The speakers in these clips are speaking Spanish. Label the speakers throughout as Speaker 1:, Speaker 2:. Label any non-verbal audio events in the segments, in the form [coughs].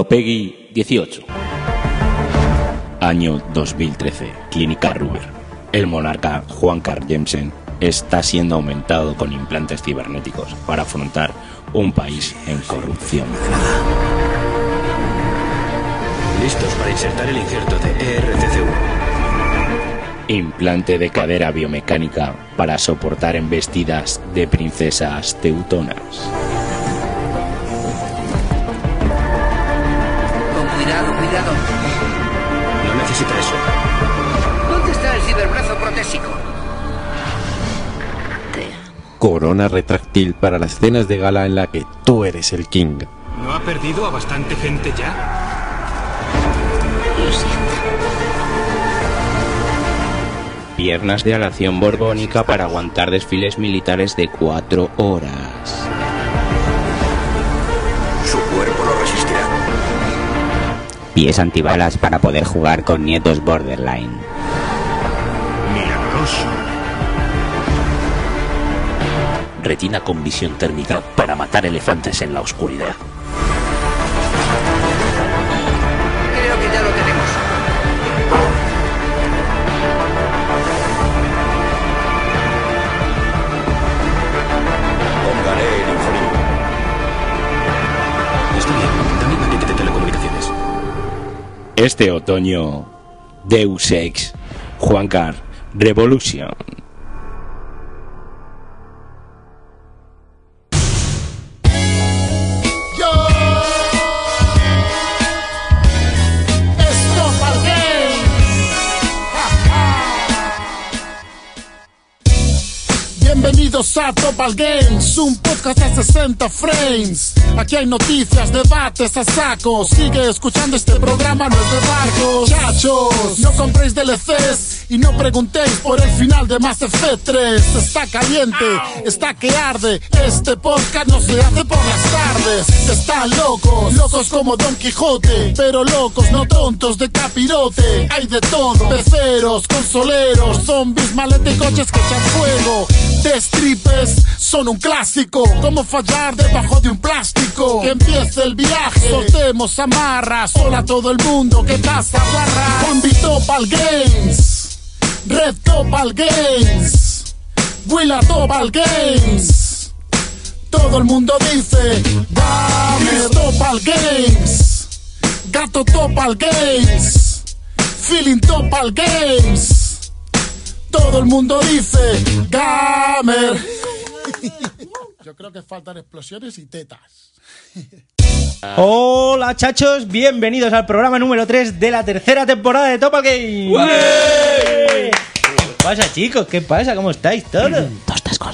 Speaker 1: Clopegui 18. Año 2013. Clínica Ruber. El monarca Juan Carl Jensen está siendo aumentado con implantes cibernéticos para afrontar un país en corrupción.
Speaker 2: Listos para insertar el injerto de E ERTC1.
Speaker 1: Implante de cadera biomecánica para soportar embestidas de princesas teutonas.
Speaker 3: Con cuidado, cuidado.
Speaker 2: No necesita eso.
Speaker 3: ¿Dónde está el ciberbrazo protésico?
Speaker 4: Corona retráctil para las cenas de gala en la que tú eres el king.
Speaker 2: ¿No ha perdido a bastante gente ya?
Speaker 3: Lo siento.
Speaker 1: Piernas de alación borbónica para aguantar desfiles militares de cuatro horas.
Speaker 2: Su cuerpo lo resistirá.
Speaker 5: Pies antibalas para poder jugar con nietos borderline.
Speaker 2: Milagroso.
Speaker 6: Retina con visión térmica para matar elefantes en la oscuridad.
Speaker 3: Creo que ya lo tenemos.
Speaker 2: Hongaré el infeliz. Está bien, dame un paquete de telecomunicaciones.
Speaker 1: Este otoño, Deus Ex, Juan Car, Revolution.
Speaker 7: Yo esto Bienvenidos a Topal Games, un podcast de 60 frames. Aquí hay noticias, debates a saco. Sigue escuchando este programa, no es de barcos. Chachos, no compréis DLCs y no preguntéis por el final de Mass Effect 3. Está caliente, está que arde. Este podcast no se hace por las tardes. Están locos, locos como Don Quijote, pero locos, no tontos de capirote. Hay de todo, peceros, consoleros, zombies, maletes y coches que echan fuego. De strippers son un clásico, como fallar debajo de un plástico. Que empiece el viaje, soltemos amarras. Hola a todo el mundo, ¿qué pasa, barra? Con Vitopal Games, Red Topal Games, Willa Topal Games. Todo el mundo dice, dame Topal Games, Gato Topal Games, Feeling Topal Games. Todo el mundo dice, Gamer. Yo creo que faltan explosiones y tetas.
Speaker 8: Hola chachos, bienvenidos al programa número 3 de la tercera temporada de Topal Game. ¿Qué pasa chicos? ¿Qué pasa? ¿Cómo estáis todos?
Speaker 9: Mm,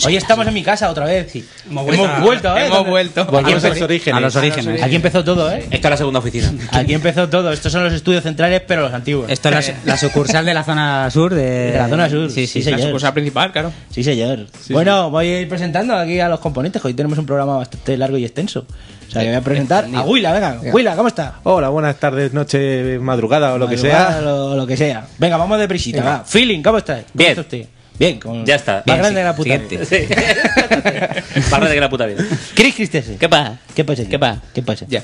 Speaker 8: Hoy estamos en mi casa otra vez. sí. Hemos vuelto, ¿eh?
Speaker 9: Hemos vuelto.
Speaker 8: Aquí,
Speaker 4: Volvemos a los
Speaker 8: empe-
Speaker 4: orígenes.
Speaker 9: A los orígenes.
Speaker 8: aquí empezó todo, ¿eh?
Speaker 9: Esta es la segunda oficina.
Speaker 8: Aquí empezó todo. Estos son los estudios centrales, pero los antiguos.
Speaker 9: Esta es la, la sucursal de la zona sur de...
Speaker 10: Eh,
Speaker 8: De la zona sur,
Speaker 9: Sí,
Speaker 8: sí,
Speaker 9: sí,
Speaker 8: señor.
Speaker 9: la sucursal principal, claro.
Speaker 8: Sí, señor. bueno, voy a ir presentando aquí a los componentes. que Hoy tenemos un programa bastante largo y extenso. O sea, que voy a presentar a Huila, venga. Huila, ¿cómo está?
Speaker 4: Hola, buenas tardes, noche, madrugada o lo que sea.
Speaker 8: Lo, lo que sea. Venga, vamos de prisita. va. Feeling, ¿cómo estás? ¿Cómo
Speaker 6: Bien.
Speaker 8: está usted? Bien, con...
Speaker 6: Ya está.
Speaker 8: Más
Speaker 6: Bien,
Speaker 8: grande
Speaker 6: sí.
Speaker 8: que la puta.
Speaker 9: Siguiente.
Speaker 8: vida. [laughs]
Speaker 6: Sí. Barra de que la puta vida.
Speaker 8: Chris Christensen.
Speaker 6: ¿Qué pasa?
Speaker 8: ¿Qué pasa?
Speaker 6: ¿Qué pasa?
Speaker 8: ¿Qué pasa?
Speaker 9: Ya.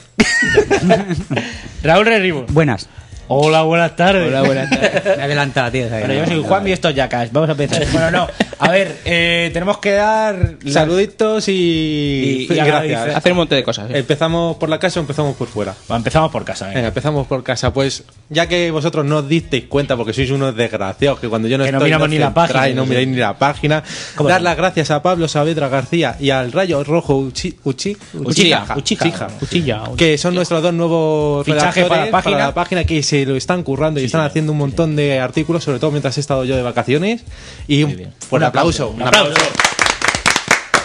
Speaker 8: [laughs] Raúl Reribo.
Speaker 9: Buenas.
Speaker 8: Hola, buenas tardes.
Speaker 6: [laughs]
Speaker 9: Hola, buenas tardes. Me he adelantado, tío. sabes.
Speaker 8: Bueno, yo soy Juan y esto es Jackass. Vamos a empezar. Bueno, no. A ver, eh, tenemos que dar. la-
Speaker 4: Saluditos y,
Speaker 8: Y- y
Speaker 4: gracias.
Speaker 9: Hacer un montón de cosas. ¿eh?
Speaker 4: ¿Empezamos por la casa o empezamos por fuera?
Speaker 8: Bueno, empezamos por casa. venga.
Speaker 4: Venga, empezamos por casa. Pues ya que vosotros no os disteis cuenta, porque sois unos desgraciados, que cuando yo no
Speaker 8: Que no
Speaker 4: estoy
Speaker 8: miramos ni la
Speaker 4: centráis,
Speaker 8: página,
Speaker 4: no
Speaker 8: sí.
Speaker 4: miráis ni la página,
Speaker 8: ¿Cómo
Speaker 4: dar
Speaker 8: no?
Speaker 4: las gracias a Pablo Saavedra García y al Rayo Rojo Uchi, Uchi-
Speaker 8: Uchija, Uchija,
Speaker 4: Uchija, Uchija,
Speaker 8: Uchilla, Uchilla.
Speaker 4: que son nuestros dos nuevos
Speaker 8: Fichaje
Speaker 4: redactores
Speaker 8: para la página.
Speaker 4: la página, que se lo están currando y están haciendo un montón de artículos, sobre todo mientras he estado yo de vacaciones. Y un fuerte aplauso.
Speaker 8: Un aplauso.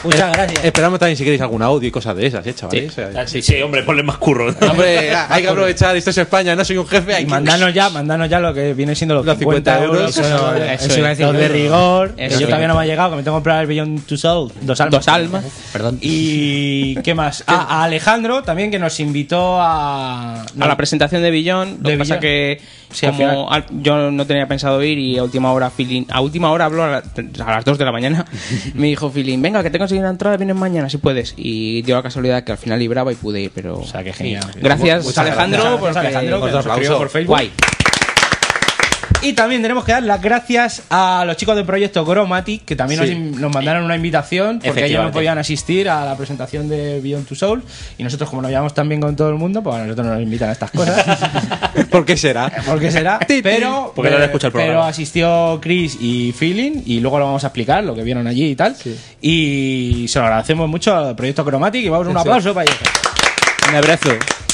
Speaker 8: Muchas gracias.
Speaker 4: Esperamos también si queréis algún audio y cosas de esas, ¿eh, chavales? O sea,
Speaker 6: Ah, Sí, sí, hombre, ponle más curro.
Speaker 4: [laughs] Hombre, hay que aprovechar, esto es España, no soy un jefe, hay
Speaker 8: Y
Speaker 4: que-
Speaker 9: [laughs]
Speaker 8: mandanos ya, mandanos ya lo que viene siendo los,
Speaker 4: Los
Speaker 8: 50,
Speaker 4: 50
Speaker 8: euros.
Speaker 4: euros.
Speaker 8: bueno,
Speaker 9: Eso,
Speaker 8: los
Speaker 9: eso iba a decir.
Speaker 8: de rigor. que
Speaker 9: Eso,
Speaker 8: yo todavía no me ha llegado, que me tengo que comprar el Beyond Two Soul. Dos almas.
Speaker 9: Dos almas. Perdón.
Speaker 8: Y [laughs] qué más. Ah, a Alejandro también que nos invitó a.
Speaker 9: A la presentación de Billón, lo
Speaker 8: De
Speaker 9: que pasa
Speaker 8: Billón.
Speaker 9: que
Speaker 8: Sí, al
Speaker 9: como al- yo no
Speaker 8: [laughs]
Speaker 9: tenía pensado ir y a última hora, Filín, a última hora habló a, la- a las 2 de la mañana, me dijo Filín, venga, que tengo conseguir una entrada, vienes mañana si puedes. Y dio la casualidad que al final libraba y pude ir, pero. O sea,
Speaker 8: que genial.
Speaker 9: Gracias,
Speaker 8: Muchas
Speaker 9: Alejandro.
Speaker 8: gracias,
Speaker 9: porque-
Speaker 8: Alejandro, que
Speaker 9: porque
Speaker 8: nos
Speaker 9: nos
Speaker 8: escribió
Speaker 9: aplauso.
Speaker 8: por Facebook.
Speaker 9: Guay.
Speaker 8: Y también tenemos que dar las gracias a los chicos del proyecto Gromatic, que también nos
Speaker 9: Sí.
Speaker 8: in- nos, mandaron una invitación porque ellos no
Speaker 9: Efectivamente.
Speaker 8: podían asistir a la presentación de Beyond Two Soul. Y nosotros, como nos llevamos tan bien con todo el mundo, pues a nosotros nos invitan a estas cosas.
Speaker 4: [laughs] ¿Por qué será?
Speaker 8: [laughs] ¿Por qué será? Pero,
Speaker 4: Porque no
Speaker 8: pero-
Speaker 4: le escucha el programa.
Speaker 8: pero asistió Chris y Feeling y luego lo vamos a explicar, lo que vieron allí y tal. Y se lo agradecemos mucho al proyecto Chromatic y vamos un
Speaker 6: Sí.
Speaker 8: aplauso para ellos.
Speaker 6: Un abrazo.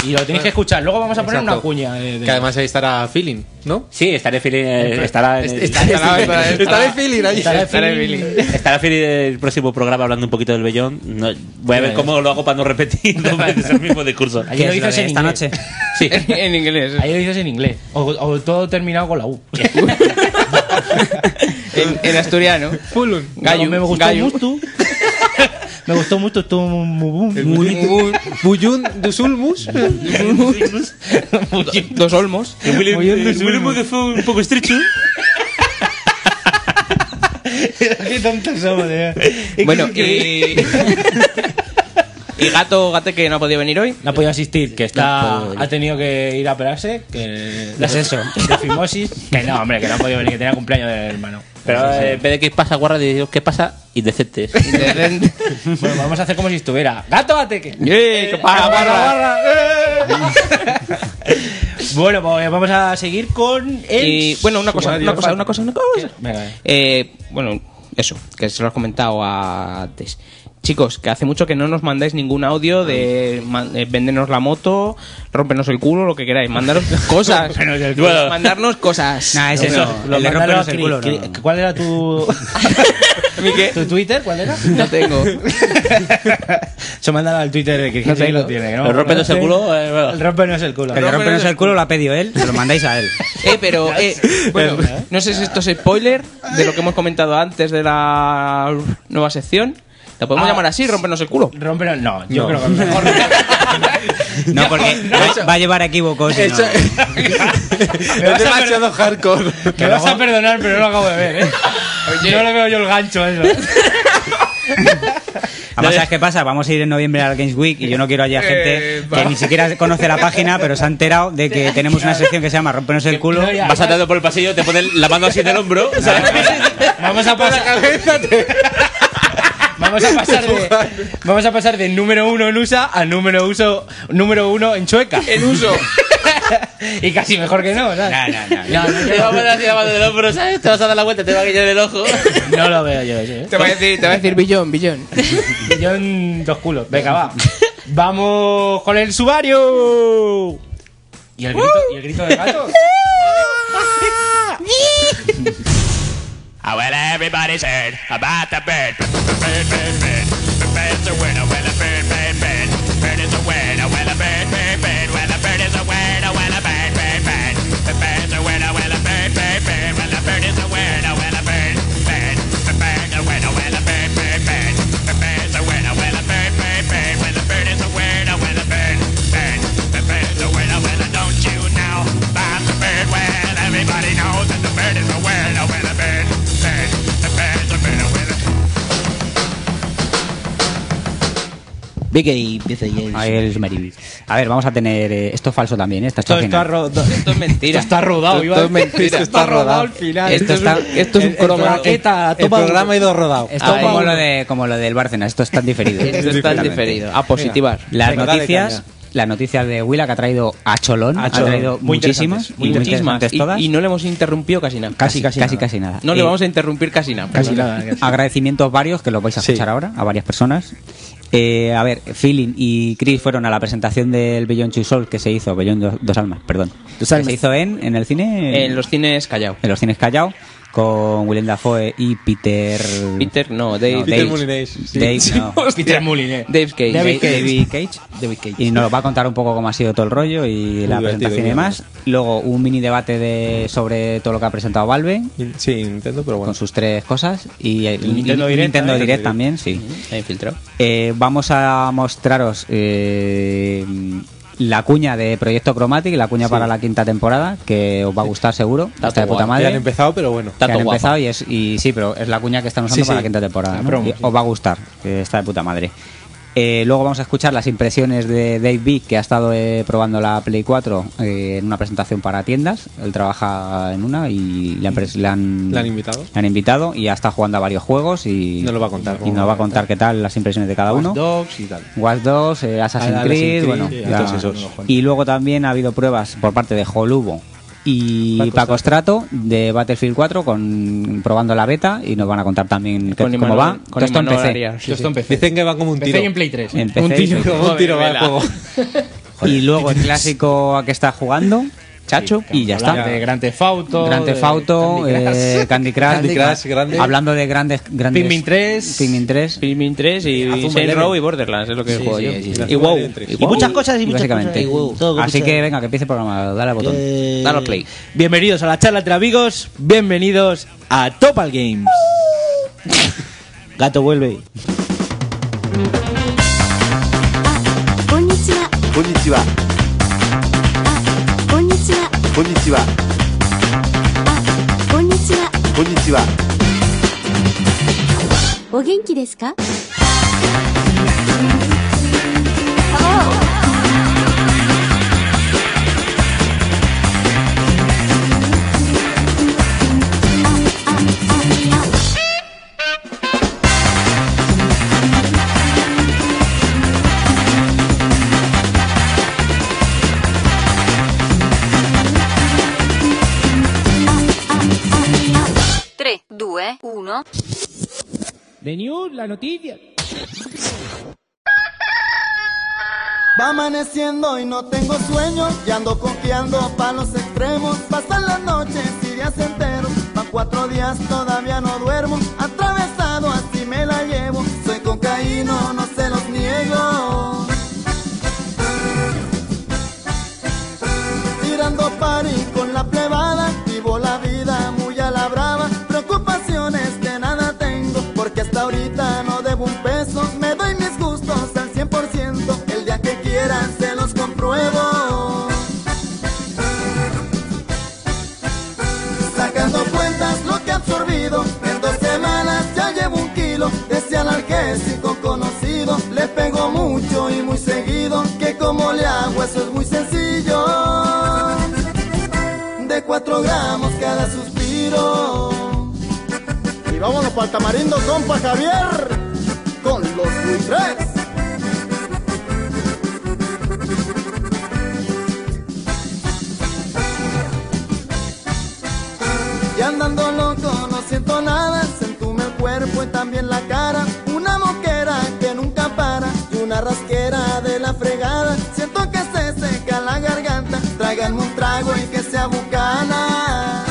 Speaker 8: Y lo tenéis que escuchar. Luego vamos a poner
Speaker 6: Exacto.
Speaker 8: una cuña. de- de-
Speaker 6: Que además ahí estará Feeling, ¿no?
Speaker 3: Sí, estaré feeling. eh, Estará,
Speaker 6: Est-
Speaker 8: [laughs]
Speaker 6: estará- estará- estará Feeling ahí.
Speaker 8: Estará
Speaker 6: Estará
Speaker 8: Feeling.
Speaker 6: Feeling.
Speaker 3: Estará Fili el próximo programa hablando un poquito del vellón. No, voy a ver
Speaker 8: Ya
Speaker 3: cómo lo hago para no repetir
Speaker 8: [laughs]
Speaker 3: dos veces el mismo discurso.
Speaker 8: Allí lo dices en inglés. [laughs]
Speaker 3: Sí.
Speaker 9: en inglés.
Speaker 8: Ahí lo dices en inglés. O, o todo terminado con la U.
Speaker 9: En, en asturiano. Fulun. Gallo.
Speaker 8: me gustó
Speaker 9: gallo.
Speaker 8: mucho. Me gustó mucho tu mubum.
Speaker 4: Buyun Dusulmus.
Speaker 9: Dos olmos.
Speaker 3: El William-
Speaker 8: Muy bien,
Speaker 3: el
Speaker 8: muy
Speaker 3: William
Speaker 8: bien.
Speaker 3: que fue un poco estrecho.
Speaker 8: Qué tontos somos, de verdad. [laughs]
Speaker 9: Bueno, eh. y. y gato, gate que no ha podido venir hoy.
Speaker 8: No ha podido asistir, que está,
Speaker 9: No ha podido.
Speaker 8: ha tenido que ir a operarse, que la Eh, eso, de fimosis, que no, hombre, que no ha podido venir, que tenía cumpleaños del hermano.
Speaker 3: Pero eh, en vez de que pasa guarra, digo, ¿qué pasa?
Speaker 8: [laughs]
Speaker 3: Indecentes.
Speaker 9: Indecente.
Speaker 8: Bueno, vamos a hacer como si estuviera. ¡Gato ateque!
Speaker 9: ¡Eh, que para,
Speaker 8: ¡Barra,
Speaker 9: barra!
Speaker 8: barra! [laughs] bueno, pues vamos a seguir con el...
Speaker 9: Y bueno, una cosa, una cosa, una cosa, una cosa.
Speaker 8: Venga, eh.
Speaker 9: Eh, bueno, eso, que se lo has comentado antes. Chicos, que hace mucho que no nos mandáis ningún audio de ma- eh, vendernos la moto, rompernos el culo, lo que queráis. Mandaros cosas.
Speaker 3: culo.
Speaker 9: mandarnos cosas.
Speaker 10: Nah, ese
Speaker 9: Bueno,
Speaker 10: no.
Speaker 8: Lo
Speaker 10: El de
Speaker 8: mandaron
Speaker 10: rompernos
Speaker 8: a
Speaker 10: el
Speaker 8: Cri-
Speaker 10: culo,
Speaker 8: Cri-
Speaker 10: no.
Speaker 8: ¿Cuál era tu,
Speaker 9: ¿Mi qué?
Speaker 8: tu Twitter? ¿Cuál era?
Speaker 9: No tengo.
Speaker 8: Se mandan al Twitter de que
Speaker 9: No
Speaker 8: Cri-
Speaker 9: tengo.
Speaker 8: lo tiene. ¿no?
Speaker 3: El rompe no es el culo. eh, bueno.
Speaker 8: El rompe no es el culo.
Speaker 10: Que le rompenos el culo lo ha pedido él, se lo mandáis
Speaker 9: [laughs]
Speaker 10: a él.
Speaker 9: Eh, pero, eh, bueno, no sé si esto es spoiler de lo que hemos comentado antes de la nueva sección. ¿La podemos
Speaker 8: Ah.
Speaker 9: llamar así? ¿Rompernos el culo?
Speaker 8: Rompenos, no, yo creo que mejor.
Speaker 10: No, porque va, va a llevar equívocos. si no.
Speaker 6: Eso- es demasiado hardcore.
Speaker 10: [laughs]
Speaker 9: [laughs]
Speaker 8: Me vas a perdonar, pero no lo acabo de ver, ¿eh? No le veo yo el gancho a eso.
Speaker 10: Además, ¿sabes qué pasa? Vamos a ir en noviembre al Games Week y yo no quiero allí a
Speaker 9: Eh,
Speaker 10: gente que ni siquiera conoce la página, pero se ha enterado de que tenemos una sección que se llama Rompenos el culo.
Speaker 3: Vas andando por el pasillo, te ponen la mano así en el
Speaker 9: [laughs]
Speaker 3: hombro. ¿sabes?
Speaker 8: Vamos a pasar. [laughs] Vamos a pasar de. Vamos a pasar de número uno en USA a número uso número uno en Chueca.
Speaker 9: El uso.
Speaker 8: [laughs] Y casi mejor que no,
Speaker 10: No,
Speaker 8: ¿sabes?
Speaker 10: no, no.
Speaker 8: No,
Speaker 3: [laughs]
Speaker 8: no,
Speaker 3: Te va a poner así la mano en el hombro, ¿sabes? Te vas a dar la vuelta, te va a guiñar el ojo.
Speaker 8: no, no lo veo yo eso, ¿eh?
Speaker 9: Te voy a decir, te voy a decir
Speaker 8: [laughs]
Speaker 9: billón, billón.
Speaker 8: Yo en dos culos. Venga,
Speaker 9: [laughs]
Speaker 8: va. Vamos con el subario. ¿Y el grito,
Speaker 9: ¡Uh!
Speaker 8: ¿y el grito de
Speaker 9: [laughs]
Speaker 8: gato?
Speaker 3: I will everybody's heard about the bird. Bird, bird, bird. The bird's a winner, well, a bird, bird, bird. Bird is a winner, well, a bird, bird, bird. Well, a bird is a winner, well, a bird, bird, bird. The bird's a winner, well, a bird, bird, bird. Well, a bird is a winner, well, a bird, bird. The bird's a winner, well, a bird, bird, bird. The bird's a winner, well, a bird, bird, bird. Well, a bird is a oh, winner, well, a bird, bird. The bird's a winner, well, a don't you know about the bird? Well, everybody knows that the bird is a winner, well, a bird, bird. The bird's a winner, well, a
Speaker 8: Venga y empieza ya.
Speaker 10: Ay, el marivis. A ver, vamos a tener. eh, esto es falso también, ¿eh? esta es
Speaker 8: Esto
Speaker 10: página.
Speaker 8: está rodado.
Speaker 10: [laughs]
Speaker 9: Esto es mentira.
Speaker 8: Esto está rodado,
Speaker 9: Esto,
Speaker 8: Iván.
Speaker 9: es mentira.
Speaker 8: Esto está rodado.
Speaker 9: al final.
Speaker 8: Esto
Speaker 9: Esto, está,
Speaker 8: está-
Speaker 9: esto es un
Speaker 4: El, el
Speaker 9: croma.
Speaker 4: programa- el programa ha ido rodado.
Speaker 10: Esto es como lo, de, como lo del Bárcenas, esto está diferido.
Speaker 9: Esto está diferido. A positivar.
Speaker 10: Las
Speaker 4: Venga, dale
Speaker 10: noticias.
Speaker 4: caña.
Speaker 10: Las noticias de Huila que ha traído a Cholón,
Speaker 8: A
Speaker 10: ha
Speaker 8: Cholón.
Speaker 10: traído
Speaker 8: Muy
Speaker 10: muchísimas,
Speaker 8: interesantes, muy
Speaker 10: muy
Speaker 9: Muchísimas.
Speaker 10: interesantes
Speaker 9: Y,
Speaker 10: todas.
Speaker 9: y no le hemos interrumpido casi nada.
Speaker 10: Casi, casi, Casi, nada. casi nada.
Speaker 9: No le
Speaker 10: Y-
Speaker 9: vamos a interrumpir casi nada.
Speaker 8: Casi nada.
Speaker 10: Agradecimientos varios que los vais a
Speaker 4: Sí.
Speaker 10: escuchar ahora a varias personas. Eh, a ver, Feeling y Chris fueron a la presentación del Beyond Two Souls que se hizo, Beyond Do- Dos Almas, perdón. Que se hizo en, en el cine.
Speaker 9: En los cines callao.
Speaker 10: en los cines Callao, con Willem Dafoe y Peter.
Speaker 9: Peter, Mm. no, Dave.
Speaker 10: No,
Speaker 4: Peter
Speaker 10: Dave.
Speaker 4: Molinés, sí.
Speaker 10: Dave, no.
Speaker 8: Peter Moulinet.
Speaker 9: Dave eh. Cage.
Speaker 10: David,
Speaker 9: Dave-
Speaker 10: David Cage. Y nos va a contar un poco cómo ha sido todo el rollo y la
Speaker 4: divertido,
Speaker 10: presentación y
Speaker 4: muy
Speaker 10: demás. Luego un mini debate de, sobre todo lo que ha presentado Valve
Speaker 4: Sí, Nintendo, pero bueno.
Speaker 10: con sus tres cosas y el un
Speaker 8: Nintendo Direct
Speaker 10: Nintendo
Speaker 8: también.
Speaker 10: Direct también, sí.
Speaker 9: Ahí infiltrado.
Speaker 10: Eh, vamos a mostraros eh, la cuña de Proyecto Chromatic, la cuña para la quinta temporada, que os va a gustar seguro. Está de puta madre.
Speaker 4: Ya han empezado, pero bueno.
Speaker 10: Que han empezado y, es, y sí, pero es la cuña que están usando
Speaker 4: Sí, sí.
Speaker 10: para la quinta temporada.
Speaker 4: La
Speaker 10: ¿no?
Speaker 4: promo,
Speaker 10: Y
Speaker 4: sí.
Speaker 10: Os va a gustar, que está de puta madre. Eh, luego vamos a escuchar las impresiones de Dave B, que ha estado eh, probando la Play 4 eh, en una presentación para tiendas. Él trabaja en una y le han, pres- le han-
Speaker 4: ¿Le han invitado?
Speaker 10: le han invitado y ya está jugando a varios juegos y
Speaker 4: Nos lo va a contar.
Speaker 10: y nos va a contar qué tal las impresiones de cada uno.
Speaker 11: Dogs y tal.
Speaker 10: Watch Dogs, eh, Assassin's
Speaker 11: Ah, Assassin's
Speaker 10: Creed,
Speaker 11: Creed,
Speaker 10: bueno,
Speaker 11: sí,
Speaker 10: ya-
Speaker 11: todos esos.
Speaker 10: y luego también ha habido pruebas por parte de Holubo y Paco, Strato de Battlefield 4 con probando la beta y nos van a contar también qué-
Speaker 8: Con
Speaker 10: cómo
Speaker 8: Imanol-
Speaker 10: va.
Speaker 8: con
Speaker 10: Todo esto en
Speaker 8: Imanol
Speaker 10: PC.
Speaker 8: Arias, sí, Todo esto en sí. PC.
Speaker 4: Dicen que va como un tiro.
Speaker 8: PC y en Play 3.
Speaker 10: En PC, sí.
Speaker 4: como un tiro va el juego.
Speaker 10: Y luego el clásico a que está jugando, Chacho, y ya está.
Speaker 8: De Grand Theft Auto.
Speaker 10: Grand Theft
Speaker 8: de
Speaker 10: Auto,
Speaker 8: eh, Candy Crush.
Speaker 10: eh, Candy Crush,
Speaker 4: Candy Crush, grande.
Speaker 10: hablando de grandes, grandes
Speaker 8: Pikmin 3.
Speaker 10: Pikmin 3
Speaker 8: Pikmin 3
Speaker 9: Ah,
Speaker 8: y
Speaker 12: Azuma
Speaker 8: Saints
Speaker 12: Eleven.
Speaker 8: Row y Borderlands es lo que
Speaker 12: Sí,
Speaker 8: juego
Speaker 12: sí,
Speaker 8: yo.
Speaker 12: sí, sí.
Speaker 8: Y WoW.
Speaker 4: Y
Speaker 12: Y muchas cosas y
Speaker 10: y
Speaker 12: muchas
Speaker 10: básicamente.
Speaker 12: cosas. Y wow, todo
Speaker 10: Así
Speaker 12: mucho.
Speaker 10: que venga, que empiece el programa, dale al botón.
Speaker 12: Eh,
Speaker 10: Dale al play.
Speaker 12: Bienvenidos a la charla entre amigos, bienvenidos a Topal [laughs] Games. Gato vuelve.
Speaker 13: こんにちは
Speaker 6: こんにちは。
Speaker 13: こんにちは
Speaker 6: こんにちは。
Speaker 13: こんにちは
Speaker 6: こんにちは。
Speaker 13: お元気ですか
Speaker 14: 3, 2, 1.
Speaker 8: The News, la noticia.
Speaker 15: Va amaneciendo y no tengo sueño Y ando coqueando pa' los extremos Pasan las noches y días enteros Pa' cuatro días todavía no duermo Atravesado así me la llevo Soy cocaíno, no se los niego Tirando pari con la plebada Vivo la vida muy a la brava Preocupaciones que nada tengo Porque hasta ahorita no debo un peso Me doy mis gustos al 100% El día que quieran se los compruebo Sacando cuentas lo que he absorbido En dos semanas ya llevo un kilo De ese analgésico conocido Le pego mucho y muy seguido Que como le hago eso es muy sencillo De cuatro gramos cada suspiro Y vámonos para el tamarindo compa Javier Con los buitres Y andando loco no siento nada, se entume el cuerpo y también la cara. Una moquera que nunca para y una rasquera de la fregada. Siento que se seca la garganta, tráiganme un trago y que sea bucana.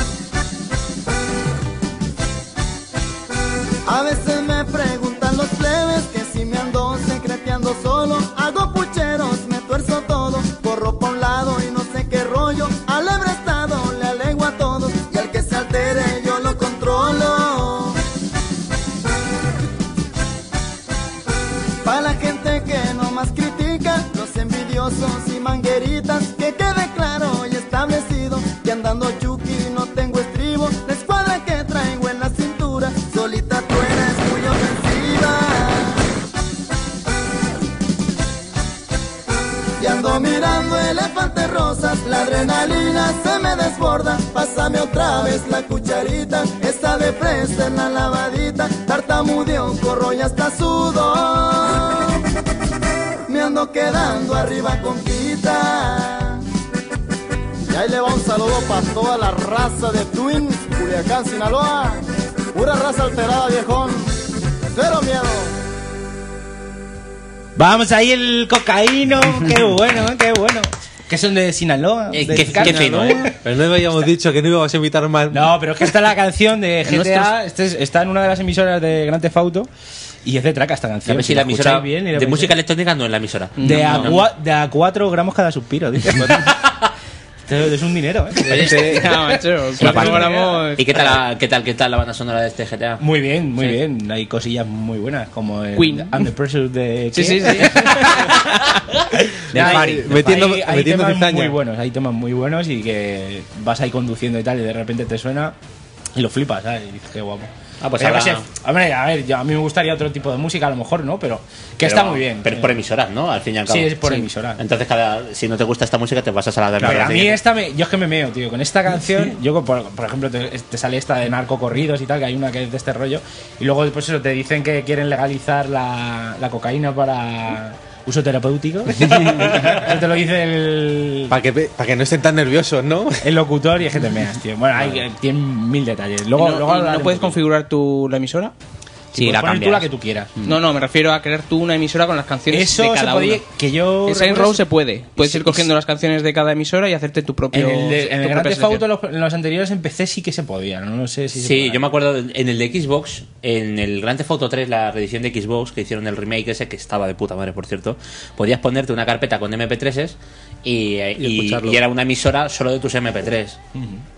Speaker 15: A veces me preguntan los plebes que si me ando secreteando solo. Hago pucheros, me tuerzo todo, corro pa' un lado y no sé qué rollo. Al hebre estado le alego a todos y al que se altere yo lo controlo. Pa' la gente que no más critica, los envidiosos y mangueritas, que quede claro y establecido que andando chuki no tengo estribo, la escuadra que traigo en la cintura, solita tú eres muy ofensiva. Y ando mirando elefantes rosas, la adrenalina se me desborda, pásame otra vez la cucharita, esa de fresa en la lavadita, tartamudeo, corro y hasta sudo. Me ando quedando arriba con quita. Y ahí le va un saludo para toda la raza de Twins, Culiacán, Sinaloa. Pura raza alterada, viejón. Cero miedo.
Speaker 12: Vamos ahí el cocaíno, [laughs] qué bueno, eh, qué bueno. Que son de Sinaloa. de Sinaloa.
Speaker 8: ¿eh?
Speaker 12: eh.
Speaker 4: Pero no habíamos dicho que no íbamos a invitar más.
Speaker 12: No, pero es que está la canción de
Speaker 4: En
Speaker 12: GTA, este es- está en una de las emisoras de Grand Theft Auto y es de traca esta canción.
Speaker 9: A ver si la emisora
Speaker 12: escucháis bien y la
Speaker 9: de
Speaker 12: pensáis-
Speaker 9: música electrónica no es la emisora.
Speaker 12: De,
Speaker 9: No,
Speaker 12: a
Speaker 9: no,
Speaker 12: [laughs]
Speaker 9: no.
Speaker 12: cua- de a 4 gramos cada suspiro, dice.
Speaker 8: Esto es un dinero, [laughs] ¿eh?
Speaker 3: este,
Speaker 8: No,
Speaker 3: [laughs]
Speaker 8: macho,
Speaker 6: Sí,
Speaker 8: cuatro
Speaker 6: aparte.
Speaker 8: gramos-
Speaker 6: ¿Y qué tal, la- qué tal, qué tal la banda sonora de este GTA?
Speaker 8: Muy bien, muy
Speaker 6: Sí.
Speaker 8: bien. Hay cosillas muy buenas como el
Speaker 6: Queen.
Speaker 8: And the Pressure de [laughs]
Speaker 6: Sí, sí, sí.
Speaker 8: Del
Speaker 4: Ahí,
Speaker 8: Party.
Speaker 4: metiendo-
Speaker 8: hay, hay
Speaker 4: metiendo
Speaker 8: temas
Speaker 4: cizaña.
Speaker 8: muy buenos, hay temas muy buenos y que vas ahí conduciendo y tal y de repente te suena y lo flipas, ¿sabes? Y dices, qué guapo.
Speaker 6: Ah, pues
Speaker 8: Pero yo
Speaker 6: ahora-
Speaker 8: qué sé, hombre, a ver, yo- a mí me gustaría otro tipo de música a lo mejor, ¿no? Pero que está muy bien. eh.
Speaker 6: Pero es por emisoras, ¿no? Al fin y al
Speaker 8: Sí,
Speaker 6: cabo.
Speaker 8: es por emisoras.
Speaker 6: Entonces, cada, si no te gusta esta música, te pasas a la de
Speaker 8: Pero
Speaker 6: la
Speaker 8: a mí esta me, yo es que me meo, tío, con esta canción, yo por, por ejemplo te, te sale esta de narcocorridos y tal, que hay una que es de este rollo, y luego después eso te dicen que quieren legalizar la, la cocaína para uso
Speaker 4: [laughs]
Speaker 8: terapéutico. eso te lo dice el
Speaker 4: Para que, para que no estén tan nerviosos, ¿no?
Speaker 8: El locutor y es que te meas, tío. Bueno, hay, tiene mil detalles. Luego,
Speaker 4: ¿Y no-
Speaker 8: luego
Speaker 4: y no
Speaker 8: hablaremos.
Speaker 4: puedes
Speaker 8: configurar tu la emisora?
Speaker 10: Sí,
Speaker 8: puedes
Speaker 10: la
Speaker 8: poner tú
Speaker 10: cambias.
Speaker 8: la que tú quieras.
Speaker 12: Mm.
Speaker 10: No,
Speaker 8: no, me refiero a crear tú una emisora con las
Speaker 10: canciones
Speaker 8: Eso
Speaker 10: de
Speaker 8: se
Speaker 10: cada
Speaker 8: podía-
Speaker 10: uno.
Speaker 8: que yo
Speaker 10: En
Speaker 8: recuerdo-
Speaker 10: Row se
Speaker 8: puede.
Speaker 10: Puedes ir cogiendo
Speaker 8: las canciones de cada emisora y hacerte tu
Speaker 10: propio-
Speaker 8: En el, de- en
Speaker 10: tu
Speaker 8: el
Speaker 10: propia
Speaker 8: Grand Theft Auto,
Speaker 10: selección.
Speaker 8: los, en los anteriores en PC sí que se podía. No sé si se
Speaker 6: Sí, yo me acuerdo de- en el de Xbox, en el Grand Theft Auto 3, la reedición de Xbox que hicieron el remake ese que estaba de puta madre, por cierto. Podías ponerte una carpeta con MP3s y, eh,
Speaker 8: Y
Speaker 6: y-
Speaker 8: escucharlo.
Speaker 6: y era una emisora solo de tus MP3.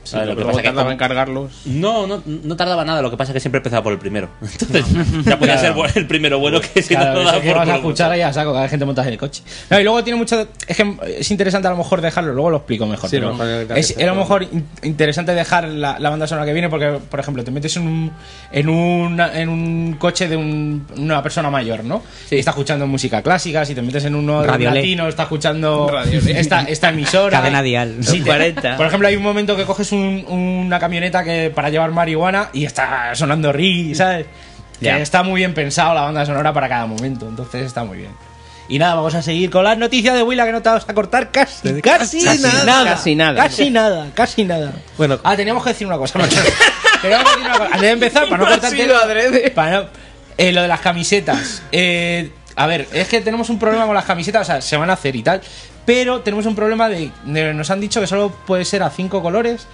Speaker 8: Sí,
Speaker 6: ¿Sabes?
Speaker 8: lo
Speaker 6: Lo que
Speaker 8: luego
Speaker 6: pasa que
Speaker 8: tardaba
Speaker 6: como-
Speaker 8: en cargarlos.
Speaker 6: No, no, no tardaba nada, lo que pasa es que siempre empezaba por el primero. [laughs] Entonces, ya podía ser
Speaker 8: Claro.
Speaker 6: bu- el primero bueno que [laughs] si
Speaker 8: Claro,
Speaker 6: no, no
Speaker 8: eso
Speaker 6: daba
Speaker 8: que
Speaker 6: por
Speaker 8: vas a
Speaker 6: culo.
Speaker 8: escuchar ya saco, cada vez que te montas en el coche. No, y luego tiene mucho. Es que es interesante a lo mejor dejarlo, luego lo explico mejor.
Speaker 4: Sí,
Speaker 8: pero
Speaker 4: mejor que- que-
Speaker 8: es, es a lo mejor in- interesante dejar la, la banda sonora que viene porque, por ejemplo, te metes en un, en un, en un coche de un- una persona mayor, ¿no? Y está escuchando música clásica, si te metes en uno de un
Speaker 10: Radio Le.
Speaker 8: latino, está escuchando
Speaker 10: Radio
Speaker 8: [laughs]
Speaker 10: Le.
Speaker 8: esta, esta emisora.
Speaker 10: Cadena dial.
Speaker 8: Sí,
Speaker 10: Los
Speaker 8: te-
Speaker 10: 40.
Speaker 8: Por ejemplo, hay un momento que coges un- una camioneta que para llevar marihuana y está sonando Ri, ¿sabes? Que
Speaker 10: Ya.
Speaker 8: está muy bien pensado la banda sonora para cada momento, entonces está muy bien. Y nada, vamos a seguir con las noticias de Willa que no te vas a cortar casi, casi,
Speaker 12: Casi
Speaker 8: nada,
Speaker 12: nada. Casi nada.
Speaker 8: Casi nada, casi nada.
Speaker 4: Bueno,
Speaker 8: ah, teníamos que decir una cosa, [laughs] Manuel. Teníamos que decir una cosa. Antes de empezar, para no
Speaker 4: [laughs]
Speaker 12: No ha sido
Speaker 8: cortarte. Para no- eh, lo de las camisetas. Eh, a ver, es que tenemos un problema con las camisetas, o sea, se van a hacer y tal. Pero tenemos un problema de. de- nos han dicho que solo puede ser a cinco colores.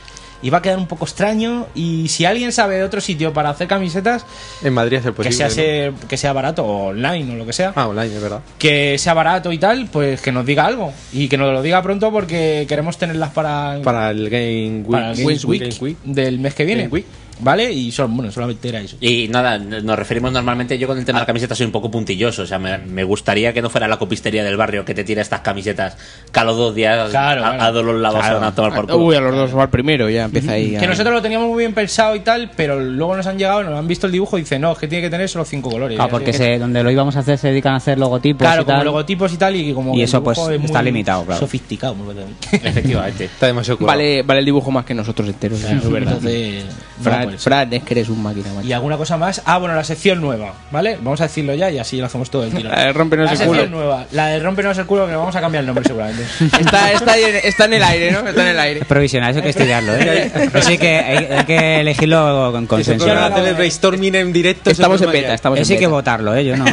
Speaker 8: Y va a quedar un poco extraño. Y si alguien sabe de otro sitio para hacer camisetas,
Speaker 4: En Madrid es el posible.
Speaker 8: que, sea,
Speaker 4: ¿no?
Speaker 8: ser- que sea barato, o online o lo que sea,
Speaker 4: Ah, online, es verdad.
Speaker 8: que sea barato y tal, pues que nos diga algo. Y que nos lo diga pronto porque queremos tenerlas para,
Speaker 4: Para el Game Week.
Speaker 8: para el
Speaker 4: Game
Speaker 8: Games Week
Speaker 4: Game Week.
Speaker 8: del mes que viene.
Speaker 4: Game Week.
Speaker 8: ¿Vale? Y son, bueno, solamente era eso.
Speaker 6: Y nada, nos referimos normalmente, yo con el tema de la camiseta soy un poco puntilloso, o sea, me, me gustaría que no fuera la copistería del barrio que te tira estas camisetas cada dos días
Speaker 8: Claro,
Speaker 6: a,
Speaker 8: claro.
Speaker 6: a dolor la vas
Speaker 8: Claro.
Speaker 6: a tomar por culo.
Speaker 8: Uy, a
Speaker 6: los
Speaker 8: dos
Speaker 6: va primero, ya empieza ahí.
Speaker 8: Que nosotros lo teníamos muy bien pensado y tal, pero luego nos han llegado, nos han visto el dibujo y dicen, no, es que tiene que tener solo cinco colores.
Speaker 10: Claro, Ah, porque
Speaker 8: Así que-
Speaker 10: se, donde lo íbamos a hacer se dedican a hacer logotipos
Speaker 8: Claro,
Speaker 10: y
Speaker 8: como
Speaker 10: tal.
Speaker 8: logotipos y tal, y como.
Speaker 10: Y
Speaker 8: que el
Speaker 10: eso, pues,
Speaker 8: dibujo es
Speaker 10: está
Speaker 8: muy
Speaker 10: limitado, claro.
Speaker 8: Sofisticado, muy bueno.
Speaker 6: Efectivamente.
Speaker 4: Está demasiado curado.
Speaker 12: Vale, vale el dibujo más que nosotros enteros.
Speaker 8: este. Claro, es verdad.
Speaker 12: Entonces,
Speaker 8: No pues.
Speaker 12: Fran,
Speaker 8: puede ser.
Speaker 12: Fran, es que eres un máquina, macho.
Speaker 8: Y alguna cosa más. Ah, bueno, la sección nueva, ¿vale? Vamos a decirlo ya y así lo hacemos todo el tiro.
Speaker 12: La de rómpenos
Speaker 8: La
Speaker 12: el
Speaker 8: sección
Speaker 12: culo.
Speaker 8: nueva. La de rompenos el culo, que le vamos a cambiar el nombre seguramente.
Speaker 12: Está,
Speaker 8: [laughs]
Speaker 12: está, ahí en- está en el aire, ¿no? Está en el aire.
Speaker 10: Es provisional, eso hay que
Speaker 8: [laughs]
Speaker 10: estudiarlo, ¿eh? Eso hay que, hay, hay que elegirlo con
Speaker 4: Que se
Speaker 10: consenso.
Speaker 4: pongan a hacer el brainstorming en directo. se ponen allá.
Speaker 10: Eso hay que votarlo, ¿eh? Yo [laughs] no...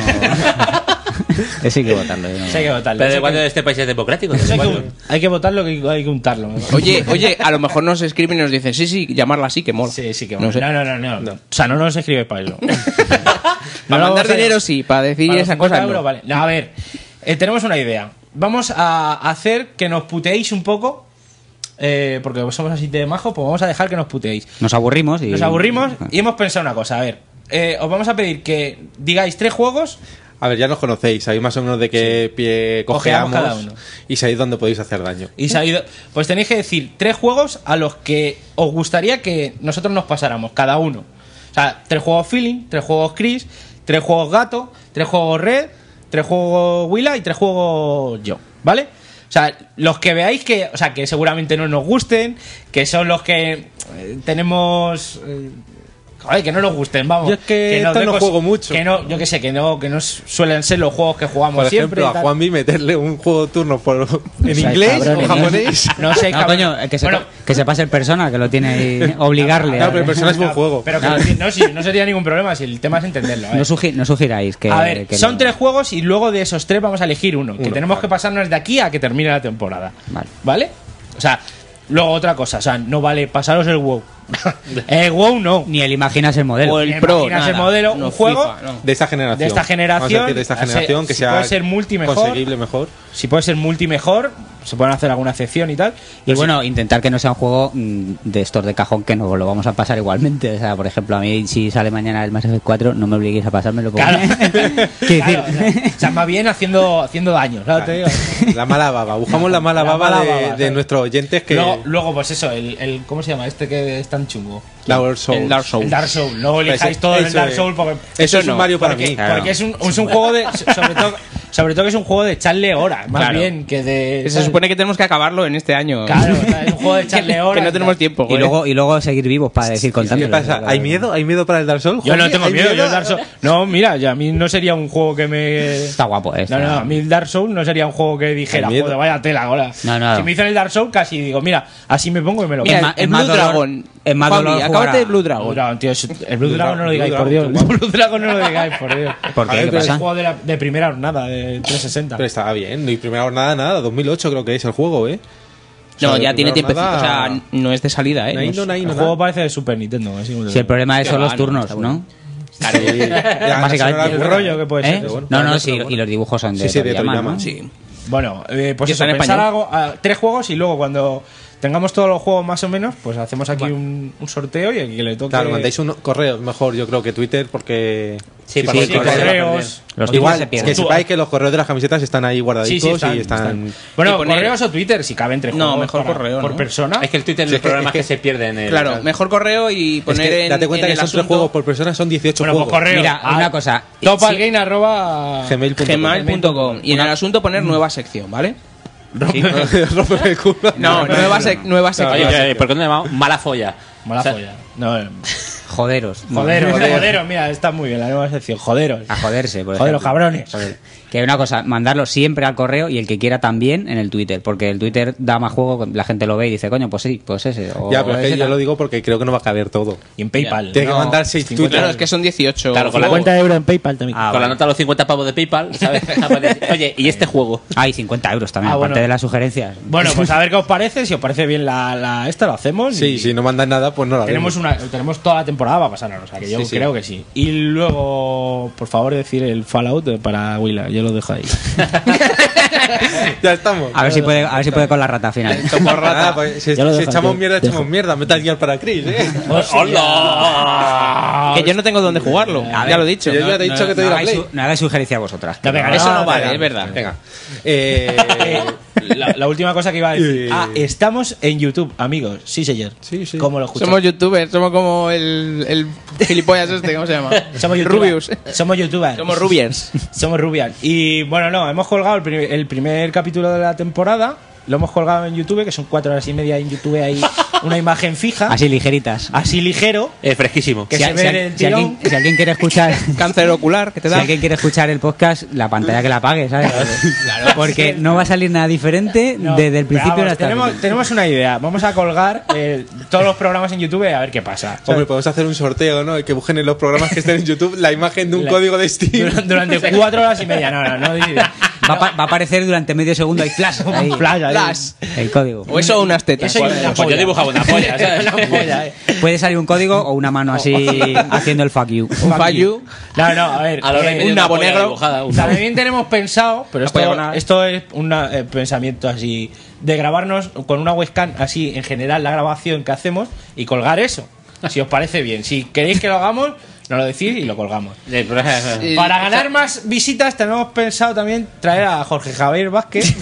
Speaker 10: Eso hay que votarlo, yo no.
Speaker 8: Eso hay que votarlo.
Speaker 6: Pero
Speaker 8: Eso
Speaker 6: de
Speaker 8: hay
Speaker 6: cuándo
Speaker 8: que-
Speaker 6: este país es democrático. ¿Desde
Speaker 8: eso hay que-
Speaker 6: cuándo?
Speaker 8: Hay que votarlo que hay que untarlo.
Speaker 12: Oye, oye, a lo mejor nos escriben y nos dicen, sí, sí, llamarla así que mola. Sí,
Speaker 8: sí que
Speaker 12: mola. No, sé.
Speaker 8: no, no, no, no. O sea, no nos escribe para eso.
Speaker 12: Para
Speaker 8: No,
Speaker 12: mandar
Speaker 8: o sea,
Speaker 12: dinero sí, para decir
Speaker 8: Para los
Speaker 12: esas
Speaker 8: 50
Speaker 12: cosas.
Speaker 8: euros,
Speaker 12: no.
Speaker 8: vale. No, a ver, eh, tenemos una idea. Vamos a hacer que nos puteéis un poco. eh, porque somos así de majo, pues vamos a dejar que nos puteéis.
Speaker 10: Nos aburrimos y...
Speaker 8: Nos aburrimos y hemos pensado una cosa. A ver, eh, os vamos a pedir que digáis tres juegos.
Speaker 4: A ver, ya nos conocéis, sabéis más o menos de qué pie cojeamos
Speaker 8: Cojeamos cada uno.
Speaker 4: y sabéis dónde podéis hacer daño.
Speaker 8: Y sabido- pues tenéis que decir tres juegos a los que os gustaría que nosotros nos pasáramos, cada uno. O sea, tres juegos feeling, tres juegos Chris, tres juegos gato, tres juegos red, tres juegos Willa y tres juegos yo, ¿vale? O sea, los que veáis que, o sea, que seguramente no nos gusten, que son los que eh, tenemos eh, Joder, que no nos gusten, vamos.
Speaker 4: Yo es que
Speaker 8: nos
Speaker 4: esto
Speaker 8: dé
Speaker 4: no
Speaker 8: cos-
Speaker 4: juego mucho.
Speaker 8: Que no, yo que sé, que no, que no suelen ser los juegos que jugamos
Speaker 4: Por
Speaker 8: siempre. y
Speaker 4: ejemplo, a
Speaker 8: tal.
Speaker 4: Juanvi meterle un juego de turno por, en
Speaker 10: seáis
Speaker 4: inglés o
Speaker 10: cabrones, ¿no?
Speaker 4: japonés.
Speaker 8: No sé,
Speaker 10: ¿eh? [laughs] No, coño, que se,
Speaker 8: Bueno.
Speaker 10: que se pase el persona, que lo tiene ahí, obligarle.
Speaker 4: Claro, pero
Speaker 10: a-
Speaker 4: el Persona es buen juego.
Speaker 8: eh. Pero que no, no, sí, no sería ningún problema si el tema es entenderlo. ¿eh?
Speaker 10: No, sugi- no sugiráis que...
Speaker 8: a ver,
Speaker 10: que
Speaker 8: son
Speaker 10: no.
Speaker 8: tres juegos y luego de esos tres vamos a elegir uno. que
Speaker 10: Uno,
Speaker 8: tenemos
Speaker 10: vale.
Speaker 8: que pasarnos de aquí a que termine la temporada.
Speaker 10: Vale. [laughs]
Speaker 8: ¿Vale? O sea, luego otra cosa. O sea, no vale pasaros el wow. el WoW no.
Speaker 10: Ni el Imaginas el modelo.
Speaker 8: O el Ni Pro, Imaginas el nada. modelo, un juego
Speaker 4: de esta generación.
Speaker 8: de esta generación.
Speaker 4: Vamos a decir de esta
Speaker 8: a ser-
Speaker 4: generación que
Speaker 8: si
Speaker 4: sea
Speaker 8: puede ser multi mejor.
Speaker 4: conseguible mejor.
Speaker 8: Si puede ser multi mejor, se pueden hacer alguna excepción y tal.
Speaker 10: Y bueno, intentar que no sea un juego mm, de estos de cajón que nos lo vamos a pasar igualmente. O sea, por ejemplo, a mí si sale mañana el Mass Effect 4, no me obliguéis a pasármelo. Porque...
Speaker 8: Claro,
Speaker 10: [laughs]
Speaker 8: o sea, o sea, más bien haciendo, haciendo daño, ¿sabes? Te digo.
Speaker 4: La mala baba. Buscamos la mala
Speaker 8: La
Speaker 4: baba,
Speaker 8: mala
Speaker 4: de,
Speaker 8: baba,
Speaker 4: de
Speaker 8: ¿sabes?
Speaker 4: nuestros oyentes que.
Speaker 8: Luego, luego, pues eso, el, el- ¿Cómo se llama este que es tan chungo?
Speaker 4: Dark Souls.
Speaker 8: El Dark Souls. El Dark Souls. No
Speaker 4: Pues
Speaker 8: elijáis
Speaker 4: eso-
Speaker 8: todo el
Speaker 4: eso
Speaker 8: Dark
Speaker 4: es.
Speaker 8: Souls porque.
Speaker 4: Eso es un Mario para
Speaker 8: porque-
Speaker 4: mí. Claro.
Speaker 8: Porque es un, es un juego de. Sobre todo, sobre todo que es un juego de echarle horas, más
Speaker 9: Claro.
Speaker 8: bien que de.
Speaker 9: Se supone que tenemos que acabarlo en este año. [laughs]
Speaker 8: Claro, o sea, es un juego de echarle horas.
Speaker 9: que no tenemos tiempo.
Speaker 10: y,
Speaker 9: joder.
Speaker 10: luego, y luego seguir vivos para decir contando.
Speaker 4: ¿Qué pasa? ¿Hay miedo? ¿Hay miedo para el Dark Souls?
Speaker 8: Yo no
Speaker 4: Joder,
Speaker 8: tengo
Speaker 4: ¿hay
Speaker 8: miedo, yo el Dark Souls. No, mira, ya a mí no sería un juego que me.
Speaker 10: Está guapo, eh.
Speaker 8: No, no, a mí el Dark Souls no sería un juego que dijera,
Speaker 10: Hay miedo.
Speaker 8: joder, vaya tela ahora.
Speaker 10: No, no.
Speaker 8: Si me hicieron el Dark Souls, casi digo, mira, así me pongo y me lo
Speaker 9: Mira,
Speaker 8: como.
Speaker 9: el Blue Dragon.
Speaker 10: Es más
Speaker 9: Juanmi,
Speaker 10: dolor
Speaker 9: acábate
Speaker 10: jugar a-
Speaker 9: de Blue Dragon.
Speaker 8: Blue Dragon, tío, es- el Blue Dragon no lo
Speaker 9: Blue
Speaker 8: digáis, por Dios.
Speaker 9: Dragon,
Speaker 8: El [laughs] Blue Dragon no lo digáis, por Dios.
Speaker 4: ¿Por qué?
Speaker 8: A ver,
Speaker 4: ¿Qué
Speaker 8: pero Es
Speaker 4: pasa?
Speaker 8: un juego de, la- de primera jornada, de 360.
Speaker 4: Pero estaba bien, no hay primera jornada nada, 2008 creo que es el juego, ¿eh?
Speaker 9: No,
Speaker 4: de
Speaker 9: ya
Speaker 4: primera
Speaker 9: tiene tiempo. O
Speaker 4: jornada-
Speaker 9: sea, no es de salida, ¿eh?
Speaker 4: Ahí no, ahí
Speaker 8: el
Speaker 4: no,
Speaker 8: juego
Speaker 4: nada.
Speaker 8: parece de Super Nintendo. así como te
Speaker 10: Si el
Speaker 8: digo.
Speaker 10: problema es
Speaker 8: Qué
Speaker 10: son los
Speaker 8: va,
Speaker 10: turnos,
Speaker 8: está
Speaker 10: ¿no?
Speaker 8: bueno.
Speaker 10: Claro.
Speaker 8: [laughs] Sí. Ya, no
Speaker 10: Básicamente.
Speaker 8: se lo da el rollo que puede ser,
Speaker 10: ¿Eh?
Speaker 8: pero bueno.
Speaker 10: No,
Speaker 8: Claro,
Speaker 10: no,
Speaker 8: no se
Speaker 10: sí,
Speaker 8: lo da.
Speaker 10: y los dibujos son de
Speaker 8: Sí, sí, de Toriyama.
Speaker 10: Toriyama, ¿no?
Speaker 8: Sí. Bueno, eh, pues
Speaker 9: Y
Speaker 8: eso,
Speaker 9: está en
Speaker 8: pensar
Speaker 9: español.
Speaker 8: algo, a- tres juegos y luego cuando tengamos todos los juegos más o menos, pues hacemos aquí un, un sorteo y el que le toque.
Speaker 4: Claro, mandáis un correo, mejor yo creo que Twitter, porque...
Speaker 8: Sí,
Speaker 4: porque
Speaker 8: porque correos- Los tweets se
Speaker 4: Igual,
Speaker 8: pierden.
Speaker 4: que sepáis que los correos de las camisetas están ahí
Speaker 8: Sí,
Speaker 4: guardaditos
Speaker 8: sí, están,
Speaker 4: y están...
Speaker 8: están. Bueno, correos o Twitter, si cabe entre juegos.
Speaker 9: No, mejor
Speaker 8: para-
Speaker 9: correo,
Speaker 8: Por
Speaker 9: ¿no?
Speaker 8: persona.
Speaker 6: Es que el Twitter es
Speaker 4: Sí,
Speaker 6: los
Speaker 4: es que-
Speaker 6: programas
Speaker 4: es que-
Speaker 6: que se pierden. El,
Speaker 9: Claro, mejor correo y
Speaker 4: Es
Speaker 9: poner
Speaker 4: que
Speaker 9: en.
Speaker 4: date cuenta
Speaker 9: en
Speaker 4: que
Speaker 9: el
Speaker 4: son tres
Speaker 9: asunto-
Speaker 4: juegos por persona, son 18
Speaker 8: Bueno,
Speaker 4: juegos.
Speaker 8: pues correo.
Speaker 9: Mira,
Speaker 8: Ah,
Speaker 9: una cosa.
Speaker 8: topalgame arroba-
Speaker 4: Gmail.com.
Speaker 9: gmail.com y en el asunto poner nueva sección, ¿vale?
Speaker 4: Rompe el culo.
Speaker 9: [laughs] No, nueva, sec- nueva sección.
Speaker 6: Oye, oye, Eh, ¿por qué no llamamos mala folla?
Speaker 8: Mala
Speaker 6: O sea,
Speaker 8: folla. No, eh,
Speaker 10: Joderos.
Speaker 8: joderos, joderos, mira, está muy bien la nueva sección. Joderos.
Speaker 10: A joderse, por
Speaker 8: Joder,
Speaker 10: ejemplo.
Speaker 8: los cabrones.
Speaker 10: Que hay una cosa, mandarlo siempre al correo y el que quiera también en el Twitter, porque el Twitter da más juego, la gente lo ve y dice, coño, pues sí, pues ese. o
Speaker 4: Ya, pero es
Speaker 10: ese
Speaker 4: que yo
Speaker 10: tal.
Speaker 4: lo digo porque creo que no va a caber todo.
Speaker 8: Y en PayPal.
Speaker 4: Tiene que
Speaker 9: No.
Speaker 4: mandar 6
Speaker 9: Claro,
Speaker 4: tweets.
Speaker 9: es que son 18.
Speaker 6: Claro, con la
Speaker 9: juegos.
Speaker 6: cuenta
Speaker 8: de euro en PayPal también.
Speaker 10: Ah,
Speaker 6: Con la
Speaker 10: vale.
Speaker 6: nota de los 50 pavos de
Speaker 8: [laughs]
Speaker 6: PayPal, ¿sabes? Oye, ¿y este juego?
Speaker 10: Ah, y 50 euros también,
Speaker 8: Ah,
Speaker 10: aparte
Speaker 8: bueno.
Speaker 10: de las sugerencias.
Speaker 8: Bueno, pues a ver qué os parece. Si os parece bien la, la- esta, lo hacemos. y-
Speaker 4: Sí, si no mandan nada, pues no la
Speaker 8: Tenemos,
Speaker 4: vemos.
Speaker 8: una, tenemos toda la temporada para pasarnos, o sea que yo
Speaker 4: Sí, sí.
Speaker 8: creo que sí. Y luego, por favor, decir el Fallout para Willa, yo lo dejo ahí.
Speaker 4: [laughs] Ya estamos.
Speaker 10: A ver si puede, a ver si puede con la rata final.
Speaker 4: Como rata, pues, si,
Speaker 8: Ya lo
Speaker 4: si
Speaker 8: dejo
Speaker 4: echamos
Speaker 8: aquí.
Speaker 4: mierda, echamos mierda. Metal Gear para
Speaker 8: [laughs]
Speaker 4: Chris, ¿eh?
Speaker 6: ¡Hola!
Speaker 9: Que yo no tengo dónde jugarlo,
Speaker 10: A ver,
Speaker 9: ya lo he dicho.
Speaker 4: Yo ya te he dicho que te
Speaker 10: no,
Speaker 4: doy la
Speaker 10: hagáis,
Speaker 4: play.
Speaker 10: su- no hagáis sugerencia a vosotras.
Speaker 8: No, venga,
Speaker 4: Ah,
Speaker 8: eso no vale.
Speaker 4: venga,
Speaker 9: es verdad.
Speaker 4: Venga. Eh,
Speaker 8: La, la última cosa que iba a decir.
Speaker 4: Eh.
Speaker 8: Ah, estamos en YouTube, amigos. Sí, señor.
Speaker 4: sí, sí.
Speaker 8: ¿Cómo lo escuchas?
Speaker 9: Somos youtubers, somos como el, el gilipollas este, ¿cómo se llama?
Speaker 8: [laughs] Somos youtubers.
Speaker 9: Rubius.
Speaker 8: Somos youtubers.
Speaker 9: Somos rubiers.
Speaker 8: [laughs] Somos rubias. Y bueno, no, hemos colgado el, pri- el primer capítulo de la temporada. Lo hemos colgado en YouTube, que son cuatro horas y media en YouTube.
Speaker 10: [laughs]
Speaker 8: Hay una imagen fija,
Speaker 10: [laughs] Así ligeritas.
Speaker 8: así ligero,
Speaker 6: Eh, fresquísimo.
Speaker 8: que
Speaker 10: Si,
Speaker 8: se
Speaker 10: si-
Speaker 8: ve el
Speaker 10: si
Speaker 8: tirón.
Speaker 10: alguien, si alguien quiere
Speaker 8: [laughs]
Speaker 10: escuchar, si
Speaker 9: Cáncer ocular que te da.
Speaker 10: alguien quiere escuchar el podcast, la pantalla que la apague, ¿sabes? Porque no va a salir nada diferente
Speaker 8: No,
Speaker 10: desde el principio
Speaker 8: pero vamos,
Speaker 10: hasta el
Speaker 8: tenemos, tenemos una idea. Vamos a colgar eh, todos los programas en YouTube a ver qué pasa.
Speaker 4: Hombre,
Speaker 10: pues,
Speaker 4: podemos hacer un sorteo, ¿no? Que busquen en los programas que estén en YouTube la imagen de un
Speaker 8: La-
Speaker 4: código de Steam.
Speaker 8: Durante, [laughs]
Speaker 4: [laughs]
Speaker 8: durante cuatro horas y media. No, no, no.
Speaker 10: Va, a pa- va a aparecer durante medio segundo hay flash. ahí,
Speaker 8: Flash, ahí.
Speaker 9: Flash.
Speaker 10: El código.
Speaker 9: O eso o unas tetas.
Speaker 8: Eso y
Speaker 6: Pues
Speaker 8: una
Speaker 6: yo
Speaker 8: polla.
Speaker 6: dibujaba
Speaker 8: [laughs]
Speaker 6: una
Speaker 10: [laughs]
Speaker 6: polla, ¿sabes?
Speaker 8: Una polla, eh.
Speaker 10: Puede salir un código o una mano
Speaker 8: [laughs]
Speaker 10: así haciendo el fuck you.
Speaker 9: Un fuck you.
Speaker 8: No, no, a ver.
Speaker 6: A la hora y
Speaker 8: eh,
Speaker 6: media
Speaker 9: un
Speaker 6: una
Speaker 9: nabo
Speaker 6: polla
Speaker 9: negro.
Speaker 6: dibujada, un nabo.
Speaker 8: También tenemos pensado, pero esto,
Speaker 9: Apoyagonal.
Speaker 8: esto es un pensamiento así, de grabarnos con una webcam así en general la grabación que hacemos y colgar eso. Si os parece bien. Si queréis que [laughs] lo hagamos, nos lo decís y lo colgamos.
Speaker 6: Eh, pero-
Speaker 9: Y-
Speaker 8: Para ganar más visitas tenemos pensado también traer a Jorge Javier Vázquez.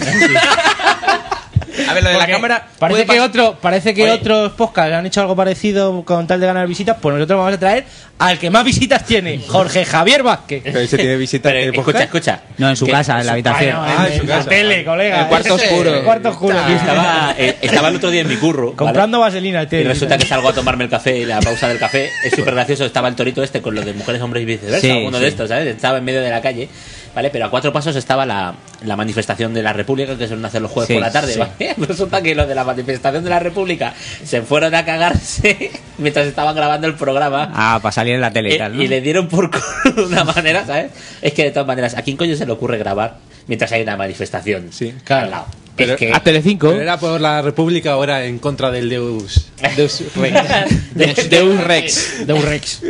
Speaker 9: A ver, lo de la
Speaker 8: Porque
Speaker 9: cámara.
Speaker 8: Parece
Speaker 9: puede
Speaker 8: que,
Speaker 9: pas-
Speaker 8: otro, parece que
Speaker 9: Oye.
Speaker 8: otros podcasts han hecho algo parecido con tal de ganar visitas. Pues nosotros vamos a traer al que más visitas tiene, Jorge Javier Vázquez.
Speaker 4: Pero
Speaker 6: [laughs]
Speaker 4: ese tiene visita
Speaker 6: pero,
Speaker 4: en el
Speaker 6: escucha,
Speaker 4: podcast.
Speaker 6: escucha.
Speaker 10: No, en su
Speaker 6: Que-
Speaker 10: casa, en la
Speaker 8: Ah,
Speaker 10: habitación.
Speaker 8: no,
Speaker 4: Ah,
Speaker 8: en,
Speaker 4: en su
Speaker 8: en la
Speaker 4: casa.
Speaker 8: tele, colega. [laughs]
Speaker 9: El cuarto
Speaker 8: Ese-
Speaker 9: oscuro.
Speaker 8: el cuarto oscuro.
Speaker 6: Estaba, eh, estaba el otro día en mi curro. ¿vale?
Speaker 8: Comprando vaselina, el
Speaker 6: Y
Speaker 8: tele.
Speaker 6: resulta que salgo a tomarme el café y la pausa del café es súper gracioso. Estaba el torito este con lo de mujeres, hombres y viceversa.
Speaker 10: Sí,
Speaker 6: uno de
Speaker 10: sí.
Speaker 6: estos, ¿sabes? Estaba en medio de la calle, ¿vale? Pero a cuatro pasos estaba la, la manifestación de la República que suelen hacer los jueves
Speaker 10: Sí,
Speaker 6: por la tarde, [laughs]
Speaker 10: sí.
Speaker 6: ¿vale?
Speaker 8: Pues
Speaker 6: Resulta que los de la manifestación de la República se fueron a cagarse [laughs] mientras estaban grabando el programa.
Speaker 10: Ah, para salir en la tele y
Speaker 6: Eh,
Speaker 10: tal, ¿no?
Speaker 6: Y le dieron por culo de una manera, ¿sabes? Es que de todas maneras, ¿a quién coño se le ocurre grabar mientras hay una manifestación?
Speaker 4: Sí,
Speaker 6: claro. Al lado?
Speaker 11: Pero
Speaker 6: que-
Speaker 11: a Telecinco. Pero era por la República ahora en contra del Deus, Deus Rex. [laughs] Deus, Deus Rex.
Speaker 6: Deus Rex.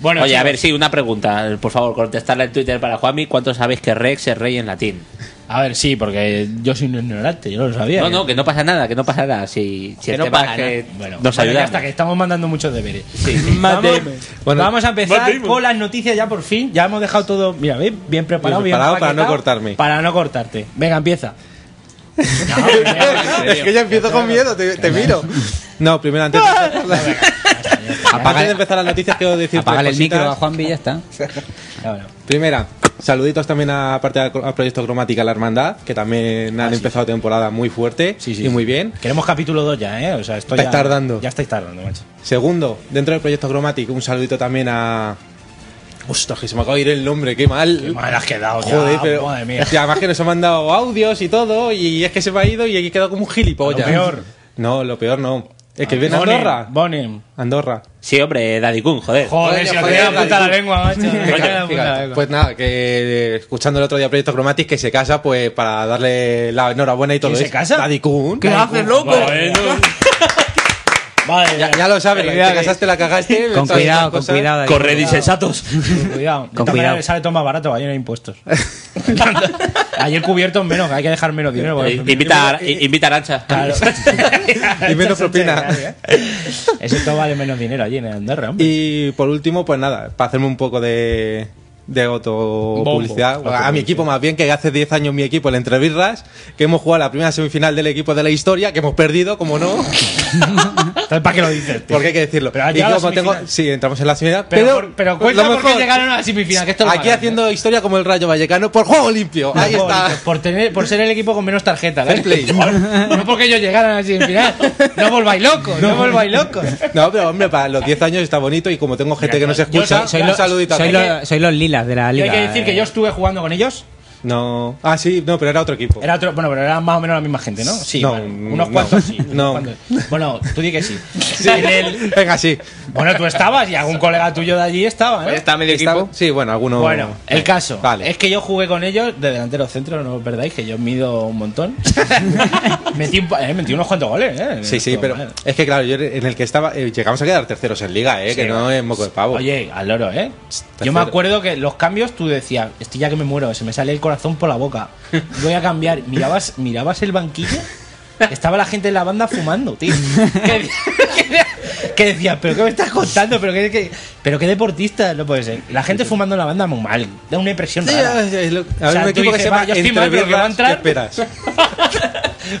Speaker 11: Bueno,
Speaker 6: Oye, a ver, sí, una pregunta. Por favor, contestarla en Twitter para Juanmi. ¿Cuántos sabéis que Rex es rey en latín?
Speaker 8: A ver, sí, porque yo soy un ignorante, yo no lo sabía. eh.
Speaker 1: eh.
Speaker 6: No, no, que no pasa nada, que no pasa nada. Si, si
Speaker 8: Que
Speaker 6: el
Speaker 8: no
Speaker 6: tema
Speaker 8: pasa
Speaker 6: es que
Speaker 8: nada. Bueno,
Speaker 6: nos
Speaker 8: bueno, ya
Speaker 6: ayudamos.
Speaker 8: está, que estamos mandando muchos
Speaker 6: [laughs]
Speaker 8: deberes.
Speaker 6: Matt
Speaker 8: Vamos,
Speaker 6: Damon. Bueno,
Speaker 8: vamos a empezar
Speaker 6: Matt Damon.
Speaker 8: con las noticias ya por fin. Ya hemos dejado todo, mira, ¿veis? bien preparado, bien
Speaker 4: preparado para no
Speaker 8: empaquetado,
Speaker 4: cortarme.
Speaker 8: Para no cortarte. Venga, empieza.
Speaker 11: es que ya empiezo con miedo, te, te miro.
Speaker 4: No, primero antes de, antes de empezar las noticias quiero decir
Speaker 10: Apagale
Speaker 4: tres
Speaker 10: el micro
Speaker 4: cositas.
Speaker 10: a Juan Villa, está.
Speaker 4: Primera, saluditos también a parte del al proyecto cromática La Hermandad, que también han empezado temporada muy fuerte y muy bien.
Speaker 8: Queremos capítulo 2 ya, ¿eh? O sea, estoy
Speaker 4: Estáis tardando.
Speaker 8: Ya estáis tardando, macho.
Speaker 4: Segundo, dentro del proyecto cromático, un saludito también a. Ostras, que se me acaba de ir el nombre, qué mal. Qué
Speaker 8: mal has quedado, ya, pues,
Speaker 4: Joder, pero.
Speaker 8: madre mía.
Speaker 4: Y además que nos han mandado audios y todo, y es que se me ha ido y aquí he quedado como un gilipollas.
Speaker 8: Lo peor. Ah,
Speaker 4: No, lo peor no. Es que viene
Speaker 8: Bonem,
Speaker 4: Andorra.
Speaker 8: Bonem.
Speaker 4: Andorra.
Speaker 6: Sí, hombre, Daddy Kun, joder.
Speaker 8: Joder, si os tenía la puta la lengua, macho. Os tenía
Speaker 4: Fíjate,
Speaker 8: la puta la
Speaker 4: fíjate.
Speaker 8: lengua.
Speaker 4: Pues nada, que escuchando el otro día Proyecto Cromatis que se casa, pues para darle la enhorabuena y todo
Speaker 8: ¿Quién se
Speaker 4: eso.
Speaker 8: casa?
Speaker 4: Daddy Kun.
Speaker 8: ¿Qué
Speaker 4: Daddy
Speaker 8: haces,
Speaker 4: Kun.
Speaker 8: loco?
Speaker 4: Ya, ya lo sabes, te casaste, la cagaste.
Speaker 8: [laughs] Con
Speaker 4: todas
Speaker 8: cuidado,
Speaker 4: esas
Speaker 8: con
Speaker 4: cosas.
Speaker 8: cuidado, Daddy, Corred cuidado.
Speaker 6: insensatos.
Speaker 8: Cuidado.
Speaker 4: Con
Speaker 8: Con cuidado.
Speaker 4: cuidado.
Speaker 8: Le sale todo más barato, ahí no hay
Speaker 4: [laughs]
Speaker 8: impuestos. Ayer cubierto menos, que hay que dejar menos dinero. porque-
Speaker 6: Eh, Invita, a- i- invita a Arancha.
Speaker 8: Claro. [laughs]
Speaker 4: Y menos propina.
Speaker 8: ¿eh? Eso todo vale menos dinero allí en Andorra, hombre.
Speaker 4: Y por último, pues nada, para hacerme un poco de, de autopublicidad.
Speaker 8: Bombo.
Speaker 4: A mi equipo, más bien, que hace 10 años mi equipo, el Entrebirras, que hemos jugado la primera semifinal del equipo de la historia, que hemos perdido, como no.
Speaker 8: [laughs] ¿Para qué lo dices?
Speaker 4: Porque hay que decirlo.
Speaker 8: has
Speaker 4: y
Speaker 8: llegado a
Speaker 4: como
Speaker 8: la
Speaker 4: tengo,
Speaker 8: semifinal.
Speaker 4: sí, entramos en la semifinal.
Speaker 8: Pero,
Speaker 4: Pero,
Speaker 8: por- pero
Speaker 4: lo
Speaker 8: cuenta por qué
Speaker 4: mejor-
Speaker 8: llegaron a la semifinal, que esto es lo
Speaker 4: Aquí
Speaker 8: malo.
Speaker 4: haciendo historia como el Rayo Vallecano por juego limpio. Ahí
Speaker 8: Por-
Speaker 4: está.
Speaker 8: Por, tener, por ser el equipo con menos tarjetas. ¿vale?
Speaker 4: Fair
Speaker 8: No porque ellos llegaran así en final. No volváis locos, no, volváis locos.
Speaker 4: [laughs] No, pero hombre, para los 10 años está bonito y como tengo gente que no se
Speaker 8: yo
Speaker 4: escucha,
Speaker 8: soy- soy
Speaker 4: un
Speaker 8: lo-
Speaker 4: saludito.
Speaker 10: Soy, lo- soy los lilas de la
Speaker 8: Y
Speaker 10: liga.
Speaker 8: hay que decir que yo estuve jugando con ellos.
Speaker 4: eh. No. Ah, sí, no, pero era otro equipo.
Speaker 8: Era otro, bueno, pero eran más o menos la misma gente, ¿no? Sí,
Speaker 4: No, mm,
Speaker 8: vale. unos
Speaker 4: no.
Speaker 8: cuantos sí. unos
Speaker 4: [laughs] No.
Speaker 8: cuantos. Bueno, tú di que sí.
Speaker 4: Sí.
Speaker 8: En el-
Speaker 4: Venga, sí.
Speaker 8: Bueno, tú estabas y algún colega tuyo de allí estaba, ¿no?
Speaker 4: Pues ¿Estaba? Sí, bueno, alguno.
Speaker 8: Bueno, el caso
Speaker 4: Vale.
Speaker 8: es que yo jugué con ellos de delantero centro, no os perdáis, que yo mido un montón. [laughs] metí, un pa- eh, metí unos cuantos goles, ¿eh?
Speaker 4: Sí, sí, pero es que claro, yo en el que estaba, eh, llegamos a quedar terceros en liga, eh, que
Speaker 8: Sí,
Speaker 4: no
Speaker 8: vale.
Speaker 4: es moco de pavo.
Speaker 8: Oye, al loro, ¿eh? Yo me acuerdo que los cambios tú decías, estoy ya que me muero, se me sale el corazón por la boca. Voy a cambiar. Mirabas, mirabas el banquillo, estaba la gente en la banda fumando, tío. Que, [laughs] que decías, pero qué me estás contando, pero qué, qué- pero qué deportista, no puede ser. La gente fumando en la banda muy mal, da una impresión
Speaker 4: Sí,
Speaker 8: rara.
Speaker 4: es- es lo- a ver,
Speaker 8: sea,
Speaker 4: un
Speaker 8: tú
Speaker 4: equipo que
Speaker 8: dices,
Speaker 4: se llama
Speaker 8: va, yo estoy mal, pero que va a
Speaker 4: Entrebirras, ¿qué
Speaker 8: entrar.
Speaker 4: esperas?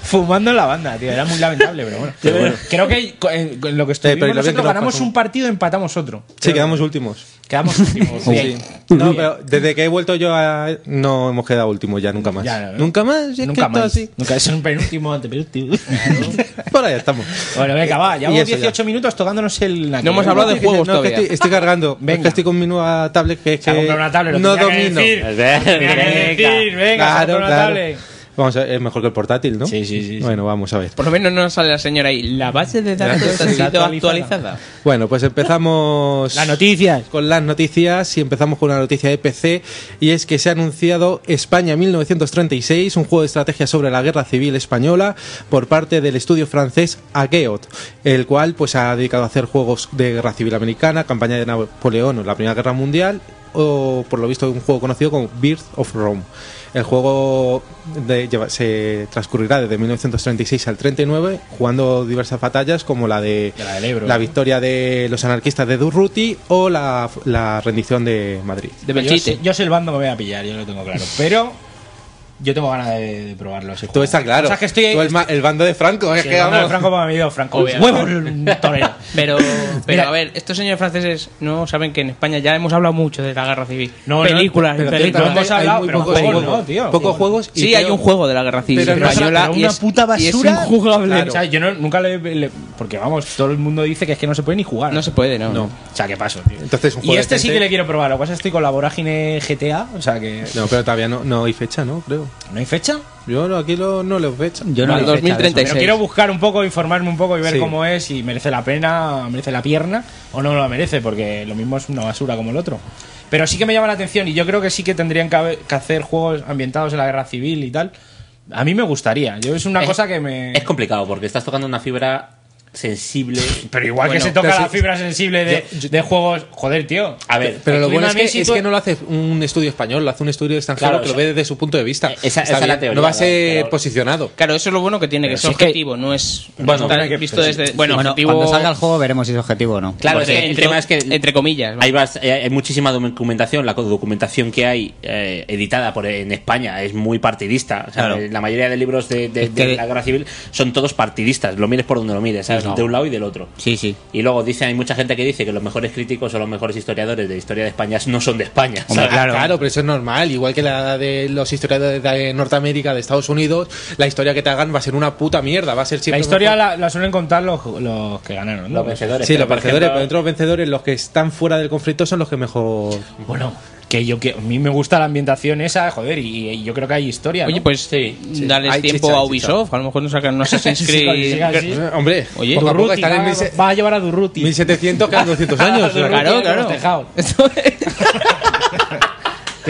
Speaker 8: Fumando en la banda, tío. Era muy lamentable, pero bueno. Creo que co- en- en lo que
Speaker 4: pero y lo
Speaker 8: estuvimos
Speaker 4: bien que
Speaker 8: nosotros
Speaker 4: nos
Speaker 8: ganamos
Speaker 4: pasamos.
Speaker 8: un partido, empatamos otro.
Speaker 4: Sí, quedamos últimos.
Speaker 8: Quedamos últimos.
Speaker 4: [laughs] Sí.
Speaker 8: Bien.
Speaker 4: No, pero desde que he vuelto yo a... No hemos quedado últimos ya, nunca más.
Speaker 8: Ya, ¿no?
Speaker 4: Nunca más, es que
Speaker 8: Nunca
Speaker 4: esto
Speaker 8: más.
Speaker 4: así.
Speaker 8: Nunca es un penúltimo,
Speaker 4: [laughs]
Speaker 8: antepenúltimo.
Speaker 4: Por ahí estamos.
Speaker 8: bueno, venga, va.
Speaker 4: Y
Speaker 8: Llevamos
Speaker 4: eso ya.
Speaker 8: 18 minutos tocándonos el.
Speaker 4: No hemos hablado de juegos todavía. estoy, estoy cargando. Venga. Es que estoy con mi nueva tablet que,
Speaker 8: Se ha
Speaker 4: que
Speaker 8: comprado una tablet, lo
Speaker 4: no
Speaker 8: tenía que
Speaker 4: domino.
Speaker 8: decir. Venga, Tenía que decir, venga, se ha comprado una tablet.
Speaker 4: Vamos a ver, es mejor que el portátil, ¿no?
Speaker 8: Sí, sí, sí.
Speaker 4: Bueno, vamos a ver.
Speaker 9: Por lo menos no nos sale la señora ahí. La base de datos
Speaker 4: Gracias.
Speaker 9: ha sido
Speaker 4: Actualizada.
Speaker 9: actualizada.
Speaker 4: Bueno, pues empezamos. Las
Speaker 8: noticias.
Speaker 4: Con las noticias y empezamos con una noticia de PC y es que se ha anunciado España 1936, un juego de estrategia sobre la guerra civil española por parte del estudio francés Ageot, el cual pues ha dedicado a hacer juegos de guerra civil americana, campaña de Napoleón o la Primera Guerra Mundial o por lo visto un juego conocido como Birth of Rome. El juego de- lleva- se transcurrirá desde 1936 al 39, jugando diversas batallas como la de
Speaker 8: La del Ebro.
Speaker 4: la victoria de los anarquistas de Durruti o la, la rendición de Madrid.
Speaker 8: yo, sé- yo soy el bando que me voy a pillar, yo lo tengo claro. Pero. Yo tengo ganas de, de probarlo. ese
Speaker 4: Tú
Speaker 8: juego.
Speaker 4: estás
Speaker 8: O
Speaker 4: claro.
Speaker 8: sea, que estoy.
Speaker 4: Tú el, ma- el bando de Franco. Es
Speaker 8: Sí,
Speaker 4: que
Speaker 8: el bando de
Speaker 4: vamos. [laughs]
Speaker 8: Franco para mi amigo Franco.
Speaker 9: Obviamente.
Speaker 8: Huevos, un torero.
Speaker 9: Pero,
Speaker 8: [laughs]
Speaker 9: pero a ver, estos señores franceses no saben que en España ya hemos hablado mucho de la guerra civil.
Speaker 8: No, no,
Speaker 9: películas,
Speaker 8: pero
Speaker 9: películas.
Speaker 8: películas. No hemos
Speaker 9: Hay
Speaker 8: hablado,
Speaker 9: muy
Speaker 8: pero
Speaker 9: pocos
Speaker 8: juegos,
Speaker 9: juegos.
Speaker 8: ¿no, tío?
Speaker 9: Pocos juegos y Sí, hay creo- un juego de la guerra civil
Speaker 8: Pero no,
Speaker 9: española
Speaker 8: pero
Speaker 9: y
Speaker 8: una
Speaker 9: es-
Speaker 8: puta
Speaker 9: y es
Speaker 8: basura.
Speaker 9: injugable.
Speaker 8: Claro. O sea, yo no- nunca le, le- Porque vamos, todo el mundo dice que es que no se puede ni jugar. No se
Speaker 9: puede, no.
Speaker 8: O sea, que paso, tío.
Speaker 4: Entonces, un
Speaker 8: Y
Speaker 4: juego
Speaker 8: este sí que
Speaker 4: decente.
Speaker 8: le quiero probar. Lo que pasa es que estoy con la vorágine GTA. O sea que.
Speaker 4: No, pero todavía no, no hay fecha, ¿no? Creo.
Speaker 8: ¿No hay fecha?
Speaker 4: Yo no, aquí lo- no le fecha.
Speaker 8: Vale. Pero quiero buscar un poco, informarme un poco y ver
Speaker 4: Sí.
Speaker 8: cómo es, si merece la pena, merece la pierna o no lo merece, porque lo mismo es una basura como el otro. Pero sí que me llama la atención y yo creo que sí que tendrían que, haber- que hacer juegos ambientados en la guerra civil y tal. A mí me gustaría. Yo es una cosa que me.
Speaker 6: Es complicado porque estás tocando una fibra sensible.
Speaker 8: Pero igual que se toca la fibra sensible de, de juegos. Joder, tío.
Speaker 6: A ver,
Speaker 4: Pero lo bueno es que, es
Speaker 8: éxito-
Speaker 4: que no lo hace un estudio español, lo hace un estudio extranjero
Speaker 8: pues- Claro,
Speaker 4: que lo
Speaker 8: o
Speaker 4: ve desde su punto de vista.
Speaker 8: esa-
Speaker 4: Está
Speaker 8: esa es la
Speaker 4: bien,
Speaker 8: teoría,
Speaker 4: No va a
Speaker 8: la-
Speaker 4: ser
Speaker 8: la-
Speaker 4: posicionado.
Speaker 9: Claro, eso es lo bueno que tiene, que
Speaker 4: Pero
Speaker 9: es
Speaker 4: si es que-
Speaker 9: objetivo, no es no
Speaker 4: Bueno,
Speaker 9: está
Speaker 4: tiene que-
Speaker 9: visto desde. Bueno,
Speaker 10: Bueno,
Speaker 9: objetivo.
Speaker 10: cuando salga el juego veremos si es objetivo o no.
Speaker 6: [laughs] Claro,
Speaker 10: Porque
Speaker 6: es que el tema es que.
Speaker 9: Entre comillas.
Speaker 6: Hay, bas- eh, hay muchísima documentación. La co- documentación que hay eh, editada por en España es muy partidista. O sea,
Speaker 10: Claro.
Speaker 6: La mayoría de libros de, de-
Speaker 10: Es que-
Speaker 6: de la guerra civil son todos partidistas. Lo mires por donde lo mires, ¿sabes?
Speaker 10: Sí, no.
Speaker 6: De un lado y del otro.
Speaker 10: Sí, sí.
Speaker 6: Y luego dice, hay mucha gente que dice que los mejores críticos o los mejores historiadores de historia de España no son de España. ¿sabes?
Speaker 4: claro. pero eso es normal. Igual que la de los historiadores de Norteamérica, de Estados Unidos, la historia que te hagan va a ser una puta mierda. Va a ser
Speaker 8: La
Speaker 4: siempre
Speaker 8: historia la, la suelen contar los, los que ganaron, ¿no?
Speaker 6: Los vencedores.
Speaker 4: Sí, los
Speaker 8: Por
Speaker 4: vencedores,
Speaker 8: ejemplo-
Speaker 4: pero dentro de los vencedores, los que están fuera del conflicto son los que mejor.
Speaker 8: Bueno, que yo que a mí me gusta la ambientación esa, joder, y, y yo creo que hay historia.
Speaker 9: Oye, pues sí, darles
Speaker 8: Hay
Speaker 9: tiempo
Speaker 8: chicha,
Speaker 9: a
Speaker 8: hay chicha.
Speaker 9: Ubisoft. A lo mejor nos sacan
Speaker 8: [laughs]
Speaker 9: un Assassin's
Speaker 8: Sí,
Speaker 9: Creed.
Speaker 8: sí, sí, sí.
Speaker 4: Eh, Hombre,
Speaker 9: Oye,
Speaker 4: poco a poco
Speaker 9: Durruti,
Speaker 4: están en
Speaker 9: va-
Speaker 4: 17
Speaker 8: va a llevar a Durruti.
Speaker 4: 1700
Speaker 8: [laughs]
Speaker 4: cada 200 [laughs] años.
Speaker 8: Claro, claro.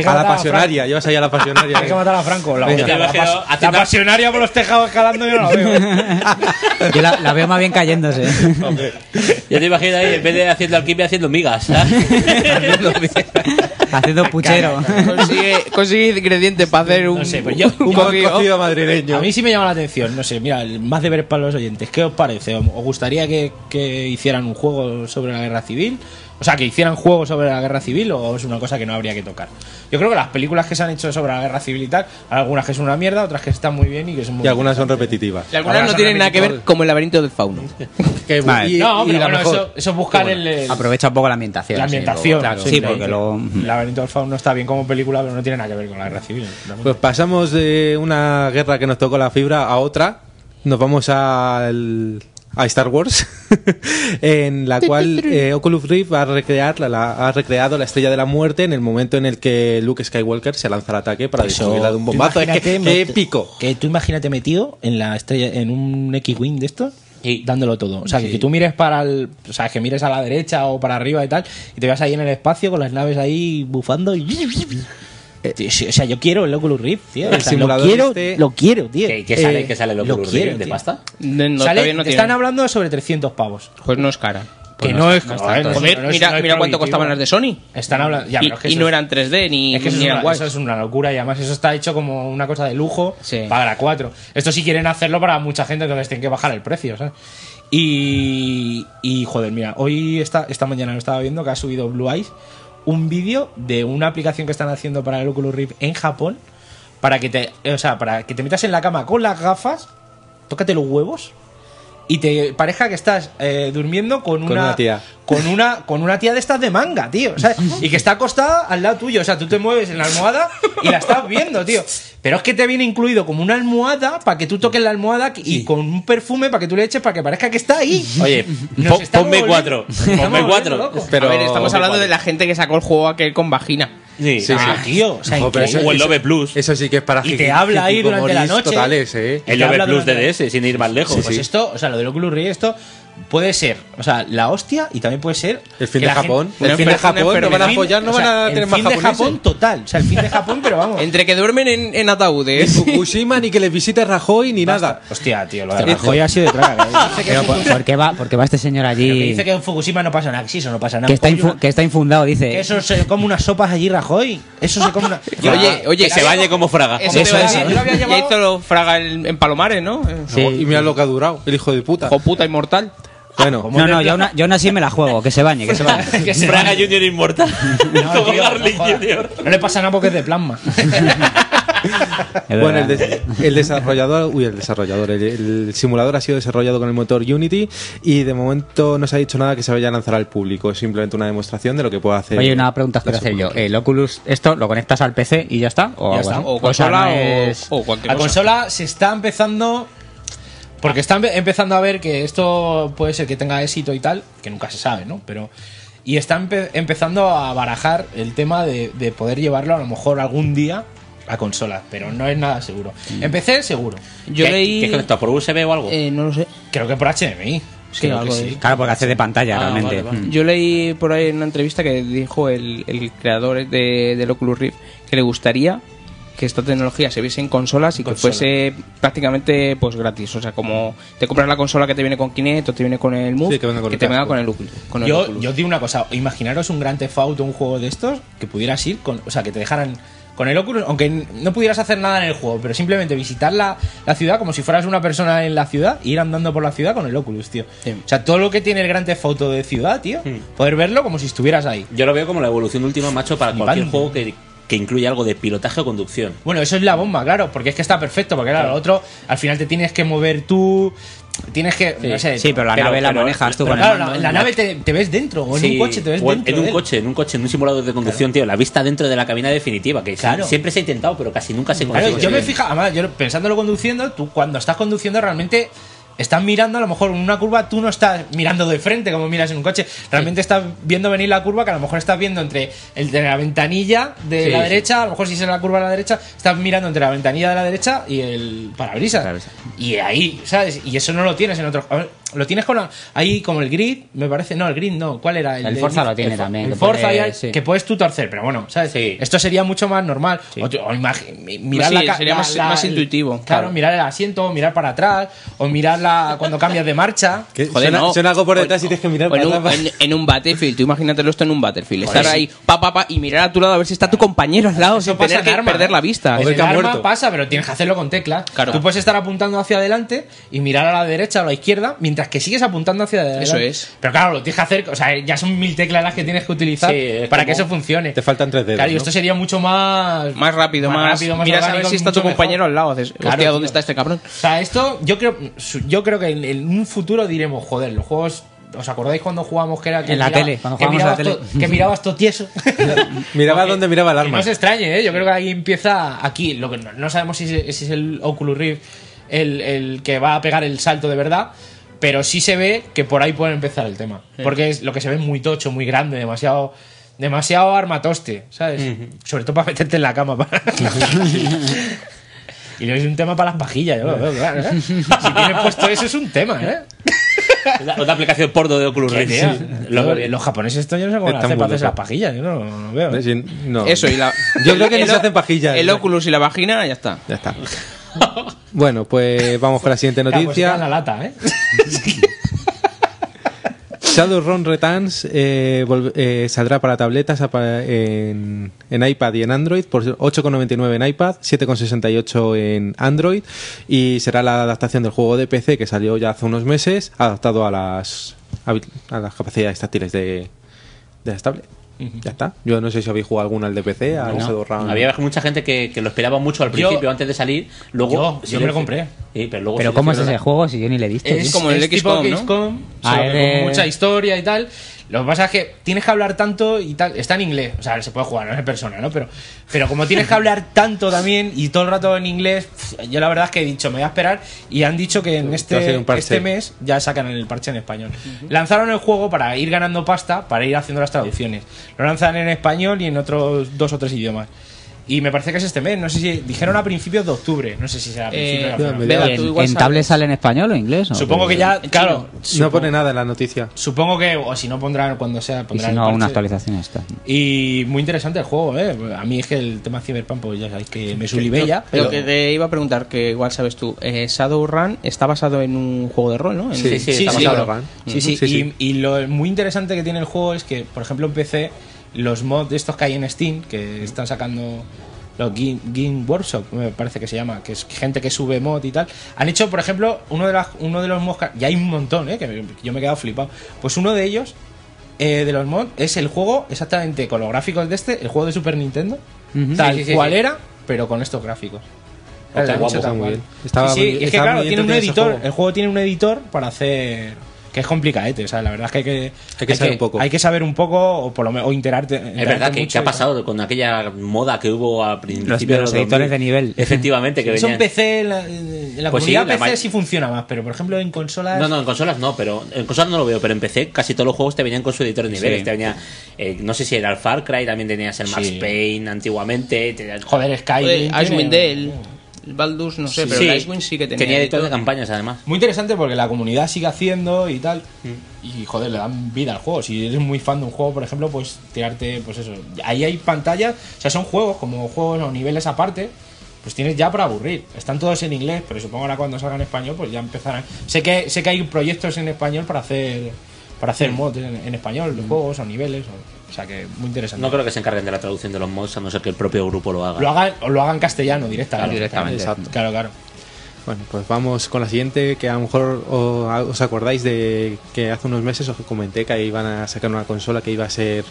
Speaker 4: A la pasionaria, llevas ahí a la pasionaria. eh.
Speaker 8: Hay que matar a Franco. La,
Speaker 4: Venga.
Speaker 8: la- la- la- la pasionaria por los tejados escalando yo no la
Speaker 9: [laughs]
Speaker 8: veo.
Speaker 10: Yo la, la veo más bien cayéndose.
Speaker 6: Yo te imagino ahí, en vez de haciendo alquimia, haciendo migas. ¿sabes?
Speaker 10: [laughs] Haciendo puchero.
Speaker 9: [laughs] Consigue, consigue ingredientes para hacer un.
Speaker 8: No sé, pues yo-
Speaker 9: [laughs] un
Speaker 8: yo-
Speaker 9: cocido.
Speaker 8: A mí sí me llama la atención, no sé, mira, el más deberes para los oyentes. ¿Qué os parece? ¿Os os gustaría que, que hicieran un juego sobre la guerra civil? O sea, que hicieran juegos sobre la guerra civil o es una cosa que no habría que tocar. Yo creo que las películas que se han hecho sobre la guerra civil y tal, hay algunas que son una mierda, otras que están muy bien y que son muy
Speaker 4: Y algunas son repetitivas.
Speaker 9: Y algunas no
Speaker 8: son
Speaker 9: tienen nada que ver
Speaker 8: repetitivas.
Speaker 9: como el laberinto del fauno.
Speaker 4: Que-
Speaker 10: Vale.
Speaker 4: y-
Speaker 8: No,
Speaker 4: y
Speaker 8: pero
Speaker 4: la
Speaker 8: bueno,
Speaker 4: mejor.
Speaker 8: eso, eso es buscar el, el-
Speaker 10: Aprovecha un poco la ambientación.
Speaker 8: la
Speaker 10: sí, luego,
Speaker 8: ambientación.
Speaker 10: claro. Sí,
Speaker 8: siempre.
Speaker 10: porque luego. mm.
Speaker 8: El laberinto del fauno está bien como película, pero no tiene nada que ver con la guerra civil.
Speaker 4: Pues pasamos de una guerra que nos tocó la fibra a otra. Nos vamos al- a Star Wars, [laughs] en la cual eh, Oculus Rift va a recrear la- la- ha recreado la estrella de la muerte en el momento en el que Luke Skywalker se lanza al ataque para
Speaker 8: Eso,
Speaker 4: destruirla de un
Speaker 8: tú
Speaker 4: bombazo. Es que-
Speaker 8: imagínate
Speaker 4: qué
Speaker 8: met-
Speaker 4: épico.
Speaker 8: Que tú imagínate metido en la estrella, en un X-Wing de esto, dándolo todo. O sea, que tú mires para el. O sea, que mires a la derecha o para arriba y tal, y te vas ahí en el espacio con las naves ahí bufando y.
Speaker 6: Eh,
Speaker 8: Tío, sí, o sea, yo quiero el Oculus Rift, tío.
Speaker 4: El
Speaker 8: O sea, lo
Speaker 4: simulador
Speaker 8: quiero,
Speaker 4: este-
Speaker 8: lo quiero, tío.
Speaker 6: ¿Qué, qué sale,
Speaker 8: Eh,
Speaker 6: qué sale el
Speaker 8: lo
Speaker 6: Oculus
Speaker 8: quiero,
Speaker 6: Rift? ¿De
Speaker 8: tío.
Speaker 6: pasta?
Speaker 9: No,
Speaker 8: Sale-
Speaker 9: todavía no
Speaker 8: están
Speaker 9: tiene.
Speaker 8: hablando sobre 300 pavos.
Speaker 9: Pues no es cara.
Speaker 8: Que no, es. joder, no es-
Speaker 9: Joder,
Speaker 8: no es-
Speaker 9: mira,
Speaker 8: no es
Speaker 9: mira cuánto
Speaker 8: prohibitivo.
Speaker 9: costaban las de Sony.
Speaker 8: Están hablando. ya,
Speaker 9: y
Speaker 8: pero es que
Speaker 9: y
Speaker 8: eso
Speaker 9: no
Speaker 8: es-
Speaker 9: eran 3D ni,
Speaker 8: Es que eso
Speaker 9: ni
Speaker 8: es,
Speaker 9: eran
Speaker 8: una,
Speaker 9: guays.
Speaker 8: eso es una locura y además eso está hecho como una cosa de lujo
Speaker 9: Sí.
Speaker 8: para la 4. Esto sí quieren hacerlo para mucha gente, entonces tienen que bajar el precio, ¿sabes? Y, y joder, mira, hoy esta, esta mañana lo estaba viendo que ha subido Blue Eyes un vídeo de una aplicación que están haciendo para el Oculus Rift en Japón para que te, eh, o sea, para que te metas en la cama con las gafas, tócate los huevos y te parezca que estás eh, durmiendo con una,
Speaker 4: Con una tía.
Speaker 8: con una con una tía de estas de manga, tío, ¿sabes? Y que está acostada al lado tuyo, o sea, tú te mueves en la almohada y la estás viendo, tío. Pero es que te viene incluido como una almohada para que tú toques la almohada y con un perfume para que tú le eches para que parezca que está ahí.
Speaker 6: Oye,
Speaker 8: Nos
Speaker 6: pon-
Speaker 8: estamos
Speaker 6: ponme
Speaker 8: volviendo- [laughs]
Speaker 6: cuatro.
Speaker 8: estamos
Speaker 6: Ponme
Speaker 8: volviendo
Speaker 6: cuatro.
Speaker 8: locos.
Speaker 9: A ver, estamos hablando de la gente que sacó el juego aquel con vagina.
Speaker 6: Sí,
Speaker 4: Sí,
Speaker 6: Ah,
Speaker 4: sí.
Speaker 8: tío, o sea,
Speaker 4: Ojo, pero
Speaker 8: increíble.
Speaker 6: o el Love Plus.
Speaker 4: Eso sí que es para
Speaker 8: Y te
Speaker 4: jiji-
Speaker 8: habla ahí
Speaker 4: jiji-
Speaker 8: durante la
Speaker 4: comoris
Speaker 8: noche.
Speaker 4: totales, ¿eh?
Speaker 6: El
Speaker 8: Te
Speaker 6: Love
Speaker 8: habla
Speaker 6: Plus
Speaker 8: durante-
Speaker 6: DDS, sin ir más lejos.
Speaker 8: pues esto, o sea, lo del Oculus Rift, esto puede ser, o sea, la hostia y también puede ser.
Speaker 4: El fin
Speaker 8: que
Speaker 4: de
Speaker 8: la
Speaker 4: Japón.
Speaker 8: gente-
Speaker 4: El fin de
Speaker 8: Una
Speaker 4: Japón, no van a
Speaker 8: enfermedad.
Speaker 4: apoyar, no
Speaker 8: O sea,
Speaker 4: van a tener más
Speaker 8: El fin de
Speaker 4: japoneses.
Speaker 8: Japón total, o sea, el fin de Japón, pero vamos.
Speaker 9: Entre que duermen en, en ataúdes.
Speaker 4: Fukushima, ni que les visite Rajoy, ni nada.
Speaker 8: Hostia, tío,
Speaker 10: Este
Speaker 8: lo de
Speaker 4: Hostia,
Speaker 8: Rajoy ha sido de
Speaker 10: [laughs]
Speaker 8: traga. ¿eh? Dice que-
Speaker 10: Pero, ¿por, por qué va, por qué va este señor
Speaker 8: que
Speaker 10: allí?
Speaker 8: dice que en Fukushima no pasa nada, que sí, eso no pasa nada.
Speaker 10: Que está,
Speaker 8: Coño,
Speaker 10: infu- que está infundado,
Speaker 8: que
Speaker 10: dice.
Speaker 8: eso se come unas sopas allí, Rajoy. Eso se come
Speaker 4: [laughs]
Speaker 8: una.
Speaker 9: Y oye, oye,
Speaker 6: Que se bañe como fraga.
Speaker 9: Eso, te
Speaker 8: Eso
Speaker 9: iba a
Speaker 8: es,
Speaker 9: decir.
Speaker 8: yo lo había
Speaker 9: Ya hizo lo Fraga en, en Palomares, ¿no? Eh,
Speaker 4: Y mira lo que ha durado, el hijo de puta.
Speaker 9: Hijo puta inmortal.
Speaker 4: Bueno,
Speaker 10: No, no, yo aún, yo aún así me la juego, que se bañe, que se bañe.
Speaker 8: [laughs] Que se
Speaker 6: Braga Junior Inmortal.
Speaker 8: [laughs] No, tío,
Speaker 6: Como
Speaker 8: no
Speaker 6: Garlic
Speaker 8: jodas.
Speaker 6: Junior.
Speaker 8: No le pasa nada porque es de
Speaker 10: [laughs]
Speaker 8: plasma.
Speaker 4: Bueno, el, des- el desarrollador, uy, el desarrollador, el, el simulador ha sido desarrollado con el motor Unity y de momento no se ha dicho nada que se vaya a lanzar al público. Es simplemente una demostración de lo que puede hacer.
Speaker 10: Oye, una pregunta que quiero hacer yo. ¿El Oculus, esto lo conectas al PC y ya está? ¿O,
Speaker 8: Ya
Speaker 10: algo
Speaker 8: está.
Speaker 10: así? sea,
Speaker 9: O consola
Speaker 10: no
Speaker 9: o-
Speaker 10: es-
Speaker 9: o cualquier
Speaker 8: La
Speaker 9: cosa.
Speaker 8: consola se está empezando. Porque están empezando a ver que esto puede ser que tenga éxito y tal, que nunca se sabe, ¿no? Pero. Y están empezando a barajar el tema de, de poder llevarlo a lo mejor algún día a consolas, pero no es nada seguro. Empecé seguro.
Speaker 9: Mm. Yo
Speaker 6: ¿Qué-
Speaker 9: leí.
Speaker 6: ¿Qué es conectado? ¿Por USB o algo?
Speaker 9: eh, no lo sé.
Speaker 8: Creo que por HDMI.
Speaker 9: Sí,
Speaker 8: Creo que
Speaker 9: algo
Speaker 8: sí.
Speaker 9: de-
Speaker 10: Claro, porque hace de pantalla
Speaker 6: Ah,
Speaker 10: realmente.
Speaker 6: vale, vale.
Speaker 10: Mm.
Speaker 9: Yo leí por ahí en una entrevista que dijo el, el creador de, del Oculus Rift que le gustaría que esta tecnología se viese en consolas y que
Speaker 8: Consola.
Speaker 9: fuese prácticamente pues gratis. O sea, como te compras la consola que te viene con Kinect o te viene con el Move,
Speaker 8: Sí, que venga con
Speaker 9: que
Speaker 8: el
Speaker 9: te venga
Speaker 8: casco.
Speaker 9: con el Oculus. con el
Speaker 8: Yo,
Speaker 9: Oculus.
Speaker 8: yo os digo una cosa, imaginaros un gran Theft Auto, un juego de estos, que pudieras ir con, o sea, que te dejaran con el Oculus, aunque n- no pudieras hacer nada en el juego, pero simplemente visitar la, la ciudad como si fueras una persona en la ciudad, e ir andando por la ciudad con el Oculus, tío. O sea, todo lo que tiene el gran Theft Auto de ciudad, tío, poder verlo como si estuvieras ahí.
Speaker 6: Yo lo veo como la evolución última, macho, para cualquier
Speaker 8: pan.
Speaker 6: juego que, que incluya algo de pilotaje o conducción.
Speaker 8: Bueno, eso es la bomba, claro, porque es que está perfecto, porque claro, lo otro, al final te tienes que mover tú, tienes que,
Speaker 6: Sí.
Speaker 8: no sé,
Speaker 6: Sí, pero la nave la manejas tú
Speaker 8: pero
Speaker 6: con el
Speaker 8: claro, la-
Speaker 6: mando,
Speaker 8: la,
Speaker 6: ¿no?
Speaker 8: nave te, te ves dentro, o en
Speaker 6: Sí,
Speaker 8: un coche te ves
Speaker 6: o en-
Speaker 8: dentro. ¿eh?
Speaker 6: En un
Speaker 8: de él.
Speaker 6: coche, en un coche, en un simulador de conducción, tío. La vista dentro de la cabina definitiva, que
Speaker 8: Claro.
Speaker 6: sí, siempre se ha intentado, pero casi nunca se
Speaker 8: Claro,
Speaker 6: consigue.
Speaker 8: yo me fija, además, yo pensándolo conduciendo, tú cuando estás conduciendo realmente estás mirando, a lo mejor en una curva tú no estás mirando de frente como miras en un coche, realmente estás viendo venir la curva que a lo mejor estás viendo entre el de la ventanilla de
Speaker 6: Sí,
Speaker 8: la
Speaker 6: sí.
Speaker 8: derecha, a lo mejor si es en la curva de la derecha, estás mirando entre la ventanilla de la derecha y el parabrisas. Y ahí, ¿sabes? Y eso no lo tienes en otros. a ver, Lo tienes con la- ahí como el grid, me parece. No, el grid no. ¿Cuál era?
Speaker 10: El
Speaker 8: de-
Speaker 10: Forza lo tiene
Speaker 8: el Fo-
Speaker 10: también,
Speaker 8: El
Speaker 10: que
Speaker 8: Forza
Speaker 10: puedes-
Speaker 8: y hay-
Speaker 10: sí.
Speaker 8: que puedes tú torcer, pero bueno, ¿sabes? Esto sería mucho más normal. O tú- o imagi- mi- mirar
Speaker 9: Pues Sí,
Speaker 8: la ca-
Speaker 9: sería
Speaker 8: la-
Speaker 9: más-
Speaker 8: la-
Speaker 9: más
Speaker 8: el-
Speaker 9: intuitivo,
Speaker 8: Claro,
Speaker 9: claro.
Speaker 8: mirar el asiento, mirar para atrás, o mirar la, cuando cambias de
Speaker 4: [laughs]
Speaker 8: marcha.
Speaker 4: suena, suena algo
Speaker 9: Pues
Speaker 4: por detrás y tienes que mirar
Speaker 9: O
Speaker 4: para
Speaker 9: en,
Speaker 4: atrás.
Speaker 9: un, [laughs] en- en un Battlefield, tú imagínatelo esto en un Battlefield.
Speaker 8: Joder,
Speaker 9: Estar
Speaker 8: sí.
Speaker 9: ahí, pa, pa, pa, y mirar a tu lado a ver si está tu compañero al lado sin
Speaker 8: pasa
Speaker 9: tener
Speaker 8: en
Speaker 9: que
Speaker 8: arma. Pues
Speaker 9: perder la vista.
Speaker 8: En el arma pasa, pero tienes que hacerlo con teclas.
Speaker 9: Claro.
Speaker 8: Tú puedes estar apuntando hacia adelante y mirar a la derecha o a la izquierda mientras que sigues apuntando hacia adelante.
Speaker 9: Eso es.
Speaker 8: Pero claro, lo tienes que hacer, o sea, ya son mil teclas las que tienes que utilizar
Speaker 9: Sí, es
Speaker 8: para
Speaker 9: como-
Speaker 8: que eso funcione. Te
Speaker 4: faltan tres dedos.
Speaker 8: Claro, y esto sería mucho más
Speaker 9: Más rápido, más.
Speaker 8: rápido, más
Speaker 9: miras a ver
Speaker 8: orgánico,
Speaker 9: si está tu
Speaker 8: mucho mejor.
Speaker 9: compañero al lado. Haces,
Speaker 8: Claro,
Speaker 9: hostia,
Speaker 8: tío.
Speaker 9: ¿dónde está este cabrón?
Speaker 8: O sea, esto yo creo, su- yo creo que en, en un futuro diremos, joder, los juegos. ¿Os acordáis cuando jugábamos que era que
Speaker 10: En la
Speaker 8: miraba-
Speaker 10: tele, cuando
Speaker 8: que
Speaker 10: jugábamos
Speaker 8: mirabas,
Speaker 10: a la
Speaker 8: to-
Speaker 10: tele.
Speaker 8: que mirabas todo tieso?
Speaker 4: Miraba dónde miraba el
Speaker 8: Y
Speaker 4: arma.
Speaker 8: no se extrañe, ¿eh? yo creo que ahí empieza aquí. Lo que no, no sabemos si es, si es el Oculus Rift el, el que va a pegar el salto de verdad, pero sí se ve que por ahí puede empezar el tema.
Speaker 9: Sí.
Speaker 8: Porque es lo que se ve es muy tocho, muy grande, demasiado demasiado armatoste, ¿sabes? Sobre todo para meterte en la cama.
Speaker 6: [laughs]
Speaker 8: para- y luego es un tema para las pajillas, yo lo veo, claro, ¿eh? Si tienes puesto eso es un tema, ¿eh?
Speaker 6: Otra aplicación porno de Oculus
Speaker 8: Qué
Speaker 6: Rift. ¿eh?
Speaker 8: idea.
Speaker 6: Sí.
Speaker 8: Lo- los japoneses esto yo no sé cómo lo
Speaker 6: Están
Speaker 8: hacen
Speaker 6: muy
Speaker 8: para hacerse las
Speaker 6: locos.
Speaker 8: pajillas, yo no, no veo.
Speaker 4: Sí, no.
Speaker 9: Eso, y la.
Speaker 4: [laughs] Yo creo que ni
Speaker 9: el
Speaker 4: se
Speaker 9: o-
Speaker 4: hacen pajillas.
Speaker 9: El Oculus y la vagina, ya está.
Speaker 4: Ya está. Bueno, pues vamos con la siguiente
Speaker 8: Ah, pues está en
Speaker 4: noticia.
Speaker 8: la lata, ¿eh?
Speaker 4: Shadowrun Returns eh, vol- eh, saldrá para tabletas apa- en, en iPad y en Android por 8,99 en iPad, 7,68 en Android y será la adaptación del juego de PC que salió ya hace unos meses, adaptado a las, habi- a las capacidades táctiles de, de las tablets. Ya está. Yo no sé si habéis jugado alguna al de PC, al
Speaker 6: No.
Speaker 4: Shadowrun.
Speaker 6: Había mucha gente que, que lo esperaba mucho al
Speaker 4: Yo-
Speaker 6: principio, antes de salir. Luego,
Speaker 8: yo, yo me lo
Speaker 6: silencio.
Speaker 8: compré.
Speaker 6: Sí, pero luego
Speaker 10: Pero
Speaker 6: silencio,
Speaker 10: ¿cómo Oh, es
Speaker 6: ¿verdad?
Speaker 10: ese juego si yo ni le he visto?
Speaker 8: Es,
Speaker 10: tío?
Speaker 8: como el XCOM, tipo XCOM,
Speaker 10: Ah,
Speaker 8: sobre-
Speaker 10: es
Speaker 8: con
Speaker 10: de-
Speaker 8: mucha historia y tal. Lo que pasa es que tienes que hablar tanto y tal. Está en inglés, o sea, se puede jugar, no es en persona, ¿no? Pero, pero como tienes que hablar tanto también y todo el rato en inglés, pf, yo la verdad es que he dicho, me voy a esperar. Y han dicho que en
Speaker 4: va a ser
Speaker 8: este,
Speaker 4: un parche.
Speaker 8: este mes ya sacan el parche en español. Lanzaron el juego para ir ganando pasta, para ir haciendo las traducciones. Lo lanzan en español y en otros dos o tres idiomas. Y me parece que es este mes, no sé si dijeron a principios de octubre, no sé si será a principios de octubre.
Speaker 10: ¿En- ¿En, tablet sale en español o inglés? o-
Speaker 8: Supongo que ya,
Speaker 10: eh,
Speaker 8: claro,
Speaker 4: No pone nada en la noticia.
Speaker 8: Supongo que, o si no, pondrán cuando sea,
Speaker 10: Y
Speaker 8: pondrán.
Speaker 10: si
Speaker 8: el
Speaker 10: no,
Speaker 8: parche.
Speaker 10: una actualización está.
Speaker 8: Y muy interesante el juego, ¿eh? A mí es que el tema Cyberpunk, pues ya sabéis que me
Speaker 9: Lo-
Speaker 8: sublibé ya.
Speaker 9: Lo que te iba a preguntar, que igual sabes tú, eh, Shadowrun está basado en un juego de rol, ¿no? En-
Speaker 8: claro. Sí, sí,
Speaker 9: Ujú.
Speaker 8: y- Y, lo muy interesante que tiene el juego es que, por ejemplo, en PC, los mods de estos que hay en Steam, que están sacando los Game, Game Workshop, me parece que se llama, que es gente que sube mod y tal, han hecho, por ejemplo, uno de, las, uno de los mods, que- y hay un montón, ¿eh? que me- yo me he quedado flipado, pues uno de ellos, eh, de los mods, es el juego exactamente con los gráficos de este, el juego de Super Nintendo,
Speaker 4: Ujú.
Speaker 8: tal
Speaker 4: Sí, sí, sí,
Speaker 8: cual
Speaker 4: sí.
Speaker 8: era, pero con estos gráficos.
Speaker 4: Está
Speaker 8: Lo han
Speaker 4: guapo,
Speaker 8: hecho
Speaker 4: está
Speaker 8: tal
Speaker 4: muy
Speaker 8: cual.
Speaker 4: bien. Estaba
Speaker 8: Sí,
Speaker 4: muy-
Speaker 8: sí, es que
Speaker 4: estaba
Speaker 8: claro,
Speaker 4: muy bien
Speaker 8: tiene un
Speaker 4: entretenido ese
Speaker 8: editor,
Speaker 4: juego.
Speaker 8: el juego tiene un editor para hacer que es complicadete, o sea, la verdad es que hay que,
Speaker 4: Hay que saber un poco.
Speaker 8: hay que saber un poco o por lo menos o enterarte,
Speaker 6: Es verdad que, que ha pasado con aquella moda que hubo a principios de
Speaker 10: los
Speaker 6: 2000.
Speaker 10: editores de nivel.
Speaker 6: [laughs] Efectivamente, que
Speaker 8: Son
Speaker 6: venían.
Speaker 8: PC en la, en la
Speaker 6: Pues sí,
Speaker 8: comunidad
Speaker 6: la
Speaker 8: PC
Speaker 6: may-
Speaker 8: sí funciona más, pero por ejemplo en consolas
Speaker 6: No, no, en consolas no, pero en consolas no lo veo, pero en PC casi todos los juegos te venían con su editor de niveles.
Speaker 8: Sí.
Speaker 6: Te venía, eh, no sé si era el Far Cry, también tenías el Max
Speaker 8: Sí.
Speaker 6: Payne antiguamente.
Speaker 8: Joder,
Speaker 9: Joder,
Speaker 8: Skyrim. tiene-
Speaker 9: Icewind Dale, el Baldus, no sé, pero el Icewind sí que tenía.
Speaker 6: editor de
Speaker 9: editor.
Speaker 6: campañas además.
Speaker 8: Muy interesante porque la comunidad sigue haciendo y tal. Y joder, le dan vida al juego. Si eres muy fan de un juego, por ejemplo, pues tirarte, pues eso. Ahí hay pantallas, o sea, son juegos como juegos o niveles aparte. pues tienes ya para aburrir. Están todos en inglés, pero supongo ahora cuando salgan en español, pues ya empezarán. Sé que, sé que hay proyectos en español para hacer para hacer mods en, en español, los juegos o niveles. O, o sea que muy interesante.
Speaker 6: No creo que se encarguen de la traducción de los mods, a no ser que el propio grupo lo haga.
Speaker 8: Lo hagan, o lo hagan castellano directamente.
Speaker 6: Claro, directamente.
Speaker 8: Exacto. Claro, claro.
Speaker 4: Bueno, pues vamos con la siguiente, que a lo mejor o- a- os acordáis de que hace unos meses os comenté que iban a sacar una consola que iba a ser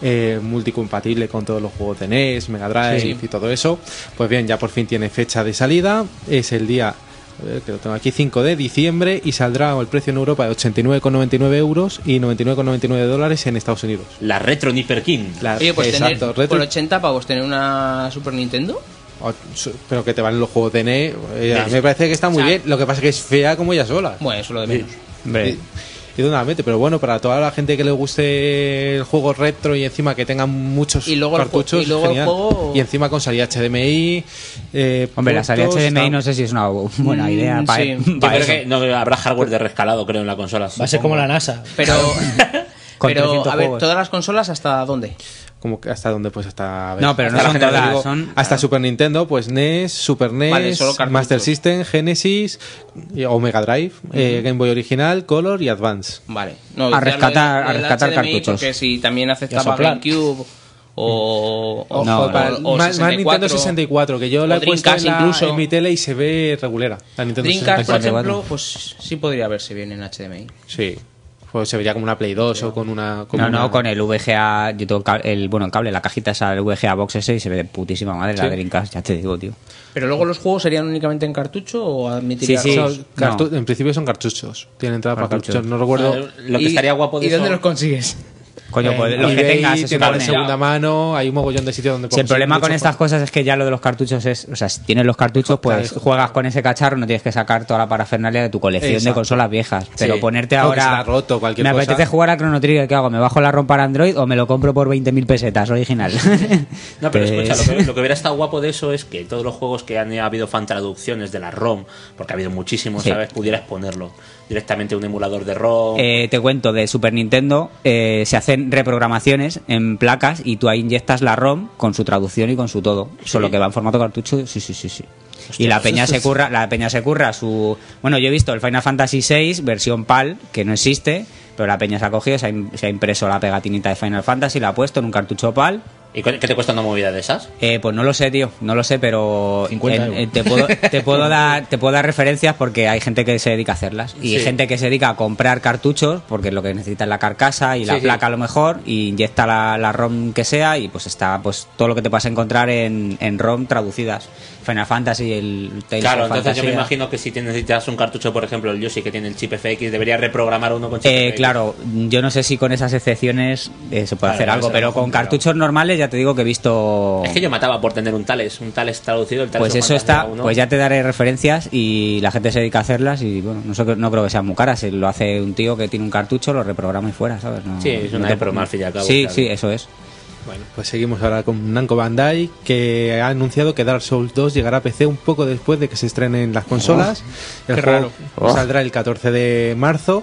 Speaker 4: eh, multicompatible con todos los juegos de NES, Mega Drive
Speaker 11: Sí.
Speaker 4: y todo eso. Pues bien, ya por fin tiene fecha de salida, es el día a ver, que lo tengo aquí 5 de diciembre y saldrá el precio en Europa de 89,99 euros y 99,99 dólares en Estados Unidos.
Speaker 6: La Retro Nipper King.
Speaker 4: La-
Speaker 9: Oye, pues
Speaker 4: exacto,
Speaker 9: tener
Speaker 4: retro-
Speaker 9: por 80 pavos tener una Super Nintendo.
Speaker 4: o- su- pero que te valen los juegos de NES, eh, a mí
Speaker 9: Sí.
Speaker 4: me parece que está muy
Speaker 9: O sea,
Speaker 4: bien, lo que pasa es que es fea como ella sola.
Speaker 9: Bueno, eso es lo de menos.
Speaker 4: Hombre. Y, y dónde la mete, pero bueno, para toda la gente que le guste el juego retro y encima que tengan muchos
Speaker 9: Y luego el ju-
Speaker 4: cartuchos,
Speaker 9: y luego el
Speaker 4: genial.
Speaker 9: juego-
Speaker 4: Y encima con salida HDMI. eh,
Speaker 10: Hombre, la salida
Speaker 4: puertos,
Speaker 10: HDMI
Speaker 4: está-
Speaker 10: no sé si es una bu- buena idea. para-
Speaker 6: Yo
Speaker 10: para
Speaker 6: creo
Speaker 10: eso.
Speaker 6: que no habrá hardware de rescalado, creo, en la consola.
Speaker 8: Va a ser como la NASA.
Speaker 9: Pero,
Speaker 4: [laughs] Con
Speaker 9: pero
Speaker 4: 300
Speaker 9: a ver,
Speaker 4: juegos.
Speaker 9: todas las consolas hasta dónde?
Speaker 4: Como que hasta dónde pues hasta a
Speaker 10: No, pero
Speaker 4: hasta
Speaker 10: no
Speaker 4: la
Speaker 10: son
Speaker 4: gente,
Speaker 10: todas,
Speaker 4: digo,
Speaker 10: son-
Speaker 4: hasta Super Nintendo, pues NES, Super NES,
Speaker 9: Vale, solo cartuchos.
Speaker 4: Master System, Genesis, y- o Mega Drive, eh, Game Boy original, Color y Advance.
Speaker 9: Vale. No,
Speaker 4: A
Speaker 9: decía lo
Speaker 4: rescatar-
Speaker 9: del-
Speaker 4: a
Speaker 9: del
Speaker 4: rescatar
Speaker 9: HDMI,
Speaker 4: cartuchos.
Speaker 9: Porque si también
Speaker 4: Y a
Speaker 9: aceptaba
Speaker 4: soplar.
Speaker 9: GameCube o, o,
Speaker 4: Ojo,
Speaker 9: o-
Speaker 4: para-
Speaker 9: o
Speaker 4: más, más Nintendo 64, que yo la
Speaker 9: o
Speaker 4: he puesto en,
Speaker 9: Dreamcast
Speaker 4: la-
Speaker 9: incluso.
Speaker 4: en mi tele y se ve regulera. La Nintendo
Speaker 9: Dreamcast, por
Speaker 4: 64.
Speaker 9: ejemplo, pues sí podría verse bien en HDMI.
Speaker 4: Sí. Pues se vería como una Play 2 o con una. como
Speaker 10: No, no,
Speaker 4: una-
Speaker 10: con el VGA, yo tengo el, cable- el- bueno, el cable, la cajita esa el VGA Box ese y se ve de putísima madre la
Speaker 4: Sí.
Speaker 10: Dreamcast, ya te digo, tío.
Speaker 9: Pero luego los juegos serían únicamente en cartucho o admitirían
Speaker 4: Son cartu- En principio son cartuchos. Tiene entrada
Speaker 10: Cartuchos.
Speaker 4: para cartuchos. No recuerdo.
Speaker 6: Lo que estaría guapo de
Speaker 9: ¿Y
Speaker 6: eso-
Speaker 9: dónde los consigues?
Speaker 10: Coño,
Speaker 4: En
Speaker 10: pues lo que
Speaker 4: eh, eBay,
Speaker 10: tengas, se
Speaker 4: tiendas de
Speaker 10: supone.
Speaker 4: segunda mano, hay un mogollón de sitios donde
Speaker 10: Si el
Speaker 4: puedes
Speaker 10: problema
Speaker 4: conseguir
Speaker 10: con
Speaker 4: muchos
Speaker 10: estas cosas es que ya lo de los cartuchos es, o sea, si tienes los cartuchos, pues
Speaker 4: Claro.
Speaker 10: juegas con ese cacharro, no tienes que sacar toda la parafernalia de tu colección de
Speaker 4: Exacto.
Speaker 10: consolas viejas. Pero
Speaker 4: Sí.
Speaker 10: ponerte
Speaker 4: No, que
Speaker 10: ahora.
Speaker 4: está roto, cualquier
Speaker 10: me
Speaker 4: cosa.
Speaker 10: apetece jugar a Chrono Trigger, ¿qué hago? ¿Me bajo la ROM para Android o me lo compro por 20.000 pesetas
Speaker 4: [laughs]
Speaker 10: original?
Speaker 6: No, pero
Speaker 10: Pues-
Speaker 6: escucha, lo que, lo que hubiera estado guapo de eso es que todos los juegos que han habido fan traducciones de la ROM, porque ha habido muchísimos,
Speaker 10: Sí.
Speaker 6: ¿sabes? Pudieras ponerlo directamente un emulador de ROM.
Speaker 10: Eh, te cuento, de Super Nintendo eh, se hacen reprogramaciones en placas y tú ahí inyectas la ROM con su traducción y con su todo. Solo que va en formato cartucho, sí, sí, sí, sí. Y la peña se curra, la peña se curra su bueno, yo he visto el Final Fantasy VI versión PAL, que no existe, pero la peña se ha cogido, se ha, im- se ha impreso la pegatinita de Final Fantasy, la ha puesto en un cartucho PAL.
Speaker 6: ¿Y cu- qué te cuesta una movida de esas?
Speaker 10: Eh, pues no lo sé, tío, no lo sé, pero
Speaker 6: 50 euros.
Speaker 10: te, puedo, te,
Speaker 6: [laughs]
Speaker 10: puedo dar, te puedo dar referencias porque hay gente que se dedica a hacerlas. Y hay
Speaker 6: Sí.
Speaker 10: gente que se dedica a comprar cartuchos porque lo que necesita es la carcasa y la
Speaker 6: Sí, sí.
Speaker 10: placa a lo mejor, y inyecta la, la ROM que sea y pues está pues todo lo que te vas a encontrar en, en ROM traducidas. Final Fantasy, el Tales
Speaker 6: Claro,
Speaker 10: of
Speaker 6: entonces yo me
Speaker 10: Fantasy.
Speaker 6: imagino que si te necesitas un cartucho, por ejemplo, el Yoshi que tiene el chip FX, debería reprogramar uno con chip
Speaker 10: Eh,
Speaker 6: FX.
Speaker 10: claro, yo no sé si con esas excepciones eh, se puede
Speaker 6: Claro,
Speaker 10: hacer
Speaker 6: claro,
Speaker 10: algo,
Speaker 6: será
Speaker 10: pero
Speaker 6: un
Speaker 10: con
Speaker 6: complicado.
Speaker 10: cartuchos normales ya te digo que he visto...
Speaker 6: Es que yo mataba por tener un Tales, un Tales traducido, el Tales
Speaker 10: Pues
Speaker 6: of
Speaker 10: eso
Speaker 6: Fantasy
Speaker 10: está,
Speaker 6: era uno.
Speaker 10: pues ya te daré referencias y la gente se dedica a hacerlas y bueno, no, sé que- no creo que sean muy caras. Si Lo hace un tío que tiene un cartucho, lo reprograma y fuera, ¿sabes? No-
Speaker 6: Sí, es
Speaker 10: no
Speaker 6: una
Speaker 10: te-
Speaker 6: reprograma al fin y al cabo,
Speaker 10: Sí,
Speaker 6: claro.
Speaker 10: sí, eso es.
Speaker 4: Bueno, pues seguimos ahora con Namco Bandai, que ha anunciado que Dark Souls 2 llegará a PC un poco después de que se estrenen las consolas.
Speaker 11: Oh, qué
Speaker 4: juego pues,
Speaker 11: raro.
Speaker 4: Saldrá el 14 de marzo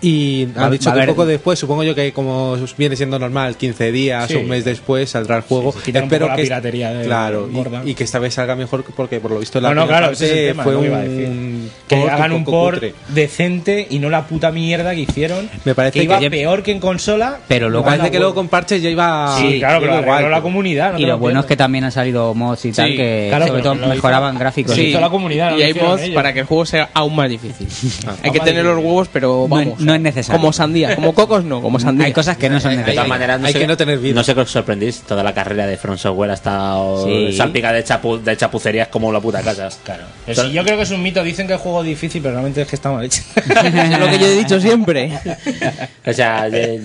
Speaker 4: y
Speaker 11: Va-
Speaker 4: han dicho
Speaker 11: va a
Speaker 4: que un
Speaker 11: haber-
Speaker 4: poco después, supongo yo que como viene siendo normal, 15 días
Speaker 8: Sí.
Speaker 4: o un mes después saldrá el juego.
Speaker 8: sí, quitar un poco la
Speaker 4: que
Speaker 8: piratería de-
Speaker 4: claro, y-
Speaker 8: gorda.
Speaker 4: y, que esta vez salga mejor porque por lo visto la
Speaker 8: no, no,
Speaker 4: primera
Speaker 8: claro, ese es
Speaker 4: parte
Speaker 8: el tema,
Speaker 4: fue
Speaker 8: lo que iba a
Speaker 4: un-
Speaker 8: decir.
Speaker 4: port
Speaker 8: Que
Speaker 4: un
Speaker 8: hagan un
Speaker 4: poco
Speaker 8: port
Speaker 4: cutre.
Speaker 8: decente y no la puta mierda que hicieron.
Speaker 4: Me parece
Speaker 8: que, iba
Speaker 4: que-
Speaker 8: peor que en consola.
Speaker 10: Pero luego-
Speaker 8: Iba en
Speaker 10: Parece
Speaker 8: la
Speaker 10: que
Speaker 4: luego
Speaker 8: web.
Speaker 4: con parches ya iba
Speaker 8: Sí, claro, pero
Speaker 4: iba
Speaker 8: arregló
Speaker 4: igual.
Speaker 8: la comunidad. no
Speaker 10: y
Speaker 8: te
Speaker 10: lo,
Speaker 8: entiendo.
Speaker 10: bueno es que también han salido mods y tal que
Speaker 9: claro,
Speaker 10: eh, sobre
Speaker 9: pero
Speaker 10: todo
Speaker 9: lo hizo-
Speaker 10: mejoraban gráficos.
Speaker 9: Sí,
Speaker 8: lo
Speaker 9: y hay
Speaker 8: hicieron
Speaker 9: mods
Speaker 8: ellos.
Speaker 9: para que el juego sea aún más difícil. hay que
Speaker 10: más
Speaker 9: tener los huevos, pero
Speaker 10: No es-
Speaker 9: vamos.
Speaker 10: no es necesario.
Speaker 9: Como sandía, como cocos no, como sandía.
Speaker 10: Hay cosas que no son
Speaker 6: De todas
Speaker 10: necesarias.
Speaker 6: maneras, no sé, No sé qué os sorprendís. Toda la carrera de Front Software ha estado
Speaker 10: Sí.
Speaker 6: salpicada de, chapu- de chapucerías como la puta casa.
Speaker 8: Claro. Pero sí, yo creo que es un mito. Dicen que el juego es difícil, pero realmente es que está mal hecho. [laughs]
Speaker 9: es lo que yo he dicho siempre.
Speaker 6: O sea, de-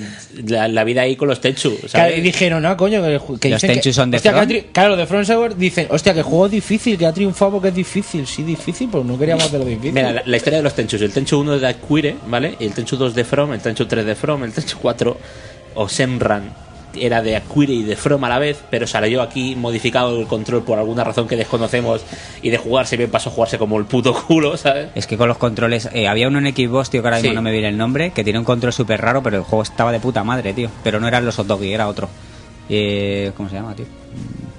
Speaker 6: la, la vida ahí con los Tenchu.
Speaker 8: Claro, y
Speaker 6: [laughs] ¿sabes?
Speaker 8: dijeron, no, coño, que, el ju- que
Speaker 6: Los
Speaker 8: dicen
Speaker 6: Tenchu
Speaker 8: que-
Speaker 6: son de
Speaker 8: hostia, que ha
Speaker 6: From.
Speaker 8: tri- Claro, de From Software dicen, hostia, que juego es difícil, que ha triunfado porque es difícil. Sí, difícil, pero no queríamos de lo difícil.
Speaker 6: Mira, la, la historia de los Tenchus. El Tenchu 1 de Aquire, ¿vale? El Tenchu 2 de From, el Tenchu 3 de From, el Tenchu 4 o Semran era de Aquire y de From a la vez, pero salió aquí modificado el control por alguna razón que desconocemos y de jugarse bien pasó a jugarse como el puto culo, ¿sabes?
Speaker 10: Es que con los controles. eh, había uno en Xbox, tío, que ahora mismo
Speaker 6: Sí.
Speaker 10: no me viene el nombre, que tiene un control súper raro, pero el juego estaba de puta madre, tío. Pero no eran los Otogi, era otro. Eh, ¿Cómo se llama, tío?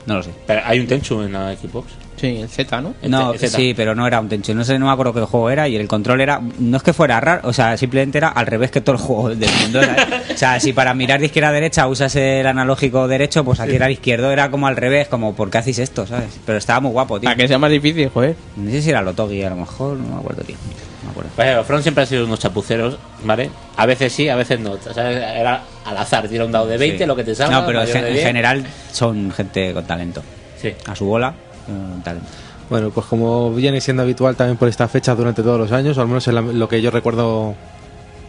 Speaker 10: No lo sé.
Speaker 6: Pero hay un Tenchu en la Xbox.
Speaker 8: Sí, el Z, ¿no?
Speaker 10: No, sí, pero no era un Tenchu. No sé, no me acuerdo qué juego era y el control era. No es que fuera raro, o sea, simplemente era al revés que todo el juego del mundo. ¿sabes? o sea, si para mirar de izquierda a derecha usas el analógico derecho, pues aquí era el izquierdo, era como al revés, como ¿por qué hacéis esto, sabes? Pero estaba muy guapo, tío.
Speaker 9: Para que sea más difícil, joder.
Speaker 10: No sé si era Lotogi a lo mejor, no me acuerdo, tío. No me acuerdo.
Speaker 6: Por ejemplo, Front Pues, siempre ha sido unos chapuceros, ¿vale? A veces sí, a veces no. O sea, era al azar, tira un dado de 20,
Speaker 10: Sí.
Speaker 6: lo que te salga.
Speaker 10: No, pero en,
Speaker 6: mayor
Speaker 10: gen-
Speaker 6: de
Speaker 10: en
Speaker 6: 10.
Speaker 10: general son gente con talento.
Speaker 6: Sí.
Speaker 10: A su bola, con talento.
Speaker 4: Bueno, pues como viene siendo habitual también por esta fecha durante todos los años, o al menos en la- lo que yo recuerdo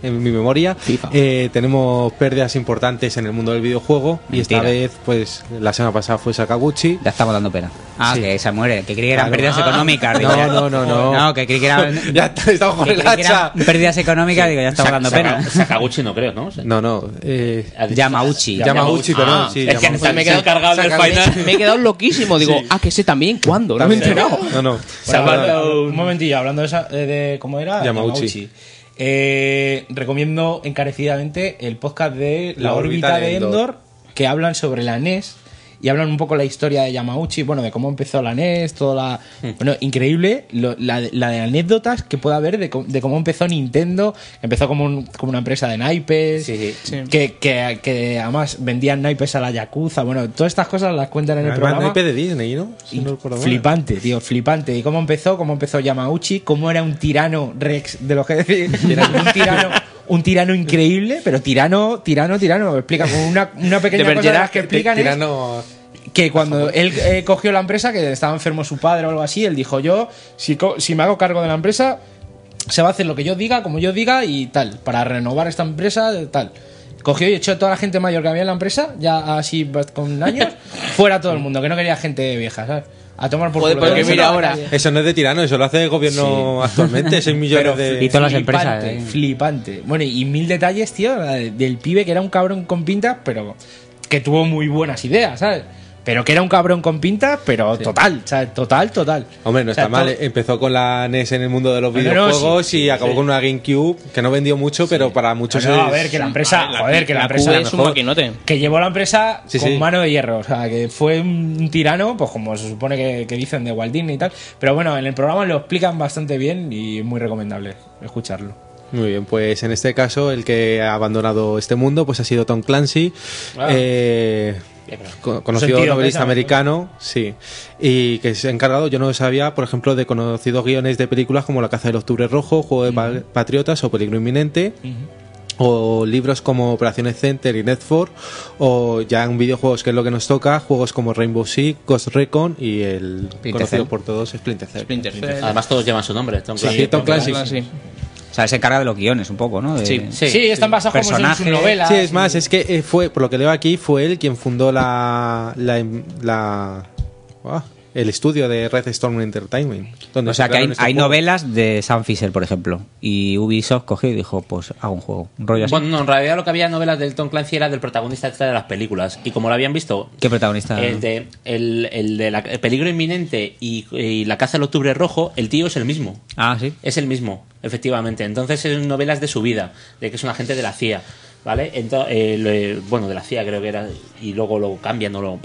Speaker 4: en mi memoria, eh, tenemos pérdidas importantes en el mundo del videojuego y esta
Speaker 10: Mentira.
Speaker 4: vez, pues la semana pasada fue Sakaguchi.
Speaker 10: Ya estamos dando pena. Ah, que se muere, que creí que eran
Speaker 4: Claro.
Speaker 10: pérdidas
Speaker 4: Ah.
Speaker 10: económicas. digo,
Speaker 4: No,
Speaker 10: ya.
Speaker 4: no, no, no.
Speaker 10: No, que creí que eran.
Speaker 4: Ya está- estamos con
Speaker 10: que
Speaker 4: el
Speaker 10: creí que
Speaker 4: hacha.
Speaker 10: eran Pérdidas económicas, digo, ya estamos
Speaker 6: Sa-
Speaker 10: dando
Speaker 6: Saka-
Speaker 10: pena.
Speaker 6: Sakaguchi no creo, ¿no? O sea,
Speaker 4: No, no. Eh,
Speaker 10: Yamauchi.
Speaker 4: Yamauchi, perdón. sí,
Speaker 6: Ah, es que
Speaker 4: Yamauchi.
Speaker 6: me he quedado cargado del final.
Speaker 9: Me he quedado loquísimo. Digo, ah, que sé también cuándo.
Speaker 4: También
Speaker 9: No sé.
Speaker 4: No, no.
Speaker 8: Bueno,
Speaker 4: Bueno,
Speaker 8: hablando- un momentillo, hablando de, esa- eh, de- cómo era
Speaker 4: Yamauchi.
Speaker 8: Eh, recomiendo encarecidamente el podcast de La, órbita, de Endor, que hablan sobre la NES y hablan un poco la historia de Yamauchi, bueno, de cómo empezó la NES, toda la... Bueno, increíble lo- la, de- la de anécdotas que pueda haber de, co- de cómo empezó Nintendo, empezó como, un- como una empresa de naipes, Que, que- que además vendían naipes a la Yakuza, bueno, todas estas cosas las cuentan en el
Speaker 4: además,
Speaker 8: programa.
Speaker 4: no hay P de Disney, ¿no? Si no recuerdo mal.
Speaker 8: Flipante, tío, flipante. ¿Y cómo empezó? ¿Cómo empezó Yamauchi? ¿Cómo era un tirano Rex de los que [laughs] un tirano un tirano increíble, pero tirano, tirano, tirano. Explica con una, una pequeña
Speaker 4: De
Speaker 8: cosa de
Speaker 4: Bergerac,
Speaker 8: las que explican es
Speaker 4: tirano-
Speaker 8: que cuando él eh, cogió la empresa, que estaba enfermo su padre o algo así, él dijo yo, si, co- si me hago cargo de la empresa, se va a hacer lo que yo diga, como yo diga y tal, para renovar esta empresa, tal. Cogió y echó a toda la gente mayor que había en la empresa, ya así pues, con
Speaker 9: [laughs]
Speaker 8: años, fuera todo el mundo, que no quería gente vieja, ¿sabes? A tomar por
Speaker 9: Joder,
Speaker 8: culo.
Speaker 9: porque
Speaker 8: Eso
Speaker 9: mira
Speaker 8: no-
Speaker 9: ahora.
Speaker 4: Eso no es de tirano, eso lo hace el gobierno actualmente. 6 millones
Speaker 8: [laughs] Pero
Speaker 4: de.
Speaker 8: flipante,
Speaker 9: eh.
Speaker 8: ¿eh? Flipante. Bueno, y mil detalles, tío, la de- del pibe que era un cabrón con pintas, pero que tuvo muy buenas ideas, ¿sabes? Pero que era un cabrón con pintas, pero total, ¿sabes? Total, total.
Speaker 4: Hombre, no
Speaker 8: O sea,
Speaker 4: está mal.
Speaker 8: todo-
Speaker 4: eh, Empezó con la NES en el mundo de los
Speaker 8: No, no,
Speaker 4: videojuegos
Speaker 8: sí,
Speaker 4: y acabó
Speaker 8: sí.
Speaker 4: con una GameCube que no vendió mucho, pero para muchos
Speaker 8: No, no,
Speaker 4: es-
Speaker 8: a ver, que la empresa,
Speaker 9: A ver, la-
Speaker 8: joder, que la,
Speaker 9: la
Speaker 8: empresa
Speaker 9: Cube es un
Speaker 8: mejor.
Speaker 9: maquinote.
Speaker 8: Que llevó la empresa
Speaker 4: Sí,
Speaker 8: con
Speaker 4: sí.
Speaker 8: mano de hierro, o sea, que fue un tirano, pues como se supone que, que dicen de Walt Disney y tal. Pero bueno, en el programa lo explican bastante bien y es muy recomendable escucharlo.
Speaker 4: Muy bien, pues en este caso el que ha abandonado este mundo pues ha sido Tom Clancy,
Speaker 8: Ah. Pues
Speaker 4: eh, co- conocido
Speaker 8: Sentido,
Speaker 4: novelista
Speaker 8: pésame.
Speaker 4: americano, sí, y que se ha encargado, yo no lo sabía, por ejemplo, de conocidos guiones de películas como La Caza del Octubre Rojo, Juego de
Speaker 8: Mm.
Speaker 4: Pa- Patriotas o Peligro Inminente. O libros como Operaciones Center y Netford, o ya en videojuegos, que es lo que nos toca, juegos como Rainbow Six, Ghost Recon y el conocido
Speaker 10: Cell.
Speaker 4: por todos Splinter Cell.
Speaker 6: Además, todos llevan su nombre. Tom
Speaker 4: Sí,
Speaker 6: Clancy.
Speaker 4: Tom Clancy.
Speaker 10: O sea, se encarga de los guiones un poco, ¿no? De-
Speaker 8: Sí, están basados como en sus
Speaker 10: Personajes.
Speaker 8: novelas.
Speaker 4: Eh, Sí, es más, es que eh, fue, por lo que leo aquí, fue él quien fundó la. la, la- ah, el estudio de Red Storm Entertainment. donde
Speaker 10: O sea, que hay,
Speaker 4: sacaron este
Speaker 10: hay
Speaker 4: juego.
Speaker 10: novelas de Sam Fisher, por ejemplo. Y Ubisoft cogió y dijo, pues hago un juego. Un rollo así.
Speaker 6: Bueno, no, en realidad lo que había novelas del Tom Clancy era del protagonista extra de las películas. Y como lo habían visto,
Speaker 10: ¿Qué protagonista?
Speaker 6: el de, el, el de la- el peligro inminente y, y la caza del octubre rojo, el tío es el mismo.
Speaker 10: Ah, sí.
Speaker 6: Es el mismo, efectivamente. Entonces son novelas de su vida, de que es un agente de la CIA. ¿Vale? Ento- eh, lo- eh, bueno, de la CIA creo que era, y luego lo cambian, no lo,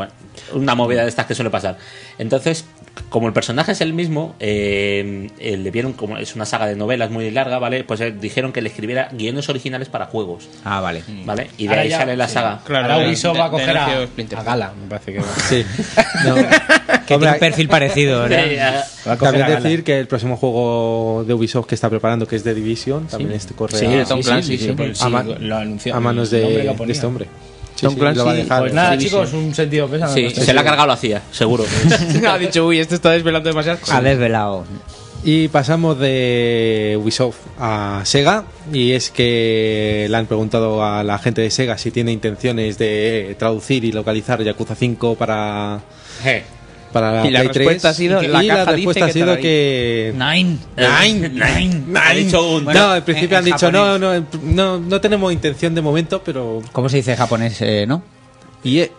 Speaker 6: una movida de estas que suele pasar. Entonces, como el personaje es el mismo, eh, eh, le vieron como es una saga de novelas muy larga, ¿vale? Pues eh, dijeron que le escribiera guiones originales para juegos,
Speaker 10: Ah, vale.
Speaker 6: ¿vale? Y de
Speaker 8: Ahora
Speaker 6: ahí
Speaker 8: ya-
Speaker 6: sale la
Speaker 8: sí,
Speaker 6: saga.
Speaker 8: Claro, ahora Ubisoft va a coger a,
Speaker 9: nació Splinter.
Speaker 8: a Gala, me parece que va. [laughs]
Speaker 4: Sí.
Speaker 10: Que tiene un perfil parecido,
Speaker 6: [laughs]
Speaker 10: ¿no?
Speaker 6: Sí, ya.
Speaker 8: Va a coger
Speaker 4: También
Speaker 8: a Gala.
Speaker 4: decir que el próximo juego de Ubisoft que está preparando, que es The Division, también este corre
Speaker 8: Sí,
Speaker 4: a-
Speaker 8: de Tom
Speaker 4: sí,
Speaker 8: Clancy,
Speaker 4: sí,
Speaker 8: sí,
Speaker 4: sí,
Speaker 8: pues
Speaker 4: a
Speaker 8: sí,
Speaker 4: ma-
Speaker 8: lo anunció.
Speaker 4: a manos
Speaker 8: El nombre
Speaker 4: de,
Speaker 8: lo
Speaker 4: de
Speaker 8: ponía.
Speaker 4: este hombre. Sí,
Speaker 9: Tom
Speaker 4: sí, lo va a
Speaker 9: Clancy,
Speaker 4: dejar.
Speaker 8: Pues nada,
Speaker 9: Division.
Speaker 8: chicos, un sentido pésame.
Speaker 6: Sí, se le ha cargado la CIA,
Speaker 8: [laughs]
Speaker 6: seguro.
Speaker 9: ha dicho, uy, este está desvelando demasiadas
Speaker 10: Ha
Speaker 9: cosas. [laughs]
Speaker 10: desvelado.
Speaker 4: Y pasamos de Ubisoft a Sega y es que le han preguntado a la gente de Sega si tiene intenciones de traducir y localizar Yakuza 5 para
Speaker 6: Eh.
Speaker 4: para la
Speaker 9: Y la
Speaker 4: Play
Speaker 9: respuesta
Speaker 4: 3.
Speaker 9: ha sido,
Speaker 4: y
Speaker 9: la
Speaker 4: la
Speaker 9: caja
Speaker 4: respuesta
Speaker 9: dice
Speaker 4: ha
Speaker 9: que
Speaker 4: sido
Speaker 9: trae.
Speaker 4: que
Speaker 10: Nine.
Speaker 8: Eh,
Speaker 4: Nine, Eh,
Speaker 6: nine, Ha dicho un-
Speaker 4: no, al principio han dicho no, no, en- no, no tenemos intención de momento, pero
Speaker 10: ¿Cómo se dice en japonés, eh, no?
Speaker 4: IE,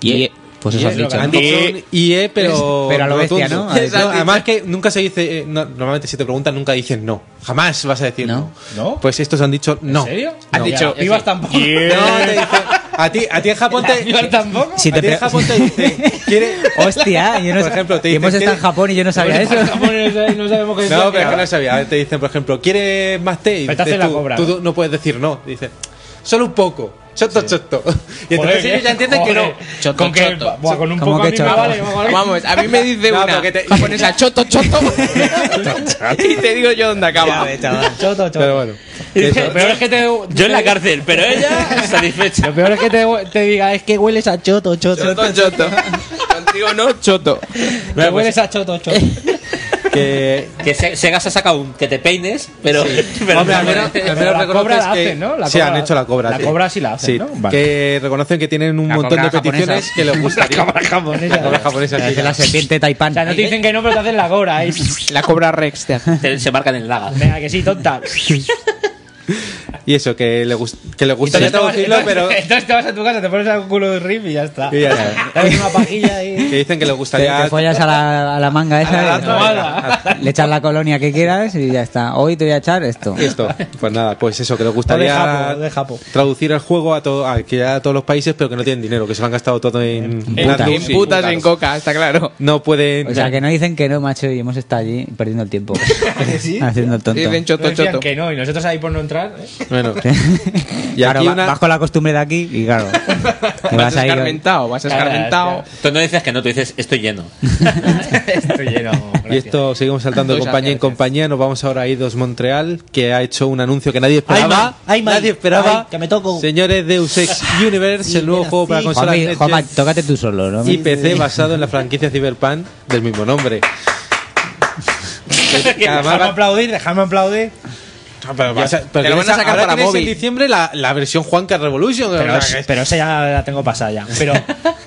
Speaker 10: Y Pues eso has
Speaker 4: lo que
Speaker 10: dicho.
Speaker 4: han
Speaker 10: ¿no?
Speaker 4: dicho un IE, pero
Speaker 10: Pero a lo bestia,
Speaker 4: rotundo.
Speaker 10: ¿no? A-
Speaker 4: No, además que nunca se dice, eh, no, normalmente si te preguntan nunca dicen no, jamás vas a decir no.
Speaker 10: No.
Speaker 8: ¿No?
Speaker 4: Pues estos han dicho no.
Speaker 8: ¿En serio?
Speaker 4: No.
Speaker 8: [laughs] Ibas tampoco.
Speaker 4: No, te dicen, A ti, a ti en Japón te. tampoco.
Speaker 10: Si te
Speaker 4: a ti en
Speaker 10: pre-
Speaker 4: Japón te dicen.
Speaker 8: [laughs]
Speaker 4: ¿quiere-
Speaker 10: Hostia, yo no
Speaker 4: Por ejemplo, te
Speaker 10: y hemos
Speaker 4: dicen,
Speaker 10: estado en Japón y yo no sabía eso.
Speaker 8: no sabemos qué
Speaker 4: No, pero es que no sabía. Te dicen, por ejemplo, ¿quieres más té? Y
Speaker 8: Pero te hacen
Speaker 4: dices
Speaker 8: la
Speaker 4: tú-
Speaker 8: cobra.
Speaker 4: Tú no puedes decir no. Dices, solo un poco. Choto, choto. [laughs] Y entonces
Speaker 8: Joder,
Speaker 4: ellos ya entienden que no.
Speaker 8: Choto, Con que- choto. buah, con un
Speaker 4: ¿Cómo
Speaker 8: poco
Speaker 4: que
Speaker 8: a mí me
Speaker 4: choto?
Speaker 8: vale, vamos,
Speaker 4: [laughs]
Speaker 8: vale. Vamos, a mí me dice una
Speaker 4: porque te-
Speaker 9: Japonesa,
Speaker 8: [laughs]
Speaker 9: choto, choto. y te digo yo dónde acaba.
Speaker 8: Choto, choto.
Speaker 4: Pero bueno.
Speaker 9: [laughs]
Speaker 8: Lo peor es que te.
Speaker 6: Yo en la cárcel, pero ella satisfecha.
Speaker 8: Lo peor es que te, te diga, es que hueles a choto, choto.
Speaker 4: [laughs]
Speaker 9: Choto, choto. Contigo no, choto.
Speaker 8: Que hueles a choto, choto.
Speaker 4: que,
Speaker 6: [laughs] que Se- Sega se ha sacado un que te peines, pero. [laughs] pero
Speaker 4: Hombre, al
Speaker 6: no,
Speaker 4: menos,
Speaker 6: pero
Speaker 4: al menos
Speaker 6: la
Speaker 4: reconoces
Speaker 6: cobra la
Speaker 4: que
Speaker 6: hacen, ¿no? La
Speaker 4: sí,
Speaker 6: cobra-
Speaker 4: han hecho la cobra.
Speaker 6: la
Speaker 4: sí.
Speaker 6: cobra sí la hacen,
Speaker 4: Sí,
Speaker 6: ¿no?
Speaker 4: Que reconocen que tienen un
Speaker 10: La
Speaker 4: montón de
Speaker 10: cobra japonesa.
Speaker 4: peticiones que les gustaría.
Speaker 10: La cobra
Speaker 8: japonesa.
Speaker 4: La cobra japonesa, sí.
Speaker 10: Es la serpiente taipán.
Speaker 8: No te dicen que no, pero te hacen la cobra. ahí.
Speaker 10: La cobra Rex.
Speaker 6: Te- se marcan en laga.
Speaker 8: Venga, que sí, tonta.
Speaker 4: Y eso, que le, gust- que le gustaría traducirlo, pero.
Speaker 8: Entonces te vas a tu casa, te pones a un culo de rip y ya está.
Speaker 4: Y ya está.
Speaker 8: La misma pajilla y.
Speaker 4: Que dicen que le gustaría.
Speaker 10: Te, te follas a la, a la manga esa,
Speaker 4: la
Speaker 10: y-
Speaker 4: tomada.
Speaker 10: [laughs] le echas la colonia que quieras y ya está. Hoy te voy a echar esto.
Speaker 4: Esto, pues nada, pues eso, que les
Speaker 8: De
Speaker 4: gustaría
Speaker 8: japo, de japo.
Speaker 4: traducir el juego a, todo, a, que a todos los países, pero que no tienen dinero, que se lo han gastado todo en,
Speaker 10: En
Speaker 4: las
Speaker 10: putas.
Speaker 4: luces.
Speaker 10: En putas, en
Speaker 9: coca, está claro.
Speaker 4: No pueden.
Speaker 10: O sea, que no dicen que no, macho, y hemos estado allí perdiendo
Speaker 8: [laughs]
Speaker 10: el tiempo.
Speaker 8: ¿Ah, ¿Sí?
Speaker 10: [laughs] Haciendo el tonto.
Speaker 9: Dicen
Speaker 8: Nos
Speaker 9: choto,
Speaker 8: decían
Speaker 9: choto.
Speaker 8: que no, y nosotros ahí por no entrar. ¿eh?
Speaker 10: [laughs]
Speaker 4: Bueno, y
Speaker 10: Claro,
Speaker 4: aquí
Speaker 10: va-
Speaker 4: una.
Speaker 10: vas con la costumbre de aquí y
Speaker 4: [laughs]
Speaker 10: claro. te vas ahí-
Speaker 9: vas
Speaker 8: escarmentado.
Speaker 6: Tú no dices que no, tú dices estoy lleno.
Speaker 8: [laughs] Estoy
Speaker 4: [laughs]
Speaker 8: lleno.
Speaker 4: Y esto seguimos saltando de
Speaker 9: Entonces,
Speaker 4: compañía en
Speaker 9: gracias.
Speaker 4: compañía. Nos vamos ahora a Idos Montreal, que ha hecho un anuncio que nadie
Speaker 8: Ay,
Speaker 4: esperaba.
Speaker 8: man, ay, man.
Speaker 4: nadie esperaba.
Speaker 8: Ay, que me toco.
Speaker 4: Señores, Deus Ex Universe, el nuevo juego para consolas
Speaker 10: Juanmi,
Speaker 4: next
Speaker 10: Juanma,
Speaker 4: gen
Speaker 10: tócate tú solo, ¿no?
Speaker 4: y PC basado en la franquicia Cyberpunk del mismo nombre. Que además
Speaker 8: Dejadme
Speaker 4: va-
Speaker 8: aplaudir, dejadme aplaudir.
Speaker 4: pero va a ser- pero
Speaker 9: te lo van a
Speaker 4: tienes-
Speaker 9: sacar
Speaker 4: ahora
Speaker 9: para
Speaker 4: tienes
Speaker 9: móvil.
Speaker 4: en diciembre la, la versión Juanca Revolution. o
Speaker 8: Pero,
Speaker 4: sea, que-
Speaker 8: pero esa ya la tengo pasada ya. Pero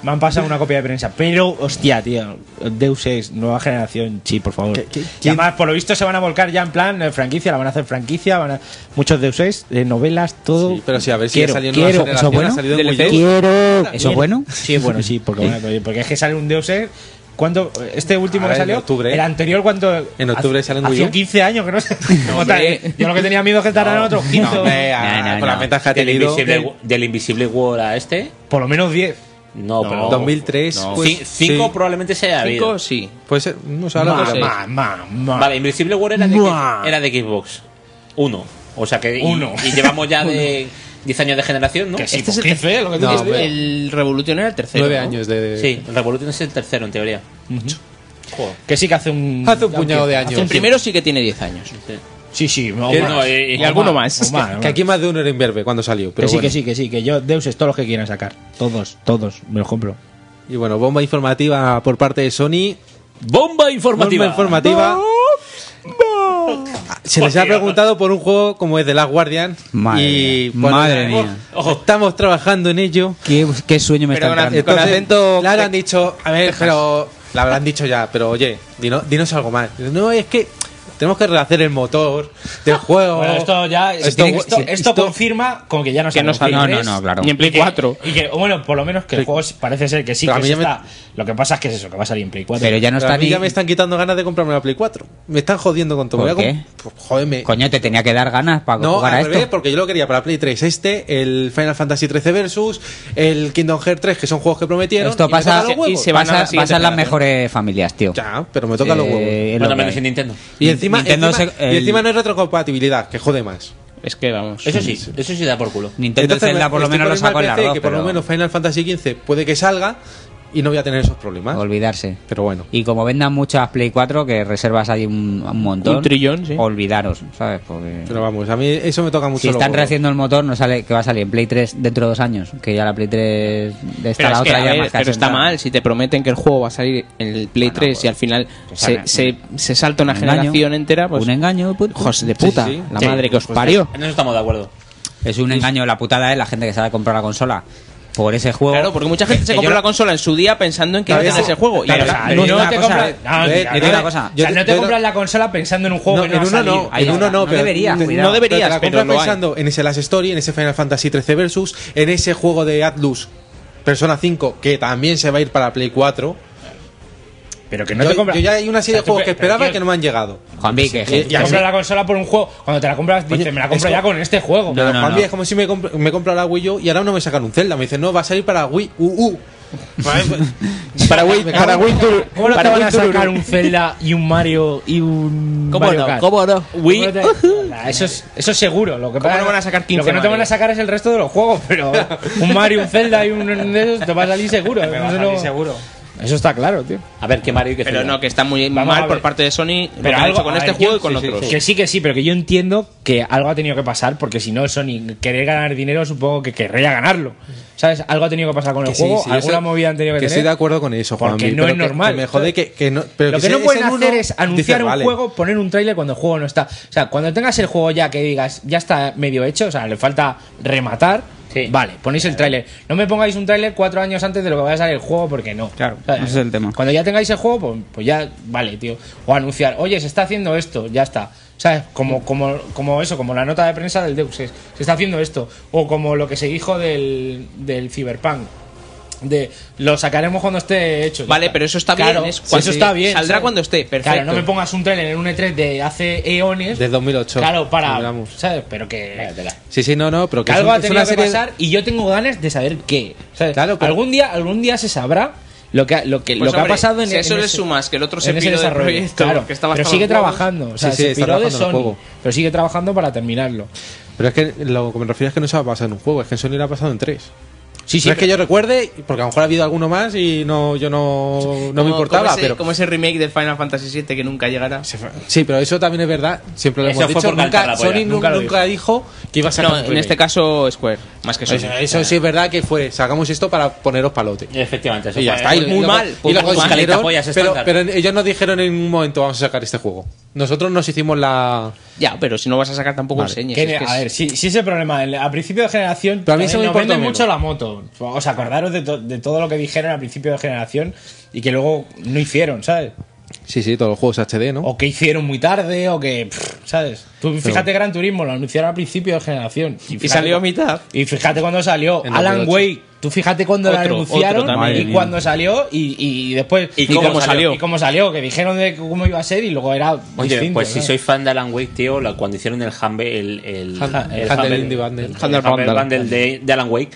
Speaker 8: me han pasado una copia de prensa. Pero, hostia, tío. Deus Ex, nueva generación, sí, por favor.
Speaker 4: qué-
Speaker 8: Y
Speaker 4: quién-
Speaker 8: además, por lo visto, se van a volcar ya en plan eh, franquicia, la van a hacer franquicia, van a... muchos Deus Ex, eh, novelas, todo.
Speaker 4: Sí, pero sí, a ver si
Speaker 8: Quiero,
Speaker 4: ha salido en
Speaker 8: quiero.
Speaker 4: nueva generación,
Speaker 8: ¿Eso bueno?
Speaker 4: ha salido en
Speaker 8: DLC.
Speaker 4: Wii U.
Speaker 10: Quiero. ¿Eso es bueno?
Speaker 8: Sí, es bueno, sí, porque, van a- porque es que sale un Deus Ex. ¿Cuándo? Este último
Speaker 4: Ahora
Speaker 8: que
Speaker 4: en
Speaker 8: salió.
Speaker 4: octubre.
Speaker 8: El anterior, cuando.
Speaker 4: En octubre sale en Wii U.
Speaker 8: Hace 15 años que no
Speaker 4: [laughs]
Speaker 8: sé. ¿eh?
Speaker 9: hombre.
Speaker 8: Yo lo que tenía miedo es que tardaran otros 15.
Speaker 4: No, hombre, a-
Speaker 10: No, no,
Speaker 4: con
Speaker 10: no.
Speaker 4: la ventaja que ha
Speaker 6: Del
Speaker 4: tenido.
Speaker 6: invisible, del invisible War a este.
Speaker 8: Por lo menos 10.
Speaker 6: No,
Speaker 4: No,
Speaker 6: pero.
Speaker 4: 2003,
Speaker 6: no.
Speaker 4: pues,
Speaker 6: Cin- cinco
Speaker 4: sí.
Speaker 6: probablemente sea habido.
Speaker 9: Cinco, sí.
Speaker 4: Puede ser. No sé, ahora
Speaker 8: Más,
Speaker 4: lo veremos.
Speaker 8: más, más, más.
Speaker 6: Vale, Invisible War era de,
Speaker 8: Mua.
Speaker 6: era de Xbox. Uno. O sea que. y-
Speaker 8: Uno.
Speaker 6: Y, llevamos ya de 10 años de generación, ¿no?
Speaker 8: Que sí, pues,
Speaker 6: Este-
Speaker 9: Este es el
Speaker 8: Quince,
Speaker 9: tercero,
Speaker 8: lo que tú
Speaker 9: no,
Speaker 8: dices.
Speaker 9: hombre. El Revolution era el tercero.
Speaker 4: Nueve
Speaker 9: ¿no?
Speaker 4: años de.
Speaker 6: Sí, el Revolution es el tercero en teoría. Joder.
Speaker 8: Que sí que hace un.
Speaker 4: Hace un puñado de años.
Speaker 9: El primero sí que tiene 10 años.
Speaker 8: Sí, sí. o
Speaker 6: Que
Speaker 8: más,
Speaker 6: no, eh,
Speaker 8: o
Speaker 6: y
Speaker 9: alguno más.
Speaker 8: o más, o
Speaker 4: Que aquí más de uno era imberbe cuando salió. Pero
Speaker 8: que sí,
Speaker 4: bueno.
Speaker 8: que sí, que sí. Que yo, Deus, es todos los que quieran sacar. Todos, todos. Me los compro.
Speaker 4: Y bueno, bomba informativa por parte de Sony.
Speaker 6: Bomba informativa.
Speaker 4: Bomba informativa. Se les ha preguntado por un juego como es The Last Guardian.
Speaker 10: Madre
Speaker 4: y Oh.
Speaker 10: mía,
Speaker 4: bueno,
Speaker 10: madre mía.
Speaker 4: ojo, Estamos trabajando en ello.
Speaker 10: ¿Qué, qué sueño me está
Speaker 9: Pero
Speaker 10: entrando?
Speaker 9: Con acento
Speaker 4: Claro,
Speaker 9: tex-
Speaker 4: han dicho. A ver, pero. La habrán dicho ya, pero oye, dino- dinos algo más. No, es que tenemos que rehacer el motor
Speaker 10: [laughs]
Speaker 4: del juego.
Speaker 8: Bueno, esto ya. Esto,
Speaker 4: Esto-
Speaker 8: esto-
Speaker 4: sí,
Speaker 8: esto confirma con que ya no
Speaker 9: Que no
Speaker 8: sabe
Speaker 9: sabe-
Speaker 10: No,
Speaker 8: quién es.
Speaker 10: no, no, claro.
Speaker 9: Y en Play
Speaker 8: Y que-
Speaker 9: 4.
Speaker 8: Y que, bueno, por lo menos que el
Speaker 4: Sí.
Speaker 8: juego es- parece ser que sí,
Speaker 4: Pero a
Speaker 8: que
Speaker 4: mí
Speaker 8: se
Speaker 4: ya me-
Speaker 8: está. Lo que pasa es que es eso, que va a salir en Play 4.
Speaker 10: Pero ya no
Speaker 4: Pero
Speaker 10: está
Speaker 4: a mí
Speaker 10: ni.
Speaker 4: ya me están quitando ganas de comprarme la Play 4. Me están jodiendo con todo.
Speaker 10: ¿Por
Speaker 4: Voy a com-
Speaker 10: qué?
Speaker 4: Pues, joder, me-
Speaker 10: Coño, te tenía que dar ganas para
Speaker 4: No,
Speaker 10: jugar
Speaker 4: al
Speaker 10: a
Speaker 4: revés,
Speaker 10: esto.
Speaker 4: porque yo lo quería para Play 3 este, el Final Fantasy 13 Versus, el Kingdom Hearts 3, que son juegos que prometieron. y
Speaker 10: Esto
Speaker 4: me
Speaker 10: pasa
Speaker 4: tocan los
Speaker 10: y
Speaker 4: huevos.
Speaker 10: se basa,
Speaker 9: Van a la
Speaker 10: basa
Speaker 9: siguiente
Speaker 10: en las
Speaker 9: generación.
Speaker 10: mejores familias, tío.
Speaker 4: Ya, pero me tocan los
Speaker 10: Eh,
Speaker 4: huevos.
Speaker 10: es lo
Speaker 6: Bueno,
Speaker 10: que
Speaker 6: menos en
Speaker 10: hay.
Speaker 6: Nintendo.
Speaker 4: Y encima,
Speaker 10: Nintendo
Speaker 4: encima-
Speaker 10: se- el-
Speaker 4: y encima no es retrocompatibilidad, que jode más.
Speaker 9: Es que vamos.
Speaker 6: Eso sí, eso sí da por culo.
Speaker 10: Nintendo
Speaker 4: Entonces,
Speaker 10: Zelda por lo
Speaker 4: estoy
Speaker 10: menos lo
Speaker 4: poniendo
Speaker 10: sacó en
Speaker 4: al
Speaker 10: las
Speaker 4: PC,
Speaker 10: dos,
Speaker 4: que por lo
Speaker 10: pero-
Speaker 4: menos Final Fantasy 15 puede que salga y no voy a tener esos problemas.
Speaker 10: Olvidarse.
Speaker 4: Pero bueno.
Speaker 10: Y como vendan muchas Play 4, que reservas ahí un, un montón.
Speaker 9: Un trillón, sí.
Speaker 10: Olvidaros, ¿sabes? Porque.
Speaker 4: Pero vamos, a mí eso me toca mucho.
Speaker 10: si
Speaker 4: los
Speaker 10: están
Speaker 4: huevos.
Speaker 10: rehaciendo el motor, no sale que va a salir en Play 3 dentro de dos años. Que ya la Play 3 está
Speaker 9: Pero,
Speaker 10: la
Speaker 9: es que,
Speaker 10: otra
Speaker 9: a
Speaker 10: ya
Speaker 9: ver,
Speaker 10: más
Speaker 9: pero está
Speaker 10: asentada.
Speaker 9: mal si te prometen que el juego va a salir en el Play 3 y al final se,
Speaker 10: saca-
Speaker 9: se, se salta una
Speaker 10: Un engaño.
Speaker 9: generación entera. Pues,
Speaker 10: Un engaño, puto.
Speaker 9: hijos de puta,
Speaker 4: sí.
Speaker 9: la
Speaker 6: Sí,
Speaker 9: madre que os
Speaker 6: pues
Speaker 9: parió.
Speaker 6: En eso estamos de acuerdo.
Speaker 10: Es un engaño. La putada es la gente que se va a comprar la consola por ese juego.
Speaker 9: Claro, porque mucha gente se
Speaker 10: que
Speaker 9: compró
Speaker 10: yo-
Speaker 9: la consola en su día pensando en que iba a
Speaker 4: Claro,
Speaker 9: tener
Speaker 4: eso-
Speaker 9: ese juego. Y
Speaker 10: claro,
Speaker 9: ahora-
Speaker 10: claro.
Speaker 8: no,
Speaker 10: Pero
Speaker 8: te
Speaker 10: una cosa-
Speaker 8: compras. No,
Speaker 4: Ve,
Speaker 8: mira,
Speaker 4: te
Speaker 10: digo
Speaker 8: no-
Speaker 10: una cosa.
Speaker 8: o sea,
Speaker 4: Yo te-
Speaker 8: no te
Speaker 4: yo te-
Speaker 8: compras la consola pensando en un juego
Speaker 4: No,
Speaker 8: que no
Speaker 4: en
Speaker 8: va a
Speaker 4: uno
Speaker 8: salir.
Speaker 4: no,
Speaker 10: Ahí
Speaker 4: en
Speaker 10: está,
Speaker 4: uno no,
Speaker 10: no
Speaker 4: pero
Speaker 10: deberías,
Speaker 4: te-
Speaker 10: cuidado.
Speaker 4: no deberías,
Speaker 9: Pero te la
Speaker 4: pero
Speaker 9: compras
Speaker 4: lo hay.
Speaker 9: pensando
Speaker 4: en ese Last Story, en ese Final Fantasy 13 Versus, en ese juego de Atlus Persona 5 que también se va a ir para Play 4.
Speaker 8: Pero que no
Speaker 4: yo,
Speaker 8: te compras.
Speaker 4: yo ya hay una serie
Speaker 8: O sea,
Speaker 4: de
Speaker 8: tú
Speaker 4: juegos que
Speaker 8: puedes-
Speaker 4: esperaba
Speaker 8: pero,
Speaker 4: y que no me han llegado.
Speaker 10: Juanvi, que
Speaker 8: tío, Te compras la consola por un juego. Cuando te la compras, dices, me la compro
Speaker 4: es
Speaker 8: ya
Speaker 4: como-
Speaker 8: con este juego.
Speaker 4: Pero, Juanvi, es como si me, compro- me he comprado la Wii U y ahora no me sacan un Zelda. Me dicen, no, va a salir para Wii U. pues,
Speaker 8: Para Wii- para Wii Tour-
Speaker 4: ¿Cómo no
Speaker 8: para
Speaker 4: te
Speaker 8: Wii
Speaker 4: van a
Speaker 8: Tour-
Speaker 4: sacar un
Speaker 8: Zelda y un Mario y un
Speaker 9: ¿Cómo
Speaker 8: Mario
Speaker 9: no?
Speaker 8: Kart?
Speaker 9: ¿Cómo no?
Speaker 8: Wii. Eso es, eso es seguro. Lo que
Speaker 9: ¿Cómo
Speaker 8: pasa-
Speaker 9: no van a sacar 15
Speaker 8: Lo que no te van a
Speaker 9: Marios?
Speaker 8: sacar es el resto de los juegos,
Speaker 9: [laughs]
Speaker 8: pero un Mario, un Zelda y un de esos te va a salir seguro. ¿eh?
Speaker 9: Me va a
Speaker 8: Eso
Speaker 9: salir
Speaker 8: no-
Speaker 9: seguro.
Speaker 8: Eso está claro, tío.
Speaker 6: A ver, qué Mario y qué
Speaker 9: Pero
Speaker 6: Zelda.
Speaker 9: no, que está muy
Speaker 8: Vamos a
Speaker 9: mal
Speaker 8: ver.
Speaker 9: por parte de Sony lo que
Speaker 8: Pero
Speaker 9: han
Speaker 8: algo
Speaker 9: hecho con
Speaker 8: a
Speaker 9: este
Speaker 8: ver,
Speaker 9: juego
Speaker 8: yo-
Speaker 9: y con
Speaker 8: sí, sí,
Speaker 9: otros.
Speaker 8: sí. Que sí, que sí, pero que yo entiendo que algo ha tenido que pasar, porque si no, Sony querer ganar dinero, supongo que querría ganarlo. ¿Sabes? Algo ha tenido que pasar con el
Speaker 4: Que sí,
Speaker 8: juego,
Speaker 4: sí, yo
Speaker 8: alguna
Speaker 4: sé-
Speaker 8: movida han tenido que,
Speaker 4: que
Speaker 8: tener.
Speaker 4: estoy de acuerdo con eso, Juanvi,
Speaker 8: Porque no
Speaker 4: pero
Speaker 8: es
Speaker 4: que-
Speaker 8: normal.
Speaker 4: que me jode que- que no- pero
Speaker 8: lo
Speaker 4: que
Speaker 8: que,
Speaker 4: si
Speaker 8: no
Speaker 4: es
Speaker 8: pueden
Speaker 4: en uno,
Speaker 8: hacer es anunciar
Speaker 4: dices,
Speaker 8: un
Speaker 4: vale.
Speaker 8: juego, poner un tráiler cuando el juego no está. O sea, cuando tengas el juego ya que digas, ya está medio hecho, o sea, le falta rematar. Vale, ponéis
Speaker 4: Eh.
Speaker 8: el tráiler. No me pongáis un tráiler cuatro años antes de lo que va a salir el juego, porque no. Claro,
Speaker 10: ese es el tema.
Speaker 8: Cuando ya tengáis el juego, pues, pues ya, vale, tío. O anunciar, oye, se está haciendo esto, ya está. ¿Sabes? Como, como, como eso, como la nota de prensa del Deus Ex. Se está haciendo esto. O como lo que se dijo del, del Cyberpunk. De lo sacaremos cuando esté hecho. ya
Speaker 9: Vale, pero eso está
Speaker 8: Claro,
Speaker 9: bien. es
Speaker 8: sí,
Speaker 9: cuando-
Speaker 8: eso está bien.
Speaker 9: Saldrá
Speaker 8: ¿sabes?
Speaker 9: cuando esté, perfecto.
Speaker 8: Claro, no me pongas un trailer en un E3 de hace eones.
Speaker 4: Desde 2008.
Speaker 8: Claro, para.
Speaker 4: Hablamos.
Speaker 8: ¿Sabes? Pero que.
Speaker 4: Sí, sí, no, no, pero
Speaker 8: que
Speaker 4: que es
Speaker 8: algo
Speaker 4: un-
Speaker 8: ha
Speaker 4: es
Speaker 8: tenido
Speaker 4: una
Speaker 8: que
Speaker 4: serie.
Speaker 8: pasar y yo tengo ganas de saber qué. ¿sabes? algún día algún día se sabrá lo que, ha- lo que,
Speaker 9: Pues,
Speaker 8: lo que
Speaker 9: hombre,
Speaker 8: ha pasado en
Speaker 9: si a eso le
Speaker 8: ese-
Speaker 9: sumas que el otro se
Speaker 8: en ese
Speaker 9: piró del
Speaker 8: desarrollo.
Speaker 9: proyecto,
Speaker 8: Claro,
Speaker 9: que estaba
Speaker 8: pero
Speaker 9: hasta
Speaker 8: sigue
Speaker 9: los huevos.
Speaker 8: trabajando. O sea,
Speaker 4: Sí, sí,
Speaker 8: se
Speaker 4: está
Speaker 8: piró de
Speaker 4: trabajando en el
Speaker 8: Sony,
Speaker 4: juego.
Speaker 8: pero sigue trabajando para terminarlo.
Speaker 4: Pero es que lo que me refiero es que no se ha pasado en un juego, es que en Sony lo ha pasado en tres.
Speaker 8: Sí,
Speaker 4: sí, es que yo recuerde, porque a lo mejor ha habido alguno más y no, yo no, no
Speaker 9: Como-
Speaker 4: me importaba,
Speaker 9: como ese,
Speaker 4: pero
Speaker 9: Como ese remake del Final Fantasy VII que nunca llegará.
Speaker 4: Sí, pero eso también es verdad. Siempre lo
Speaker 9: Eso
Speaker 4: hemos
Speaker 9: fue
Speaker 4: dicho.
Speaker 9: por cantar
Speaker 8: pues
Speaker 4: Nunca,
Speaker 9: la polla,
Speaker 4: Sony nu- nunca,
Speaker 9: nunca lo
Speaker 4: dijo que iba a sacar
Speaker 9: No,
Speaker 4: un
Speaker 9: en
Speaker 4: remake.
Speaker 9: este caso Square, más que Sony.
Speaker 4: Eso, eso sí es verdad que fue, sacamos esto para poneros palote.
Speaker 6: Efectivamente, eso
Speaker 4: y ya
Speaker 6: fue
Speaker 4: está. y
Speaker 6: muy
Speaker 4: lo-
Speaker 6: mal,
Speaker 4: Y
Speaker 6: pues
Speaker 4: lo
Speaker 6: muy mal.
Speaker 4: consiguieron,
Speaker 6: Calentapollas
Speaker 4: pero,
Speaker 6: estándar.
Speaker 4: pero ellos nos dijeron en un momento vamos a sacar este juego. Nosotros nos hicimos la...
Speaker 9: Ya, pero si no vas a sacar tampoco
Speaker 4: Vale.
Speaker 9: enseñes.
Speaker 8: Que,
Speaker 9: es que
Speaker 8: a
Speaker 9: es-
Speaker 8: ver, si, si ese problema el- a principio de generación
Speaker 4: Pero a mí
Speaker 8: eh,
Speaker 4: se me
Speaker 8: nos
Speaker 4: importa
Speaker 8: venden
Speaker 4: menos.
Speaker 8: mucho la moto. Os acordaros de, to- de todo lo que dijeron a principio de generación y que luego no hicieron, ¿sabes?
Speaker 4: Sí, sí, todos los juegos HD, ¿no?
Speaker 8: O que hicieron muy tarde, o que. pff, ¿Sabes? Tú fíjate, Gran Turismo lo anunciaron a principio de generación. Y, fíjate
Speaker 9: salió a
Speaker 8: cu-
Speaker 9: mitad.
Speaker 8: Y fíjate cuando salió
Speaker 9: En
Speaker 8: Alan
Speaker 9: 2008.
Speaker 8: Wake. Tú fíjate cuando lo
Speaker 9: Otro,
Speaker 8: anunciaron
Speaker 9: otro también.
Speaker 8: y cuando salió y, y después.
Speaker 6: Y cómo salió.
Speaker 8: Y cómo salió, que dijeron de cómo iba a ser y luego era.
Speaker 6: Oye,
Speaker 8: distinto,
Speaker 6: pues si
Speaker 8: ¿no?
Speaker 6: soy fan de Alan Wake, tío, la- cuando hicieron el Humble, el, el,
Speaker 8: Han-
Speaker 6: el
Speaker 8: el
Speaker 4: Humble
Speaker 6: Humble-
Speaker 4: Indie Bundle.
Speaker 6: el
Speaker 4: Humble
Speaker 6: Humble
Speaker 4: Bundle.
Speaker 6: Bundle de, de Alan Wake,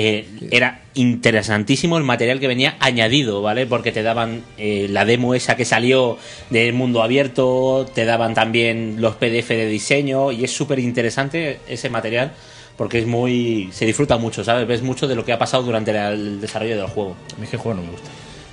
Speaker 6: eh, era interesantísimo el material que venía añadido, ¿vale? Porque te daban eh, la demo esa que salió del mundo abierto, te daban también los PDF de diseño y es súper interesante ese material porque es muy se disfruta mucho, ¿sabes? Ves mucho de lo que ha pasado durante la- el desarrollo del juego.
Speaker 8: A mí es que el juego no me gusta.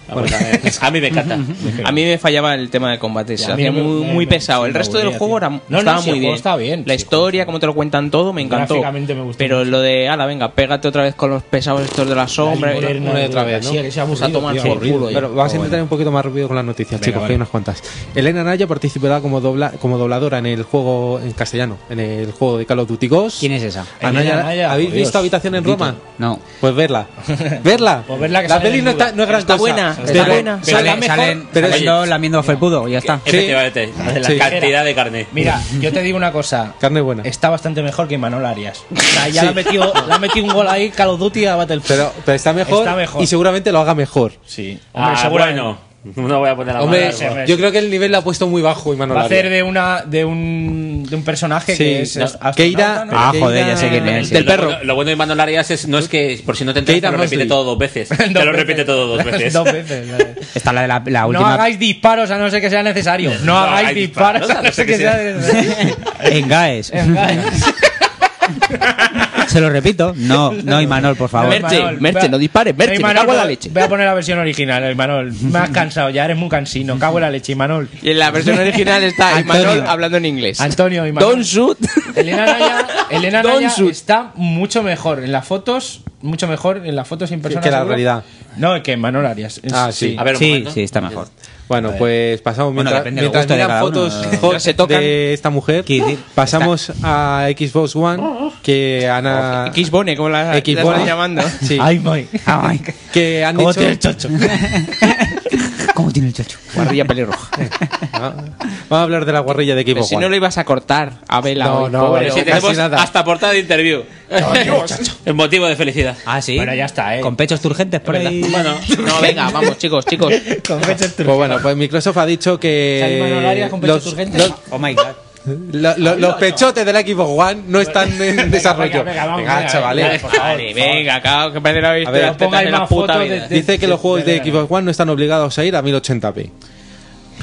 Speaker 6: Ah, pues
Speaker 4: [laughs]
Speaker 6: a mí- a mí me encanta.
Speaker 9: A mí me fallaba el tema de combate, se
Speaker 8: a mí
Speaker 9: hacía
Speaker 8: no me-
Speaker 9: muy,
Speaker 8: me-
Speaker 9: muy
Speaker 8: me-
Speaker 9: pesado.
Speaker 8: sí,
Speaker 9: El
Speaker 8: me
Speaker 9: resto del
Speaker 8: aburría,
Speaker 9: juego
Speaker 8: tío.
Speaker 9: era,
Speaker 8: No, no,
Speaker 9: estaba
Speaker 8: sí, el
Speaker 9: muy
Speaker 8: juego
Speaker 9: bien.
Speaker 8: está bien,
Speaker 9: La historia, como te lo cuentan todo, me encantó.
Speaker 8: Gráficamente me gustó
Speaker 9: Pero lo de, ala, venga, pégate otra vez con los pesados estos de la sombra.
Speaker 8: Dale, moderna, Una y otra vez, ¿no? sí, que sea
Speaker 9: Vamos a
Speaker 8: aburrido,
Speaker 9: tomar
Speaker 8: tío,
Speaker 9: por
Speaker 8: aburrido.
Speaker 9: culo ya.
Speaker 4: Pero vamos a intentar ir un poquito más rápido con las noticias,
Speaker 8: Venga,
Speaker 4: chicos, que
Speaker 8: vale.
Speaker 4: hay unas cuantas. Elena Naya participará como, dobla, como dobladora en el juego en castellano, en el juego de Call of Duty Ghost. ¿Quién
Speaker 10: es esa?
Speaker 4: Anaya,
Speaker 8: Elena Naya,
Speaker 4: ¿Habéis
Speaker 8: por
Speaker 4: visto
Speaker 8: Dios,
Speaker 4: Habitación en
Speaker 8: bendito.
Speaker 4: Roma?
Speaker 10: No.
Speaker 4: Pues verla.
Speaker 8: [laughs]
Speaker 4: verla.
Speaker 8: Pues verla que
Speaker 4: la
Speaker 8: sale
Speaker 4: peli no,
Speaker 8: desnuda.
Speaker 4: está, no es gran
Speaker 8: Está
Speaker 4: cosa.
Speaker 8: buena, está
Speaker 4: Pero-
Speaker 8: buena.
Speaker 4: pero
Speaker 8: Sale-
Speaker 4: es mejor-
Speaker 10: Salen,
Speaker 4: pero es-
Speaker 10: saliendo lamiendo felpudo y ya está.
Speaker 6: Efectivamente, la
Speaker 4: Sí.
Speaker 6: cantidad de carne.
Speaker 8: Mira, yo te digo una cosa.
Speaker 4: Carne buena.
Speaker 8: Está bastante mejor que Manol Arias. O sea, ya
Speaker 1: [laughs]
Speaker 4: Sí.
Speaker 8: le, ha metido, le ha metido un gol ahí Call of Duty a Battlefield.
Speaker 4: Pero, pero está, mejor
Speaker 8: Está mejor.
Speaker 4: y seguramente lo haga mejor.
Speaker 8: Sí.
Speaker 6: Hombre,
Speaker 8: Ah,
Speaker 6: seguramente. bueno. No voy a poner la
Speaker 4: Hombre,
Speaker 6: mano al árbol.
Speaker 4: yo creo que el nivel lo ha puesto muy bajo y
Speaker 8: Va a hacer de una de un, de un personaje que es astronauta, ¿no?
Speaker 10: Ah,
Speaker 6: [laughs]
Speaker 10: joder, ya sé quién es.
Speaker 6: Lo bueno- Lo bueno de Manuel Arias es, no es que, por si no te enteras, te
Speaker 10: Keira
Speaker 6: lo repite
Speaker 10: Mosley.
Speaker 6: todo dos
Speaker 8: [laughs]
Speaker 6: veces. Te lo repite todo dos veces.
Speaker 8: Dos veces, vale.
Speaker 10: Está la de la, la
Speaker 8: No
Speaker 10: última.
Speaker 8: hagáis disparos a no ser que sea necesario. No, hagáis disparos a no
Speaker 10: [laughs]
Speaker 8: ser que sea necesario.
Speaker 10: en GAES. Se lo repito. No, no, Imanol, por favor.
Speaker 8: Merche,
Speaker 9: Merche, no dispares, Merche, me cago en la leche.
Speaker 8: Voy a poner la versión original, Imanol. Me has cansado, ya eres muy cansino. Cago en la leche, Imanol.
Speaker 9: Y en la versión original está Imanol hablando en inglés.
Speaker 8: Antonio Imanol.
Speaker 9: Don't shoot.
Speaker 8: Elena Naya, Elena
Speaker 9: Don't
Speaker 8: Naya
Speaker 9: shoot.
Speaker 8: está mucho mejor en las fotos, mucho mejor en las fotos en persona.
Speaker 4: que la
Speaker 8: seguro.
Speaker 4: realidad.
Speaker 8: No, que en Manuel Arias. Es-
Speaker 4: Ah, sí.
Speaker 10: A ver, un Sí, momento. sí, está mejor.
Speaker 4: Bueno,
Speaker 10: Vale.
Speaker 4: pues pasamos
Speaker 10: Bueno,
Speaker 4: mientras,
Speaker 10: depende del
Speaker 4: mientras
Speaker 10: gusto de
Speaker 4: miran
Speaker 10: cada uno.
Speaker 4: fotos hot
Speaker 10: Se tocan.
Speaker 4: de esta mujer. Pasamos a Xbox One, que Ana
Speaker 9: Xbone, como la, la
Speaker 4: Xbone.
Speaker 9: están llamando.
Speaker 4: Sí.
Speaker 8: Ay, my.
Speaker 4: que han
Speaker 8: ¿Cómo
Speaker 10: [laughs]
Speaker 4: dicho
Speaker 8: tiene el chocho?
Speaker 10: ¿Cómo tiene el chacho?
Speaker 4: [laughs]
Speaker 9: Guarrilla pelirroja.
Speaker 4: Ah, Vamos a hablar de la guarrilla de equipo
Speaker 9: Pero si no lo ibas a cortar a Vela
Speaker 4: No,
Speaker 9: hoy,
Speaker 4: no,
Speaker 9: pobre.
Speaker 4: no,
Speaker 6: Si tenemos hasta portada de [laughs] interview. El motivo de felicidad.
Speaker 10: Ah, sí.
Speaker 6: Bueno, ya está, ¿eh?
Speaker 10: Con pechos turgentes por ahí.
Speaker 6: Bueno,
Speaker 9: No, venga, vamos, chicos, chicos.
Speaker 4: Pues bueno, pues Microsoft ha dicho que los, los-
Speaker 10: Oh my god.
Speaker 4: lo- lo- los pechotes del Xbox One no están en desarrollo.
Speaker 9: venga, venga, vamos,
Speaker 4: Venga,
Speaker 9: venga,
Speaker 4: chavales.
Speaker 9: Vale, venga, cabrón, que parece que habéis
Speaker 4: A ver,
Speaker 9: visto
Speaker 4: pongáis
Speaker 9: en la
Speaker 4: más
Speaker 9: puta
Speaker 4: fotos
Speaker 9: vida.
Speaker 4: Dice que los juegos de Xbox One no están obligados a ir a 1080p.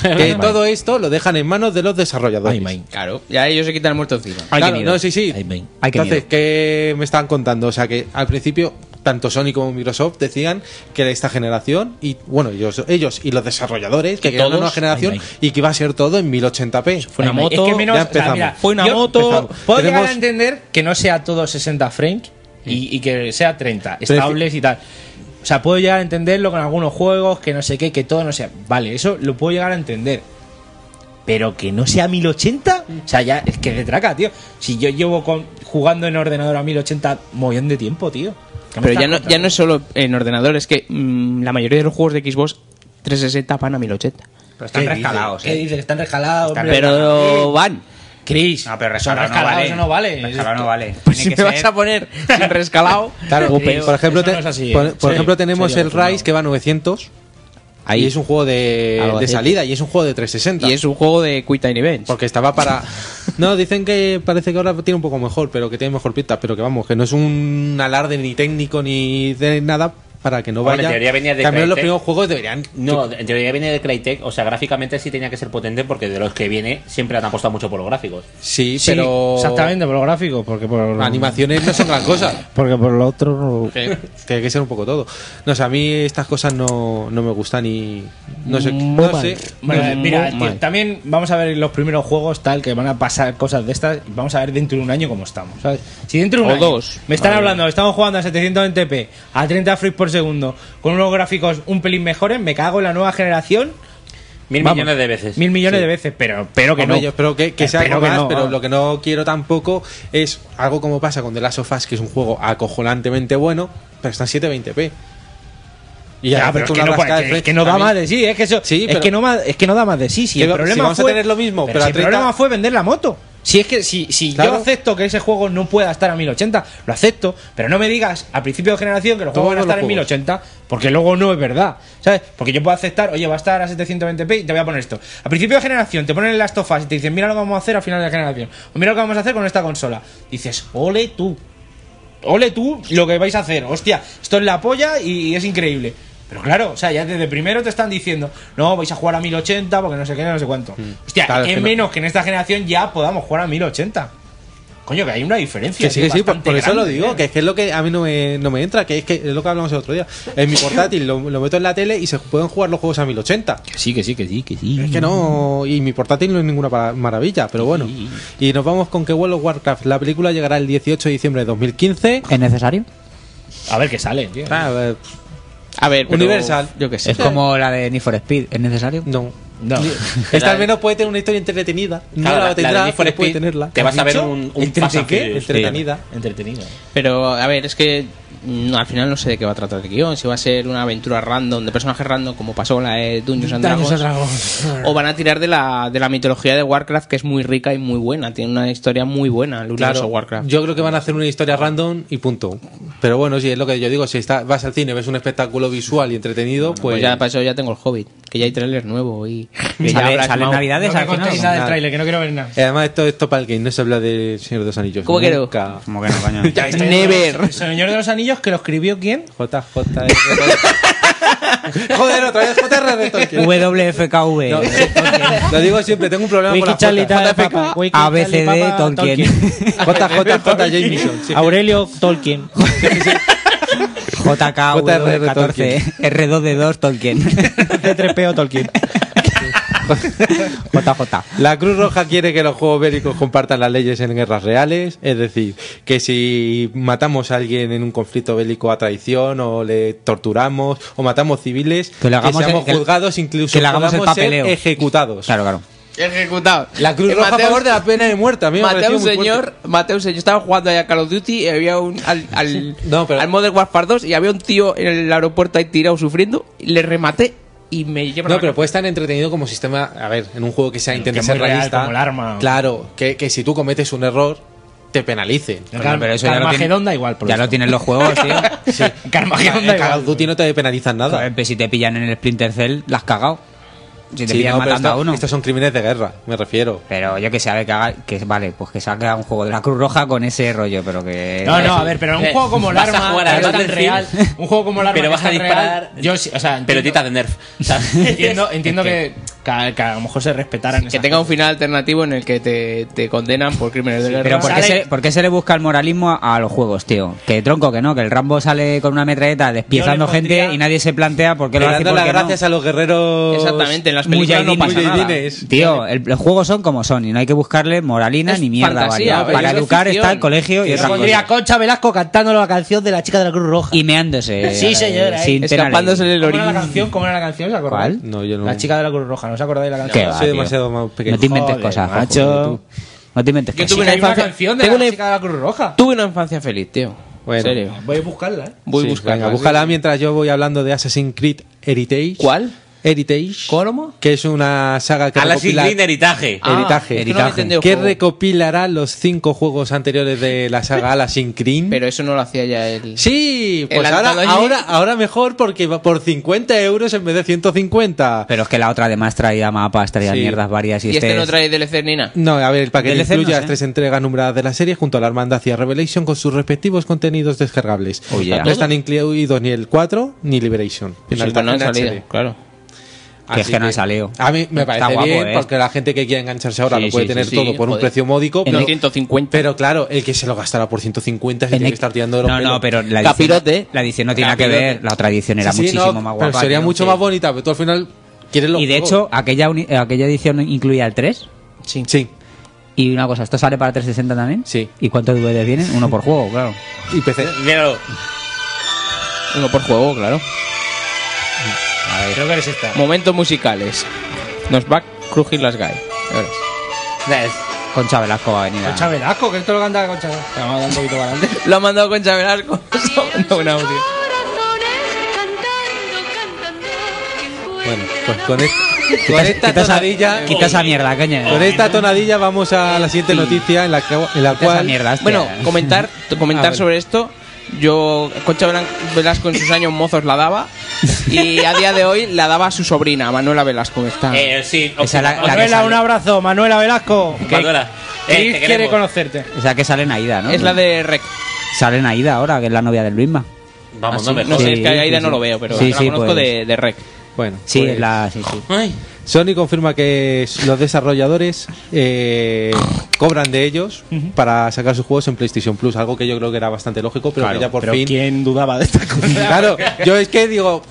Speaker 4: Que todo esto lo dejan en manos de los desarrolladores.
Speaker 9: Claro, ya ellos se quitan el muerto encima.
Speaker 4: Claro, no, sí, sí. Entonces, ¿qué me estaban contando? O sea, que al principio tanto Sony como Microsoft decían que esta generación y bueno, ellos ellos y los desarrolladores
Speaker 8: Que
Speaker 4: que, querían una
Speaker 8: todos-
Speaker 4: nueva generación
Speaker 8: ay,
Speaker 4: y que iba a ser todo en 1080p.
Speaker 8: Fue una moto.
Speaker 4: ya empezamos.
Speaker 8: fue una
Speaker 4: Ya
Speaker 8: moto.
Speaker 4: empezamos.
Speaker 8: Puedo llegar a
Speaker 4: Tenemos-
Speaker 8: entender que no sea todo 60 frames y, y que sea 30, estables y tal. O sea, puedo llegar a entenderlo con algunos juegos, que no sé qué, que todo no sea. Vale, eso lo puedo llegar a entender. Pero que no sea 1080, o sea, ya es que de traca, tío. Si yo llevo con, jugando en ordenador a 1080 mogollón de tiempo, tío. ¿Qué me
Speaker 9: Pero ya
Speaker 8: estás
Speaker 9: no,
Speaker 8: contando?
Speaker 9: ya no es solo en ordenador, es que mm, la mayoría de los juegos de Xbox 360 van a 1080.
Speaker 8: Pero
Speaker 9: ¿Qué
Speaker 8: están
Speaker 9: dices?
Speaker 8: rescalados,
Speaker 9: ¿Qué
Speaker 8: ¿eh? dices? Están rescalados.
Speaker 9: Están
Speaker 8: hombre.
Speaker 9: rescalados.
Speaker 10: van.
Speaker 8: Chris.
Speaker 10: No, pero
Speaker 8: son
Speaker 10: rescalado no
Speaker 8: rescalados,
Speaker 10: vale.
Speaker 8: eso no vale.
Speaker 10: Rescalado no vale.
Speaker 9: Pues
Speaker 10: Tiene
Speaker 9: si me
Speaker 10: que ser-
Speaker 9: vas
Speaker 4: [laughs]
Speaker 9: a poner sin rescalado,
Speaker 4: Claro,
Speaker 9: no creo.
Speaker 4: por ejemplo, te- por, por
Speaker 9: Sí,
Speaker 4: ejemplo tenemos
Speaker 9: sería
Speaker 4: el
Speaker 9: afortunado.
Speaker 4: Rise que va a 900
Speaker 9: Ahí.
Speaker 4: y es un juego de,
Speaker 9: Algo
Speaker 4: de
Speaker 9: así.
Speaker 4: salida y es un juego de 360.
Speaker 9: Y es un juego de Quick Time Events.
Speaker 4: Porque estaba
Speaker 9: [laughs]
Speaker 4: para. No, dicen que parece que ahora tiene un poco mejor, pero que tiene mejor pinta. Pero que vamos, que no es un alarde ni técnico ni de nada para que no
Speaker 6: Hombre, en
Speaker 4: vaya.
Speaker 6: teoría venía de
Speaker 4: También los
Speaker 6: Crytek.
Speaker 4: primeros juegos deberían.
Speaker 6: No, en teoría viene de Crytek, o sea, gráficamente sí tenía que ser potente porque de los que viene siempre han apostado mucho por los gráficos.
Speaker 4: Sí,
Speaker 8: Sí,
Speaker 4: pero.
Speaker 8: Exactamente, por los gráficos, porque
Speaker 9: Mm.
Speaker 8: por.
Speaker 9: [laughs]
Speaker 4: Animaciones no son gran cosa.
Speaker 8: Porque por lo otro no.
Speaker 4: Que- Tiene que ser un poco todo. No sé, a mí estas cosas no, no me gustan y. No sé.
Speaker 8: Muy
Speaker 4: No
Speaker 8: mal.
Speaker 4: sé.
Speaker 8: Bueno,
Speaker 4: no sé,
Speaker 8: mira,
Speaker 4: muy
Speaker 8: tío,
Speaker 4: mal.
Speaker 8: también vamos a ver los primeros juegos tal que van a pasar cosas de estas. y Vamos a ver dentro de un año cómo estamos. ¿sabes? Si dentro de un
Speaker 9: O
Speaker 8: año
Speaker 9: dos.
Speaker 8: me están
Speaker 9: Vale.
Speaker 8: hablando, estamos jugando a 720p, a 30 frames por segundo, con unos gráficos un pelín mejores, me cago en la nueva generación.
Speaker 6: Mil
Speaker 8: Vamos,
Speaker 6: millones de veces.
Speaker 8: Mil millones de veces, pero, pero que
Speaker 4: Hombre,
Speaker 8: no.
Speaker 4: yo espero que, que sea
Speaker 8: Espero
Speaker 4: algo
Speaker 8: que
Speaker 4: más,
Speaker 8: no,
Speaker 4: pero
Speaker 8: vamos.
Speaker 4: lo que no quiero tampoco es algo como pasa con The Last of Us, que es un juego acojonantemente bueno, pero está en 720p. Y
Speaker 8: Ya,
Speaker 4: haces
Speaker 8: pero es
Speaker 4: tú
Speaker 8: que
Speaker 4: una
Speaker 8: no,
Speaker 4: rascada
Speaker 8: pues,
Speaker 4: de
Speaker 8: que-
Speaker 4: frente.
Speaker 8: que no da
Speaker 4: También-
Speaker 8: más de sí, es que eso,
Speaker 4: Sí,
Speaker 8: es
Speaker 4: pero-
Speaker 8: que no va- es que no da más de sí, si
Speaker 4: Que
Speaker 8: el
Speaker 4: va- si
Speaker 8: problema
Speaker 4: vamos a
Speaker 8: fue
Speaker 4: tener lo mismo, pero
Speaker 8: si
Speaker 4: a
Speaker 8: el
Speaker 4: 30
Speaker 8: problema fue vender la moto. Si es que si, si
Speaker 4: Claro.
Speaker 8: yo acepto que ese juego no pueda estar a 1080, lo acepto, pero no me digas a principio de generación que los
Speaker 4: Todos
Speaker 8: juegos van a
Speaker 4: los
Speaker 8: estar en
Speaker 4: juegos.
Speaker 8: 1080, porque luego no es verdad, ¿sabes? Porque yo puedo aceptar, oye, va a estar a 720p y te voy a poner esto. A principio de generación te ponen las tofas y te dicen, "Mira lo que vamos a hacer a final de generación." O mira lo que vamos a hacer con esta consola. Dices, "Ole tú." ole tú lo que vais a hacer, hostia, esto es la polla y es increíble. Pero claro, o sea, ya desde primero te están diciendo, no, vais a jugar a 1080 porque no sé qué, no sé cuánto. Hostia,
Speaker 4: Hmm. Claro, es
Speaker 8: es
Speaker 4: que no-
Speaker 8: menos que en esta generación ya podamos jugar a 1080. Coño, que hay una diferencia.
Speaker 4: Que sí, que sí, por,
Speaker 8: bastante
Speaker 4: por eso lo
Speaker 8: grande,
Speaker 4: digo,
Speaker 8: ¿eh?
Speaker 4: que es que es lo que a mí no me, no me entra, que es que es lo que hablamos el otro día. En mi portátil lo, lo meto en la tele y se pueden jugar los juegos a 1080.
Speaker 8: Sí, que sí, que sí, que sí.
Speaker 4: Es que no, y mi portátil no es ninguna para- maravilla, pero bueno. Y nos vamos con que World of Warcraft, la película llegará el 18 de diciembre de 2015.
Speaker 10: ¿Es necesario?
Speaker 8: A ver qué sale, tío.
Speaker 4: Ah, eh,
Speaker 9: A ver, pero-
Speaker 4: Universal.
Speaker 9: Yo qué sé.
Speaker 10: Es como la de Need for Speed. ¿Es necesario?
Speaker 4: No.
Speaker 8: No.
Speaker 4: [laughs] Esta al menos puede tener una historia entretenida. No
Speaker 6: Claro,
Speaker 4: la,
Speaker 6: la- la
Speaker 4: tendrá,
Speaker 6: de Need for
Speaker 4: pero puede
Speaker 6: Speed
Speaker 4: tenerla.
Speaker 6: te vas a ver un- un Fast
Speaker 4: Entrete-
Speaker 6: and
Speaker 4: ¿qué?
Speaker 6: Furious,
Speaker 4: Entretenida.
Speaker 8: Entretenido.
Speaker 9: Pero, a ver, es que mm, al final no sé de qué va a tratar el guión. Si va a ser una aventura random, de personajes random, como pasó con la de Dungeons and Dragons. O van a tirar de la, de la mitología de Warcraft, que es muy rica y muy buena. Tiene una historia muy buena el universo
Speaker 4: Claro,
Speaker 9: Warcraft.
Speaker 4: yo creo que van a hacer una historia random y punto. Pero bueno, sí, es lo que yo digo. Si está, vas al cine, ves un espectáculo visual y entretenido,
Speaker 9: pues
Speaker 4: pues...
Speaker 9: ya para eso ya tengo el Hobbit, que ya hay tráiler nuevo
Speaker 4: [laughs]
Speaker 9: y... que ya
Speaker 10: ¿Sale,
Speaker 9: habrás
Speaker 10: sale en
Speaker 9: mao-
Speaker 10: Navidades
Speaker 8: No me
Speaker 10: al final?
Speaker 8: contéis nada del tráiler, que no quiero ver nada.
Speaker 4: Eh, Además, esto, esto para el game, no se habla de Señor de los Anillos.
Speaker 9: ¿Cómo que no?
Speaker 4: Nunca.
Speaker 10: Como que no, coño.
Speaker 8: Ya, este-
Speaker 9: Never.
Speaker 8: El Señor de los Anillos, que lo escribió quién?
Speaker 4: JJ. Joder, otra
Speaker 8: [laughs]
Speaker 4: vez JR Tolkien.
Speaker 10: WFKV.
Speaker 4: No, lo digo siempre, tengo un problema
Speaker 8: Wiki
Speaker 4: con
Speaker 8: Charlie
Speaker 4: la
Speaker 8: tal, papa. Wiki Charlie,
Speaker 10: ABCD
Speaker 8: papa,
Speaker 10: Tolkien.
Speaker 4: JJJ Jameson. sí.
Speaker 8: Aurelio [laughs] Tolkien.
Speaker 4: JRR
Speaker 10: JKW14.
Speaker 4: Tolkien.
Speaker 10: R2D2
Speaker 4: [laughs]
Speaker 10: Tolkien.
Speaker 8: C3PO Tolkien.
Speaker 10: [laughs] JJ.
Speaker 4: La Cruz Roja quiere que los juegos bélicos compartan las leyes en guerras reales, es decir, que si matamos a alguien en un conflicto bélico a traición o le torturamos o matamos civiles,
Speaker 10: Que
Speaker 4: que,
Speaker 10: le hagamos
Speaker 4: seamos
Speaker 10: el- que-
Speaker 4: juzgados incluso
Speaker 10: que le hagamos el
Speaker 4: podamos ser
Speaker 10: papeleo.
Speaker 4: ejecutados.
Speaker 10: Claro, claro.
Speaker 9: Ejecutado.
Speaker 4: La Cruz
Speaker 9: Eh,
Speaker 4: Roja
Speaker 9: Mateo-
Speaker 4: a favor de la pena de muerte, a mí me
Speaker 9: Maté a
Speaker 4: pareció
Speaker 9: un
Speaker 4: muy fuerte.
Speaker 9: señor, maté a un señor, estaba jugando allá a Call of Duty y había un al, al,
Speaker 4: No, pero-
Speaker 9: al Modern Warfare 2 y había un tío en el aeropuerto ahí tirado sufriendo, y le rematé y me lleva
Speaker 4: No, pero puede estar entretenido como sistema. A ver, en un juego que sea intenta
Speaker 9: es
Speaker 4: ser
Speaker 9: muy real,
Speaker 4: realista.
Speaker 9: como el arma.
Speaker 4: Claro, que, que si tú cometes un error, te penalicen.
Speaker 8: En Car- Carmagedón da igual, por
Speaker 10: Ya
Speaker 8: eso.
Speaker 10: lo tienen los
Speaker 9: [laughs]
Speaker 10: juegos,
Speaker 4: [laughs]
Speaker 10: tío.
Speaker 4: Sí.
Speaker 10: Carmagedón
Speaker 4: da igual. Duty no te penalizan nada.
Speaker 10: si te pillan en el Splinter Cell, la has cagado. Si te
Speaker 4: Sí,
Speaker 10: pillan
Speaker 4: no, pero
Speaker 10: matando a
Speaker 4: esto-
Speaker 10: uno.
Speaker 4: Estos son crímenes de guerra, me refiero.
Speaker 10: Pero yo que sé, a ver, que, haga- que vale, pues que saca un juego de la Cruz Roja con ese rollo, pero que.
Speaker 8: No, no, a ver, pero un juego como el
Speaker 10: Vas a
Speaker 8: arma
Speaker 10: jugar
Speaker 8: que
Speaker 10: a
Speaker 8: es tan
Speaker 10: Battlefield.
Speaker 8: real, un juego como el arma
Speaker 6: Pero
Speaker 8: que
Speaker 6: vas
Speaker 8: es
Speaker 6: a
Speaker 8: tan
Speaker 6: disparar
Speaker 8: real, yo sí, o sea, entiendo-
Speaker 6: pelotitas de Nerf. O
Speaker 9: [laughs]
Speaker 6: sea,
Speaker 8: entiendo, entiendo que, que- que a lo mejor se respetaran
Speaker 9: Que tenga un final alternativo en el que te, te condenan por crímenes de guerra.
Speaker 10: Pero ¿por qué, se, por qué se le busca el moralismo a, a los juegos, tío? Que tronco que no, que el Rambo sale con una metralleta despiezando
Speaker 4: Yo le pondría-
Speaker 10: gente y nadie se plantea por qué lo
Speaker 4: Le
Speaker 10: hace y
Speaker 4: dando
Speaker 10: por
Speaker 4: las
Speaker 10: qué no. Pues
Speaker 4: gracias a los guerreros.
Speaker 10: Mujahideen,
Speaker 4: Mujahideenes.
Speaker 10: Tío, el- los juegos son como son y no hay que buscarle moralina
Speaker 8: Es
Speaker 10: ni mierda.
Speaker 8: fantasía,
Speaker 10: ¿vale?
Speaker 8: pero
Speaker 10: Para
Speaker 8: es
Speaker 10: educar
Speaker 8: ficción.
Speaker 10: está el colegio y
Speaker 8: Yo
Speaker 10: otra
Speaker 8: pondría
Speaker 10: cosa.
Speaker 8: a Concha Velasco cantando la canción de la chica de la Cruz Roja.
Speaker 10: Y meándose.
Speaker 8: [laughs] Sí,
Speaker 10: eh,
Speaker 8: señora. eh.
Speaker 10: Sin tener ley.
Speaker 8: ¿Cómo era la canción? ¿Cómo era la canción? ¿Os acordáis?
Speaker 10: ¿Cuál?
Speaker 4: No, yo no.
Speaker 8: La chica de la Cruz Roja, ¿no os acordáis de la
Speaker 10: Qué
Speaker 8: canción?
Speaker 10: va, tío. No te inventes
Speaker 8: Joder,
Speaker 10: cosas,
Speaker 8: macho.
Speaker 10: macho. No te inventes
Speaker 8: Yo
Speaker 10: cosas.
Speaker 8: tuve una infancia- canción de
Speaker 9: tengo
Speaker 8: la
Speaker 9: una-
Speaker 8: chica de la Cruz Roja.
Speaker 9: Tuve una infancia feliz, tío.
Speaker 4: Bueno.
Speaker 9: En serio.
Speaker 8: Voy a buscarla, ¿eh?
Speaker 9: Voy
Speaker 4: Sí,
Speaker 9: buscando.
Speaker 4: venga, búscala mientras yo voy hablando de Assassin's Creed Heritage. ¿Cuál? Heritage. ¿Cómo? Que es una saga que
Speaker 6: Assassin's
Speaker 4: recopila...
Speaker 6: Creed Heritage.
Speaker 4: Ah, Heritage.
Speaker 6: es que no me he entendido
Speaker 4: que
Speaker 6: juego.
Speaker 4: recopilará los cinco juegos anteriores de la [laughs] saga Assassin's Creed. Pero
Speaker 9: eso no lo hacía ya él.
Speaker 4: Sí,
Speaker 9: El
Speaker 4: pues ahora,
Speaker 9: Anthology.
Speaker 4: ahora, ahora mejor porque va por 50 euros en vez de 150.
Speaker 10: Pero es que la otra además traía mapas, traía
Speaker 4: Sí.
Speaker 10: mierdas varias y,
Speaker 9: Y este
Speaker 10: es-
Speaker 9: no trae DLC ni nada.
Speaker 4: No, a ver, el paquete
Speaker 10: DLC E no
Speaker 4: incluye
Speaker 10: sé.
Speaker 4: las tres entregas numeradas de la serie junto a la hermandad y a Revelation con sus respectivos contenidos descargables.
Speaker 10: Oh, yeah. Pues
Speaker 4: No están incluidos ni el 4 ni Liberation. Final
Speaker 9: no han
Speaker 4: Fantasy
Speaker 9: salido,
Speaker 4: HD.
Speaker 9: claro.
Speaker 10: Que es
Speaker 4: Así
Speaker 10: que no han salido.
Speaker 4: A mí me
Speaker 10: Está
Speaker 4: parece
Speaker 10: guapo,
Speaker 4: bien
Speaker 10: ¿eh?
Speaker 4: porque la gente que quiera engancharse ahora
Speaker 10: Sí,
Speaker 4: lo puede
Speaker 10: sí,
Speaker 4: tener
Speaker 10: sí, sí,
Speaker 4: todo por un
Speaker 10: joder.
Speaker 4: precio módico.
Speaker 10: En
Speaker 4: Pero,
Speaker 10: el-
Speaker 9: 150.
Speaker 4: Pero claro, el que se lo gastará por 150 se tiene que estar tirando de los
Speaker 10: No, no,
Speaker 4: pelos.
Speaker 10: pero la edición, la edición no tiene nada que
Speaker 4: Capirote.
Speaker 10: ver. La otra edición era
Speaker 4: Sí, sí,
Speaker 10: muchísimo
Speaker 4: no,
Speaker 10: más
Speaker 4: pero
Speaker 10: guapa.
Speaker 4: sería
Speaker 10: tío.
Speaker 4: mucho más bonita, pero tú al final quieres los
Speaker 10: Y de
Speaker 4: juegos.
Speaker 10: hecho, aquella, uni- eh, aquella edición incluía el 3.
Speaker 4: Sí.
Speaker 10: Y una cosa, ¿esto sale para 360 también?
Speaker 4: Sí.
Speaker 10: ¿Y cuántos DVDs vienen? Uno por juego, claro.
Speaker 4: Y PC.
Speaker 6: Míralo.
Speaker 9: Uno por juego, claro.
Speaker 8: Creo que eres esta.
Speaker 9: Momentos musicales. Nos va a crujir las gai. Ya verás.
Speaker 10: Concha Velasco va a venir. a-
Speaker 8: Concha Velasco, que esto lo canta Concha Velasco. Vamos a dar un poquito para
Speaker 4: [laughs]
Speaker 8: adelante.
Speaker 9: Lo ha mandado
Speaker 10: [laughs]
Speaker 9: con Velasco. no, un audio.
Speaker 4: Bueno, pues con, es- con
Speaker 10: Quita-
Speaker 4: esta
Speaker 10: quita esa-
Speaker 4: tonadilla.
Speaker 10: Quita esa mierda, coño.
Speaker 4: Con esta tonadilla vamos
Speaker 8: Eh,
Speaker 4: a la siguiente
Speaker 10: Sí.
Speaker 4: noticia en la, que- en
Speaker 10: Quita
Speaker 4: la
Speaker 10: esa
Speaker 4: cual.
Speaker 10: mierda, hostia.
Speaker 9: Bueno,
Speaker 8: [laughs]
Speaker 10: [laughs]
Speaker 9: comentar,
Speaker 4: Ah,
Speaker 9: comentar
Speaker 4: vale.
Speaker 9: sobre esto. Yo, Concha Velan- Velasco en sus años mozos
Speaker 10: [laughs]
Speaker 9: la daba. Y a día de hoy la daba a su sobrina, Manuela Velasco. que Está.
Speaker 6: Eh, sí,
Speaker 10: Esa la- la que
Speaker 8: Manuela,
Speaker 10: sale.
Speaker 8: un abrazo. Manuela Velasco. Que
Speaker 6: Manuela, eh,
Speaker 8: Chris
Speaker 6: te
Speaker 8: quiere
Speaker 6: queremos.
Speaker 8: conocerte.
Speaker 10: O sea, que sale Naida, ¿no?
Speaker 9: Es la de Rec.
Speaker 10: Sale Naida ahora, que es la novia del Luisma.
Speaker 6: Vamos,
Speaker 9: Así,
Speaker 6: no me
Speaker 9: no
Speaker 6: jodas.
Speaker 9: sé, es que
Speaker 10: Ah, Sí,
Speaker 9: a Aida
Speaker 10: sí,
Speaker 9: no
Speaker 10: sí.
Speaker 9: lo veo, pero
Speaker 10: Sí,
Speaker 9: la
Speaker 10: sí,
Speaker 9: conozco
Speaker 10: pues.
Speaker 9: de, de Rec.
Speaker 4: Bueno,
Speaker 10: Sí,
Speaker 4: pues-
Speaker 10: es la. Sí, sí.
Speaker 6: Ay.
Speaker 4: Sony confirma que s- los desarrolladores eh, cobran de ellos para sacar sus juegos en PlayStation Plus, algo que yo creo que era bastante lógico, pero
Speaker 8: Claro,
Speaker 4: que ya por
Speaker 8: pero
Speaker 4: fin.
Speaker 8: ¿Quién dudaba de esta cosa?
Speaker 4: [laughs] Claro, yo es que digo,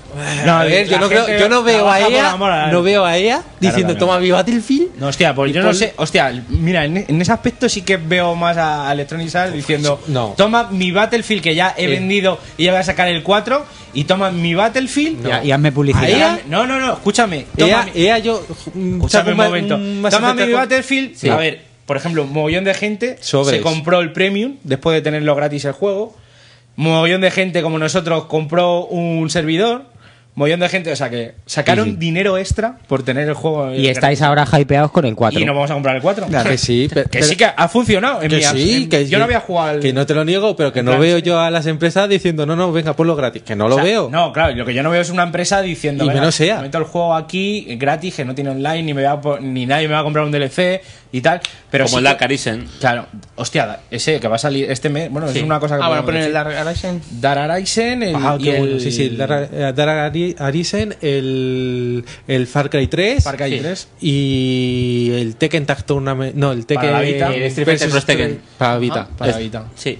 Speaker 4: a ver, yo
Speaker 8: la
Speaker 4: no, creo-
Speaker 8: gente
Speaker 4: yo no veo a
Speaker 8: trabaja por
Speaker 4: ella,
Speaker 8: amor a la-
Speaker 4: no veo a ella diciendo
Speaker 8: eh. claro.
Speaker 4: toma mi Battlefield.
Speaker 8: No, hostia, pues
Speaker 4: Y
Speaker 8: yo no
Speaker 4: Paul-
Speaker 8: sé. Hostia, mira, en, en ese aspecto sí que veo más a Electronic Arts diciendo:
Speaker 4: Pues, no.
Speaker 8: Toma mi Battlefield que ya he
Speaker 4: Sí.
Speaker 8: vendido y ya voy a sacar el 4. Y toma mi Battlefield.
Speaker 10: Y, y hazme publicidad.
Speaker 8: A ella- no, no, no, escúchame.
Speaker 4: Ella,
Speaker 8: toma mi-
Speaker 4: ella yo.
Speaker 8: escúchame un
Speaker 4: ma-
Speaker 8: momento.
Speaker 4: un Mass
Speaker 8: Toma
Speaker 4: Effect
Speaker 8: mi
Speaker 4: con-
Speaker 8: Battlefield.
Speaker 4: Sí.
Speaker 8: A ver, por ejemplo, un mogollón de gente
Speaker 4: Sobres.
Speaker 8: se compró el Premium después de tenerlo gratis el juego. Mogollón de gente como nosotros compró un servidor. Mogollón de gente, o sea que sacaron
Speaker 10: Sí, sí.
Speaker 8: dinero extra por tener el juego. eh,
Speaker 10: Y estáis ahora hypeados con el 4.
Speaker 8: Y no vamos a comprar el 4.
Speaker 4: Claro que sí,
Speaker 8: [laughs]
Speaker 4: pe-
Speaker 8: Que
Speaker 4: pero-
Speaker 8: sí que ha funcionado. En
Speaker 4: que
Speaker 8: mi abs-
Speaker 4: sí,
Speaker 8: en-
Speaker 4: que
Speaker 8: yo no había jugado al.
Speaker 4: Que no te lo niego, pero que no
Speaker 8: Claro,
Speaker 4: veo yo a las empresas diciendo, no, no, venga, ponlo gratis. Que no lo
Speaker 8: o sea,
Speaker 4: veo.
Speaker 8: No, claro, lo que yo no veo es una empresa diciendo.
Speaker 4: Y
Speaker 8: "Venga,
Speaker 4: menos sea".
Speaker 8: Meto el juego aquí eh, gratis, que no tiene online, ni, me va a po- ni nadie me va a comprar un DLC y tal. Pero sí
Speaker 6: Como el
Speaker 8: que-
Speaker 6: Dark Arisen.
Speaker 8: Claro, hostia, ese que va a salir este mes. Bueno,
Speaker 6: Sí.
Speaker 8: es una cosa que.
Speaker 9: Ah, bueno,
Speaker 8: podemos
Speaker 9: poner el
Speaker 8: decir.
Speaker 9: Dark Horizon.
Speaker 8: Dar Arisen, el.
Speaker 4: Ah,
Speaker 8: y
Speaker 4: qué bueno.
Speaker 8: el-
Speaker 4: Sí, sí, el Dar- eh, Dark Ari- Arisen, el, el Far Cry 3.
Speaker 8: Far Cry
Speaker 4: Sí.
Speaker 8: 3.
Speaker 4: Y el Tekken Tag Tournament. No, el Tekken.
Speaker 8: Para la Vita. El Street
Speaker 4: versus
Speaker 6: Fighter Cross Tekken.
Speaker 4: Street- Para Vita.
Speaker 8: para
Speaker 4: Es-
Speaker 8: Vita.
Speaker 6: Sí.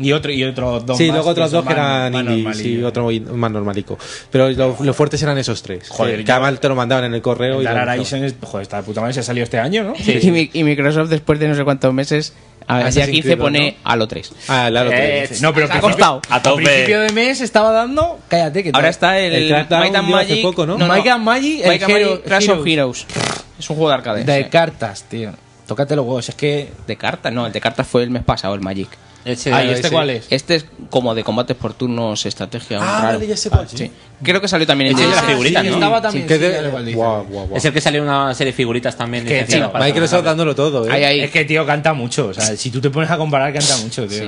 Speaker 8: Y, otro, y otros dos.
Speaker 4: Sí,
Speaker 8: más
Speaker 4: luego otros
Speaker 8: son
Speaker 4: dos que
Speaker 8: más-
Speaker 4: eran
Speaker 8: más
Speaker 4: indies
Speaker 8: normalillos.
Speaker 4: y otro muy- más normalico. Pero lo- los fuertes eran esos tres.
Speaker 8: Joder,
Speaker 4: que,
Speaker 8: yo-
Speaker 4: que además te lo mandaban en el correo.
Speaker 8: El
Speaker 4: y
Speaker 8: Dar
Speaker 4: lo lanzaban.
Speaker 8: Arisen, es- joder, está de puta madre, se ha salido este año, ¿no?
Speaker 9: [laughs] Y, mi- y Microsoft, después de no sé cuántos meses,
Speaker 8: Ah,
Speaker 9: a ver, ya
Speaker 4: Assassin's
Speaker 9: aquí se
Speaker 4: Creed,
Speaker 9: pone
Speaker 4: ¿no?
Speaker 9: Halo 3.
Speaker 4: Ah, el Halo
Speaker 6: Eh,
Speaker 4: 3.
Speaker 8: No, pero
Speaker 9: Se ha
Speaker 8: al
Speaker 9: costado.
Speaker 8: principio-
Speaker 6: A tope.
Speaker 8: Al principio de mes estaba dando. Cállate, que
Speaker 9: Ahora está el,
Speaker 4: El Crackdown
Speaker 9: Might and
Speaker 4: dio hace
Speaker 9: Magic.
Speaker 4: poco, ¿no?
Speaker 8: Might and Magic, el
Speaker 9: Might and Magic
Speaker 8: Hero-
Speaker 9: Clash of
Speaker 8: Heroes.
Speaker 9: Heroes. Es un juego de arcade.
Speaker 8: De
Speaker 9: sí.
Speaker 8: cartas, tío. Tócate los huevos, es que.
Speaker 9: de cartas, no, el de cartas fue el mes pasado, el Magic. Ese
Speaker 8: Ah, ¿y este cuál es?
Speaker 9: Este es como de combates por turnos, estrategia.
Speaker 8: Ah,
Speaker 9: un raro.
Speaker 8: vale, ya sé cuál. Ah,
Speaker 9: sí. Creo que salió también
Speaker 6: Este
Speaker 9: en
Speaker 6: es de
Speaker 9: DS.
Speaker 6: figuritas, ¿no?
Speaker 9: Sí.
Speaker 6: Que de- Es el que salió en una serie de figuritas también.
Speaker 8: Que,
Speaker 6: licenciada
Speaker 8: tío,
Speaker 6: para-
Speaker 8: Microsoft
Speaker 4: dándolo todo,
Speaker 6: ¿eh?
Speaker 8: Es que, tío, canta mucho. O sea, si tú te pones a comparar, canta mucho, tío.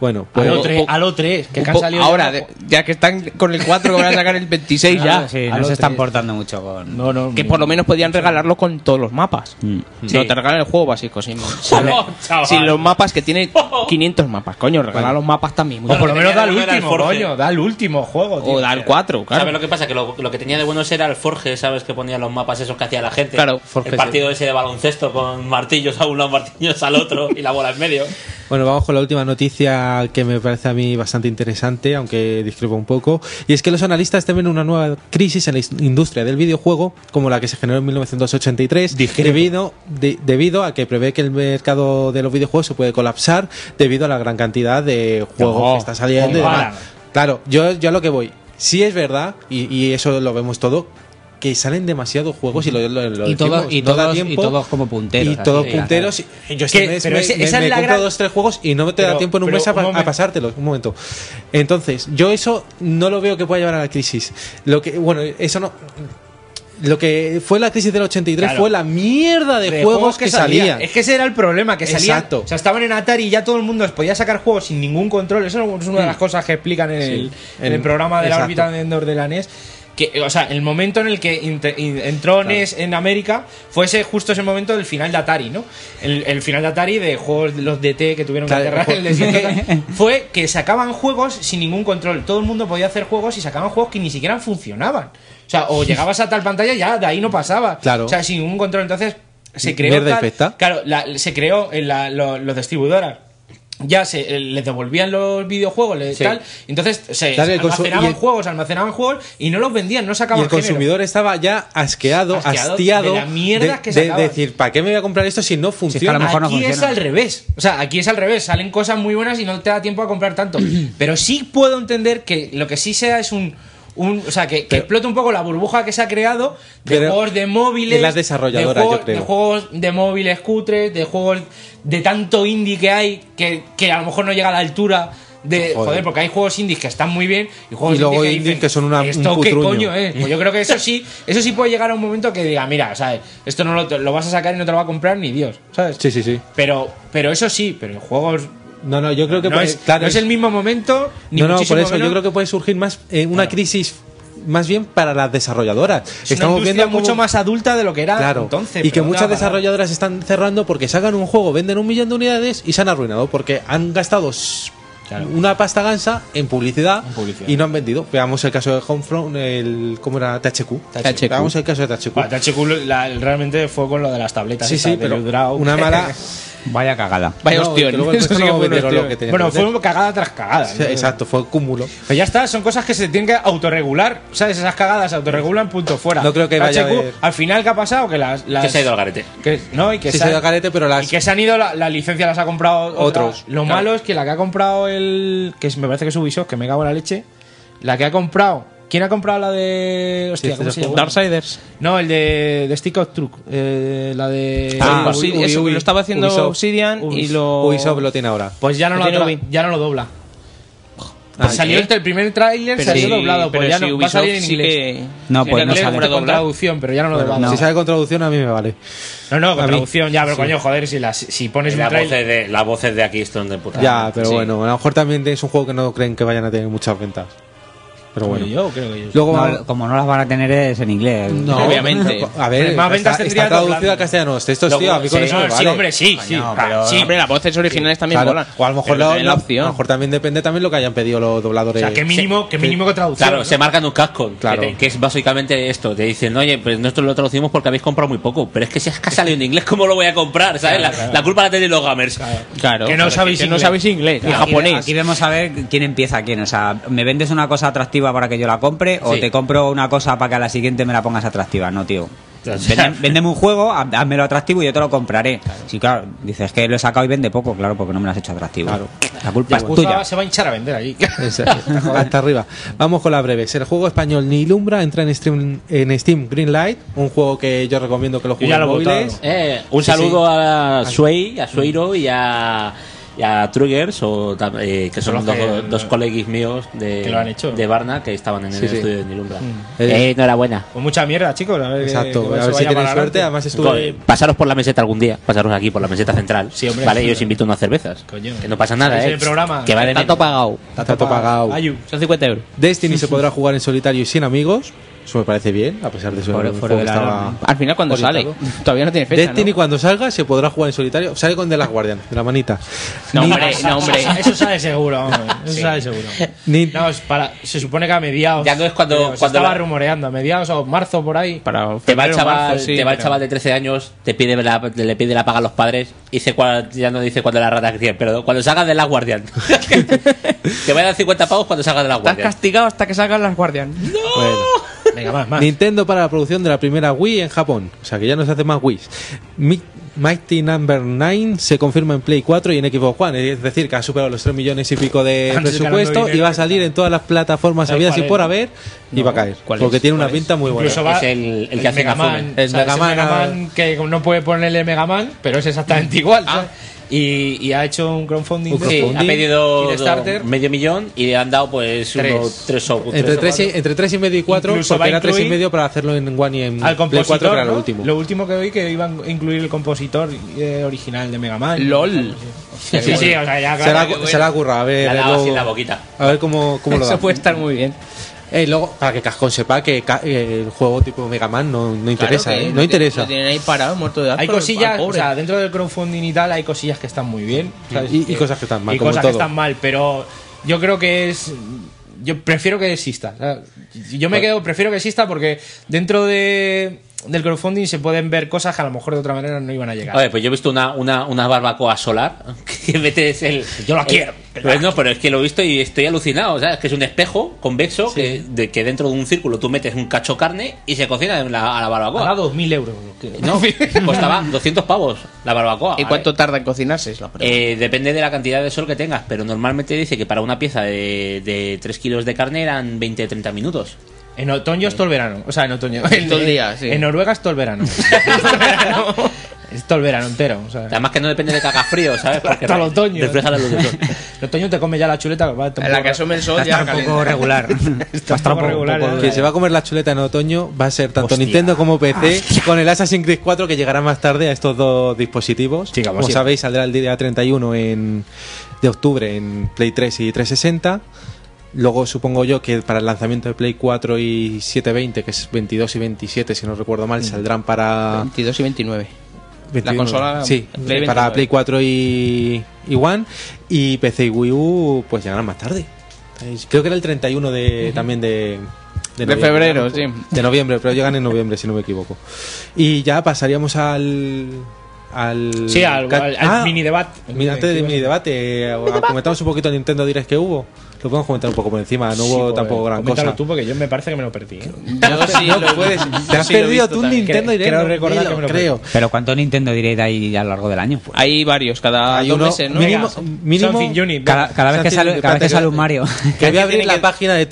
Speaker 4: Bueno,
Speaker 8: A lo
Speaker 9: pues-
Speaker 8: 3, a lo 3, que
Speaker 9: Un
Speaker 8: que han
Speaker 9: po-
Speaker 8: salido
Speaker 9: ahora,
Speaker 8: ya-
Speaker 9: de- ya que están con el 4 que van a sacar el 26
Speaker 10: Ah,
Speaker 9: ya.
Speaker 10: sí,
Speaker 9: A
Speaker 10: no
Speaker 9: los
Speaker 10: se están
Speaker 9: tres.
Speaker 10: portando mucho con.
Speaker 9: que por lo menos podían regalarlo con todos los mapas.
Speaker 4: Mm.
Speaker 10: Sí.
Speaker 9: No, te regalan el juego básico. Sin, [laughs] sin-
Speaker 8: chaval.
Speaker 9: sin los mapas que tiene 500 mapas, coño. Regalar los mapas también.
Speaker 8: O por lo menos da el
Speaker 6: Tenía que volver al
Speaker 8: último,
Speaker 6: Forge.
Speaker 8: coño. Da el último juego, tío.
Speaker 9: O da el 4, claro.
Speaker 6: ¿Sabes lo que pasa? Que lo, lo que tenía de buenos era el Forge, ¿sabes? Que ponía los mapas esos que hacía la gente.
Speaker 9: Claro,
Speaker 4: Forge,
Speaker 6: El partido ese de baloncesto con martillos a un lado, [laughs] martillos al otro y la bola en medio.
Speaker 4: Bueno, vamos con la última noticia que me parece a mí bastante interesante, aunque discrepo un poco, y es que los analistas temen una nueva crisis en la is- industria del videojuego, como la que se generó en 1983, debido, de- debido a que prevé que el mercado de los videojuegos se puede colapsar debido a la gran cantidad de juegos
Speaker 8: No,
Speaker 4: que está saliendo. y demás.
Speaker 8: compara.
Speaker 4: Claro, yo, yo a lo que voy, si es verdad, y, y eso lo vemos todo, que salen demasiados juegos y lo, lo- lo
Speaker 10: Y todos-
Speaker 4: decimos,
Speaker 10: y
Speaker 4: no da
Speaker 10: todos- y
Speaker 4: tiempo,
Speaker 10: todos como punteros,
Speaker 4: Y todos
Speaker 10: así,
Speaker 4: punteros.
Speaker 10: claro.
Speaker 4: y- Yo este
Speaker 10: Que-
Speaker 4: mes
Speaker 10: pero
Speaker 4: me,
Speaker 10: ese-
Speaker 4: me-
Speaker 10: esa es
Speaker 4: me
Speaker 10: la
Speaker 4: compro
Speaker 10: gran-
Speaker 4: dos, tres juegos y no te da
Speaker 10: Pero-
Speaker 4: tiempo en un
Speaker 10: pero
Speaker 4: mes a,
Speaker 10: un momento.
Speaker 4: a pasártelos. Un momento. Entonces, yo eso no lo veo que pueda llevar a la crisis. Lo que, bueno, eso no. Lo que fue la crisis del 83
Speaker 8: Claro.
Speaker 4: fue la mierda de, juegos, que, salían.
Speaker 8: Es que ese era el problema, que salían.
Speaker 4: Exacto.
Speaker 8: O sea, estaban en Atari y ya todo el mundo podía sacar juegos sin ningún control. Eso es una de las cosas que explican en,
Speaker 4: Mm. Sí.
Speaker 8: el, en el
Speaker 4: En-
Speaker 8: programa de la
Speaker 4: exacto.
Speaker 8: órbita de Endor de la NES. Que, o sea, el momento en el que inte- in- entró NES en América fue ese, justo ese momento del final de Atari, ¿no? El, el final de Atari de juegos de los DT que tuvieron que
Speaker 4: Claro,
Speaker 8: aterrar en el
Speaker 4: ojo.
Speaker 8: desierto. tal,
Speaker 4: [laughs]
Speaker 8: fue que sacaban juegos sin ningún control. Todo el mundo podía hacer juegos y sacaban juegos que ni siquiera funcionaban. O sea, o llegabas a tal pantalla y ya de ahí no pasaba.
Speaker 4: Claro.
Speaker 8: O sea, sin un control. Entonces, se creó
Speaker 4: Mierda
Speaker 8: tal-
Speaker 4: infecta.
Speaker 8: claro la- se creó en la- lo- los distribuidoras ya se eh, les devolvían los videojuegos le-
Speaker 4: Sí.
Speaker 8: tal entonces se
Speaker 4: Claro, el consu-
Speaker 8: almacenaban
Speaker 4: y el-
Speaker 8: juegos almacenaban juegos y no los vendían no
Speaker 4: Y
Speaker 8: sacaban
Speaker 4: el consumidor estaba ya asqueado,
Speaker 8: Asqueado
Speaker 4: hastiado
Speaker 8: de la mierda que sacaban.
Speaker 4: decir, ¿para qué me voy a comprar esto si no funciona?
Speaker 8: aquí es al revés. O sea, aquí es al revés. Salen cosas muy buenas y no te da tiempo a comprar
Speaker 4: [clears throat]
Speaker 8: tanto. Pero sí puedo entender que lo que sí sea es un. un- o sea, que, que explote un poco la burbuja que se ha creado de
Speaker 4: Pero
Speaker 8: juegos de móviles.
Speaker 4: de las desarrolladoras,
Speaker 8: de juegos,
Speaker 4: yo creo.
Speaker 8: De juegos de móviles cutres, de juegos de tanto indie que hay que, que a lo mejor no llega a la altura. De, joder.
Speaker 4: Joder.
Speaker 8: porque hay juegos indies que están muy bien y juegos
Speaker 4: Y luego
Speaker 8: indies que,
Speaker 4: indies
Speaker 8: dicen,
Speaker 4: que son una- un
Speaker 8: ¿Esto qué
Speaker 4: cutruño?".
Speaker 8: coño es? Pues yo creo que eso sí, eso sí puede llegar a un momento que diga, mira, ¿sabes? Esto no lo, lo vas a sacar y no te lo va a comprar ni Dios, ¿sabes?
Speaker 4: Sí, sí, sí.
Speaker 8: Pero, pero eso sí, pero en juegos.
Speaker 4: No, no, yo creo que
Speaker 8: no
Speaker 4: puede-
Speaker 8: es,
Speaker 4: claro,
Speaker 8: no es
Speaker 4: es-
Speaker 8: el mismo momento. Ni
Speaker 4: no, no,
Speaker 8: muchísimo
Speaker 4: por eso
Speaker 8: menos.
Speaker 4: yo creo que puede surgir más eh, una crisis más bien para las desarrolladoras.
Speaker 8: es una industria
Speaker 4: cómo-
Speaker 8: mucho más adulta de lo que era
Speaker 4: Claro.
Speaker 8: entonces.
Speaker 4: y que
Speaker 8: pero
Speaker 4: muchas
Speaker 8: nada, nada.
Speaker 4: desarrolladoras están cerrando porque sacan un juego, venden un millón de unidades y se han arruinado porque han gastado s- una pasta gansa en publicidad,
Speaker 8: Ah,
Speaker 4: y no han vendido. Veamos el caso de Homefront, el cómo era THQ.
Speaker 8: THQ.
Speaker 4: Veamos el caso de THQ.
Speaker 8: Bueno, THQ lo- la- realmente fue con lo de las tabletas.
Speaker 4: Sí,
Speaker 8: estas
Speaker 4: sí,
Speaker 8: de
Speaker 4: pero
Speaker 8: Ludrao.
Speaker 4: una mala-
Speaker 10: Vaya cagada.
Speaker 8: [laughs] Vaya
Speaker 4: [laughs] No,
Speaker 8: ostión. [laughs]
Speaker 4: que luego el
Speaker 8: Eso sí
Speaker 4: resto
Speaker 8: que
Speaker 4: no
Speaker 8: fue un
Speaker 4: vendieron lo
Speaker 8: ostión.
Speaker 4: que tenían
Speaker 8: bueno,
Speaker 4: que vender.
Speaker 8: fue cagada tras cagada.
Speaker 4: Sí,
Speaker 8: ¿no?
Speaker 4: Exacto, fue cúmulo.
Speaker 8: Pero ya está, son cosas que se tienen que autorregular. ¿Sabes? Esas cagadas se autorregulan, punto fuera.
Speaker 4: No creo que vaya a
Speaker 8: THQ,
Speaker 4: haber-
Speaker 8: Al final, ¿qué ha pasado? Que las. las-
Speaker 6: Que se ha ido al garete.
Speaker 8: que- no, y que
Speaker 4: Sí,
Speaker 8: se
Speaker 4: se
Speaker 8: ha-
Speaker 4: ha ido al garete, pero las-
Speaker 8: y que se han ido, la, la licencia las ha comprado otra.
Speaker 4: Otros,
Speaker 8: Lo
Speaker 4: claro.
Speaker 8: malo es que la que ha comprado el. Que es- me parece que es Ubisoft, que me cago en la leche. La que ha comprado. ¿Quién ha comprado la de. Hostia,
Speaker 9: Sí,
Speaker 8: ¿cómo
Speaker 9: sí,
Speaker 8: se llama?
Speaker 9: Darksiders.
Speaker 8: No, el de, de Stick of Truth. eh, la de.
Speaker 9: Ah,
Speaker 8: Ubi-
Speaker 9: Obsidian,
Speaker 8: Ubi-
Speaker 9: eso, que
Speaker 8: Ubi-
Speaker 9: lo estaba haciendo Obsidian y
Speaker 8: Ubis-
Speaker 9: lo-
Speaker 4: Ubisoft lo tiene ahora.
Speaker 8: Pues ya no lo,
Speaker 9: Lo tiene
Speaker 8: atra-
Speaker 9: Ubi.
Speaker 8: ya no lo dobla.
Speaker 9: Ah,
Speaker 8: Pues salió este,
Speaker 9: ¿qué?
Speaker 8: el, el primer tráiler
Speaker 9: Pero
Speaker 8: salió
Speaker 9: sí,
Speaker 8: doblado, pues
Speaker 9: pero
Speaker 8: ya
Speaker 9: sí,
Speaker 8: no va a
Speaker 9: Ubisoft
Speaker 8: salir en
Speaker 9: sí
Speaker 8: inglés.
Speaker 9: que-
Speaker 10: No,
Speaker 8: Sí,
Speaker 10: pues
Speaker 8: en
Speaker 10: no
Speaker 8: inglés
Speaker 10: sale.
Speaker 8: con traducción, pero ya no lo
Speaker 4: Bueno,
Speaker 8: doblado.
Speaker 4: Si sale con traducción a mí me vale.
Speaker 8: No, no,
Speaker 4: A
Speaker 8: con
Speaker 4: mí.
Speaker 8: traducción ya, pero
Speaker 4: Sí.
Speaker 8: coño, joder, si, las- si pones un
Speaker 6: Las
Speaker 8: tráiler...
Speaker 6: voces, de, las voces de aquí son de puta.
Speaker 4: Ya,
Speaker 6: madre.
Speaker 4: pero
Speaker 6: Sí.
Speaker 4: bueno, a lo mejor también es un juego que no creen que vayan a tener muchas ventas. Pero bueno.
Speaker 8: Yo creo que yo.
Speaker 4: Luego
Speaker 10: No,
Speaker 4: vamos-
Speaker 10: como no las van a tener es en inglés.
Speaker 4: No, A ver,
Speaker 8: Más ventas
Speaker 4: está,
Speaker 8: tendría
Speaker 4: está traducido
Speaker 8: doblando.
Speaker 4: al castellano. Estos,
Speaker 8: Lo-
Speaker 4: tío, a mí con
Speaker 8: sí,
Speaker 4: eso
Speaker 8: no,
Speaker 4: me
Speaker 8: sí,
Speaker 4: vale.
Speaker 8: hombre, sí, sí.
Speaker 9: No,
Speaker 8: Ah,
Speaker 9: pero,
Speaker 8: sí.
Speaker 9: hombre, las voces originales también
Speaker 4: Claro,
Speaker 9: molan.
Speaker 4: O a lo mejor,
Speaker 9: Pero
Speaker 4: lo-
Speaker 9: también la
Speaker 4: lo-
Speaker 9: opción.
Speaker 4: a lo [laughs] mejor también depende también lo que hayan pedido los dobladores.
Speaker 6: O sea, que
Speaker 8: mínimo- que mínimo que traducción,
Speaker 6: Claro,
Speaker 8: ¿no?
Speaker 6: se marcan un casco.
Speaker 4: Claro.
Speaker 6: Que, te- que es básicamente esto. Te dicen, oye, pues nosotros lo traducimos porque habéis comprado muy poco. Pero es que si es que ha salido en inglés, ¿cómo lo voy a comprar? ¿Sabes? la, la culpa la tenéis los gamers.
Speaker 9: Claro.
Speaker 8: Que no sabéis
Speaker 9: que no
Speaker 8: inglés.
Speaker 9: sabéis inglés, ni
Speaker 10: Aquí-
Speaker 9: japonés.
Speaker 10: Aquí vemos a ver quién empieza quién. O sea, ¿me vendes una cosa atractiva para que yo la compre o
Speaker 6: Sí.
Speaker 10: te compro una cosa para que a la siguiente me la pongas atractiva? No,
Speaker 9: [laughs]
Speaker 10: tío.
Speaker 6: sea,
Speaker 10: Vende- Véndeme un juego, há- házmelo atractivo y yo te lo compraré. Sí, claro, dices que lo he sacado y vende poco, claro, porque no me lo has hecho atractivo. La culpa es
Speaker 8: Pues
Speaker 10: tuya.
Speaker 8: va- se va a hinchar a vender ahí. [laughs]
Speaker 4: Hasta arriba. Vamos con la breve. El juego español Nilumbra entra en Steam, en Steam Greenlight, un juego que yo recomiendo que lo
Speaker 8: Yo
Speaker 4: jueguen
Speaker 8: ya lo he
Speaker 4: móviles.
Speaker 8: votado.
Speaker 6: Eh, un
Speaker 4: Sí,
Speaker 6: saludo a Suey, a Sueiro y a. y a Truggers, o, tam- eh, que
Speaker 8: Son
Speaker 6: son
Speaker 8: los
Speaker 6: dos,
Speaker 8: que-
Speaker 6: dos coleguis míos de,
Speaker 8: que lo han hecho.
Speaker 6: de Barna que estaban en
Speaker 8: Sí,
Speaker 6: el
Speaker 8: sí.
Speaker 6: estudio de Nilumbra.
Speaker 8: Mm.
Speaker 6: Eh, enhorabuena.
Speaker 8: Pues mucha mierda, chicos. A ver que- que eso vaya para adelante.
Speaker 6: Coño, Pasaros por la meseta algún día, pasaros aquí por la meseta central.
Speaker 8: hombre,
Speaker 6: vale,
Speaker 8: sí.
Speaker 6: yo os invito a unas cervezas.
Speaker 8: Coño.
Speaker 6: Que no pasa nada,
Speaker 8: Salís
Speaker 6: eh.
Speaker 8: del programa.
Speaker 6: Que va de
Speaker 4: Está
Speaker 6: menos.
Speaker 9: pagado.
Speaker 4: Está todo pagado.
Speaker 9: Son 50 euros.
Speaker 4: Destiny se podrá jugar en solitario y sin amigos. Eso me parece bien, a pesar de ser
Speaker 9: Pobre-
Speaker 4: un juego
Speaker 9: pobre
Speaker 4: que
Speaker 9: de la
Speaker 4: estaba.
Speaker 9: norma. Al final, ¿cuándo
Speaker 4: orientado.
Speaker 9: sale? Todavía no tiene fecha.
Speaker 4: Destiny cuando salga se podrá jugar en solitario. Sale con The Last Guardian, de la manita.
Speaker 8: No,
Speaker 4: Ni-
Speaker 8: hombre, no, hombre. [laughs] Eso sale seguro, hombre. Eso sale seguro. No, es para, se supone que a mediados. Ya no es cuando.
Speaker 6: cuando
Speaker 8: estaba
Speaker 6: la-
Speaker 8: rumoreando, a mediados o marzo por ahí.
Speaker 9: Para
Speaker 6: Te va, el chaval, te va el chaval de 13 años, te pide la- le pide la paga a los padres y se cua- ya no dice cuándo la rata crece, pero cuando salga de la Guardian. te voy a dar 50 pavos cuando salga de la
Speaker 9: Estás
Speaker 6: Guardian.
Speaker 9: castigado hasta que salgan las guardianes.
Speaker 4: Bueno. Nintendo para la producción de la primera Wii en Japón. O sea que ya no se hace más Wii. Mighty Number 9 se confirma en Play 4 y en Xbox One. Es decir, que ha superado los 3 millones y pico de
Speaker 11: Han regalado
Speaker 4: presupuesto y
Speaker 11: dinero.
Speaker 4: va a salir en todas las plataformas
Speaker 11: ¿Sabes
Speaker 4: habidas
Speaker 11: cuál
Speaker 4: y
Speaker 11: es,
Speaker 4: por
Speaker 11: no?
Speaker 4: haber. Y va a caer.
Speaker 11: ¿cuál
Speaker 4: Porque
Speaker 11: es?
Speaker 4: tiene una
Speaker 11: ¿Cuál es?
Speaker 4: pinta muy buena.
Speaker 11: Incluso va- Es el- el que hace
Speaker 8: Mega Man,
Speaker 11: Inazuma. El
Speaker 8: o sea, es
Speaker 4: Mega Man
Speaker 8: Mega
Speaker 4: a-
Speaker 8: Man que no puede ponerle Mega Man, pero es exactamente igual. ¿sabes? Y, y ha hecho un crowdfunding. de-
Speaker 6: Sí, ha pedido
Speaker 8: Kickstarter.
Speaker 6: medio millón y le han dado pues
Speaker 8: Tres.
Speaker 6: uno, tres o
Speaker 4: Entre
Speaker 6: o
Speaker 4: 3, y,
Speaker 6: cuatro.
Speaker 4: entre tres y medio y 4,
Speaker 6: Incluso va
Speaker 4: porque
Speaker 6: a
Speaker 4: era 3 y
Speaker 6: incluir
Speaker 4: medio para hacerlo en One y en
Speaker 8: Al
Speaker 4: Mm. Play 4, que
Speaker 8: compositor,
Speaker 4: era
Speaker 8: ¿no?
Speaker 4: lo último.
Speaker 8: Lo último que oí que iban a incluir el compositor eh, original de Mega Man.
Speaker 9: LOL.
Speaker 8: Sí, sí, o sea, ya
Speaker 4: se, la,
Speaker 8: claro. que-
Speaker 4: se la curra, a ver.
Speaker 8: Le ha dado
Speaker 4: luego-
Speaker 8: así en la boquita.
Speaker 4: A ver cómo, cómo lo da.
Speaker 9: Eso puede estar muy bien.
Speaker 4: Eh, luego, para que Cascón sepa que ca- eh, el juego tipo Mega Man no, no interesa,
Speaker 9: Claro que
Speaker 4: ¿eh?
Speaker 9: lo
Speaker 4: No
Speaker 9: ti-
Speaker 4: interesa.
Speaker 9: Lo tienen ahí parado, muerto de edad.
Speaker 8: Hay
Speaker 9: por-
Speaker 8: cosillas,
Speaker 9: al
Speaker 8: o
Speaker 9: pobre.
Speaker 8: sea, dentro del crowdfunding y tal, hay cosillas que están muy bien. ¿sabes?
Speaker 4: Y- y cosas que están mal,
Speaker 8: Y
Speaker 4: como
Speaker 8: cosas que
Speaker 4: todo.
Speaker 8: están mal, pero yo creo que es. Yo prefiero que exista. ¿sabes? Yo me quedo, prefiero que exista porque dentro de, del crowdfunding se pueden ver cosas que a lo mejor de otra manera no iban a llegar.
Speaker 6: A ver, pues yo he visto una, una, una barbacoa solar [laughs] que metes el.
Speaker 8: Yo la
Speaker 6: el-
Speaker 8: quiero.
Speaker 6: Pues no, pero es que lo he visto y estoy alucinado. O sea, es que es un espejo convexo que, de que dentro de un círculo tú metes un cacho carne y se cocina en la- a la barbacoa.
Speaker 8: A 2.000 euros. creo.
Speaker 9: [laughs]
Speaker 8: [laughs]
Speaker 6: No, costaba 200 pavos la barbacoa.
Speaker 9: ¿Y cuánto tarda en cocinarse? Es la pregunta.
Speaker 6: Eh, depende de la cantidad de sol que tengas, pero normalmente dice que para una pieza de, de 3 kilos de carne eran 20-30 minutos.
Speaker 8: En otoño es todo el verano. O sea, en otoño. En,
Speaker 6: Todo el día, sí.
Speaker 8: En Noruega es todo el verano. es todo el verano entero. o sea.
Speaker 6: Además que no depende de que haga frío,
Speaker 8: [laughs]
Speaker 6: ¿sabes? Porque
Speaker 8: Hasta el otoño.
Speaker 6: refleja la luz del sol.
Speaker 8: [laughs] En otoño te come ya la chuleta. va, está un
Speaker 9: En la
Speaker 8: poco-
Speaker 9: que asome el sol
Speaker 8: está
Speaker 9: ya
Speaker 8: un poco
Speaker 9: calienta.
Speaker 8: regular. Está un poco regular. ya.
Speaker 4: Que se va a comer la chuleta en otoño va a ser tanto Nintendo como PC con el Assassin's Creed 4 que llegará más tarde a estos dos dispositivos. como
Speaker 8: sí.
Speaker 4: sabéis, saldrá el día 31 en, de octubre en Play 3 y 360. Luego supongo yo que para el lanzamiento de Play 4 y 720, que es 22 y 27 si no recuerdo
Speaker 8: Mm.
Speaker 4: mal, saldrán para
Speaker 9: 22 y 29.
Speaker 4: 21.
Speaker 9: La consola.
Speaker 4: sí,
Speaker 9: Play
Speaker 4: para
Speaker 9: 29.
Speaker 4: Play 4 y, y One y PC y Wii U pues llegarán más tarde. Eh, Creo que era el 31 de también de
Speaker 9: De febrero,
Speaker 4: ¿no?
Speaker 9: sí.
Speaker 4: De noviembre, pero llegan en noviembre si no me equivoco. Y ya pasaríamos al al
Speaker 8: Sí, al,
Speaker 4: ca-
Speaker 8: al- al
Speaker 4: Ah,
Speaker 8: mini debate.
Speaker 4: mira, antes del mini debate, eh, comentamos un poquito el Nintendo Direct que hubo. Lo podemos comentar un poco por encima,
Speaker 8: [laughs]
Speaker 4: no
Speaker 8: Sí,
Speaker 4: hubo
Speaker 8: pues,
Speaker 4: tampoco gran
Speaker 8: coméntalo
Speaker 4: cosa.
Speaker 8: tú porque yo me parece que me lo perdí. ¿eh?
Speaker 4: No, no puedes. Te has perdido tú un Nintendo Direct.
Speaker 8: Creo
Speaker 4: no,
Speaker 8: recordar
Speaker 4: dilo,
Speaker 8: que me lo
Speaker 4: creo.
Speaker 10: Pero ¿cuánto Nintendo Direct hay a lo largo del año?
Speaker 9: Hay varios, Pues, cada
Speaker 4: Hay
Speaker 9: dos
Speaker 4: uno
Speaker 9: meses, ¿no?
Speaker 4: mínimo-
Speaker 9: Venga,
Speaker 4: mínimo- Something
Speaker 9: unit,
Speaker 10: Cada,
Speaker 9: venga.
Speaker 10: cada vez que
Speaker 9: Something
Speaker 10: sale,
Speaker 9: unit,
Speaker 10: cada vez que
Speaker 9: espérate,
Speaker 10: sale un
Speaker 9: [laughs]
Speaker 10: Mario.
Speaker 4: Que voy a abrir la página de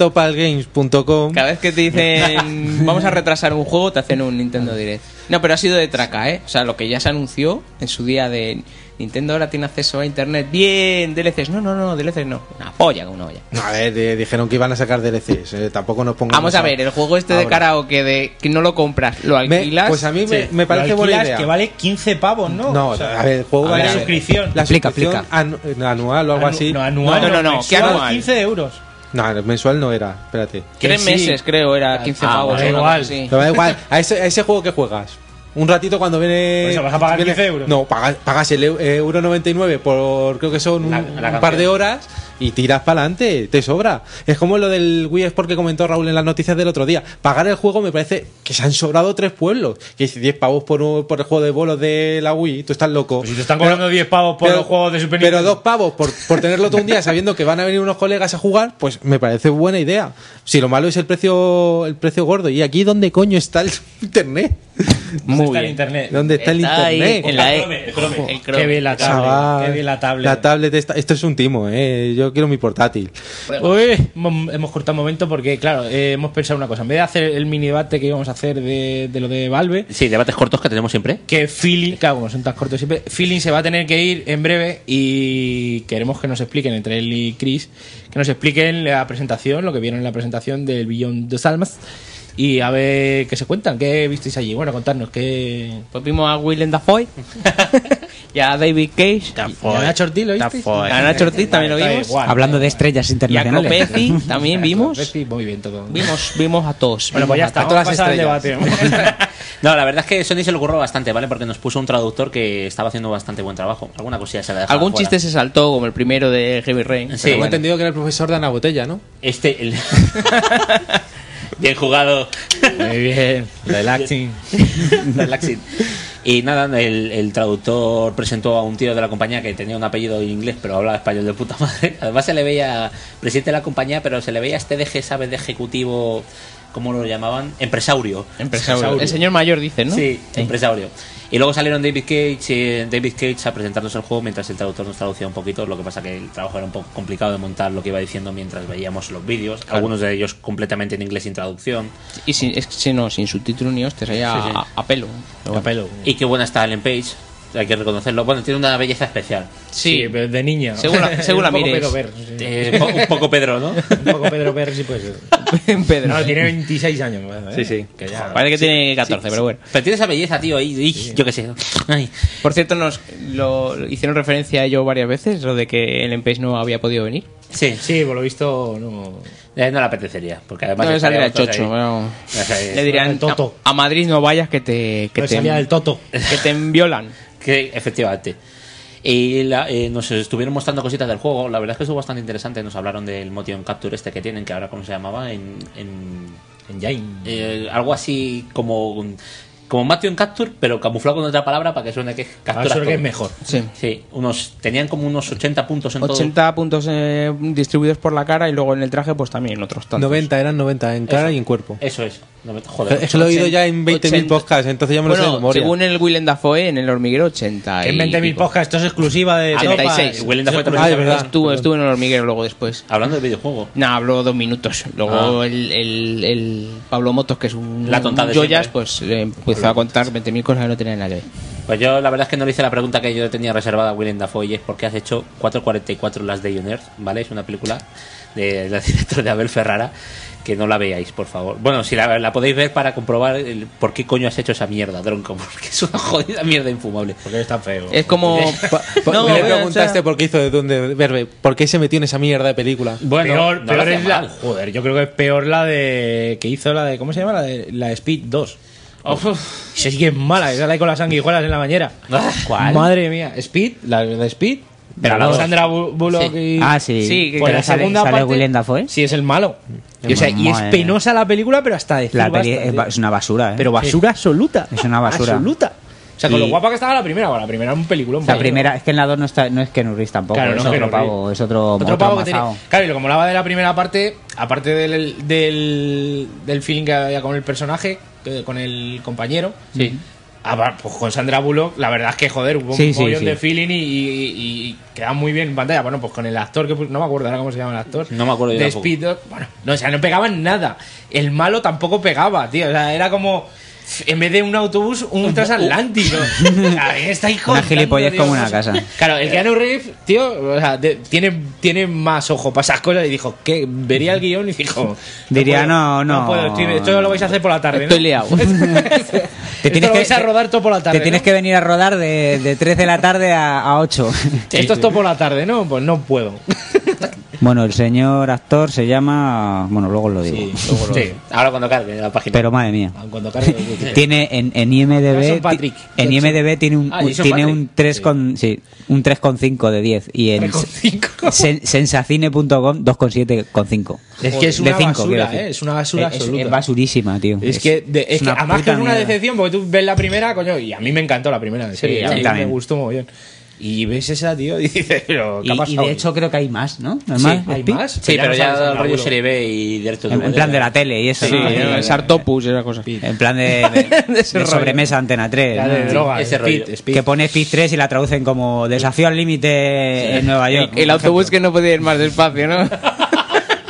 Speaker 4: topalgames.com.
Speaker 9: Cada vez que te dicen vamos a retrasar un juego, te hacen un Nintendo Direct. No, pero ha sido de traca, ¿eh? O sea, lo que ya se anunció en su día de Nintendo ahora tiene acceso a internet. Bien, DLCs. No, no, no, DLCs no. Una polla con una olla.
Speaker 4: No, a ver, eh, dijeron que iban a sacar DLCs. eh, tampoco nos pongamos.
Speaker 9: Vamos a ver, el juego este de
Speaker 4: ahora.
Speaker 9: karaoke de que no lo compras, lo
Speaker 4: Me-
Speaker 9: alquilas.
Speaker 4: pues a mí me,
Speaker 9: Sí.
Speaker 4: me parece
Speaker 8: Lo
Speaker 4: buena
Speaker 8: alquilas,
Speaker 4: idea.
Speaker 8: que vale 15 pavos, ¿no?
Speaker 4: No,
Speaker 8: O sea,
Speaker 4: a ver, el juego
Speaker 8: a
Speaker 4: vale.
Speaker 8: ver, la suscripción.
Speaker 4: La
Speaker 8: Explica,
Speaker 4: suscripción anu- Eh, anual o algo
Speaker 8: Anu-
Speaker 4: así.
Speaker 8: No, anual.
Speaker 4: ¿qué
Speaker 8: mensual, 15 euros.
Speaker 4: No, mensual no era. Espérate.
Speaker 8: Eh,
Speaker 9: Tres meses, creo, era 15
Speaker 4: Ah,
Speaker 9: pavos.
Speaker 4: vale,
Speaker 9: una
Speaker 4: igual.
Speaker 9: cosa así.
Speaker 4: Pero da
Speaker 8: [laughs]
Speaker 4: igual. A ese, a ese juego que juegas. Un ratito cuando viene.
Speaker 8: Por eso, ¿vas a pagar
Speaker 4: viene-
Speaker 8: 15 euros?
Speaker 4: No, pagas, pagas el eu- eh, euro 99 por creo que son un, un par
Speaker 8: canción.
Speaker 4: de horas y tiras para adelante. Te sobra. Es como lo del Wii Sport que comentó Raúl en las noticias del otro día. Pagar el juego me parece que se han sobrado tres pueblos. Que si 10 pavos por, un- por el juego de bolos de la Wii, tú estás loco.
Speaker 8: Pues Si te están cobrando 10 pavos por
Speaker 4: pero-
Speaker 8: los juegos de Super
Speaker 4: pero
Speaker 8: Nintendo.
Speaker 4: dos pavos por, por tenerlo todo un día sabiendo que van a venir unos colegas a jugar, pues me parece buena idea. Si lo malo es el precio el precio gordo. ¿Y aquí dónde coño está el [laughs] internet?
Speaker 8: Muy está en internet.
Speaker 4: ¿Dónde está, el internet?
Speaker 9: E,
Speaker 8: E, Qué bien la tablet.
Speaker 4: Chaval,
Speaker 8: Qué bien la tablet.
Speaker 4: La tablet está- Esto es un timo, ¿eh? Yo quiero mi portátil.
Speaker 8: Uy, mom- hemos cortado un momento porque, claro, eh, hemos pensado una cosa. En vez de hacer el mini debate que íbamos a hacer de, de lo de Valve,
Speaker 6: Sí, debates cortos que tenemos siempre.
Speaker 8: que Feeling, claro, como son tan cortos siempre, Feeling se va a tener que ir en breve y queremos que nos expliquen, entre él y Chris, que nos expliquen la presentación, lo que vieron en la presentación del Billón de Almas y a ver qué se cuentan, qué visteis allí. Bueno, contadnos qué.
Speaker 9: Pues vimos a
Speaker 8: [laughs]
Speaker 9: Willem Dafoe y a David Cage.
Speaker 8: Y a Nacho Ortiz, ¿lo Ah, visteis?
Speaker 9: A Nacho Ortiz también lo vimos.
Speaker 10: Hablando de estrellas
Speaker 9: Y a
Speaker 10: internacionales. [laughs]
Speaker 9: Copeci también vimos.
Speaker 8: Muy bien todo.
Speaker 9: Vimos, vimos a todos.
Speaker 8: Bueno, pues ya está, vamos a pasar al debate.
Speaker 6: [laughs] No, la verdad es que Sony se lo curró bastante, ¿vale? Porque nos puso un traductor que estaba haciendo bastante buen trabajo. Alguna cosilla se la dejaba
Speaker 9: Algún
Speaker 6: fuera.
Speaker 9: chiste se saltó, como el primero de Heavy
Speaker 6: Sí,
Speaker 9: Rain. pero
Speaker 6: bueno.
Speaker 9: bueno.
Speaker 11: entendido que era el profesor de Ana Botella, ¿no?
Speaker 6: Este. el- [laughs] bien jugado.
Speaker 8: Muy bien. Relaxing.
Speaker 6: [laughs] Relaxing. Y nada, el, el traductor presentó a un tío de la compañía que tenía un apellido en inglés, pero hablaba español de puta [laughs] madre. Además, se le veía presidente de la compañía, pero se le veía este deje, ¿sabes?, de ejecutivo, ¿cómo lo llamaban? Empresaurio.
Speaker 9: Empresario. El señor mayor dice, ¿no?
Speaker 6: Sí, empresario. Y luego salieron David Cage, eh, David Cage a presentarnos el juego mientras el traductor nos traducía un poquito, lo que pasa que el trabajo era un poco complicado de montar lo que iba diciendo mientras veíamos los vídeos, algunos de ellos completamente en inglés sin traducción.
Speaker 9: Y sin, es que sí, no, sin subtítulo ni hostias, ahí a,
Speaker 6: Sí, sí.
Speaker 9: a- a pelo. Pero bueno.
Speaker 6: Y qué buena está Ellen Page, hay que reconocerlo. Bueno, tiene una belleza especial.
Speaker 9: Sí,
Speaker 8: pero de niña.
Speaker 9: Según la- según la
Speaker 8: [laughs] Un poco
Speaker 9: mires.
Speaker 8: Pedro Ver, sí.
Speaker 6: Eh, po- un poco Pedro, ¿no?
Speaker 8: [laughs] Un poco Pedro Ver, sí, pues.
Speaker 9: [laughs] Pedro.
Speaker 8: No, tiene 26 años. ¿eh? Que ya-
Speaker 9: Parece que tiene 14, pero bueno.
Speaker 6: Pero tiene esa belleza, tío, y, y- yo qué sé. Ay.
Speaker 9: Por cierto, nos lo, lo hicieron referencia a ello varias veces, lo de que el Page no había podido venir.
Speaker 6: Sí,
Speaker 8: sí, por lo visto no.
Speaker 6: Eh, no le apetecería, porque además...
Speaker 9: No le
Speaker 6: estaría
Speaker 9: salía el
Speaker 6: otros ahí. eh.
Speaker 9: chocho, bueno.
Speaker 6: Estaría-
Speaker 9: Le dirán,
Speaker 8: Toto.
Speaker 9: a, a Madrid no vayas que te... Que
Speaker 6: No le
Speaker 9: te
Speaker 6: salía del
Speaker 8: toto.
Speaker 9: Que te violan.
Speaker 6: Que efectivamente. Y la- eh, nos estuvieron mostrando cositas del juego. La verdad es que estuvo bastante interesante. Nos hablaron del motion capture este que tienen, que ahora cómo se llamaba en en,
Speaker 8: en Jain.
Speaker 6: Eh, algo así como un- como motion capture, pero camuflado con otra palabra para que suene que captura.
Speaker 8: suene que
Speaker 6: todo.
Speaker 8: es mejor.
Speaker 9: Sí.
Speaker 6: Sí, unos tenían como unos 80 puntos en todo.
Speaker 9: 80 puntos eh, distribuidos por la cara y luego en el traje pues también otros tantos.
Speaker 4: 90, eran 90 en cara y en cuerpo.
Speaker 6: Eso es. No me-
Speaker 4: Es que lo he oído ya en 20.000
Speaker 9: 80.
Speaker 4: podcasts, entonces ya me lo sé de
Speaker 9: Bueno,
Speaker 4: memoria.
Speaker 9: según el Willem Dafoe, en el hormiguero 80
Speaker 8: En 20.000 podcasts, esto es exclusiva de.
Speaker 6: Ah,
Speaker 9: 86.
Speaker 8: Topas. Eso es
Speaker 9: Ah,
Speaker 8: exclusiva
Speaker 9: es
Speaker 8: de
Speaker 9: verdad.
Speaker 8: Topas.
Speaker 9: Estuvo, estuvo en el hormiguero luego después.
Speaker 6: Hablando de videojuego.
Speaker 9: No, habló dos minutos. Luego
Speaker 6: Ah.
Speaker 9: el, el- el Pablo Motos, que es un,
Speaker 6: La tonta de
Speaker 9: joyas,
Speaker 6: siempre.
Speaker 9: pues eh, empezó a contar 20.000 cosas que no tenían en la ley.
Speaker 6: Pues yo la verdad es que no le hice la pregunta que yo tenía reservada a Willem Dafoe y es porque has hecho 444 Las de Earth, ¿vale? Es una película de [laughs] la directora de Abel Ferrara que no la veáis, por favor. Bueno, si la, la podéis ver para comprobar el por qué coño has hecho esa mierda, tronco, [laughs] porque es una jodida mierda infumable.
Speaker 8: Porque está feo.
Speaker 9: Es como...
Speaker 4: [laughs] Pa-
Speaker 9: No,
Speaker 4: le
Speaker 9: o
Speaker 4: preguntaste
Speaker 9: sea-
Speaker 4: por qué hizo de Duende Verde, por qué se metió en esa mierda de película.
Speaker 8: Bueno, peor,
Speaker 6: no
Speaker 8: peor
Speaker 6: lo hacía
Speaker 8: es la.
Speaker 6: mal.
Speaker 8: Joder, yo creo que es peor la de. Que hizo la de. ¿Cómo se llama? La de la de Speed 2. Esa sí que es mala, esa la hay con las sanguijuelas en la [laughs] bañera.
Speaker 10: ¿Cuál?
Speaker 8: Madre mía, Speed, la de Speed.
Speaker 10: Pero la
Speaker 8: con
Speaker 10: dos.
Speaker 8: Sandra Bu- Bullock y.
Speaker 10: Ah, sí.
Speaker 8: sí
Speaker 10: Pero
Speaker 8: la
Speaker 10: sale-
Speaker 8: segunda
Speaker 10: sale
Speaker 8: parte.
Speaker 10: Willem Dafoe.
Speaker 8: Sí, es el malo. Y, o sea, y es
Speaker 10: Madre.
Speaker 8: penosa la película, pero hasta decir
Speaker 10: La peli
Speaker 8: basta,
Speaker 10: es,
Speaker 8: tío.
Speaker 10: ba- es una basura, ¿eh?
Speaker 8: Pero basura absoluta.
Speaker 10: Es una basura.
Speaker 8: Absoluta. O sea, con lo
Speaker 10: Y-
Speaker 8: guapa que estaba la primera, bueno, la primera era un peliculón.
Speaker 10: La
Speaker 8: pero-
Speaker 10: primera, es que en la 2 no, está, no es Ken Reeves tampoco,
Speaker 8: Claro,
Speaker 10: es
Speaker 8: no es
Speaker 10: otro
Speaker 8: Ken Reeves.
Speaker 10: pavo, es otro,
Speaker 8: Otro pavo que
Speaker 10: amasado.
Speaker 8: tenía. Claro, y lo que molaba de la primera parte, aparte del, del, del feeling que había con el personaje, eh, con el compañero,
Speaker 10: Sí.
Speaker 8: apar- pues con Sandra Bullock, la verdad es que, joder, hubo
Speaker 10: Sí,
Speaker 8: un
Speaker 10: sí,
Speaker 8: mogollón
Speaker 10: sí.
Speaker 8: de feeling y, y- y quedaba muy bien en pantalla. Bueno, pues con el actor, que pu- no me acuerdo ahora cómo se llama el actor.
Speaker 6: No me acuerdo yo
Speaker 8: De
Speaker 6: tampoco.
Speaker 8: Speed Dog, bueno, no, o sea, no pegaban nada. El malo tampoco pegaba, tío. O sea, era como... En vez de un autobús, un
Speaker 10: [laughs]
Speaker 8: transatlántico. O sea, está [laughs] hijo
Speaker 10: Una
Speaker 8: de
Speaker 10: gilipollez
Speaker 8: tanto,
Speaker 10: como
Speaker 8: tío,
Speaker 10: una
Speaker 8: [laughs] no sé.
Speaker 10: casa.
Speaker 8: Claro, el Keanu Reeves, tío, o sea, de- tiene, tiene más ojo para esas cosas y dijo, que Vería el guión y dijo...
Speaker 10: Diría, no, no,
Speaker 8: No puedo escribir, esto lo vais a hacer por la tarde, ¿no? [laughs]
Speaker 10: Estoy liado.
Speaker 8: Te
Speaker 10: tienes
Speaker 8: lo
Speaker 10: que-
Speaker 8: vais a rodar todo por la tarde,
Speaker 10: Te tienes
Speaker 8: ¿no?
Speaker 10: que venir a rodar de, de 3 de la tarde a, a
Speaker 8: [laughs]
Speaker 10: 8.
Speaker 8: Esto es todo por la tarde, ¿no? Pues no puedo.
Speaker 10: Bueno, el señor actor se llama... Bueno, luego lo digo. [laughs]
Speaker 6: Sí, ahora cuando cargue la página.
Speaker 10: Pero madre mía.
Speaker 8: Ah, Cuando cargue lo que-
Speaker 10: [laughs] Tiene en, en IMDB
Speaker 8: Jason Patrick.
Speaker 10: en IMDb tiene un
Speaker 8: Ah,
Speaker 10: un-
Speaker 8: Jason
Speaker 10: tiene
Speaker 8: Patrick.
Speaker 10: un 3 con sí, un 3,5 de 10 y en
Speaker 8: 3,5.
Speaker 10: sen- sensacine.com 2,7,5.
Speaker 8: Es que es
Speaker 10: De
Speaker 8: una
Speaker 10: cinco, quiero
Speaker 8: basura,
Speaker 10: decir.
Speaker 8: ¿eh? Es una basura
Speaker 10: Es- es-
Speaker 8: absoluta.
Speaker 10: Es basurísima, tío.
Speaker 8: Es que, de- es que
Speaker 10: una
Speaker 8: además que
Speaker 10: puta
Speaker 8: es una
Speaker 10: mierda.
Speaker 8: decepción porque tú ves la primera, coño, y a mí me encantó la primera, en serio.
Speaker 10: Sí, a
Speaker 8: a
Speaker 10: mí
Speaker 8: mí me
Speaker 10: también.
Speaker 8: gustó muy bien. Y ves esa, tío, [laughs] y dices, pero ¿qué ha
Speaker 10: Y, y
Speaker 8: pasado?
Speaker 10: de hecho creo que hay más, ¿no? ¿No
Speaker 8: Sí, ¿hay
Speaker 10: Pi-
Speaker 8: más?
Speaker 6: Sí, pero ya el rollo serie B y directo
Speaker 10: En, en plan de la tele y eso,
Speaker 6: Sí,
Speaker 10: ¿no?
Speaker 6: el
Speaker 10: Sartopus y esa cosa. En plan de, de- de
Speaker 6: rollo.
Speaker 10: sobremesa Antena 3.
Speaker 6: Ya
Speaker 10: ¿no?
Speaker 6: de
Speaker 10: Sí,
Speaker 6: droga, Ese rollo. Speed,
Speaker 10: Que pone Speed 3 y la traducen como Desafío al límite
Speaker 9: Sí.
Speaker 10: en Nueva York.
Speaker 9: El, el autobús que no podía ir más despacio, ¿no?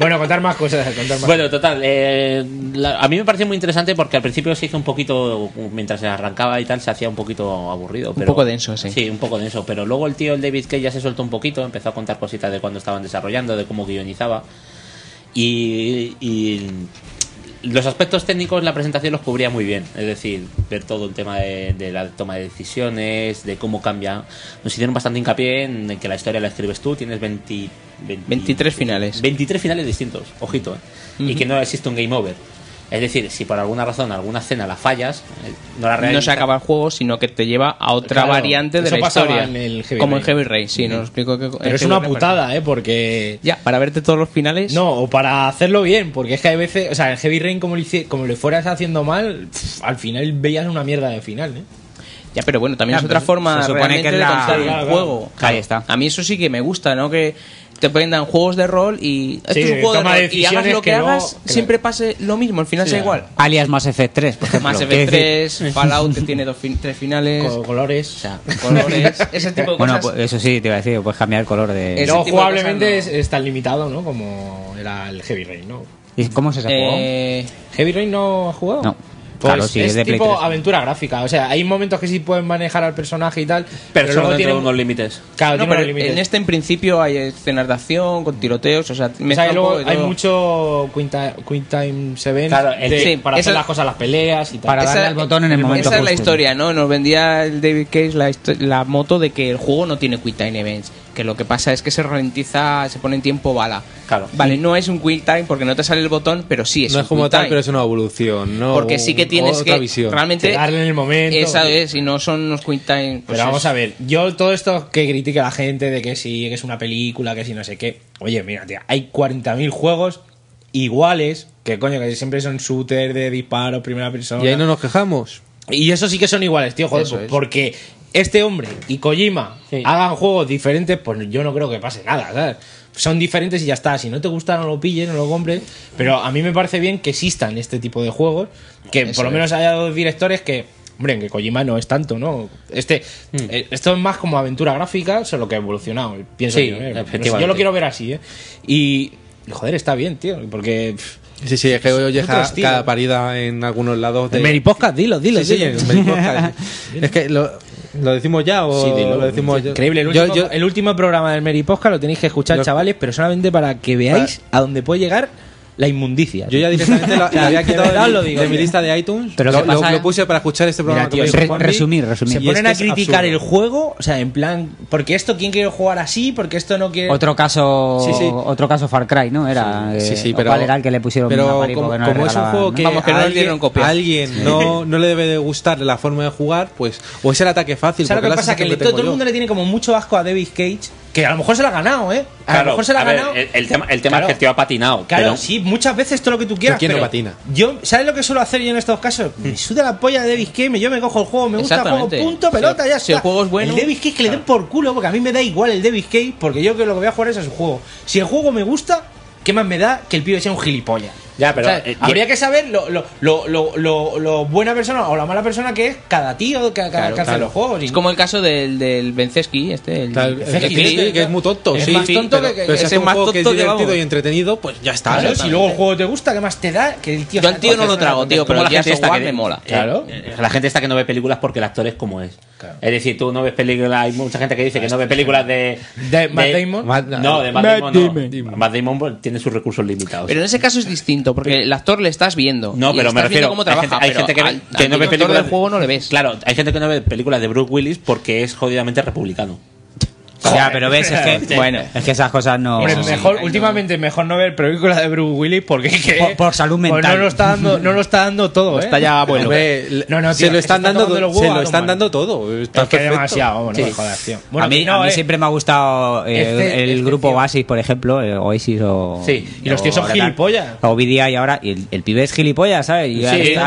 Speaker 8: bueno, contar más cosas, contar más.
Speaker 6: Bueno, total. eh, la- a mí me pareció muy interesante porque al principio se hizo un poquito, mientras se arrancaba y tal, se hacía un poquito aburrido. Pero,
Speaker 9: poco denso, sí.
Speaker 6: Sí, un poco denso. Pero luego el tío, el David Kay, ya se soltó un poquito, empezó a contar cositas de cuando estaban desarrollando, de cómo guionizaba. Y, y los aspectos técnicos la presentación los cubría muy bien. Es decir, ver todo el tema de, de la toma de decisiones, de cómo cambia. Nos hicieron bastante hincapié en que la historia la escribes tú, tienes 20 20
Speaker 9: 23 finales.
Speaker 6: 23 finales distintos, ojito, ¿eh? y
Speaker 9: Ujú.
Speaker 6: que no existe un game over. Es decir, si por alguna razón alguna escena la fallas, eh, no la
Speaker 9: No se
Speaker 6: realizas.
Speaker 9: acaba el juego, sino que te lleva a otra
Speaker 6: Claro,
Speaker 9: variante de
Speaker 6: eso
Speaker 9: la
Speaker 6: pasaba
Speaker 9: historia.
Speaker 6: en el Heavy
Speaker 9: como en
Speaker 6: Rain.
Speaker 9: Heavy Rain, sí, nos explico que.
Speaker 8: Pero es una putada, ¿eh? Porque.
Speaker 9: Ya, para verte todos los finales.
Speaker 8: No, o para hacerlo bien, porque es que hay veces. O sea, el Heavy Rain, como lo, hice- como lo fueras haciendo mal, pff, al final veías una mierda de final, ¿eh?
Speaker 9: Ya, pero bueno, también
Speaker 8: Ya,
Speaker 9: es
Speaker 8: pero
Speaker 9: otra forma
Speaker 8: se supone
Speaker 9: realmente
Speaker 8: que es
Speaker 9: de
Speaker 8: la-
Speaker 9: contar
Speaker 8: Claro,
Speaker 9: un
Speaker 8: claro.
Speaker 9: juego.
Speaker 8: Ahí
Speaker 9: está. A mí eso sí que me gusta, ¿no? Que te prendan juegos de rol y esto
Speaker 10: Sí,
Speaker 9: es un juego de
Speaker 10: toma
Speaker 9: rol y hagas
Speaker 10: decisiones
Speaker 9: lo que,
Speaker 10: que no-
Speaker 9: hagas,
Speaker 10: que-
Speaker 9: siempre pase lo mismo, al final sea igual.
Speaker 10: Alias más Effect 3, por ejemplo.
Speaker 9: Más
Speaker 10: Quiero
Speaker 8: [laughs]
Speaker 10: decir-
Speaker 9: F3, Fallout que tiene dos fin- tres finales.
Speaker 10: Co-
Speaker 8: colores. [laughs]
Speaker 9: colores. Ese tipo de
Speaker 10: Bueno,
Speaker 9: cosas.
Speaker 10: pues eso sí, te iba a decir, puedes cambiar el color de...
Speaker 8: Y luego Eh, jugablemente es, es tan limitado, ¿no? Como era el Heavy Rain, ¿no?
Speaker 10: ¿Y cómo se ese juego?
Speaker 8: ¿Heavy Rain no has jugado?
Speaker 10: No.
Speaker 8: Eh, Pues
Speaker 10: claro, sí,
Speaker 8: es
Speaker 10: es de Play
Speaker 8: tipo
Speaker 10: 3.
Speaker 8: aventura gráfica. O sea, hay momentos que sí pueden manejar al personaje y tal.
Speaker 6: Pero,
Speaker 8: luego
Speaker 6: solo
Speaker 8: tienen-
Speaker 6: tiene unos límites.
Speaker 8: Claro,
Speaker 9: No,
Speaker 8: tiene
Speaker 9: pero
Speaker 8: unos límites.
Speaker 9: en este en principio hay escenas de acción con tiroteos, o sea,
Speaker 8: O sea,
Speaker 9: mezcla
Speaker 8: y
Speaker 9: un
Speaker 8: luego
Speaker 9: poco de
Speaker 8: hay
Speaker 9: todo.
Speaker 8: mucho Queen Time, Queen Time Seven
Speaker 9: Claro, el-
Speaker 8: de-
Speaker 9: sí,
Speaker 8: para hacer
Speaker 9: esa-
Speaker 8: las cosas, las peleas y tal.
Speaker 9: Esa- Esa es la historia, ¿no? Nos vendía el David Cage la, histo- la moto de que el juego no tiene Quick Time Events. Que lo que pasa es que se ralentiza, se pone en tiempo bala.
Speaker 6: Claro.
Speaker 9: Vale, no es un Quick Time porque no te sale el botón, pero sí es
Speaker 11: no
Speaker 9: un
Speaker 11: es como
Speaker 9: quick
Speaker 11: tal,
Speaker 9: time.
Speaker 11: pero es una evolución, ¿no
Speaker 9: porque sí que
Speaker 11: Un-
Speaker 9: tienes
Speaker 11: otra
Speaker 9: que
Speaker 11: visión.
Speaker 9: realmente
Speaker 8: Quedarle en el momento.
Speaker 9: Esa es, y no son unos Quick Time. pues
Speaker 8: Pero vamos
Speaker 9: es-
Speaker 8: a ver, yo todo esto que critica la gente de que sí, que es una película, que si no sé qué. Oye, mira, tío, hay 40.000 juegos iguales, que coño, que siempre son shooters de disparo, primera persona.
Speaker 11: Y ahí no nos quejamos.
Speaker 8: Y eso sí que son iguales, tío, joder,
Speaker 11: Eso es.
Speaker 8: porque este hombre y Kojima hagan juegos diferentes, pues yo no creo que pase nada, ¿sabes? Son diferentes y ya está. Si no te gusta, no lo pilles, no lo compres. Pero a mí me parece bien que existan este tipo de juegos. Que
Speaker 9: Eso
Speaker 8: por lo
Speaker 9: es.
Speaker 8: menos haya dos directores que. Hombre, que Kojima no es tanto, ¿no? Este,
Speaker 6: Hmm.
Speaker 8: eh, esto es más como aventura gráfica, solo que ha evolucionado. Pienso
Speaker 6: Sí,
Speaker 8: yo. ¿eh? No sé, yo lo
Speaker 6: efectivamente.
Speaker 8: quiero ver así, ¿eh? Y. Joder, está bien, tío. Porque.
Speaker 11: Sí, sí, es que hoy
Speaker 8: otro
Speaker 11: llega
Speaker 8: estilo.
Speaker 11: cada parida en algunos lados de...
Speaker 8: En Meripodcast, dilo, dilo,
Speaker 11: Sí, sí,
Speaker 8: dilo.
Speaker 11: en
Speaker 8: [laughs]
Speaker 11: Meripodcast. es que lo, lo decimos ya o
Speaker 8: Sí, dilo.
Speaker 11: lo decimos
Speaker 8: Increíble. El
Speaker 11: Yo-
Speaker 8: último,
Speaker 11: yo-
Speaker 8: el último programa del Mary Posca lo tenéis que escuchar,
Speaker 11: Lo-
Speaker 8: chavales, pero solamente para que veáis a dónde puede llegar la inmundicia.
Speaker 11: Yo ya directamente
Speaker 8: [laughs]
Speaker 11: lo, lo había
Speaker 8: De
Speaker 11: quitado
Speaker 8: verdad
Speaker 11: de, mi-
Speaker 8: lo digo,
Speaker 11: de mi
Speaker 8: tío.
Speaker 11: lista de iTunes.
Speaker 8: Pero
Speaker 11: lo,
Speaker 8: ¿qué
Speaker 11: lo-
Speaker 8: pasa?
Speaker 11: lo puse para escuchar este programa.
Speaker 8: Mira, tío,
Speaker 11: que me
Speaker 8: se
Speaker 11: hizo
Speaker 8: ponen-
Speaker 11: Juanmi.
Speaker 8: Se
Speaker 11: Y es
Speaker 8: ponen
Speaker 11: que
Speaker 8: a
Speaker 11: es
Speaker 8: criticar
Speaker 11: absurdo.
Speaker 8: el juego, o sea, en plan, porque esto quién quiere jugar así, porque esto no quiere.
Speaker 10: Otro caso,
Speaker 8: Sí, sí.
Speaker 10: otro caso Far Cry, ¿no? Era,
Speaker 11: Sí,
Speaker 10: eh,
Speaker 11: sí,
Speaker 10: ¿o
Speaker 11: pero-
Speaker 10: ¿Cuál era el que le pusieron
Speaker 11: pero
Speaker 10: a Marico
Speaker 11: como,
Speaker 10: que no le
Speaker 11: como es un
Speaker 10: regalaban,
Speaker 11: juego
Speaker 10: no?
Speaker 11: que a alguien, a alguien no, no le debe de gustar la forma de jugar, pues o es el ataque fácil.
Speaker 8: ¿Sabes
Speaker 11: porque
Speaker 8: lo que
Speaker 11: es la
Speaker 8: pasa? Que le-
Speaker 11: sensación
Speaker 8: todo,
Speaker 11: tengo
Speaker 8: el
Speaker 11: yo.
Speaker 8: mundo le tiene como mucho asco a David Cage, que a lo mejor se la ha ganado, ¿eh? A
Speaker 6: Claro,
Speaker 8: lo mejor se la ha
Speaker 6: a ver,
Speaker 8: ganado.
Speaker 6: el, el tema, el tema
Speaker 8: Claro.
Speaker 6: es que el tío ha patinado.
Speaker 8: Claro,
Speaker 6: pero-
Speaker 8: sí, muchas veces todo lo que tú quieras.
Speaker 6: ¿Quién no
Speaker 8: pero
Speaker 6: patina?
Speaker 8: Yo, ¿Sabes lo que suelo hacer yo en estos casos? Me suda la polla de Davis Game, yo me cojo el juego, me gusta el juego,
Speaker 9: Hmm. Exactamente.
Speaker 8: punto,
Speaker 9: Si
Speaker 8: pelota,
Speaker 9: el-
Speaker 8: ya está.
Speaker 9: si el juego es bueno-
Speaker 8: El Davis Cage que le den por culo, porque a mí me da igual el Davis Cage, porque yo que lo que voy a jugar es a su juego. Si el juego me gusta, ¿qué más me da que el pibe sea un gilipollas?
Speaker 6: Ya, pero,
Speaker 8: O sea,
Speaker 6: eh,
Speaker 8: habría
Speaker 6: y-
Speaker 8: que saber lo, lo, lo, lo, lo- lo buena persona o la mala persona que es cada tío que, que-
Speaker 9: Claro,
Speaker 8: que hace
Speaker 9: claro.
Speaker 8: los juegos. y-
Speaker 9: Es como el caso del, del Benzeski, este. El,
Speaker 11: Claro,
Speaker 9: el-
Speaker 11: el Fiji, que es muy tonto.
Speaker 9: Es
Speaker 11: sí,
Speaker 9: más
Speaker 11: sí,
Speaker 9: tonto
Speaker 11: pero-
Speaker 9: que-
Speaker 11: pero si
Speaker 9: ese
Speaker 11: hace un
Speaker 9: más
Speaker 11: juego que es
Speaker 9: tonto que
Speaker 11: divertido
Speaker 9: vamos.
Speaker 11: y entretenido, pues ya está.
Speaker 8: Claro,
Speaker 11: ya está.
Speaker 8: si luego el juego te gusta, ¿qué más te da? Que el tío
Speaker 9: Yo
Speaker 8: sea
Speaker 9: al tío no lo
Speaker 8: profesional,
Speaker 9: trago, tío,
Speaker 8: contento.
Speaker 9: pero
Speaker 6: como la
Speaker 9: el
Speaker 6: gente
Speaker 9: Gears
Speaker 6: esta
Speaker 9: of
Speaker 6: que
Speaker 9: War me mola. Eh,
Speaker 6: Claro. La gente esta que no ve películas porque el actor es como es. Es decir, tú no ves películas. Hay mucha gente que dice que no ve películas de.
Speaker 8: ¿De Matt Damon?
Speaker 6: no, de Matt,
Speaker 9: Matt
Speaker 6: Damon. no.
Speaker 9: Damon.
Speaker 6: Matt Damon pues, tiene sus recursos limitados.
Speaker 9: Pero en ese caso es distinto, porque el actor le estás viendo.
Speaker 6: No,
Speaker 9: y
Speaker 6: pero
Speaker 9: estás
Speaker 6: me refiero
Speaker 9: viendo cómo
Speaker 6: hay
Speaker 9: trabaja.
Speaker 6: gente- hay
Speaker 9: pero
Speaker 6: gente que, ve-
Speaker 9: al-
Speaker 6: que
Speaker 9: al
Speaker 6: no ve
Speaker 9: director
Speaker 6: películas
Speaker 9: del juego no le ves.
Speaker 6: Claro, hay gente que no ve películas de Bruce Willis porque es jodidamente republicano.
Speaker 10: Ya, pero ves, es
Speaker 6: [laughs]
Speaker 10: que, bueno, es que esas cosas no.
Speaker 8: Hombre,
Speaker 10: eso sí.
Speaker 8: mejor, últimamente mejor no ver películas de Bruce Willis porque que-
Speaker 10: Por- por salud
Speaker 8: pues
Speaker 10: mental.
Speaker 8: no lo está dando, no lo está dando todo, ¿eh?
Speaker 4: Está ya abuelo. Hombre,
Speaker 8: Hombre, no, no,
Speaker 4: se lo están dando- se lo están dando
Speaker 11: Oh,
Speaker 8: todo.
Speaker 4: Está
Speaker 8: es que
Speaker 4: perfecto.
Speaker 8: demasiado, bueno,
Speaker 4: Sí.
Speaker 8: no jodas, tío.
Speaker 10: a mí,
Speaker 8: no,
Speaker 10: a mí
Speaker 8: eh.
Speaker 10: siempre me ha gustado eh,
Speaker 8: Este-
Speaker 10: el grupo Oasis, por ejemplo, eh, Oasis o.
Speaker 8: Sí, y los
Speaker 10: o
Speaker 8: tíos son
Speaker 10: tal.
Speaker 8: gilipollas.
Speaker 10: O BDI y ahora, y el, el pibe es gilipollas, ¿sabes? Y
Speaker 8: Sí,
Speaker 10: ahora está-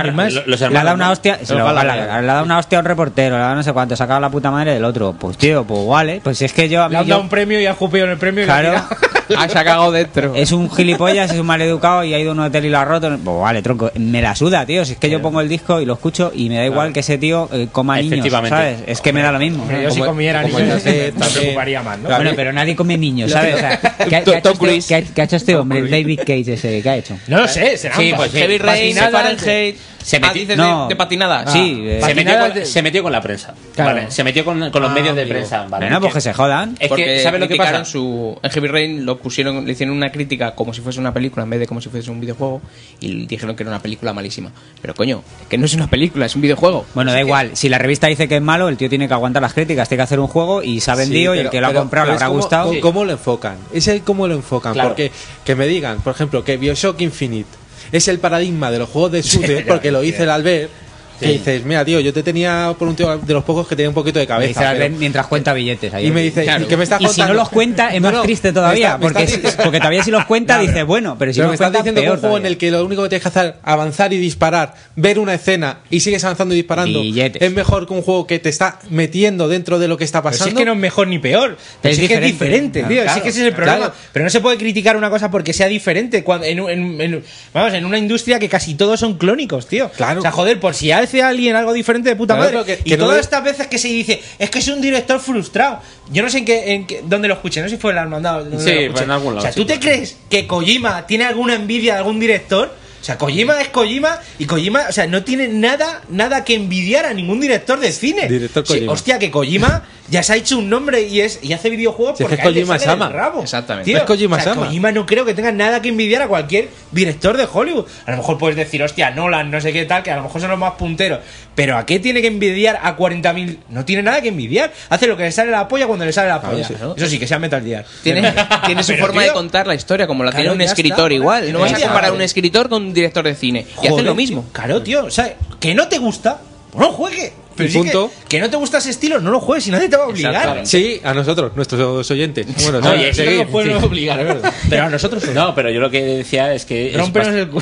Speaker 8: los hermanos,
Speaker 10: le ha dado una
Speaker 8: ¿no?
Speaker 10: hostia,
Speaker 8: Los
Speaker 10: se lo- le,
Speaker 8: Gallagher.
Speaker 10: ha le ha dado una hostia a un reportero, le ha dado no sé cuánto, se ha cagado la puta madre del otro. Pues tío, pues vale, pues es que yo a mí.
Speaker 8: Le han
Speaker 10: yo-
Speaker 8: dado un premio y ha escupido en el premio. y lo ha
Speaker 10: Claro.
Speaker 8: tirado.
Speaker 10: se ha cagado dentro. Es un gilipollas, es un maleducado y ha ido a un hotel y lo ha roto. Pues vale, tronco. Me la suda, tío. Si es que yo pongo el disco y lo escucho y me da igual que ese tío eh, coma niños,
Speaker 6: Efectivamente.
Speaker 10: ¿sabes? Es que me da lo mismo.
Speaker 8: Hombre, yo si comiera
Speaker 10: como
Speaker 8: niños,
Speaker 10: yo,
Speaker 8: me
Speaker 10: eh, también.
Speaker 8: preocuparía más, ¿no?
Speaker 10: Bueno, pero nadie come niños,
Speaker 8: Lo-
Speaker 10: ¿sabes? O sea, ¿qué, ha- qué ha hecho
Speaker 8: Tom
Speaker 10: este-
Speaker 8: Cruise.
Speaker 10: qué ha- qué ha hecho este hombre, el David Cage ese? ¿Qué ha hecho?
Speaker 8: No lo sé, será
Speaker 10: Sí,
Speaker 8: un
Speaker 10: pues
Speaker 8: pa-
Speaker 10: sí. Patinadas
Speaker 9: Fahrenheit.
Speaker 6: Se
Speaker 9: Ah,
Speaker 6: metió,
Speaker 9: dices de, de patinada.
Speaker 10: Sí, eh,
Speaker 6: se, metió
Speaker 10: patinadas
Speaker 6: con,
Speaker 10: de-
Speaker 6: se metió con la prensa.
Speaker 10: Claro.
Speaker 6: Vale, se metió con, con los
Speaker 10: Ah,
Speaker 6: medios de
Speaker 10: amigo.
Speaker 6: prensa. Vale,
Speaker 10: Bueno, pues que se jodan.
Speaker 6: Es
Speaker 9: Porque
Speaker 6: que, ¿sabes lo que
Speaker 9: criticaron
Speaker 6: pasa?
Speaker 9: Su, en Heavy Rain lo pusieron, le hicieron una crítica como si fuese una película en vez de como si fuese un videojuego y dijeron que era una película malísima. Pero coño, es que no es una película, es un videojuego.
Speaker 10: Bueno, da igual. Si la revista dice que es malo, el tío tiene que aguantar las críticas, tiene que hacer un juego y se ha vendido
Speaker 4: Sí,
Speaker 10: y el
Speaker 4: pero-
Speaker 10: que lo ha
Speaker 4: pero-
Speaker 10: comprado le
Speaker 4: pero es
Speaker 10: habrá
Speaker 4: cómo-
Speaker 10: gustado.
Speaker 4: cómo- ¿Cómo lo enfocan? Es el cómo lo enfocan.
Speaker 10: Claro.
Speaker 4: Porque que me digan, por ejemplo, que Bioshock Infinite es el paradigma de los juegos
Speaker 10: [laughs]
Speaker 4: de shooter,
Speaker 10: ya,
Speaker 4: porque lo
Speaker 10: ya.
Speaker 4: dice el Albert. Que
Speaker 10: Sí.
Speaker 4: dices, mira, tío, yo te tenía por un tío de los pocos que tenía un poquito de cabeza.
Speaker 10: Dice,
Speaker 4: pero-
Speaker 10: mientras cuenta billetes ahí.
Speaker 4: Y me dice,
Speaker 10: Claro.
Speaker 4: ¿y qué me estás
Speaker 10: Y si
Speaker 4: contando?
Speaker 10: no los cuenta, es
Speaker 4: No,
Speaker 10: más
Speaker 4: no,
Speaker 10: triste
Speaker 4: me
Speaker 10: todavía.
Speaker 4: está- me
Speaker 10: Porque,
Speaker 4: está
Speaker 10: si- porque todavía si los cuenta, dice, bueno, pero si
Speaker 4: Pero
Speaker 10: no los
Speaker 4: me estás
Speaker 10: cuenta,
Speaker 4: diciendo que un
Speaker 10: peor.
Speaker 4: juego en
Speaker 10: todavía.
Speaker 4: el que lo único que tienes que hacer avanzar y disparar, ver una escena y sigues avanzando y disparando,
Speaker 10: Billetes.
Speaker 4: es mejor que un juego que te está metiendo dentro de lo que está
Speaker 8: Pero si
Speaker 4: pasando.
Speaker 8: es que no es mejor ni peor, pero
Speaker 4: Es
Speaker 8: si es, que es
Speaker 4: diferente.
Speaker 8: diferente,
Speaker 4: Claro,
Speaker 8: tío,
Speaker 4: claro,
Speaker 8: si es que ese es el
Speaker 4: claro.
Speaker 8: problema. Pero no se puede criticar una cosa porque sea diferente cuando en, un- en- en- vamos, en una industria que casi todos son clónicos, tío. O sea, joder, por si hace alguien algo diferente de puta
Speaker 4: Claro,
Speaker 8: madre.
Speaker 4: pero que-
Speaker 8: y
Speaker 4: que no
Speaker 8: todas
Speaker 4: de-
Speaker 8: estas veces que se dice, es que es un director frustrado. Yo no sé en qué, en qué- dónde lo escuché, no sé si fue el Armandado. dónde
Speaker 6: Sí,
Speaker 8: lo
Speaker 6: pues
Speaker 8: escuché.
Speaker 6: en algún lado,
Speaker 8: O sea,
Speaker 6: sí.
Speaker 8: ¿tú te crees que Kojima tiene alguna envidia de algún director? O sea, Kojima es Kojima y Kojima, o sea, no tiene nada, nada que envidiar a ningún director de cine.
Speaker 4: Director
Speaker 8: Sí,
Speaker 4: Kojima.
Speaker 8: hostia, que Kojima ya se ha hecho un nombre y es y hace videojuegos
Speaker 4: Si es que
Speaker 8: porque
Speaker 4: es
Speaker 8: a él le
Speaker 4: Kojima
Speaker 8: sale del
Speaker 4: Sama.
Speaker 8: rabo.
Speaker 4: Exactamente.
Speaker 8: Tío,
Speaker 4: Es Kojima
Speaker 8: o sea,
Speaker 4: Sama.
Speaker 8: Kojima no creo que tenga nada que envidiar a cualquier director de Hollywood. A lo mejor puedes decir, hostia, Nolan, no sé qué tal, que a lo mejor son los más punteros. Pero ¿a qué tiene que envidiar a 40.000? No tiene nada que envidiar. Hace lo que le sale la polla cuando le sale la polla.
Speaker 9: sí.
Speaker 8: Eso sí, que sea Metal Gear.
Speaker 9: [laughs] Tiene, tiene su
Speaker 8: Pero,
Speaker 9: forma
Speaker 8: tío,
Speaker 9: de contar la historia, como la
Speaker 8: claro,
Speaker 9: tiene un
Speaker 8: ya está,
Speaker 9: escritor
Speaker 8: bueno,
Speaker 9: igual. No vas a
Speaker 8: ya está.
Speaker 9: comparar un escritor con un director de cine. Y hacen
Speaker 8: Joder,
Speaker 9: lo mismo.
Speaker 8: tío. Claro, tío. O sea, que no te gusta, pues no juegue. Pero
Speaker 4: Y
Speaker 8: sí que-
Speaker 4: punto.
Speaker 8: Que, no te gusta ese estilo, no lo juegues y nadie te va a obligar.
Speaker 4: Sí, a nosotros, nuestros oyentes. Bueno,
Speaker 6: Oye,
Speaker 4: sí,
Speaker 6: eso no
Speaker 4: seguid,
Speaker 6: lo pueden
Speaker 4: sí.
Speaker 8: obligar, es
Speaker 4: [laughs]
Speaker 8: verdad. Pero a nosotros
Speaker 6: No, pero yo lo que decía es que. es
Speaker 9: Rómpenos
Speaker 6: bast-
Speaker 9: el cu-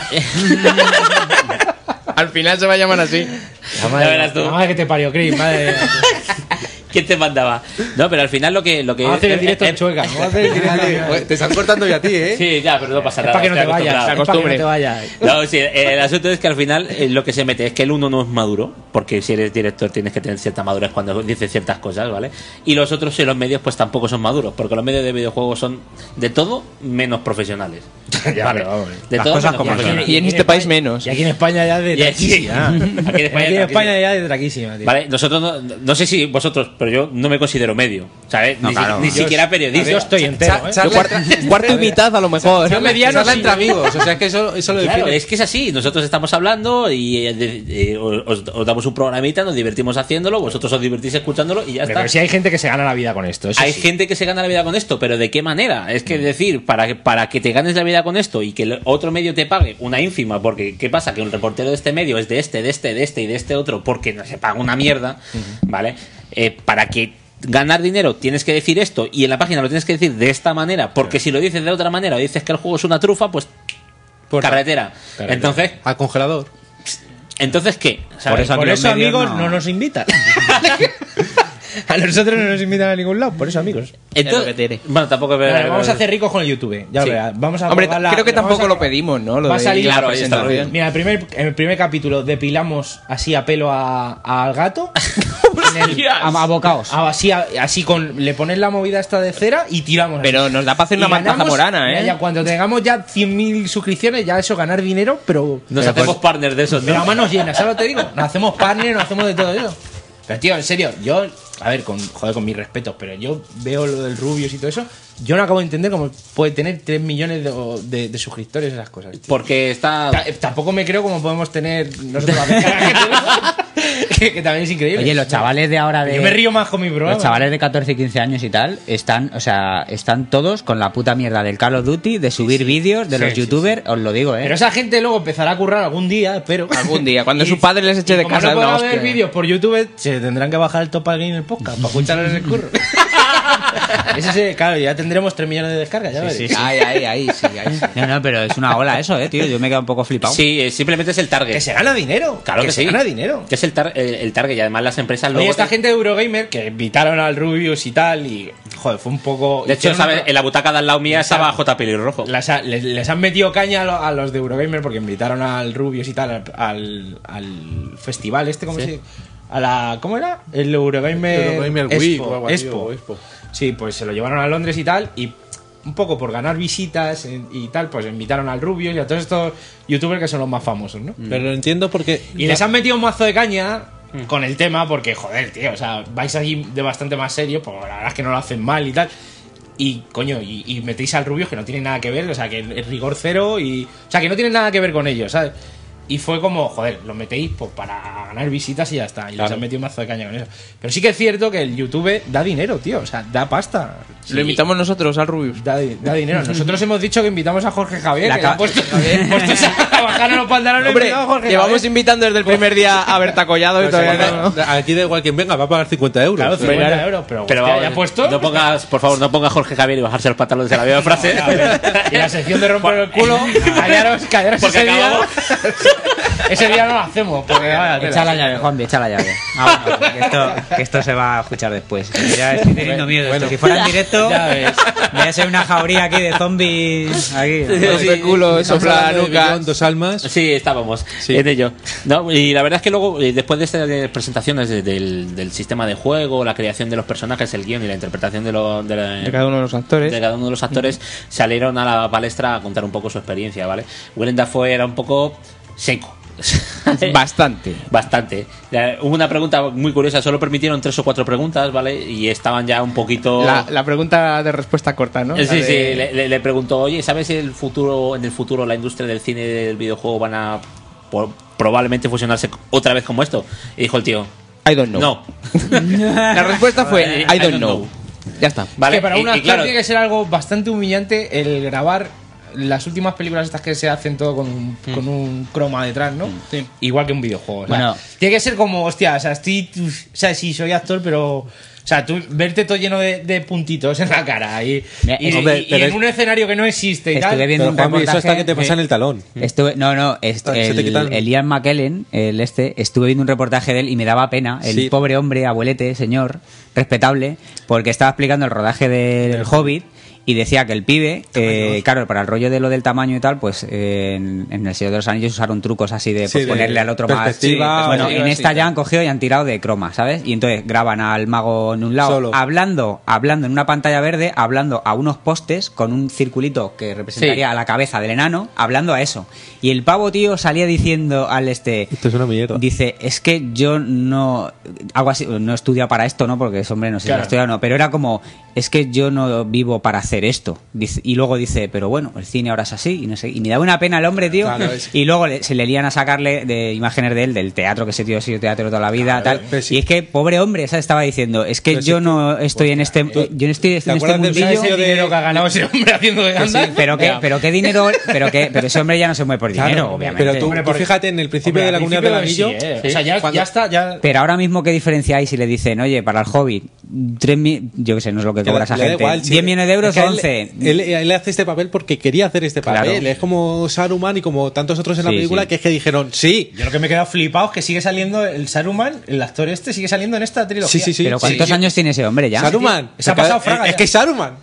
Speaker 9: Al final se va a llamar así.
Speaker 6: Ya verás tú.
Speaker 8: que te parió, Chris, madre. mía.
Speaker 6: [laughs] ¿Quién te mandaba? No, pero al final lo que. Lo que
Speaker 8: Vamos a hacer el
Speaker 6: eh,
Speaker 8: directo
Speaker 6: eh,
Speaker 8: en Chueca. Vamos a hacer el directo en Chueca.
Speaker 4: Vale, Te están cortando ya a ti, ¿eh?
Speaker 6: Sí, ya, pero no pasa
Speaker 8: Es
Speaker 6: nada.
Speaker 8: para que no te
Speaker 6: estoy
Speaker 8: vayas. Es
Speaker 6: acostumbrado.
Speaker 8: para que no te vayas.
Speaker 6: No, sí, el asunto es que al final eh, lo que se mete es que el uno no es maduro, porque si eres director tienes que tener cierta madurez cuando dices ciertas cosas, ¿vale? Y los otros y los medios pues tampoco son maduros, porque los medios de videojuegos son de todo menos profesionales. Vale.
Speaker 8: pero vamos.
Speaker 6: De
Speaker 8: Las
Speaker 6: todo
Speaker 8: cosas
Speaker 6: menos
Speaker 8: como son.
Speaker 6: profesionales.
Speaker 8: Y en este país
Speaker 9: menos.
Speaker 8: Y aquí en España ya de
Speaker 6: Y aquí-
Speaker 8: traquísima. [laughs]
Speaker 6: aquí en
Speaker 8: Aquí
Speaker 6: España
Speaker 8: en España
Speaker 6: traquísima.
Speaker 8: ya de traquísima, tío.
Speaker 6: Vale, nosotros no, no sé si vosotros, pero yo no me considero medio, ¿sabes?
Speaker 10: No,
Speaker 6: ni si-
Speaker 10: claro.
Speaker 6: ni
Speaker 10: Yo-
Speaker 6: siquiera periodista.
Speaker 8: yo estoy entero, ¿eh?
Speaker 6: Yo cuarto-
Speaker 9: Cuarto y mitad a lo mejor.
Speaker 4: Yo mediano
Speaker 6: charla
Speaker 4: sí.
Speaker 6: entre amigos,
Speaker 4: o sea, es que eso, eso lo
Speaker 6: Claro,
Speaker 4: define.
Speaker 6: es que es así. Nosotros estamos hablando y eh, de- eh, os, os damos un programita, nos divertimos haciéndolo, vosotros os divertís escuchándolo y ya
Speaker 8: Pero
Speaker 6: está.
Speaker 8: si hay gente que se gana la vida con esto. eso
Speaker 6: Hay
Speaker 8: sí.
Speaker 6: gente que se gana la vida con esto, pero ¿de qué manera? Es que decir, para que, para que te ganes la vida con esto y que el otro medio te pague una ínfima, porque ¿qué pasa? Que un reportero de este medio es de este, de este, de este y de este otro, porque no se paga una mierda, ¿vale? Eh, para que ganar dinero tienes que decir esto y en la página lo tienes que decir de esta manera, porque si lo dices de otra manera o dices que el juego es una trufa, pues... carretera.
Speaker 4: Carretera.
Speaker 6: Entonces...
Speaker 4: A congelador.
Speaker 6: Entonces, ¿qué?
Speaker 8: Por eso,
Speaker 6: Por eso,
Speaker 8: amigos, no. nos invitan. [laughs] a nosotros no nos invitan a ningún lado, por eso, amigos.
Speaker 6: [laughs] Entonces- bueno, tampoco
Speaker 8: Vale, vamos a hacer ricos con el YouTube. Ya
Speaker 9: Sí.
Speaker 8: verás. Vamos a
Speaker 9: Hombre,
Speaker 8: probar la-
Speaker 9: creo que
Speaker 8: vamos
Speaker 9: tampoco
Speaker 8: a-
Speaker 9: lo pedimos, ¿no? Lo
Speaker 8: va a
Speaker 9: de
Speaker 8: salir
Speaker 9: la
Speaker 8: la presentación.
Speaker 9: presentación.
Speaker 8: Mira, el primer, en el primer capítulo depilamos así a pelo a- al gato. En
Speaker 9: [laughs]
Speaker 8: el-
Speaker 9: A- a bocaos.
Speaker 8: Ah, Así, a- así con. Le pones la movida esta de cera y tiramos. así.
Speaker 9: Pero nos da para hacer
Speaker 8: Y
Speaker 9: una manta
Speaker 8: ganamos-
Speaker 9: zamorana,
Speaker 8: mira,
Speaker 9: ¿eh?
Speaker 8: Ya, cuando tengamos ya 100.000 suscripciones, ya eso, ganar dinero, pero.
Speaker 6: Nos
Speaker 8: pero
Speaker 6: hacemos
Speaker 9: [laughs]
Speaker 6: partners de esos,
Speaker 8: pero a
Speaker 6: ¿no?
Speaker 8: manos llenas, ¿sabes lo que te digo? Nos hacemos partner, [laughs] nos hacemos de todo eso. Pero tío, en serio, yo, a ver, con, joder, con mis respetos, pero yo veo lo del Rubius y todo eso, yo no acabo de entender cómo puede tener 3 millones de, o- de- de suscriptores esas cosas. tío. eh,
Speaker 6: Porque está.
Speaker 8: Ta- Tampoco me creo cómo podemos tener nosotros la cara que tenemos. [laughs] que, que también es increíble. ¿eh?
Speaker 10: Oye, los chavales de ahora de.
Speaker 8: Yo me río más con mi programa.
Speaker 10: Los chavales de 14 y 15 años y tal están, o sea, están todos con la puta mierda del Call of Duty, de subir vídeos de
Speaker 8: Sí,
Speaker 10: los
Speaker 8: sí,
Speaker 10: youtubers, os lo digo, eh.
Speaker 8: Pero esa gente luego empezará a currar algún día, espero.
Speaker 9: Algún día, cuando
Speaker 8: Y-
Speaker 9: su padre les eche
Speaker 8: y
Speaker 9: de
Speaker 8: como
Speaker 9: casa,
Speaker 8: No
Speaker 9: es la
Speaker 8: pueda
Speaker 9: hostia.
Speaker 8: ver vídeos por YouTube, se tendrán que bajar el Topal Game en el podcast para escucharlo en el
Speaker 9: [laughs]
Speaker 8: curro. Ese se- claro, ya tendremos 3 millones de descargas, ya
Speaker 10: Sí,
Speaker 8: ves.
Speaker 10: sí, sí. Ay, ay, ay, sí, ay, sí. No, no, pero es una ola eso, eh, tío. Yo me he quedado un poco flipado.
Speaker 6: Sí, eh, simplemente es el target.
Speaker 8: Que se gana dinero.
Speaker 6: Claro que,
Speaker 8: que se
Speaker 6: sí.
Speaker 8: gana dinero.
Speaker 6: Que es el, tar- el, el target y además las empresas
Speaker 8: Oye,
Speaker 6: luego.
Speaker 8: esta gente de Eurogamer que invitaron al Rubius y tal, y joder, fue un poco.
Speaker 6: de hecho,
Speaker 8: hicieron
Speaker 6: ¿sabes?
Speaker 8: una-
Speaker 6: en la butaca de al lado mía estaba J. Pelirrojo.
Speaker 8: las ha- les, les han metido caña a, lo- a los de Eurogamer porque invitaron al Rubius y tal al, al- al festival este, ¿cómo
Speaker 4: Sí.
Speaker 8: se a la ¿Cómo era? El Eurogamer,
Speaker 4: Eurogamer
Speaker 8: Expo,
Speaker 4: Week o algo así,
Speaker 8: Expo.
Speaker 4: o Eh, Expo.
Speaker 8: Sí, pues se lo llevaron a Londres y tal y un poco por ganar visitas eh, y tal, pues invitaron al Rubius y a todos estos youtubers que son los más famosos, ¿no?
Speaker 4: Mm. Pero lo entiendo porque. Mm.
Speaker 8: Y les han metido un mazo de caña con el tema, porque joder, tío, o sea, vais allí de bastante más serio, pues la verdad es que no lo hacen mal y tal. Y coño, y, y metéis al Rubius que no tiene nada que ver, o sea, que es rigor cero y. O sea, que no tiene nada que ver con ellos, ¿sabes? Y fue como, joder, lo metéis pues, para ganar visitas y ya está. Y les
Speaker 9: Claro.
Speaker 8: han metido un mazo de caña con eso. Pero sí que es cierto que el YouTube da dinero, tío. O sea, da pasta.
Speaker 9: Lo invitamos nosotros al Rubius.
Speaker 8: Da, da dinero.
Speaker 9: [laughs]
Speaker 8: Nosotros hemos dicho que invitamos a Jorge Javier.
Speaker 9: La
Speaker 8: que le han
Speaker 9: ca-
Speaker 8: puesto,
Speaker 9: [laughs]
Speaker 8: puesto a bajar a los pantalones.
Speaker 9: Hombre,
Speaker 8: invitamos a Jorge
Speaker 9: llevamos
Speaker 8: Javier. Pues
Speaker 9: invitando desde el primer día a Berta Collado y todavía no.
Speaker 4: Aquí da igual quien venga, va a pagar 50 euros.
Speaker 8: Claro, 50 euros, pero, hostia, ya puesto. [laughs]
Speaker 6: No pongas, por favor, no pongas Jorge Javier y bajarse el pantalón de la misma frase.
Speaker 8: Y la sección de romper el culo,
Speaker 9: [laughs]
Speaker 8: callaros, callaros
Speaker 6: Porque
Speaker 8: ese día.
Speaker 6: acabamos-
Speaker 8: Ese día no lo hacemos, porque vaya tela.
Speaker 10: Echa la llave, Juanvi, echa la llave. Vámonos, que, esto, que esto se va a escuchar después. Ya estoy teniendo este miedo. de esto. Si fuera en directo,
Speaker 8: Ya ves.
Speaker 10: voy a ser una jauría aquí de zombies. Aquí.
Speaker 6: Sí.
Speaker 4: Estamos hablando de Beyond, dos almas.
Speaker 6: Sí, estábamos en ello. No, y la verdad es que luego, eh, después de estas eh, presentaciones de- del, del sistema de juego, la creación de los personajes, el guión y la interpretación de, lo- de la-
Speaker 9: De cada uno de los actores.
Speaker 6: de cada uno de los actores, salieron a la palestra a contar un poco su experiencia, ¿vale? Willem Dafoe era un poco seco. [laughs]
Speaker 9: Bastante.
Speaker 6: Bastante. Ya, Hubo una pregunta muy curiosa, solo permitieron tres o cuatro preguntas, ¿vale? Y estaban ya un poquito...
Speaker 9: La, la pregunta de respuesta corta, ¿no?
Speaker 6: Sí,
Speaker 9: La
Speaker 6: sí,
Speaker 9: de-
Speaker 6: le, le- le preguntó, oye, ¿sabes el futuro, en el futuro la industria del cine y del videojuego van a por- probablemente fusionarse otra vez como esto? Y dijo el tío,
Speaker 9: I don't know.
Speaker 6: no. [laughs]
Speaker 9: La respuesta fue I don't know. Ya está.
Speaker 6: Vale,
Speaker 8: que para
Speaker 6: y-
Speaker 8: un
Speaker 6: y
Speaker 8: actor
Speaker 6: claro,
Speaker 8: tiene que ser algo bastante humillante el grabar las últimas películas estas que se hacen todo con un, con un croma detrás, ¿no? Mm. Igual que un videojuego. o sea,
Speaker 10: Bueno.
Speaker 8: tiene que ser como, hostia, o sea, estoy. O sea, sí, soy actor, pero. O sea, tú verte todo lleno de, de puntitos en la cara y,
Speaker 10: Mira,
Speaker 8: y-
Speaker 10: hombre,
Speaker 8: y- y
Speaker 10: pero
Speaker 8: en
Speaker 10: es-
Speaker 8: un escenario que no existe y tal.
Speaker 10: Estuve viendo
Speaker 4: Pero,
Speaker 10: un
Speaker 4: Juanvi, eso
Speaker 10: reportaje
Speaker 4: hasta que te pasan el talón.
Speaker 10: Estuve, no, no, est-
Speaker 4: Ah, se te
Speaker 10: el,
Speaker 4: quitan.
Speaker 10: el Ian McKellen, el este, estuve viendo un reportaje de él y me daba pena, el
Speaker 4: Sí.
Speaker 10: pobre hombre, abuelete, señor, respetable, porque estaba explicando el rodaje del Hobbit y decía que el pibe, eh, claro, para el rollo de lo del tamaño y tal, pues eh, en, en el Señor de los Anillos usaron trucos así de,
Speaker 4: Sí,
Speaker 10: pues,
Speaker 4: de
Speaker 10: ponerle al otro más...
Speaker 4: perspectiva,
Speaker 10: Sí, pues, bueno, en
Speaker 4: perspectiva,
Speaker 10: esta
Speaker 4: sí,
Speaker 10: ya han cogido y han tirado de croma, ¿sabes? Y entonces graban al mago en un lado,
Speaker 4: Solo.
Speaker 10: hablando, hablando en una pantalla verde, hablando a unos postes con un circulito que representaría
Speaker 6: Sí.
Speaker 10: a la cabeza del enano, hablando a eso. Y el pavo, tío, salía diciendo al este.
Speaker 4: Esto es una mierda.
Speaker 10: Dice, es que yo no. Algo así, no he estudiado para esto, ¿no? Porque, hombre, no sé si lo
Speaker 8: Claro.
Speaker 10: he estudiado o no. Pero era como, es que yo no vivo para hacer esto. Dice- y luego dice, pero bueno, el cine ahora es así. Y no sé. Y me daba una pena el hombre, tío.
Speaker 4: Claro, es-
Speaker 10: [laughs] Y luego le- se le lían a sacarle de imágenes de él, del teatro, que ese tío ha sido teatro toda la vida,
Speaker 4: Claro,
Speaker 10: tal.
Speaker 4: pero sí.
Speaker 10: Y es que, pobre hombre, ¿sabes? Estaba diciendo, es que
Speaker 4: Pero sí
Speaker 10: yo
Speaker 4: que-
Speaker 10: no estoy en este. Yo no estoy en este
Speaker 4: acuerdas del
Speaker 10: mundillo.
Speaker 4: vídeo
Speaker 8: el dinero que ha ganado ese hombre haciendo de Eh,
Speaker 10: Que sí,
Speaker 8: gandalf.
Speaker 10: pero qué, pero qué dinero, pero qué, pero ese hombre ya no se mueve por
Speaker 4: Claro,
Speaker 10: dinero, obviamente.
Speaker 4: Pero tú,
Speaker 8: Hombre,
Speaker 4: tú
Speaker 8: porque-
Speaker 4: fíjate en el principio
Speaker 8: Hombre,
Speaker 4: de la
Speaker 8: al
Speaker 4: comunidad del
Speaker 8: principio
Speaker 4: anillo.
Speaker 8: sí, eh. O sea, ya,
Speaker 4: cuando-
Speaker 8: ya está, ya.
Speaker 10: Pero ahora mismo, ¿qué diferencia hay si le dicen, oye, para el hobbit, tres mil, yo qué sé, no es lo que
Speaker 4: que
Speaker 10: cobra esa
Speaker 4: le da
Speaker 10: gente,
Speaker 4: igual, sí.
Speaker 10: 10 millones de euros
Speaker 4: Es que
Speaker 10: o
Speaker 4: él-
Speaker 10: 11?
Speaker 4: Él, él hace este papel porque quería hacer este
Speaker 10: Claro.
Speaker 4: papel. Es como Saruman y como tantos otros en la
Speaker 10: Sí,
Speaker 4: película
Speaker 10: sí.
Speaker 4: que es que dijeron, sí.
Speaker 8: Yo lo que me he quedado flipado es que sigue saliendo el Saruman, el actor este, sigue saliendo en esta trilogía.
Speaker 4: Sí, sí, sí.
Speaker 10: pero ¿cuántos
Speaker 4: sí.
Speaker 10: años tiene ese hombre ya?
Speaker 4: Saruman.
Speaker 8: Se ha pasado
Speaker 4: Es-
Speaker 8: Fraga
Speaker 4: Es
Speaker 8: ya.
Speaker 4: que
Speaker 8: [laughs]
Speaker 4: es Saruman.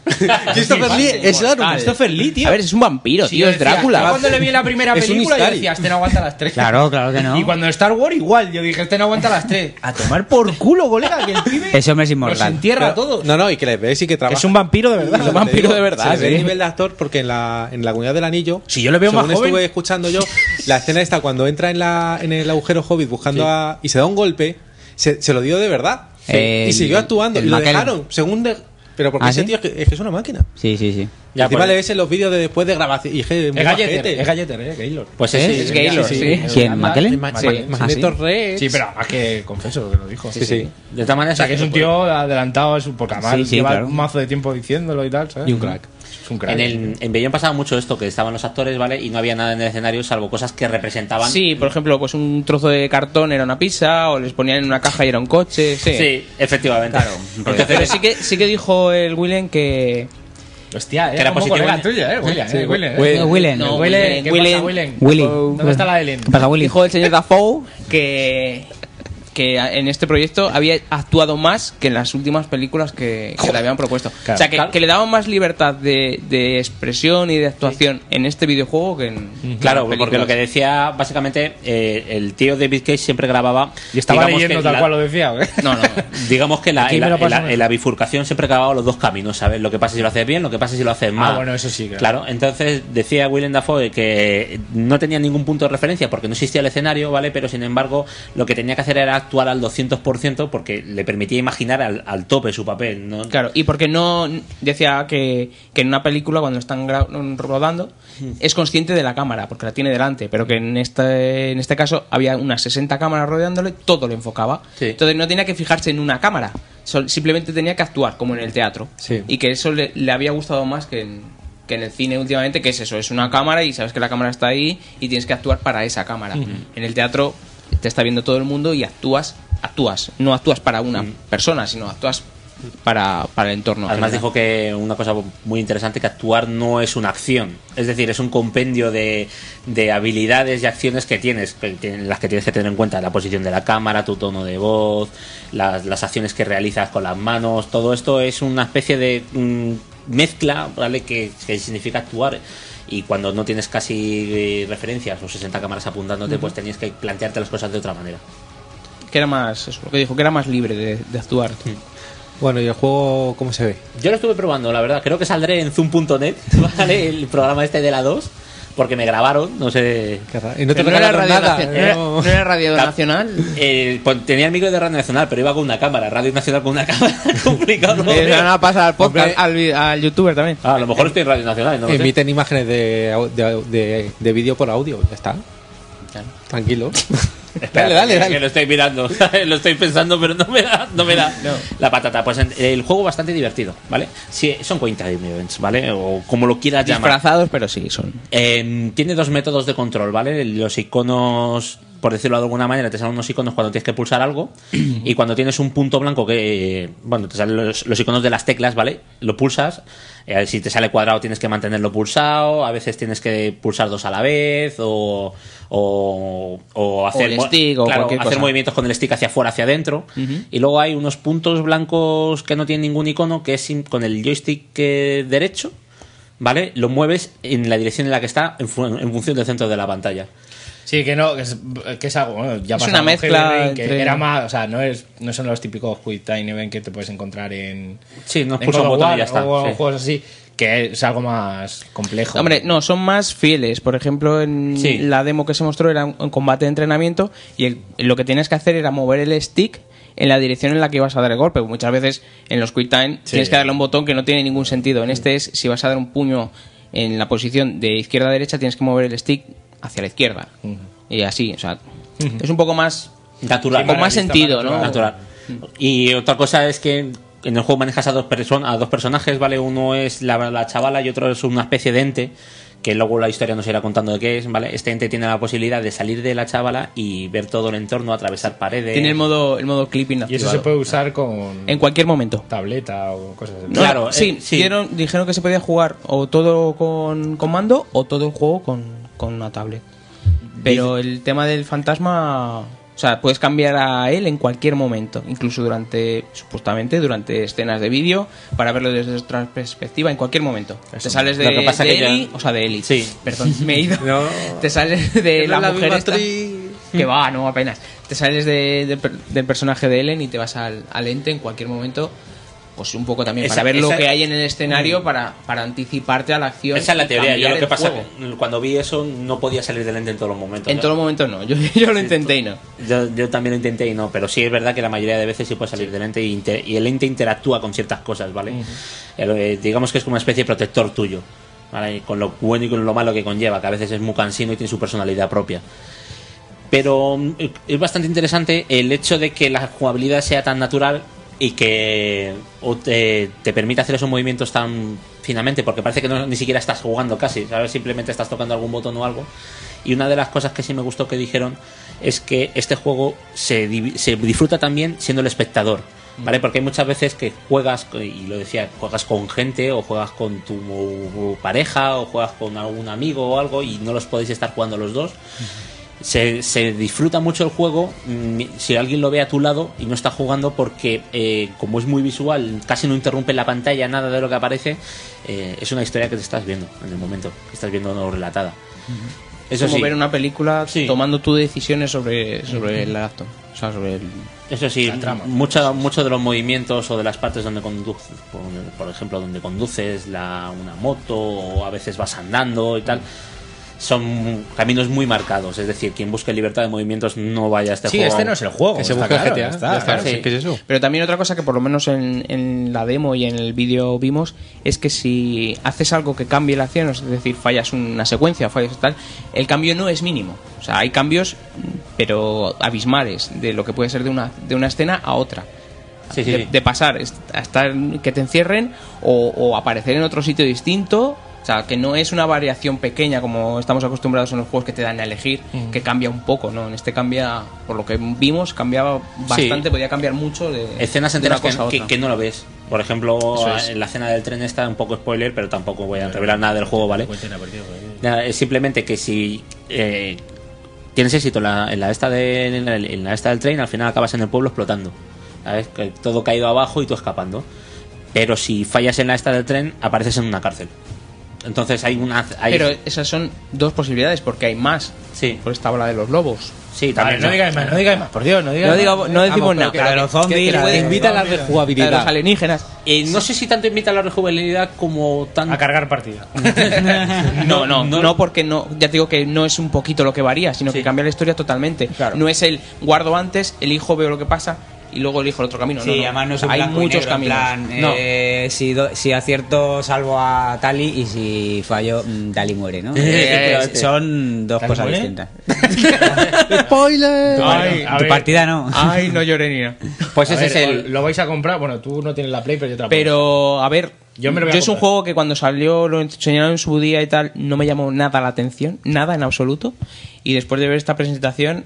Speaker 4: Christopher Lee es eh, Saruman.
Speaker 8: Christopher Lee, tío.
Speaker 9: A ver, es un vampiro,
Speaker 8: Sí,
Speaker 9: tío,
Speaker 8: yo
Speaker 9: es
Speaker 8: decía,
Speaker 9: Drácula.
Speaker 8: yo cuando le vi
Speaker 4: [laughs]
Speaker 8: en la primera
Speaker 4: Es un
Speaker 8: película, yo
Speaker 4: Istari.
Speaker 8: decía, este no aguanta las tres.
Speaker 10: Claro, claro que no.
Speaker 8: Y cuando Star Wars, igual. Yo dije, este no aguanta las tres. A tomar por culo, colega, que el pibe
Speaker 10: Ese hombre es
Speaker 8: nos
Speaker 10: inmortal.
Speaker 8: entierra a
Speaker 4: Pero-
Speaker 8: todos.
Speaker 4: No, no, y que le ves y que trabaja.
Speaker 8: Es un vampiro de verdad.
Speaker 4: Lo que te digo, Se le ve
Speaker 8: sí.
Speaker 4: el nivel de actor porque en la, en la comunidad del anillo.
Speaker 8: Si yo le veo más
Speaker 4: según
Speaker 8: joven.
Speaker 4: estuve escuchando yo, la escena está cuando entra en, la, en el agujero hobbit buscando a. y se da un golpe, se, se lo dio de verdad.
Speaker 10: El-
Speaker 4: y siguió actuando.
Speaker 10: el
Speaker 4: Y lo
Speaker 10: Mackellen.
Speaker 4: dejaron. Según. de- Pero porque
Speaker 16: ¿Ah,
Speaker 4: ese
Speaker 16: sí?
Speaker 4: tío que- es que es una máquina.
Speaker 16: Sí, sí. sí.
Speaker 4: Y
Speaker 8: pues.
Speaker 4: encima le ves en los vídeos de después de grabación. Y es que es muy
Speaker 8: galleter,
Speaker 4: majete.
Speaker 8: es galleter, eh, Gaylord.
Speaker 4: Pues
Speaker 8: ¿Eh?
Speaker 4: ese,
Speaker 8: es
Speaker 4: sí,
Speaker 8: Gaylord,
Speaker 4: sí,
Speaker 8: sí.
Speaker 4: sí.
Speaker 16: ¿Quién? ¿Mackellar?
Speaker 6: ¿Ah,
Speaker 8: Mackellar.
Speaker 16: Sí. Magneto Rex.
Speaker 8: Sí, pero ah, además que confieso que lo dijo.
Speaker 16: Sí, sí.
Speaker 6: De esta manera,
Speaker 8: o sea, que es un tío adelantado, es un poco mal.
Speaker 6: Sí, sí,
Speaker 8: lleva
Speaker 6: claro.
Speaker 8: un mazo de tiempo diciéndolo y tal, ¿sabes? Pues,
Speaker 6: Y un crack.
Speaker 8: Es un crack.
Speaker 6: En, el, en Bellón pasaba mucho esto, que estaban los actores, ¿vale? Y no había nada en el escenario salvo cosas que representaban.
Speaker 9: Sí, por ejemplo, pues un trozo de cartón era una pizza, o les ponían en una caja y era un coche. Sí,
Speaker 6: Sí, efectivamente. [laughs]
Speaker 9: Pero, sí, que, sí que dijo el Willen que.
Speaker 8: Hostia,
Speaker 9: que era
Speaker 8: como
Speaker 9: positivo.
Speaker 8: colega tuya, eh, Willen, eh, Willen, eh.
Speaker 9: Willen.
Speaker 8: Willen.
Speaker 9: No,
Speaker 8: Willen, ¿qué
Speaker 9: Willen.
Speaker 8: pasa, Willen?
Speaker 9: Willen.
Speaker 8: ¿Dónde está la Ellen?
Speaker 9: ¿Qué pasa, Willy? Dijo el
Speaker 6: [laughs]
Speaker 9: señor Dafoe que, que en este proyecto había actuado más que en las últimas películas que, que le habían propuesto.
Speaker 8: Claro.
Speaker 9: o sea, que,
Speaker 8: Claro.
Speaker 9: que le daban más libertad de, de expresión y de actuación en este videojuego que en. que en
Speaker 6: Claro,
Speaker 9: las películas.
Speaker 6: porque lo que decía, básicamente, eh, el tío David Cage siempre grababa.
Speaker 8: Y estaba
Speaker 6: digamos que
Speaker 8: leyendo tal
Speaker 6: la-
Speaker 8: cual lo decía, [laughs] ¿eh?
Speaker 9: No, no.
Speaker 6: [laughs] Digamos que la,
Speaker 8: Aquí
Speaker 6: en, la,
Speaker 8: me lo
Speaker 6: en la-
Speaker 8: paso mejor.
Speaker 6: en la bifurcación siempre grababa los dos caminos, ¿sabes? Lo que pasa si lo haces bien, lo que pasa si lo haces mal.
Speaker 8: Ah, bueno, eso sí, claro.
Speaker 6: entonces decía Willem Dafoe que no tenía ningún punto de referencia porque no existía el escenario, ¿vale? Pero sin embargo, lo que tenía que hacer era actuar al 200% porque le permitía imaginar al, al tope su papel, ¿no?
Speaker 9: Claro, y porque no decía que, que en una película cuando están gra- rodando es consciente de la cámara, porque la tiene delante, pero que en este, en este caso había unas 60 cámaras rodeándole, todo lo enfocaba. Entonces no tenía que fijarse en una cámara, sol- simplemente tenía que actuar como en el teatro. Y que eso le, le había gustado más que en, que en el cine últimamente, que es eso, es una cámara y sabes que la cámara está ahí y tienes que actuar para esa cámara.
Speaker 8: Ujú.
Speaker 9: En el teatro te está viendo todo el mundo y actúas, actúas, no actúas para una persona, sino actúas para, para el entorno.
Speaker 6: Además
Speaker 9: general.
Speaker 6: dijo que una cosa muy interesante que actuar no es una acción, es decir, es un compendio de, de habilidades y acciones que tienes, que tien- las que tienes que tener en cuenta, la posición de la cámara, tu tono de voz, las, las acciones que realizas con las manos, todo esto es una especie de mm, mezcla, ¿vale? Que, que significa actuar. Y cuando no tienes casi eh, referencias o 60 cámaras apuntándote,
Speaker 9: Ujú.
Speaker 6: pues tenías que plantearte las cosas de otra manera.
Speaker 9: que era más, eso, lo que dijo, que era más
Speaker 6: [laughs]
Speaker 9: libre de, de actuar.
Speaker 4: Mm. Bueno, ¿y el juego cómo se ve?
Speaker 6: Yo lo estuve probando, la verdad. Creo que saldré en
Speaker 4: [laughs]
Speaker 6: zoom.net, ¿vale? El programa este de la 2, porque me grabaron, no sé.
Speaker 4: Y no te Pero no era regalaron Radio nada, ¿eh? Nacional, no era-
Speaker 9: no. era Radio Nacional?
Speaker 6: Eh, pues, tenía el micro de Radio Nacional, pero iba con una cámara. Radio Nacional con una [laughs] cámara. complicado.
Speaker 4: [laughs]
Speaker 9: Eh, se van a pasar al podcast,
Speaker 6: Hombre.
Speaker 9: al, vi- al youtuber también.
Speaker 6: Ah, a lo mejor estoy en Radio Nacional, no lo sé.
Speaker 4: Emiten imágenes de, au- de, au- de, de vídeo por audio, ya está. Tranquilo.
Speaker 6: Espérate,
Speaker 4: dale,
Speaker 6: que-
Speaker 4: dale.
Speaker 6: Que lo estoy mirando, [laughs] ¿sabes? lo estoy pensando, pero no me da, no me da la patata. Pues en- el juego bastante divertido, ¿vale? Sí, son coinciding events, ¿vale? O como lo quieras llamar.
Speaker 9: Disfrazados, pero sí, son.
Speaker 6: Eh, tiene dos métodos de control, ¿vale? Los iconos, por decirlo de alguna manera, te salen unos iconos cuando tienes que pulsar algo y cuando tienes un punto blanco que, eh, bueno, te salen los, los iconos de las teclas, ¿vale? Lo pulsas, eh, si te sale cuadrado tienes que mantenerlo pulsado, a veces tienes que pulsar dos a la vez o, o, o hacer,
Speaker 9: el
Speaker 6: mo-
Speaker 9: stick o
Speaker 6: claro,
Speaker 9: cualquier
Speaker 6: hacer
Speaker 9: cosa.
Speaker 6: movimientos con el stick hacia afuera, hacia adentro.
Speaker 9: Ujú.
Speaker 6: Y luego hay unos puntos blancos que no tienen ningún icono, que es sin- con el joystick eh, derecho, ¿vale? Lo mueves en la dirección en la que está en, fu- en función del centro de la pantalla.
Speaker 8: Sí, que no, que es, que es algo. bueno, ya
Speaker 9: Es
Speaker 8: pasaba
Speaker 9: una
Speaker 8: con
Speaker 9: mezcla
Speaker 8: Heavy Rain, que
Speaker 9: entre-
Speaker 8: era más, o sea, no es, no son los típicos quick time event que te puedes encontrar en.
Speaker 6: Sí, no
Speaker 8: en
Speaker 6: pulsa un
Speaker 8: God of
Speaker 6: botón y
Speaker 8: War
Speaker 6: ya está,
Speaker 8: O
Speaker 6: sí.
Speaker 8: juegos así, que es algo más complejo.
Speaker 9: Hombre, no, son más fieles. Por ejemplo, en
Speaker 8: Sí.
Speaker 9: la demo que se mostró era un un combate de entrenamiento y el- lo que tienes que hacer era mover el stick en la dirección en la que ibas a dar el golpe. Muchas veces en los Quick Time
Speaker 8: Sí.
Speaker 9: tienes que darle a un botón que no tiene ningún sentido. En este es, si vas a dar un puño en la posición de izquierda a derecha, tienes que mover el stick hacia la izquierda. Y así, o sea, es un poco más...
Speaker 6: Natural.
Speaker 9: Con más sentido, ¿no?
Speaker 6: Natural. Y otra cosa es que en el juego manejas a dos, perso- a dos personajes, ¿vale? Uno es la, la chavala y otro es una especie de ente, que luego la historia nos irá contando de qué es, ¿vale? Este ente tiene la posibilidad de salir de la chavala y ver todo el entorno, atravesar paredes.
Speaker 9: Tiene el modo, el modo clipping
Speaker 8: Y eso se
Speaker 9: activado.
Speaker 8: puede usar con.
Speaker 9: En cualquier momento.
Speaker 8: Tableta o cosas así.
Speaker 9: No, sí, eh, dieron- dijeron que se podía jugar o todo con, con mando o todo el juego con, con una tablet. Pero el tema del fantasma, o sea, puedes cambiar a él en cualquier momento, incluso durante, supuestamente, durante escenas de vídeo, para verlo desde otra perspectiva, en cualquier momento. Te sales de,
Speaker 6: Lo que pasa
Speaker 9: de
Speaker 6: que ya-
Speaker 9: Ellie, o sea, de Ellie, perdón,
Speaker 8: [laughs]
Speaker 9: me he ido. Te sales
Speaker 8: Que
Speaker 9: de
Speaker 8: no
Speaker 9: la,
Speaker 8: es la
Speaker 9: mujer
Speaker 8: misma
Speaker 9: esta,
Speaker 8: actriz.
Speaker 9: que va, no, apenas. Te sales de- de per- del personaje de Ellen y te vas al, al ente en cualquier momento pues un poco también
Speaker 6: Esa-
Speaker 9: para ver lo
Speaker 6: esa-
Speaker 9: que hay en el escenario
Speaker 6: Mm.
Speaker 9: para, para anticiparte a la acción.
Speaker 6: Esa es la
Speaker 9: y
Speaker 6: teoría. Yo
Speaker 9: cambiar
Speaker 6: lo que
Speaker 9: el
Speaker 6: pasa
Speaker 9: juego.
Speaker 6: que cuando vi eso no podía salir del ente en todos los momentos.
Speaker 9: En
Speaker 6: ¿no?
Speaker 9: todos los momentos no. Yo, [laughs] yo lo intenté y no.
Speaker 6: Yo, yo también lo intenté y no, pero sí es verdad que la mayoría de veces sí puede salir del ente y, inter- y el ente interactúa con ciertas cosas, ¿vale? El, eh, digamos que es como una especie de protector tuyo, ¿vale? Y Con lo bueno y con lo malo que conlleva, que a veces es muy cansino y tiene su personalidad propia. Pero mm, es bastante interesante el hecho de que la jugabilidad sea tan natural y que o te, te permita hacer esos movimientos tan finamente, porque parece que no- ni siquiera estás jugando casi, ¿sabes? Simplemente estás tocando algún botón o algo. Y una de las cosas que sí me gustó que dijeron es que este juego se, divi- se disfruta también siendo el espectador. ¿Vale? Porque hay muchas veces que juegas, y lo decía, juegas con gente o juegas con tu pareja o juegas con algún amigo o algo y no los podéis estar jugando los dos se, se disfruta mucho el juego mm, si alguien lo ve a tu lado y no está jugando porque eh, como es muy visual casi no interrumpe la pantalla nada de lo que aparece eh, es una historia que te estás viendo en el momento que estás viendo no relatada eso
Speaker 9: como
Speaker 6: sí
Speaker 9: ver una película tomando tú decisiones sobre, sobre el acto. O sea, sobre el-
Speaker 6: Eso sí,
Speaker 9: La trama. pues,
Speaker 6: mucho, mucho de los movimientos o de las partes donde conduces, por, por ejemplo, donde conduces la, una moto o a veces vas andando y tal, son caminos muy marcados. Es decir, quien busque libertad de movimientos no vaya a este
Speaker 9: Sí,
Speaker 6: juego.
Speaker 9: este no es el juego, Que se está busca claro, GTA, ya está, ya está, claro, sí. sí, ¿qué es
Speaker 6: eso?
Speaker 9: Pero también otra cosa que por lo menos en, en la demo y en el vídeo vimos es que si haces algo que cambie la acción, es decir, fallas una secuencia, fallas tal, el cambio no es mínimo. O sea, hay cambios, pero abismales, de lo que puede ser de una, de una escena a otra.
Speaker 6: Sí, sí,
Speaker 9: de,
Speaker 6: sí.
Speaker 9: de pasar est- a estar que te encierren o, o aparecer en otro sitio distinto. O sea, que no es una variación pequeña como estamos acostumbrados en los juegos que te dan a elegir,
Speaker 6: Ujú.
Speaker 9: que cambia un poco, ¿no? En este cambia, por lo que vimos, cambiaba bastante, podía cambiar mucho de
Speaker 6: Escenas
Speaker 9: de
Speaker 6: enteras
Speaker 9: una
Speaker 6: que,
Speaker 9: cosa a
Speaker 6: que-
Speaker 9: otra.
Speaker 6: que no lo ves. Por ejemplo,
Speaker 9: Eso es.
Speaker 6: en la escena del tren está un poco spoiler, pero tampoco voy a revelar nada del juego, ¿vale? Nada, es simplemente que si eh, tienes éxito en la, en la esta de, en la, en la esta del tren, al final acabas en el pueblo explotando. ¿Sabes? Que todo caído abajo y tú escapando. Pero si fallas en la esta del tren, apareces en una cárcel. Entonces hay una. hay-
Speaker 9: Pero esas son dos posibilidades porque hay más.
Speaker 6: Sí.
Speaker 9: Por esta habla de los lobos.
Speaker 6: Sí,
Speaker 8: Vale, no digáis más, no digáis más, por Dios, no digáis
Speaker 9: No,
Speaker 8: más.
Speaker 9: digamos- no decimos
Speaker 8: Vamos, pero
Speaker 9: nada.
Speaker 8: que- La de los
Speaker 9: Que- que-
Speaker 8: zombies,
Speaker 9: que
Speaker 8: la
Speaker 9: puede-
Speaker 8: de los
Speaker 9: invita a la
Speaker 8: zombies.
Speaker 9: rejugabilidad. La de los alienígenas.
Speaker 6: Eh, no sé si tanto invita a la rejugabilidad como tan. A
Speaker 8: cargar partida.
Speaker 9: [laughs] No, no, no, porque no, ya te digo que no es un poquito lo que varía, sino que cambia la historia totalmente. No es el guardo antes, elijo, veo lo que pasa y luego elijo el otro camino.
Speaker 16: Sí,
Speaker 9: no, no.
Speaker 16: además no es un
Speaker 9: Hay
Speaker 16: blanco y
Speaker 9: muchos
Speaker 16: negro, en
Speaker 9: caminos.
Speaker 16: plan,
Speaker 9: No.
Speaker 16: eh, si, do- si acierto salvo a Tali y si fallo mm, Tali muere,
Speaker 4: [laughs]
Speaker 16: ¿no?
Speaker 9: Eh,
Speaker 16: Eh,
Speaker 9: efectivamente.
Speaker 16: son dos
Speaker 9: ¿Tali
Speaker 16: cosas
Speaker 9: muere?
Speaker 16: distintas.
Speaker 4: ¡Spoiler!
Speaker 16: Tu
Speaker 8: Ay,
Speaker 16: par-
Speaker 8: a
Speaker 16: tu
Speaker 8: ver.
Speaker 16: partida no.
Speaker 9: Ay, no [laughs] lloré ni
Speaker 8: Pues
Speaker 9: A
Speaker 8: ese
Speaker 9: ver,
Speaker 8: es el. Lo vais a comprar, bueno, tú no tienes la Play, pero yo te la
Speaker 9: Pero, a ver,
Speaker 8: Yo me lo voy a
Speaker 9: es un juego que cuando salió, lo enseñaron en su día y tal, no me llamó nada la atención, nada en absoluto. Y después de ver esta presentación,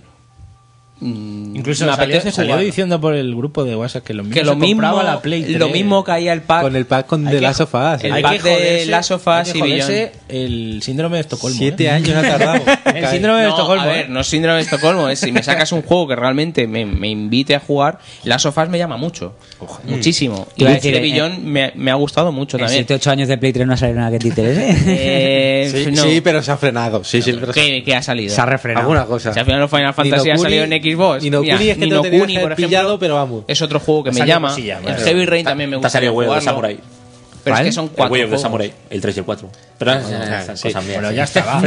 Speaker 9: mm,
Speaker 8: Incluso
Speaker 9: me
Speaker 8: salió,
Speaker 9: apetece
Speaker 8: salió
Speaker 9: jugar.
Speaker 8: diciendo por el grupo de WhatsApp que lo mismo
Speaker 9: que lo
Speaker 8: se
Speaker 9: mismo,
Speaker 8: compraba la Play
Speaker 9: lo
Speaker 8: 3.
Speaker 9: mismo caía el pack.
Speaker 4: Con el pack con
Speaker 8: Hay
Speaker 4: de
Speaker 8: que-
Speaker 4: Last of Us.
Speaker 8: El pack
Speaker 4: ¿eh?
Speaker 9: pack de Last of Us
Speaker 8: hay que
Speaker 9: y Beyond.
Speaker 8: joderse el síndrome de Estocolmo.
Speaker 4: Siete
Speaker 8: ¿eh?
Speaker 4: años ha tardado.
Speaker 8: [laughs] el síndrome de
Speaker 9: [laughs] No,
Speaker 8: Estocolmo.
Speaker 9: A ver,
Speaker 8: ¿eh?
Speaker 9: no es síndrome de Estocolmo. Es, si me sacas un juego que realmente me, me invite a jugar, las sofás me llama mucho. Muchísimo.
Speaker 16: Te
Speaker 4: Mm.
Speaker 9: Y
Speaker 16: iba
Speaker 9: la
Speaker 16: a
Speaker 9: decir,
Speaker 16: decir,
Speaker 9: de
Speaker 4: eh,
Speaker 9: Billón me, me ha gustado mucho
Speaker 16: En
Speaker 9: también.
Speaker 16: 7 8 años de Play 3 no ha salido nada que te
Speaker 4: [laughs]
Speaker 16: interese.
Speaker 9: Eh,
Speaker 4: Sí,
Speaker 9: no.
Speaker 4: sí, pero se ha frenado. Sí, sí, pero
Speaker 9: ¿Qué, qué ha salido?
Speaker 16: Se ha refrenado.
Speaker 4: Alguna cosa.
Speaker 9: Si al final los Final Fantasy ha
Speaker 4: Ninokuni-
Speaker 9: salido en
Speaker 4: [laughs]
Speaker 9: Xbox.
Speaker 4: Ninokuni
Speaker 9: Pues, Mira,
Speaker 4: es que te lo tenías
Speaker 9: Ninokuni,
Speaker 4: que
Speaker 9: por
Speaker 4: haber
Speaker 9: ejemplo,
Speaker 4: pillado, pero vamos.
Speaker 9: es otro juego que
Speaker 4: Ha
Speaker 9: me
Speaker 4: salido
Speaker 9: llama.
Speaker 4: cosilla,
Speaker 9: el
Speaker 4: vale.
Speaker 9: Heavy Rain
Speaker 6: Ta-
Speaker 9: también me
Speaker 6: ta
Speaker 9: gusta.
Speaker 6: salió huevo de
Speaker 9: jugarlo.
Speaker 6: Samurai.
Speaker 9: Pero es que son cuatro.
Speaker 6: El Way of the
Speaker 9: juegos.
Speaker 6: Samurai, el 3 y el 4. Pero esas-
Speaker 8: Ah,
Speaker 6: esas cosas
Speaker 8: sí.
Speaker 6: mías,
Speaker 8: Bueno,
Speaker 6: sí.
Speaker 8: ya está,
Speaker 6: [laughs]
Speaker 8: va.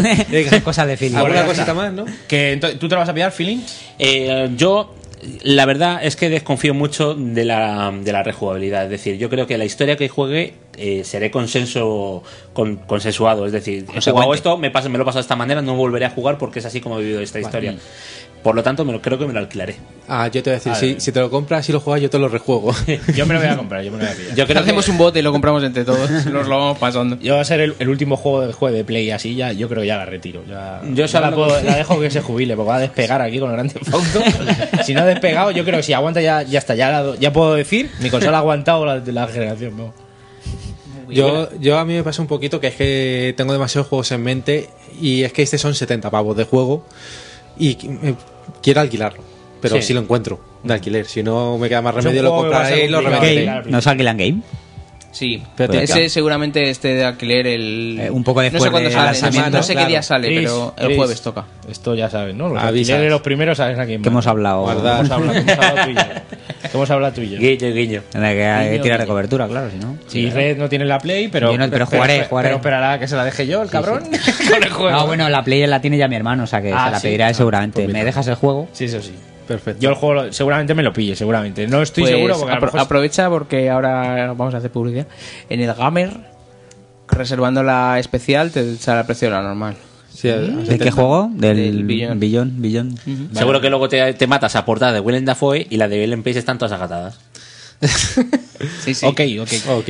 Speaker 16: Son cosas de feeling.
Speaker 8: Alguna
Speaker 6: cosita
Speaker 4: más, ¿no?
Speaker 8: Que ento- tú te lo vas a pillar, feeling.
Speaker 6: Eh, yo, la verdad es que desconfío mucho de la, de la rejugabilidad. Es decir, yo creo que la historia que juegue eh, seré consenso con- consensuado. Es decir, he jugado esto, me, pasa, me lo he pasado de esta manera, no volveré a jugar porque es así como he vivido esta historia. Por lo tanto, me lo, creo que me lo alquilaré.
Speaker 4: Ah, yo te voy a decir,
Speaker 6: A
Speaker 4: si,
Speaker 6: ver.
Speaker 4: si te lo compras y lo juegas, yo te lo rejuego.
Speaker 8: Yo me lo voy a comprar, yo me lo voy a pillar.
Speaker 6: Yo creo que-
Speaker 9: Hacemos un bote y lo compramos entre todos. [laughs] Nos lo vamos pasando.
Speaker 8: Yo va a ser el, el último juego de, juego de Play así, ya, yo creo que ya la retiro. Ya,
Speaker 6: Yo
Speaker 8: ya
Speaker 6: solo
Speaker 8: la,
Speaker 6: lo-
Speaker 8: puedo- la dejo que se jubile, porque va a despegar aquí con el grande fondo. [laughs] si no ha despegado, yo creo que si aguanta ya, ya está, ya, la do- ya puedo decir, mi consola ha aguantado la, de la generación. ¿no?
Speaker 4: Yo, yo a mí me pasa un poquito que es que tengo demasiados juegos en mente y es que este son 70 pavos de juego y qui- eh, quiero alquilarlo, pero
Speaker 16: Sí.
Speaker 4: si lo encuentro de alquiler, si no me queda más
Speaker 16: Es
Speaker 4: remedio lo
Speaker 16: un juego que va a
Speaker 4: compraré y
Speaker 16: ser
Speaker 4: lo
Speaker 16: complicado
Speaker 4: revenderé.
Speaker 16: Game. ¿No se alquilan game?
Speaker 9: Sí,
Speaker 16: Pero te-
Speaker 9: ese
Speaker 16: claro.
Speaker 9: seguramente este de alquiler el
Speaker 16: Eh, un poco
Speaker 9: no
Speaker 16: después
Speaker 9: sé cuándo
Speaker 16: del
Speaker 9: sale, no sé-
Speaker 16: lanzamiento,
Speaker 9: no sé qué
Speaker 16: claro.
Speaker 9: día sale,
Speaker 8: Chris,
Speaker 9: pero el
Speaker 8: Chris,
Speaker 9: jueves toca.
Speaker 8: Esto ya sabes, ¿no? Los
Speaker 4: pues
Speaker 16: Avisas.
Speaker 8: alquileres, los primeros sabes a quién
Speaker 16: Que
Speaker 8: van.
Speaker 16: hemos hablado.
Speaker 9: [laughs]
Speaker 8: Hemos hablado- hemos hablado tú y yo. ¿Cómo se habla tú y yo?
Speaker 6: Guiño, guiño.
Speaker 16: Tendrá que eh,
Speaker 8: Guiño,
Speaker 16: tirar de
Speaker 8: guiño.
Speaker 16: cobertura, claro, si no.
Speaker 8: Y Red no tiene la Play, pero.
Speaker 16: Yo no, pero jugaré, jugaré.
Speaker 8: Pero esperará que se la deje yo, el cabrón.
Speaker 9: [laughs]
Speaker 16: No, bueno, la Play la tiene ya mi hermano, o sea que
Speaker 8: Ah,
Speaker 16: se la
Speaker 8: sí.
Speaker 16: pedirá él
Speaker 8: Ah,
Speaker 16: seguramente.
Speaker 8: pues mira.
Speaker 16: ¿Me dejas el juego?
Speaker 8: Sí, eso sí.
Speaker 4: Perfecto.
Speaker 8: Yo el juego lo- seguramente me lo pille, seguramente. No estoy
Speaker 9: Pues
Speaker 8: seguro porque a lo
Speaker 9: apro-
Speaker 8: mejor-
Speaker 9: aprovecha porque ahora vamos a hacer publicidad. En el Gamer, reservando la especial, te sale el precio de la normal.
Speaker 16: ¿De qué juego? Del
Speaker 9: Del
Speaker 16: billón,
Speaker 9: Beyond.
Speaker 16: billón.
Speaker 6: Seguro que luego te, te matas a portada de Willem Dafoe y la de Ellen Page están todas agatadas.
Speaker 9: [laughs] Sí, sí.
Speaker 8: Ok, ok.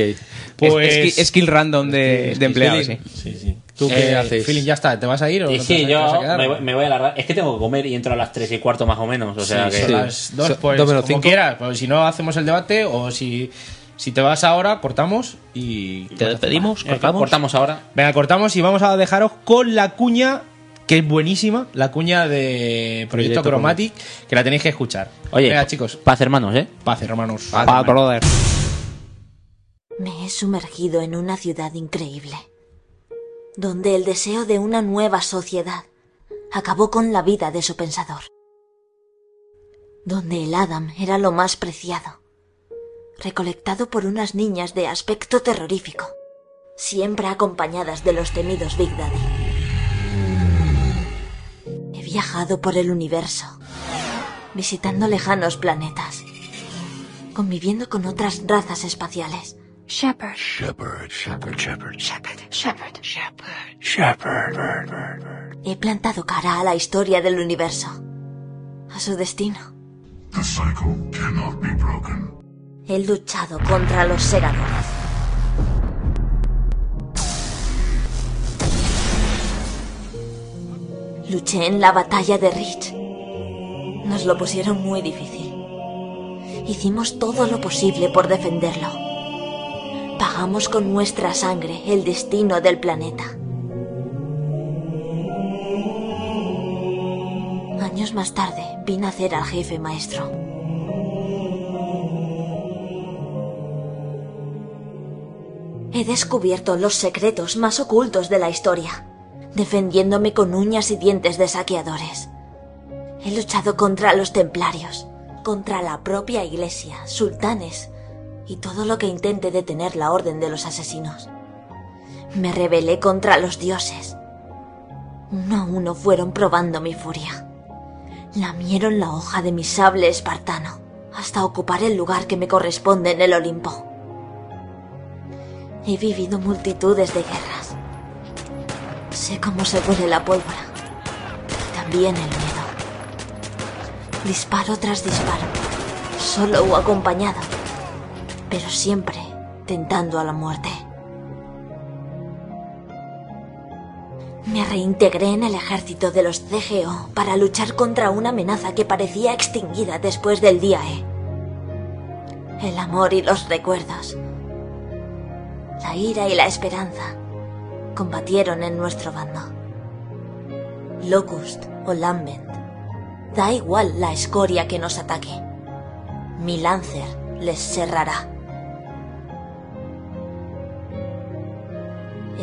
Speaker 9: Pues... Es, es skill random de, de empleado, sí.
Speaker 4: ¿Tú
Speaker 9: qué
Speaker 8: Eh,
Speaker 4: haces?
Speaker 8: Feeling, ya está. ¿Te vas a ir o no
Speaker 6: Y
Speaker 8: te vas
Speaker 6: Eh, sí,
Speaker 8: a- te vas a
Speaker 6: yo
Speaker 8: quedar?
Speaker 6: me, voy- me voy a alargar. Es que tengo que comer y entro a las 3 y cuarto más o menos. O sea
Speaker 8: Sí,
Speaker 6: que.
Speaker 8: son las dos, pues, como quieras. Pues, si no, hacemos el debate o si, si te vas ahora, cortamos y... Te
Speaker 9: despedimos, cortamos.
Speaker 6: Cortamos ahora.
Speaker 8: Venga, cortamos y vamos a dejaros con la cuña, que es buenísima, la cuña de Proyecto,
Speaker 6: Proyecto
Speaker 8: Chromatic, que la tenéis que escuchar.
Speaker 6: Oye,
Speaker 8: Venga, chicos.
Speaker 6: Paz, hermanos, ¿eh?
Speaker 8: Paz, hermanos.
Speaker 9: Paz, Paz, brother.
Speaker 13: Me he sumergido en una ciudad increíble, donde el deseo de una nueva sociedad acabó con la vida de su pensador, donde el Adam era lo más preciado, recolectado por unas niñas de aspecto terrorífico, siempre acompañadas de los temidos Big Daddy. He viajado por el universo, visitando lejanos planetas, conviviendo con otras razas espaciales.
Speaker 17: Shepherd. Shepherd, shepherd, shepherd. Shepherd, shepherd, shepherd. Shepherd.
Speaker 13: He plantado cara a la historia del universo, a su destino.
Speaker 17: The cycle cannot be broken.
Speaker 13: He luchado contra los segadores. Luché en la batalla de Rich. Nos lo pusieron muy difícil. Hicimos todo lo posible por defenderlo. Pagamos con nuestra sangre el destino del planeta. Años más tarde, vi nacer al jefe maestro. He descubierto los secretos más ocultos de la historia, defendiéndome con uñas y dientes de saqueadores. He luchado contra los templarios, contra la propia iglesia, sultanes y todo lo que intente detener la orden de los asesinos. Me rebelé contra los dioses. Uno a uno fueron probando mi furia. Lamieron la hoja de mi sable espartano hasta ocupar el lugar que me corresponde en el Olimpo. He vivido multitudes de guerras. Sé cómo se huele la pólvora. También el miedo. Disparo tras disparo, solo o acompañado, pero siempre tentando a la muerte. Me reintegré en el ejército de los CGO para luchar contra una amenaza que parecía extinguida después del día E. El amor y los recuerdos la ira y la esperanza combatieron en nuestro bando. Locust o Lambent, da igual la escoria que nos ataque. Mi Lancer les cerrará.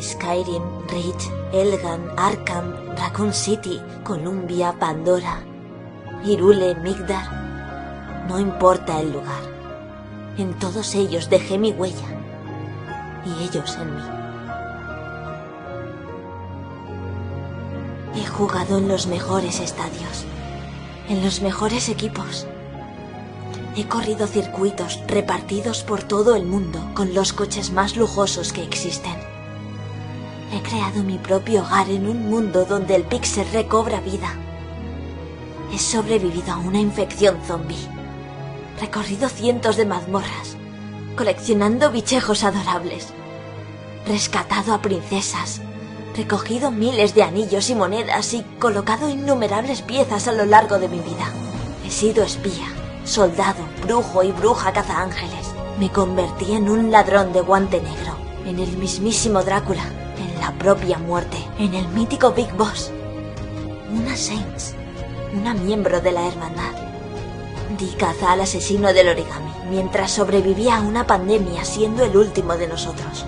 Speaker 13: Skyrim, Reach, Elgan, Arkham, Raccoon City, Columbia, Pandora, Irule, Migdar. No importa el lugar. En todos ellos dejé mi huella y ellos en mí. He jugado en los mejores estadios, en los mejores equipos. He corrido circuitos repartidos por todo el mundo con los coches más lujosos que existen. He creado mi propio hogar en un mundo donde el pixel recobra vida. He sobrevivido a una infección zombie. Recorrido cientos de mazmorras coleccionando bichejos adorables. Rescatado a princesas, recogido miles de anillos y monedas y colocado innumerables piezas a lo largo de mi vida. He sido espía, soldado, brujo y bruja caza ángeles. Me convertí en un ladrón de guante negro, en el mismísimo Drácula, en la propia muerte, en el mítico Big Boss. Una Saints, una miembro de la hermandad. Di caza al asesino del origami mientras sobrevivía a una pandemia siendo el último de nosotros.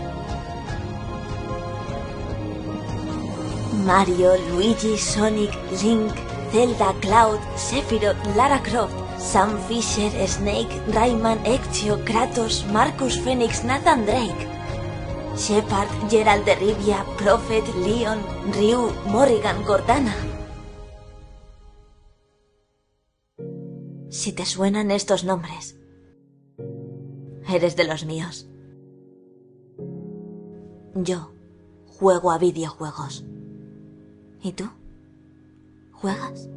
Speaker 13: Mario, Luigi, Sonic, Link, Zelda, Cloud, Sephiroth, Lara Croft, Sam Fisher, Snake, Rayman, Ezio, Kratos, Marcus Phoenix, Nathan Drake, Shepard, Gerald de Rivia, Prophet, Leon, Ryu, Morrigan, Cortana. Si te suenan estos nombres, eres de los míos. Yo juego a videojuegos. ¿Y tú? ¿Juegas?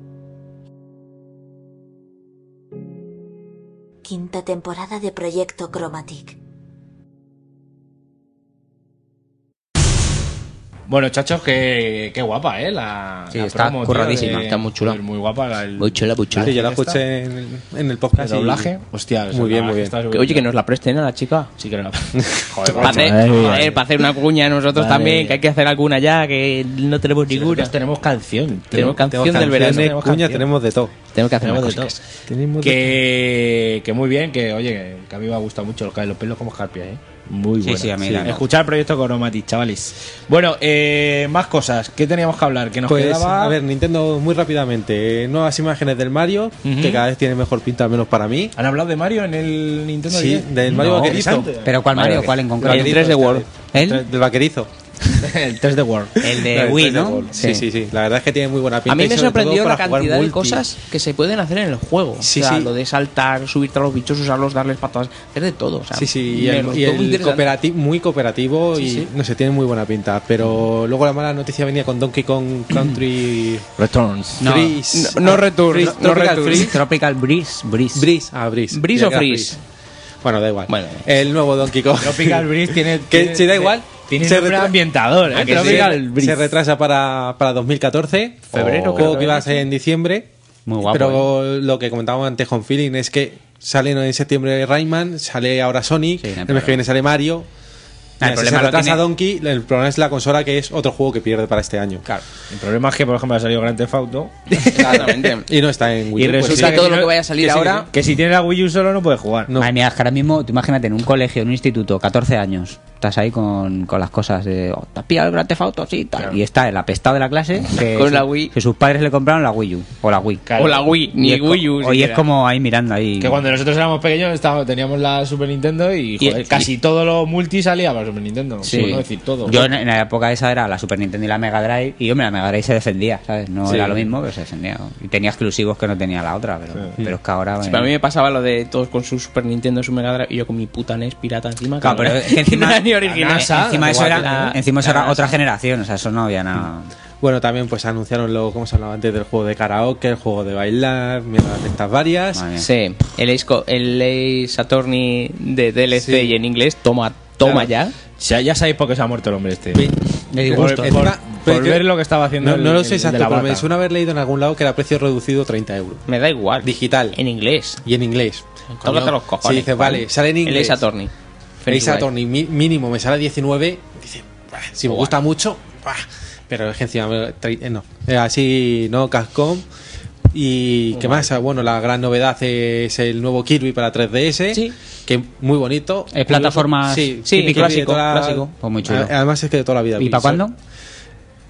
Speaker 13: Quinta temporada de Proyecto Chromatic.
Speaker 8: Bueno, chachos, qué, qué guapa, ¿eh? La,
Speaker 9: Sí,
Speaker 8: la
Speaker 9: está
Speaker 8: promo, tío,
Speaker 9: curradísima,
Speaker 8: de-
Speaker 9: está muy chula.
Speaker 8: Muy guapa. La, el,
Speaker 9: Muy chula, muy chula.
Speaker 4: Sí, yo la
Speaker 8: esta.
Speaker 4: escuché en el, en el podcast.
Speaker 8: El
Speaker 4: y-
Speaker 8: doblaje, hostia, el
Speaker 4: Muy bien,
Speaker 8: doblaje
Speaker 4: muy bien.
Speaker 8: está súper
Speaker 9: Que, oye, que nos la presten a la chica.
Speaker 8: Sí, que [laughs] no la.
Speaker 9: Para hacer,
Speaker 8: eh,
Speaker 9: joder, para hacer una cuña nosotros
Speaker 8: Vale.
Speaker 9: también, que hay que hacer alguna ya, que no tenemos ninguna.
Speaker 8: tenemos canción.
Speaker 9: Tenemos canción del verano.
Speaker 4: Tenemos cuña, tenemos de todo.
Speaker 9: Tenemos que hacer
Speaker 8: Tenemos
Speaker 9: más
Speaker 8: de todo.
Speaker 9: cositas.
Speaker 8: Que, que muy bien, que oye, que, que a mí me ha gustado mucho lo que hay los pelos como escarpia, ¿eh? Muy
Speaker 10: Sí,
Speaker 8: bueno.
Speaker 10: sí, a mí también.
Speaker 8: Escuchar Proyecto Coromatis, chavales. Bueno, eh, más cosas. ¿Qué teníamos que hablar? Que nos
Speaker 4: Pues,
Speaker 8: quedaba.
Speaker 4: a ver, Nintendo, muy rápidamente. eh, Nuevas imágenes del Mario,
Speaker 8: Ujú.
Speaker 4: que cada vez tiene mejor pinta, al menos para mí.
Speaker 8: ¿Han hablado de Mario en el Nintendo
Speaker 4: Sí,
Speaker 8: 10?
Speaker 4: del Mario
Speaker 8: No,
Speaker 4: Vaquerizo.
Speaker 8: interesante.
Speaker 4: Vaquerizo, está bien. El Del
Speaker 9: [laughs]
Speaker 4: Vaquerizo.
Speaker 8: el 3D World.
Speaker 4: [laughs] El
Speaker 9: de Wii, ¿no?
Speaker 4: Sí, sí, sí. La verdad es que tiene muy buena pinta.
Speaker 9: A mí
Speaker 4: y
Speaker 9: me
Speaker 4: sobre todo
Speaker 9: sorprendió la
Speaker 4: para jugar
Speaker 9: cantidad de
Speaker 4: multi.
Speaker 9: cosas que se pueden hacer en el juego.
Speaker 4: Sí,
Speaker 9: o sea,
Speaker 4: sí.
Speaker 9: lo de saltar, subirte a los bichos, usarlos, darles patadas, hacer de todo. O sea,
Speaker 4: Sí, sí, y
Speaker 9: me
Speaker 4: el,
Speaker 9: resultó
Speaker 4: y
Speaker 9: muy
Speaker 4: el
Speaker 9: interesante.
Speaker 4: cooperati- muy cooperativo y
Speaker 9: sí.
Speaker 4: no sé, tiene muy buena pinta. Pero luego la mala noticia venía con Donkey Kong
Speaker 10: [clears throat]
Speaker 4: Country
Speaker 8: Returns.
Speaker 4: No,
Speaker 8: Ah,
Speaker 9: No- no Return,
Speaker 4: Freeze,
Speaker 9: no
Speaker 4: Tropical
Speaker 9: Return.
Speaker 4: Freeze.
Speaker 10: Tropical Breeze. Breeze.
Speaker 4: Breeze, ah, Breeze.
Speaker 9: Breeze
Speaker 4: Ya
Speaker 9: o
Speaker 4: que era
Speaker 9: Freeze.
Speaker 4: Bueno, da igual. El nuevo Donkey Kong.
Speaker 8: Tropical Breeze tiene.
Speaker 4: [laughs] que
Speaker 8: tiene-
Speaker 4: si da igual.
Speaker 8: Tiene
Speaker 4: se
Speaker 8: nombre
Speaker 4: retra-
Speaker 8: ambientador,
Speaker 4: ¿A
Speaker 8: ¿eh?
Speaker 4: que sí?
Speaker 8: Tropical Breeze.
Speaker 4: Se retrasa para, para 2014.
Speaker 8: Febrero, creo
Speaker 4: Juego
Speaker 8: que
Speaker 4: Oh. que iba a
Speaker 8: habían
Speaker 4: ser en diciembre.
Speaker 10: Muy guapo,
Speaker 4: Pero
Speaker 8: ¿eh?
Speaker 4: lo que comentábamos antes con Feeling es que salen en septiembre Rayman, sale ahora Sonic, el mes
Speaker 10: claro.
Speaker 4: que viene sale Mario.
Speaker 10: Ah, el
Speaker 4: Mira, si
Speaker 10: problema
Speaker 4: se
Speaker 10: lo
Speaker 4: retrasa
Speaker 10: tiene-
Speaker 4: Donkey, el problema es la consola que es otro juego que pierde para este año.
Speaker 8: El problema es que, por ejemplo, ha salido Grand Theft
Speaker 4: [laughs]
Speaker 8: Auto.
Speaker 9: Exactamente.
Speaker 4: Y no está en Wii
Speaker 8: Y
Speaker 4: U, pues
Speaker 8: resulta
Speaker 4: sí.
Speaker 8: que
Speaker 9: todo lo
Speaker 8: no-
Speaker 9: que vaya a salir
Speaker 8: que si-
Speaker 9: ahora-
Speaker 8: que si tienes la Wii U solo no puedes jugar.
Speaker 10: Madre mía, es que ahora mismo, tú imagínate, en un colegio, en un instituto, 14 años, estás ahí con, con las cosas de. Oh, ¿Te has pillado el Grand Theft Auto? Sí, tal. Y está el apestado de la
Speaker 9: [laughs]
Speaker 10: clase. Que
Speaker 9: Con
Speaker 10: su-
Speaker 9: la Wii.
Speaker 10: Que sus padres le compraron la Wii U. O la Wii.
Speaker 8: Claro. O la
Speaker 9: Wii,
Speaker 10: Y
Speaker 9: ni
Speaker 10: es co-
Speaker 9: Wii U
Speaker 10: Hoy es
Speaker 9: siquiera.
Speaker 10: como ahí mirando ahí.
Speaker 8: Que cuando nosotros éramos pequeños estábamos, teníamos la Super Nintendo y, joder,
Speaker 10: y-
Speaker 8: casi todo lo multi salía para Super Nintendo.
Speaker 10: Sí.
Speaker 8: Por no decir todo.
Speaker 10: Yo en, en la época esa era la Super Nintendo y la Mega Drive. Y hombre, la Mega Drive se defendía, ¿sabes? No
Speaker 8: Sí.
Speaker 10: era lo mismo, pero se defendía. Y tenía exclusivos que no tenía la otra, pero, pero es que ahora.
Speaker 9: Sí,
Speaker 10: eh,
Speaker 9: para mí me pasaba lo de todos con su Super Nintendo, su Mega Drive y yo con mi puta NES pirata encima.
Speaker 10: Claro, pero es
Speaker 9: [laughs]
Speaker 10: que encima-
Speaker 9: No era ni original.
Speaker 10: encima eso era,
Speaker 9: La-
Speaker 10: encima eso
Speaker 9: la
Speaker 10: era
Speaker 9: NASA.
Speaker 10: otra generación, o sea, eso no había nada.
Speaker 4: Bueno, también pues anunciaron lo, como se hablaba antes, del juego de karaoke, el juego de bailar, mierdas de estas varias.
Speaker 9: Sí, el Ace, Co- el Ace Attorney de DLC y en inglés, toma, toma
Speaker 8: Claro.
Speaker 9: ya.
Speaker 8: Ya, ya sabéis por qué se ha muerto el hombre este.
Speaker 10: De
Speaker 8: Por,
Speaker 10: disgusto.
Speaker 8: por-
Speaker 4: Encima-
Speaker 8: por
Speaker 4: pero yo-
Speaker 8: ver lo que estaba haciendo.
Speaker 4: No,
Speaker 8: el-
Speaker 4: no lo
Speaker 8: el-
Speaker 4: sé
Speaker 8: el de la
Speaker 4: exacto, pero me
Speaker 8: bata.
Speaker 4: suena haber leído en algún lado que era precio reducido 30 euros.
Speaker 9: Me da igual.
Speaker 4: Digital.
Speaker 9: En inglés.
Speaker 4: Y en inglés.
Speaker 9: Tócate los cojones.
Speaker 4: Si dices, vale,
Speaker 9: Juan.
Speaker 4: sale en inglés.
Speaker 9: El Ace Attorney. Feliz
Speaker 4: Ace
Speaker 9: Uruguay.
Speaker 4: Attorney, mi- mínimo, me sale a 19. Dice, bah, si me
Speaker 9: Guau.
Speaker 4: gusta mucho, bah. pero es que encima, eh, tre- eh, no. Eh, Así, ¿no? Cascom. Y qué más, Ah, bueno, la gran novedad es el nuevo Kirby para 3DS, que muy bonito.
Speaker 10: Es plataforma
Speaker 4: sí,
Speaker 10: sí,
Speaker 4: típico
Speaker 10: clásico,
Speaker 4: de toda la-
Speaker 10: clásico. Pues muy chulo.
Speaker 4: A- Además es que de toda la vida.
Speaker 10: ¿Y para
Speaker 4: Wilson.
Speaker 10: cuándo?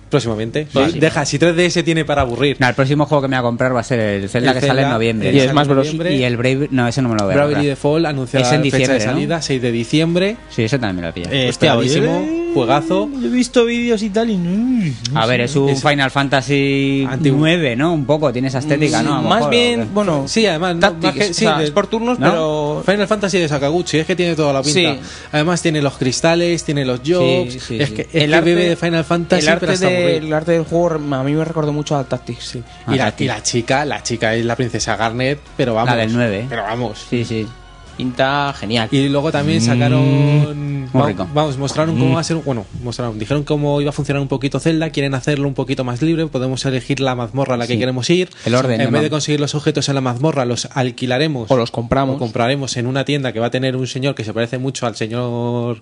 Speaker 4: Próximamente. Sí,
Speaker 10: Vale.
Speaker 4: Deja, si 3DS tiene para aburrir.
Speaker 10: No, el próximo juego que me voy a comprar va a ser el Zelda
Speaker 4: El
Speaker 10: que sale en
Speaker 4: Zelda,
Speaker 10: noviembre.
Speaker 4: el Y el Smash Bros.
Speaker 10: Y el Brave. No, ese no me lo voy a
Speaker 4: Bravely
Speaker 10: comprar.
Speaker 4: Default anunciada
Speaker 10: Es en
Speaker 4: fecha de
Speaker 10: diciembre, ¿no?
Speaker 4: salida, 6 de diciembre.
Speaker 10: Sí, ese también me lo pillo.
Speaker 4: Eh,
Speaker 8: Hostia, oye,
Speaker 4: esperadísimo, juegazo.
Speaker 8: Yo he visto vídeos y tal y. no- no
Speaker 10: A
Speaker 8: sé.
Speaker 10: ver, es un Final Fantasy
Speaker 4: Antiguo.
Speaker 10: 9, ¿no? Un poco, tiene esa estética, ¿no? A lo
Speaker 9: Más
Speaker 10: mejor, ¿o
Speaker 9: bien,
Speaker 10: qué?
Speaker 9: bueno,
Speaker 4: Sí, además, no,
Speaker 9: Tactics,
Speaker 4: más que-
Speaker 9: o
Speaker 4: sí,
Speaker 9: sea,
Speaker 4: de-
Speaker 9: es por turnos,
Speaker 4: ¿no?
Speaker 9: pero
Speaker 4: Final Fantasy de Sakaguchi, es que tiene toda la pinta.
Speaker 9: Sí.
Speaker 4: Además, tiene los cristales, tiene los jobs.
Speaker 9: Sí, sí,
Speaker 4: es
Speaker 9: sí.
Speaker 4: que, es que bebe de Final Fantasy,
Speaker 9: el arte,
Speaker 4: pero hasta
Speaker 9: de-
Speaker 4: aburrir.
Speaker 9: el arte del juego a mí me recordó mucho a Tactics, Ah, sí.
Speaker 4: Y la, y la chica, la chica es la princesa Garnet, pero vamos.
Speaker 10: La del 9.
Speaker 4: Pero vamos. Mm.
Speaker 10: Sí, sí.
Speaker 9: Pinta genial.
Speaker 4: Y luego también sacaron.
Speaker 10: muy
Speaker 4: va-
Speaker 10: rico.
Speaker 4: Vamos, mostraron
Speaker 9: Mm.
Speaker 4: cómo va a ser. Bueno, mostraron. Dijeron cómo iba a funcionar un poquito Zelda. Quieren hacerlo un poquito más libre. Podemos elegir la mazmorra a la que
Speaker 10: Sí.
Speaker 4: queremos ir.
Speaker 10: El orden,
Speaker 4: En
Speaker 10: ¿no?
Speaker 4: vez de conseguir los objetos en la mazmorra, los alquilaremos.
Speaker 9: O los compramos.
Speaker 4: o compraremos en una tienda que va a tener un señor que se parece mucho al señor.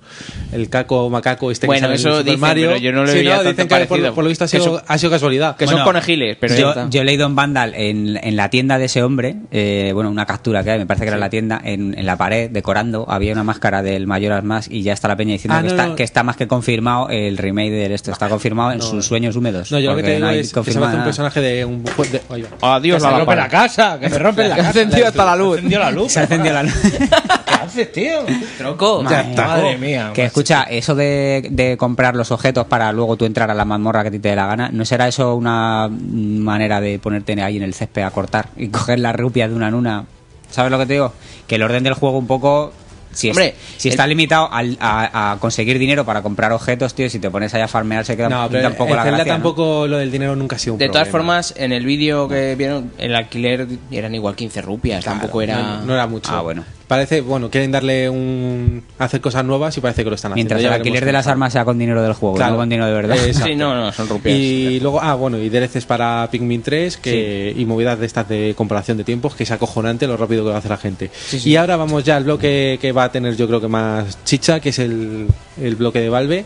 Speaker 4: El caco macaco este
Speaker 9: Bueno,
Speaker 4: que sale en
Speaker 9: eso
Speaker 4: Super
Speaker 9: dicen,
Speaker 4: Mario.
Speaker 9: pero yo no lo
Speaker 4: Sí,
Speaker 9: veía
Speaker 4: dicen
Speaker 9: tanto
Speaker 4: que por,
Speaker 9: parecido.
Speaker 4: por lo visto ha
Speaker 9: Que
Speaker 4: sido,
Speaker 9: son-
Speaker 4: ha sido casualidad.
Speaker 9: que son conejiles, pero ya
Speaker 10: yo,
Speaker 9: está.
Speaker 10: yo he leído en Vandal, en, en la tienda de ese hombre, eh, bueno, una captura que hay, me parece que era la tienda, en, en la pared, decorando, había una máscara del Mayoras Más y ya está la peña diciendo
Speaker 4: Ah,
Speaker 10: que,
Speaker 4: no,
Speaker 10: está,
Speaker 4: no. Ah,
Speaker 10: que está más que confirmado el remake de esto. Está confirmado en
Speaker 4: No.
Speaker 10: sus sueños húmedos.
Speaker 4: No, yo lo
Speaker 10: porque
Speaker 4: que te digo
Speaker 10: no hay
Speaker 4: es que se
Speaker 10: confirmado
Speaker 4: me hace un
Speaker 10: nada.
Speaker 4: personaje de un juez de. ahí va.
Speaker 10: Adiós,
Speaker 8: que se
Speaker 10: la
Speaker 8: rompe
Speaker 10: lámpara.
Speaker 8: la casa, que se rompe
Speaker 9: [laughs]
Speaker 8: la
Speaker 10: Se ha
Speaker 8: casa.
Speaker 10: encendido hasta la
Speaker 8: luz. Se ha encendido la luz. Se ha encendido
Speaker 4: [laughs]
Speaker 8: la luz. ¿Qué haces, tío? Troco.
Speaker 10: Madre,
Speaker 8: Madre
Speaker 4: Ah,
Speaker 8: mía.
Speaker 10: Que escucha, eso de, de comprar los objetos para luego tú entrar a la mazmorra que a ti te dé la gana, ¿no será eso una manera de ponerte ahí en el césped a cortar y [laughs] coger la rupia de una en una? ¿Sabes lo que te digo? Que el orden del juego un poco... Si, es-
Speaker 9: Hombre,
Speaker 10: si
Speaker 9: el-
Speaker 10: está limitado al- a, a conseguir dinero para comprar objetos, tío, si te pones ahí a farmear se queda
Speaker 4: No, pero
Speaker 10: tampoco
Speaker 4: en
Speaker 10: la
Speaker 4: Zelda
Speaker 10: gracia, ¿no?
Speaker 4: tampoco lo del dinero nunca ha sido un
Speaker 9: De
Speaker 4: problema.
Speaker 9: todas formas, en el vídeo que vieron, el alquiler eran igual 15 rupias, tampoco era...
Speaker 4: No, no era mucho.
Speaker 9: Ah, bueno.
Speaker 4: Parece, bueno, quieren darle un. hacer cosas nuevas y parece que lo están haciendo.
Speaker 10: Mientras el
Speaker 4: Ya
Speaker 10: alquiler
Speaker 4: veremos
Speaker 10: de las
Speaker 4: cómo
Speaker 10: armas sea con dinero del juego,
Speaker 4: Claro.
Speaker 10: no con dinero de verdad.
Speaker 4: Eh, exacto.
Speaker 9: son
Speaker 4: Y luego, ah, bueno, y DLCs para Pikmin 3 que, y movidas de estas de comparación de tiempos, que es acojonante lo rápido que lo hace la gente.
Speaker 18: sí.
Speaker 4: Y ahora vamos ya al bloque que va a tener yo creo que más chicha, que es el, el bloque de Valve,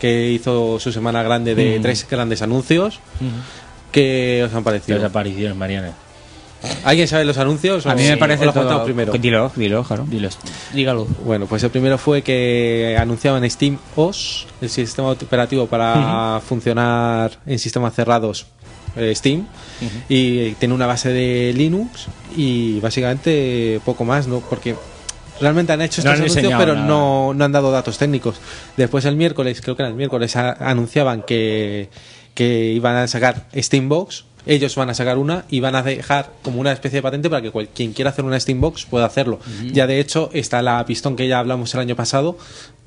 Speaker 4: que hizo su semana grande de
Speaker 8: Mm.
Speaker 4: tres grandes anuncios. ¿Qué os han parecido?
Speaker 8: Las apariciones, Mariana.
Speaker 4: ¿Alguien sabe los anuncios?
Speaker 8: A mí
Speaker 4: o-
Speaker 8: me parece
Speaker 4: o los
Speaker 8: todo-
Speaker 4: contamos primero?
Speaker 10: Dilo, dilo, Jaro.
Speaker 8: Dilo, dígalo.
Speaker 4: Bueno, pues el primero fue que anunciaban Steam OS, el sistema operativo para funcionar en sistemas cerrados eh, Steam, y tiene una base de Linux y básicamente poco más, ¿no? Porque realmente han hecho
Speaker 8: No
Speaker 4: estos
Speaker 8: han
Speaker 4: anuncios,
Speaker 8: enseñado
Speaker 4: pero
Speaker 8: nada.
Speaker 4: no, no han dado datos técnicos. Después el miércoles, creo que era el miércoles, a- anunciaban que, que iban a sacar Steambox. Ellos van a sacar una y van a dejar como una especie de patente para que cual- quien quiera hacer una Steambox pueda hacerlo. Ya de hecho está la pistón que ya hablamos el año pasado,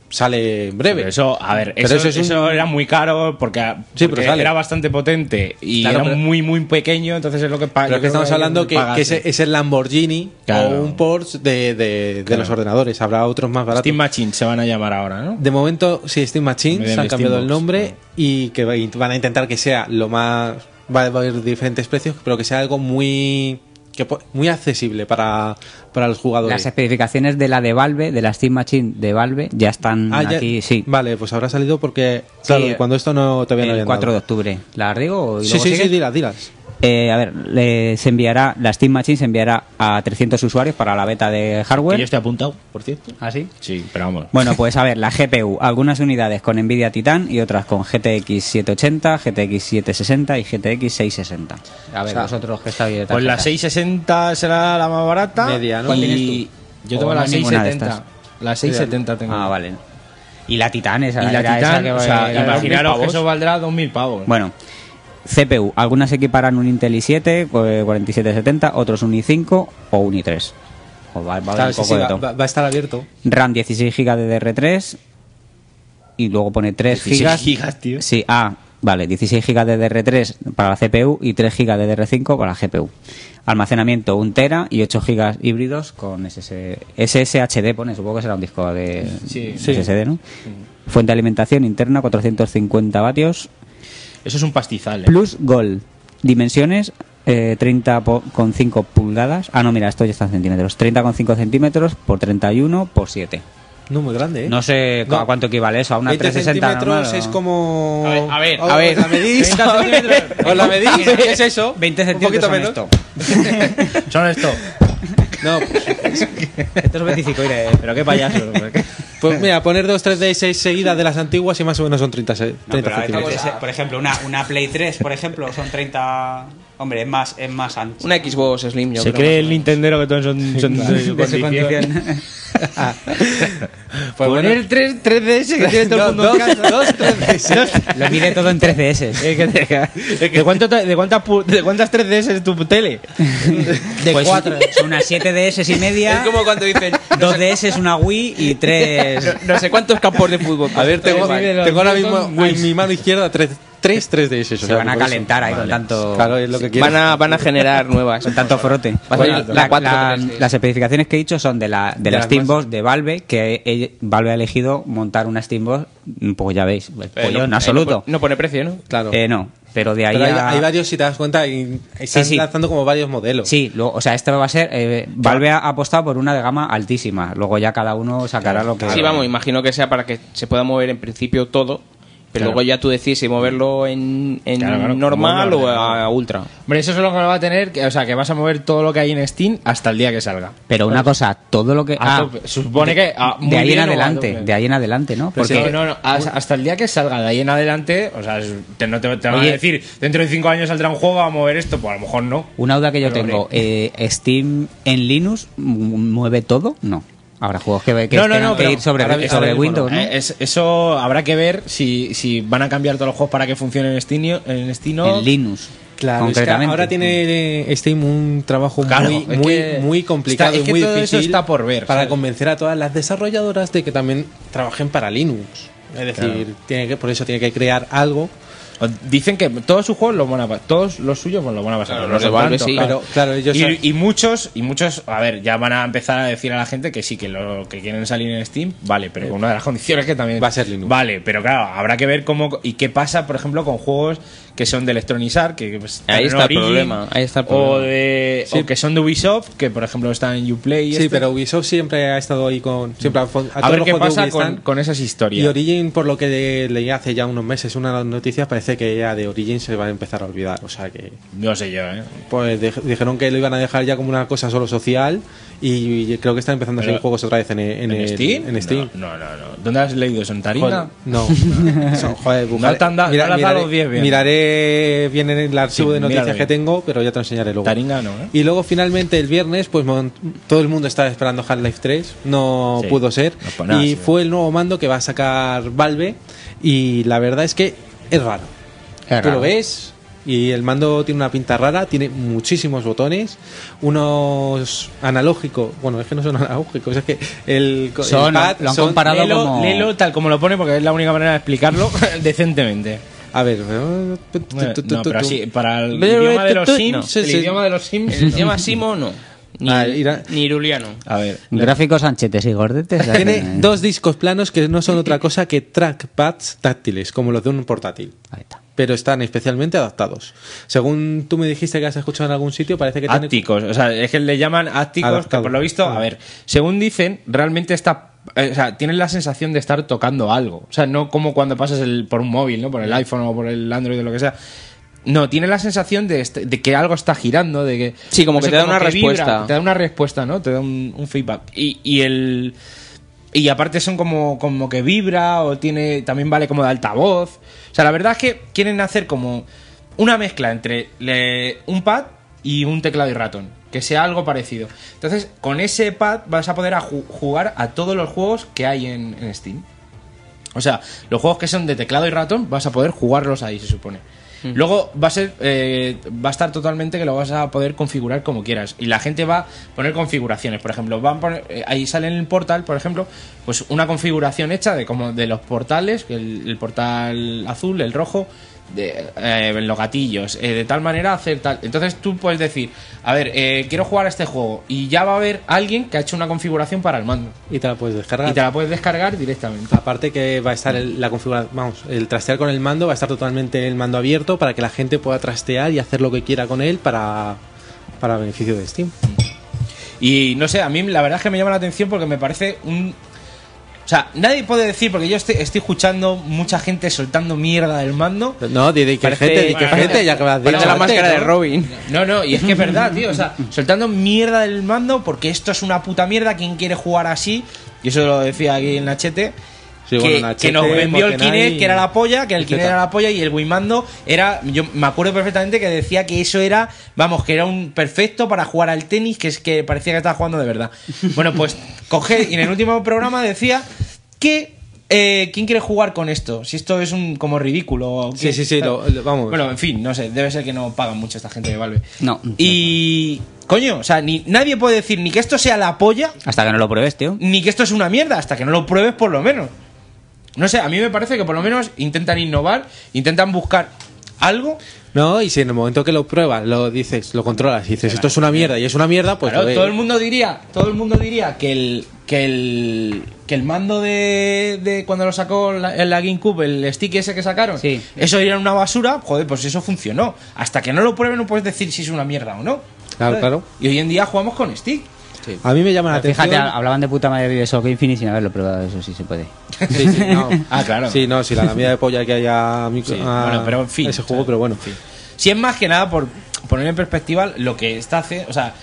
Speaker 4: sale en breve.
Speaker 8: Pero eso, a ver,
Speaker 4: Pero
Speaker 8: eso,
Speaker 4: eso es un-
Speaker 8: eso era muy caro porque,
Speaker 4: Sí, pero
Speaker 8: porque
Speaker 4: sale.
Speaker 8: era bastante potente y
Speaker 4: Claro,
Speaker 8: era
Speaker 4: pero-
Speaker 8: muy, muy pequeño, entonces es lo que paga.
Speaker 4: Pero Ah, que estamos hablando que, que ese es el Lamborghini
Speaker 8: Claro.
Speaker 4: o un Porsche de, de- de los ordenadores. Habrá otros más baratos.
Speaker 8: Steam Machine se van a llamar ahora, ¿no?
Speaker 4: De momento, sí, Steam
Speaker 8: En
Speaker 4: Machine,
Speaker 8: vez
Speaker 4: se
Speaker 8: del
Speaker 4: han cambiado el
Speaker 8: Steambox,
Speaker 4: nombre y que va- y van a intentar que sea lo más. Va a haber diferentes precios, pero que sea algo muy. Que, po- muy accesible para, para los jugadores.
Speaker 10: Las especificaciones de la de Valve, de la Steam Machine de Valve, ya están
Speaker 4: Ah, ya-
Speaker 10: aquí, sí.
Speaker 4: Vale, pues habrá salido porque. Claro, cuando esto no todavía
Speaker 10: el
Speaker 4: no habían
Speaker 10: 4 de
Speaker 4: dado.
Speaker 10: octubre. ¿La digo?
Speaker 4: Sí, sí, sí, dilas, dilas.
Speaker 10: Eh, a ver, le- se enviará, la Steam Machine se enviará a 300 usuarios para la beta de hardware.
Speaker 8: Que yo estoy apuntado, por cierto.
Speaker 10: ¿Ah, sí?
Speaker 8: Sí, pero vamos.
Speaker 10: Bueno, pues a ver, la GPU, algunas unidades con Nvidia Titan y otras con GTX 780, GTX 760 y GTX 660. A ver,
Speaker 8: O sea,
Speaker 10: vosotros que estáis de
Speaker 8: Pues la
Speaker 10: tarjetas.
Speaker 8: 660 será la más barata.
Speaker 10: Media, ¿no? ¿Cuál
Speaker 8: Y
Speaker 10: tienes tú?
Speaker 8: yo
Speaker 10: O
Speaker 8: tengo
Speaker 10: no
Speaker 8: la
Speaker 10: hay ninguna de
Speaker 8: 670.
Speaker 10: estas.
Speaker 8: La 670 tengo.
Speaker 10: Ah, vale. Y la Titan
Speaker 8: Y
Speaker 10: esa,
Speaker 8: la
Speaker 10: era esa
Speaker 8: Titan,
Speaker 10: que-
Speaker 8: o sea,
Speaker 10: era
Speaker 8: imaginaros
Speaker 10: 2000
Speaker 8: que
Speaker 10: pavos.
Speaker 8: eso valdrá 2.000 pavos.
Speaker 10: Bueno, CPU. Algunas equiparán un Intel i7, eh, 4770, otros un i5 o un i3. O va, va a haber
Speaker 4: Claro,
Speaker 10: un
Speaker 4: sí,
Speaker 10: poco
Speaker 4: sí,
Speaker 10: de
Speaker 4: va,
Speaker 10: todo.
Speaker 4: va- va a estar abierto.
Speaker 10: RAM 16 GB de DR3 y luego pone 3
Speaker 4: 16
Speaker 10: GB.
Speaker 4: gigas, tío.
Speaker 10: Sí, ah, vale, 16 GB de DR3 para la CPU y 3 GB de DR5 para la GPU. Almacenamiento 1 tera y 8 GB híbridos con SS, SSHD, pone, supongo que será un disco de
Speaker 8: Sí.
Speaker 10: SSD, ¿no? Fuente de alimentación interna 450 vatios.
Speaker 8: Eso es un pastizal. ¿eh?
Speaker 10: Plus Gold. Dimensiones eh, 30,5 pulgadas. Ah, no, mira, esto ya está en centímetros. 30,5 centímetros por 31 por 7.
Speaker 4: No, muy grande, ¿eh?
Speaker 10: No sé cu- a cuánto equivale eso, a una
Speaker 4: 20
Speaker 10: 360 normal.
Speaker 4: centímetros
Speaker 10: ¿o?
Speaker 4: es como. A ver,
Speaker 10: a ver.
Speaker 4: ¿Os
Speaker 10: [laughs]
Speaker 4: la medís?
Speaker 10: 30 centímetros.
Speaker 4: ¿Os la medís? ¿Qué es
Speaker 10: eso? 20 centímetros
Speaker 4: Un
Speaker 10: son
Speaker 4: poquito menos.
Speaker 8: Son esto.
Speaker 4: No.
Speaker 10: Esto es 25, mire, pero qué payaso.
Speaker 4: Pues mira, poner dos 3DS seguidas de las antiguas y más o menos son 30, se- 30 centímetros.
Speaker 10: por ejemplo, una, Play 3, por ejemplo, son 30... Hombre, es más, es más ancho.
Speaker 9: Una Xbox Slim, yo
Speaker 8: Se
Speaker 9: creo.
Speaker 8: cree el Nintendero que todos [laughs] son, son
Speaker 9: claro.
Speaker 8: de su
Speaker 9: De su
Speaker 8: condición. [laughs]
Speaker 4: [laughs]
Speaker 10: Ah.
Speaker 4: Pues bueno.
Speaker 8: Poner 3, 3DS [laughs] que tiene todo el
Speaker 10: Dos-
Speaker 8: mundo en
Speaker 10: dos-
Speaker 8: casa.
Speaker 10: dos 3DS. Lo mide todo
Speaker 8: [laughs]
Speaker 10: en 3DS.
Speaker 8: ¿De, cuánto te- de, cuántas pu- ¿De cuántas 3DS es tu tele?
Speaker 10: De
Speaker 4: Pues
Speaker 8: cuatro.
Speaker 10: Son unas 7DS y media.
Speaker 9: Es como cuando dicen...
Speaker 10: [laughs] Dos DS, una Wii y tres.
Speaker 9: No, no sé cuántos campos de fútbol.
Speaker 4: A ver, tengo,
Speaker 9: Vale.
Speaker 4: tengo ahora mismo en mi mano izquierda 3 3 3DS. Se
Speaker 10: van a calentar ahí con tanto-
Speaker 4: Claro, es lo que quiero.
Speaker 9: Van a, Ah, van a generar nuevas. [laughs]
Speaker 10: Con tanto frote.
Speaker 9: Va a ser la
Speaker 10: La-
Speaker 9: cuatro,
Speaker 10: la-
Speaker 9: tres, sí.
Speaker 10: las especificaciones que he dicho son de la de,
Speaker 9: De
Speaker 10: la
Speaker 9: las
Speaker 10: Steambox de Valve, que eh, Valve ha elegido montar una Steambox, mm, pues ya veis, el
Speaker 9: Eh,
Speaker 10: pollo
Speaker 9: no-
Speaker 10: en
Speaker 9: eh,
Speaker 10: absoluto.
Speaker 9: no pone- No pone precio, ¿no?
Speaker 4: Claro.
Speaker 10: Eh, no, pero de ahí
Speaker 4: Pero hay,
Speaker 10: a-
Speaker 4: hay varios, si te das cuenta, y están
Speaker 10: sí.
Speaker 4: lanzando como varios modelos.
Speaker 10: Sí, luego, o sea, esto va a ser. eh, Valve ha apostado por una de gama altísima. Luego ya cada uno sacará lo que.
Speaker 9: Sí, vamos, imagino que sea para que se pueda mover en principio todo. Pero luego ya tú decís si moverlo en, en
Speaker 8: Claro, claro,
Speaker 9: normal
Speaker 8: moverlo
Speaker 9: o
Speaker 8: en
Speaker 9: a, ultra.
Speaker 8: Hombre, eso es lo que lo va a tener, que- o sea, que vas a mover todo lo que hay en Steam hasta el día que salga.
Speaker 10: Pero una cosa, todo lo que.
Speaker 8: A tope. Supone que, ah, muy
Speaker 10: de ahí en
Speaker 8: bien o a
Speaker 10: adelante,
Speaker 8: tope.
Speaker 10: de ahí en adelante, ¿no?
Speaker 8: Porque no, no, has- Ah, hasta el día que salga de ahí en adelante, o sea, es- te- no te, te van
Speaker 10: Oye.
Speaker 8: a decir, dentro de cinco años saldrá un juego a mover esto, pues a lo mejor no.
Speaker 10: Una duda que yo
Speaker 8: Pero,
Speaker 10: tengo, eh, ¿Steam en Linux mu- mueve todo? No. Habrá juegos que, que tengan que
Speaker 8: pero
Speaker 10: ir sobre,
Speaker 8: ahora mismo-
Speaker 10: sobre
Speaker 8: ahora mismo
Speaker 10: Windows,
Speaker 8: no.
Speaker 10: ¿no?
Speaker 8: Eh, es- eso habrá que ver si, si van a cambiar todos los juegos para que funcionen en Steam, en Steam o-
Speaker 10: En Linux.
Speaker 4: Claro, es que ahora tiene eh, Steam un trabajo
Speaker 8: Claro,
Speaker 4: muy,
Speaker 8: es
Speaker 4: muy,
Speaker 8: que-
Speaker 4: muy complicado
Speaker 8: está- es
Speaker 4: y
Speaker 8: que
Speaker 4: muy
Speaker 8: todo eso
Speaker 4: difícil
Speaker 8: está por ver,
Speaker 4: para
Speaker 8: ¿sabes?
Speaker 4: convencer a todas las desarrolladoras de que también trabajen para Linux. Es decir, tiene que, por eso tiene que crear algo.
Speaker 8: Dicen que todos sus juegos los van a pa- todos los suyos pues, los van a pasar.
Speaker 4: Claro,
Speaker 8: no
Speaker 4: los de
Speaker 8: sé
Speaker 4: Valve
Speaker 8: cuántos,
Speaker 4: sí. Pero, claro, ellos son-
Speaker 8: y, y muchos y muchos, a ver, ya van a empezar a decir a la gente que sí que lo que quieren salir en Steam, vale, pero con una de las condiciones que también va a ser Linux. Vale, pero claro, habrá que ver cómo y qué pasa, por ejemplo, con juegos que son de Electronizar, que pues, están
Speaker 9: Ahí
Speaker 8: en
Speaker 9: está el
Speaker 8: Origin,
Speaker 9: problema, ahí está el
Speaker 8: O
Speaker 9: problema.
Speaker 8: de o
Speaker 9: Sí.
Speaker 8: que son de Ubisoft, que por ejemplo están en Uplay y
Speaker 4: Sí,
Speaker 8: esto.
Speaker 4: pero Ubisoft siempre ha estado ahí con. Siempre ha fon- este. a
Speaker 8: a
Speaker 4: todos
Speaker 8: ver
Speaker 4: los
Speaker 8: qué
Speaker 4: juegos de
Speaker 8: pasa
Speaker 4: Ubi
Speaker 8: con,
Speaker 4: están-
Speaker 8: con esas historias.
Speaker 4: Y Origin, por lo que leí hace ya unos meses, una de las noticias, parece que ya de Origin se va a empezar a olvidar. O sea que.
Speaker 8: No sé yo, ¿eh?
Speaker 4: Pues dej- dijeron que lo iban a dejar ya como una cosa solo social y, creo que están empezando a
Speaker 8: Pero-
Speaker 4: hacer juegos otra vez en, e- en
Speaker 8: ¿En
Speaker 4: el-
Speaker 8: Steam?
Speaker 4: En Steam.
Speaker 8: No, no, no. ¿Dónde has leído eso en Tarima?
Speaker 4: Joder,
Speaker 8: [laughs]
Speaker 4: no, no. Eso, joder, buscaré-
Speaker 8: No te han dado- no le has dado los 10 bien.
Speaker 4: miraré bien en el archivo
Speaker 8: Sí,
Speaker 4: de noticias
Speaker 8: míralo
Speaker 4: que
Speaker 8: bien.
Speaker 4: tengo, pero ya te lo enseñaré luego.
Speaker 8: Taringa no, ¿eh?
Speaker 4: Y luego finalmente el viernes, pues mon- todo el mundo estaba esperando Half-Life 3, no
Speaker 8: Sí,
Speaker 4: pudo ser.
Speaker 8: no fue nada,
Speaker 4: y
Speaker 8: sí.
Speaker 4: fue el nuevo mando que va a sacar Valve y la verdad es que es raro.
Speaker 10: Es
Speaker 4: Tú
Speaker 10: raro.
Speaker 4: lo ves y el mando tiene una pinta rara, tiene muchísimos botones, unos analógicos, bueno, es que no son [laughs] analógicos, es que el, el pad son-
Speaker 8: léelo, léelo tal como lo pone porque es la única manera de explicarlo [laughs] decentemente.
Speaker 4: A ver,
Speaker 9: eh,
Speaker 8: no, pero así, para el
Speaker 9: Pero,
Speaker 8: idioma de los
Speaker 9: tu- tu-
Speaker 8: Sims,
Speaker 9: no.
Speaker 8: el
Speaker 9: Sí, Ah, sí.
Speaker 8: idioma de los Sims,
Speaker 9: El [laughs] idioma Simo no. Ni, ni Iruliano.
Speaker 8: A ver.
Speaker 10: Gráficos anchetes y gordetes.
Speaker 4: Tiene dos discos planos que no son otra cosa que trackpads táctiles, como los de un portátil. Pero están especialmente adaptados. Según tú me dijiste que has escuchado en algún sitio, parece que tiene...
Speaker 8: ácticos. O sea, es que le llaman ácticos,
Speaker 4: Adaptado.
Speaker 8: que por lo visto, a ver, según dicen, realmente está. eh, O sea, tienes la sensación de estar tocando algo. O sea, no como cuando pasas el, por un móvil, ¿no? Por el
Speaker 9: Mm.
Speaker 8: iPhone o por el Android o lo que sea. No, tiene la sensación de, est- de que algo está girando, de que...
Speaker 9: Sí, como
Speaker 8: no
Speaker 9: que te da una
Speaker 8: vibra,
Speaker 9: respuesta.
Speaker 8: te da una respuesta, ¿no? Te da un, un feedback. Y, y el... Y aparte son como, como que vibra o tiene también vale como de altavoz. O sea, la verdad es que quieren hacer como una mezcla entre le- un pad y un teclado y ratón. Que sea algo parecido. Entonces, con ese pad vas a poder a ju- jugar a todos los juegos que hay en, en Steam. O sea, los juegos que son de teclado y ratón vas a poder jugarlos ahí, se supone. Luego va a ser, eh, va a estar totalmente que lo vas a poder configurar como quieras. Y la gente va a poner configuraciones. Por ejemplo, van a poner- eh, ahí sale en el portal, por ejemplo, pues una configuración hecha de como de los portales, que el, el portal azul, el rojo, de, eh, los gatillos, eh, de tal manera hacer tal. Entonces tú puedes decir, a ver, eh, quiero jugar a este juego y ya va a haber alguien que ha hecho una configuración para el mando.
Speaker 4: Y te la puedes descargar.
Speaker 8: Y te la puedes descargar directamente.
Speaker 4: Aparte que va a estar el- la configuración, vamos, el trastear con el mando va a estar totalmente el mando abierto para que la gente pueda trastear y hacer lo que quiera con él para, para beneficio de Steam.
Speaker 8: Y no sé, a mí la verdad es que me llama la atención porque me parece un. O sea, nadie puede decir, porque yo estoy, estoy escuchando mucha gente soltando mierda del mando.
Speaker 4: No, di di que
Speaker 8: Parece-
Speaker 4: gente, di que
Speaker 8: Bueno,
Speaker 4: gente, ya que me has
Speaker 8: parece
Speaker 4: dicho
Speaker 8: la
Speaker 4: antes,
Speaker 8: máscara de
Speaker 4: ¿no?
Speaker 8: Robin. No, no, y es que es verdad, tío. O sea, soltando mierda del mando porque esto es una puta mierda. ¿Quién quiere jugar así? Y eso lo decía aquí en Nachete.
Speaker 4: Sí,
Speaker 8: que,
Speaker 4: bueno, Nachete,
Speaker 8: que nos vendió el
Speaker 4: Mokenai,
Speaker 8: Kinect, que era la polla, que el
Speaker 4: etcétera.
Speaker 8: Kinect era la polla y el Wimando era. Yo me acuerdo perfectamente que decía que eso era, vamos, que era un perfecto para jugar al tenis, que es que parecía que estaba jugando de
Speaker 4: [laughs]
Speaker 8: verdad. Bueno, pues coge y en el último programa decía que. eh, ¿Quién quiere jugar con esto? Si esto es un como ridículo. o
Speaker 4: Sí,
Speaker 8: qué,
Speaker 4: sí, sí,
Speaker 8: claro.
Speaker 4: lo- lo- vamos.
Speaker 8: Bueno, en fin, no sé, debe ser que no pagan mucho esta gente de Valve.
Speaker 10: No.
Speaker 8: Y. Coño, o sea, ni, nadie puede decir ni que esto sea la polla,
Speaker 10: Hasta que no lo pruebes, tío.
Speaker 8: ni que esto es una mierda, hasta que no lo pruebes por lo menos. No sé, a mí me parece que por lo menos intentan innovar, intentan buscar algo.
Speaker 4: No, y si en el momento que lo pruebas, lo dices, lo controlas y dices, esto es una mierda y es una mierda, pues
Speaker 8: Claro,
Speaker 4: lo ves.
Speaker 8: todo el mundo diría, todo el mundo diría que el que el que el mando de, de cuando lo sacó la, en la GameCube, el stick ese que sacaron, eso era una basura, joder, pues eso funcionó. Hasta que no lo prueben no puedes decir si es una mierda o no.
Speaker 4: Claro,
Speaker 8: ¿Sabes?
Speaker 4: claro.
Speaker 8: Y hoy en día jugamos con stick.
Speaker 4: Sí. A mí me llama la
Speaker 16: Pero
Speaker 4: atención.
Speaker 16: Fíjate, hablaban de puta madre Bioshock Infinite sin haberlo probado, eso sí se puede.
Speaker 4: Sí, sí, [laughs] no.
Speaker 8: Ah, claro.
Speaker 4: Sí, no, sí, la lamida de polla que haya
Speaker 8: Sí, bueno, pero en fin,
Speaker 4: ese juego, pero bueno.
Speaker 8: Si es más que nada por poner en perspectiva lo que está haciendo. O sea,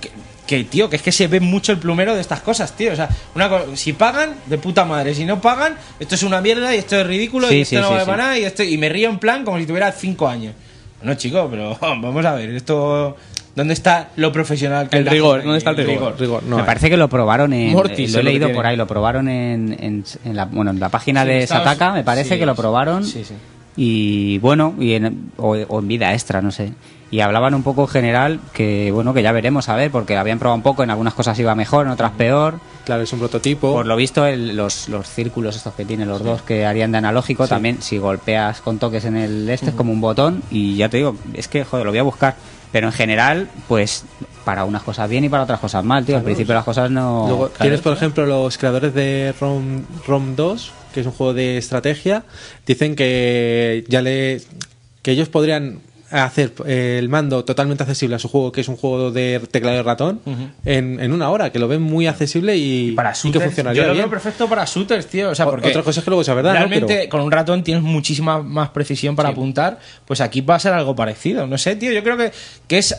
Speaker 8: que, que, tío, que es que se ve mucho el plumero de estas cosas, tío. O sea, una co- si pagan, de puta madre. Si no pagan, esto es una mierda y esto es ridículo
Speaker 16: Sí,
Speaker 8: y esto
Speaker 16: sí,
Speaker 8: no
Speaker 16: sí,
Speaker 8: vale
Speaker 16: sí.
Speaker 8: para nada y, esto, y me río en plan como si tuviera cinco años. No, chico, pero [laughs] vamos a ver, esto. ¿Dónde está lo profesional? que
Speaker 16: El
Speaker 8: es la
Speaker 16: rigor,
Speaker 8: gente
Speaker 16: ¿dónde está
Speaker 8: aquí?
Speaker 16: el rigor? Rigor, no Me hay. parece que lo probaron en-
Speaker 8: Mortis,
Speaker 16: lo he
Speaker 8: es lo que
Speaker 16: leído
Speaker 8: tiene.
Speaker 16: por ahí, lo probaron en, en- en la, bueno, en la página
Speaker 8: Sí, en
Speaker 16: de
Speaker 8: Estados-
Speaker 16: Sataka, me parece
Speaker 8: sí,
Speaker 16: que lo
Speaker 8: sí,
Speaker 16: probaron.
Speaker 8: sí, sí.
Speaker 16: Y bueno, y en, o, o en vida extra, no sé. Y hablaban un poco en general que, bueno, que ya veremos, a ver, porque habían probado un poco, en algunas cosas iba mejor, en otras peor.
Speaker 4: Claro, es un prototipo.
Speaker 16: Por lo visto, el- los, los círculos estos que tienen los dos que harían de analógico, también si golpeas con toques en el este, es como un botón. Y ya te digo, es que, joder, lo voy a buscar. Pero en general, pues, para unas cosas bien y para otras cosas mal, tío. Al
Speaker 4: Claro,
Speaker 16: principio
Speaker 4: sí.
Speaker 16: las cosas
Speaker 10: Oh,
Speaker 16: no...
Speaker 4: Luego
Speaker 16: Claro.
Speaker 4: tienes, por ejemplo, los creadores de ROM, ROM 2, que es un juego de estrategia, dicen que ya le que ellos podrían hacer eh, el mando totalmente accesible a su juego, que es un juego de teclado y ratón, en, en una hora, que lo ven muy accesible y, y que funcionaría
Speaker 8: Yo lo
Speaker 4: bien.
Speaker 8: veo perfecto para shooters, tío. O sea,
Speaker 4: O-
Speaker 8: porque
Speaker 4: otra cosa es que luego sea verdad, ¿no?
Speaker 8: Realmente,
Speaker 4: Pero-
Speaker 8: con un ratón tienes muchísima más precisión para apuntar. Pues aquí va a ser algo parecido. No sé, tío. Yo creo que, que es.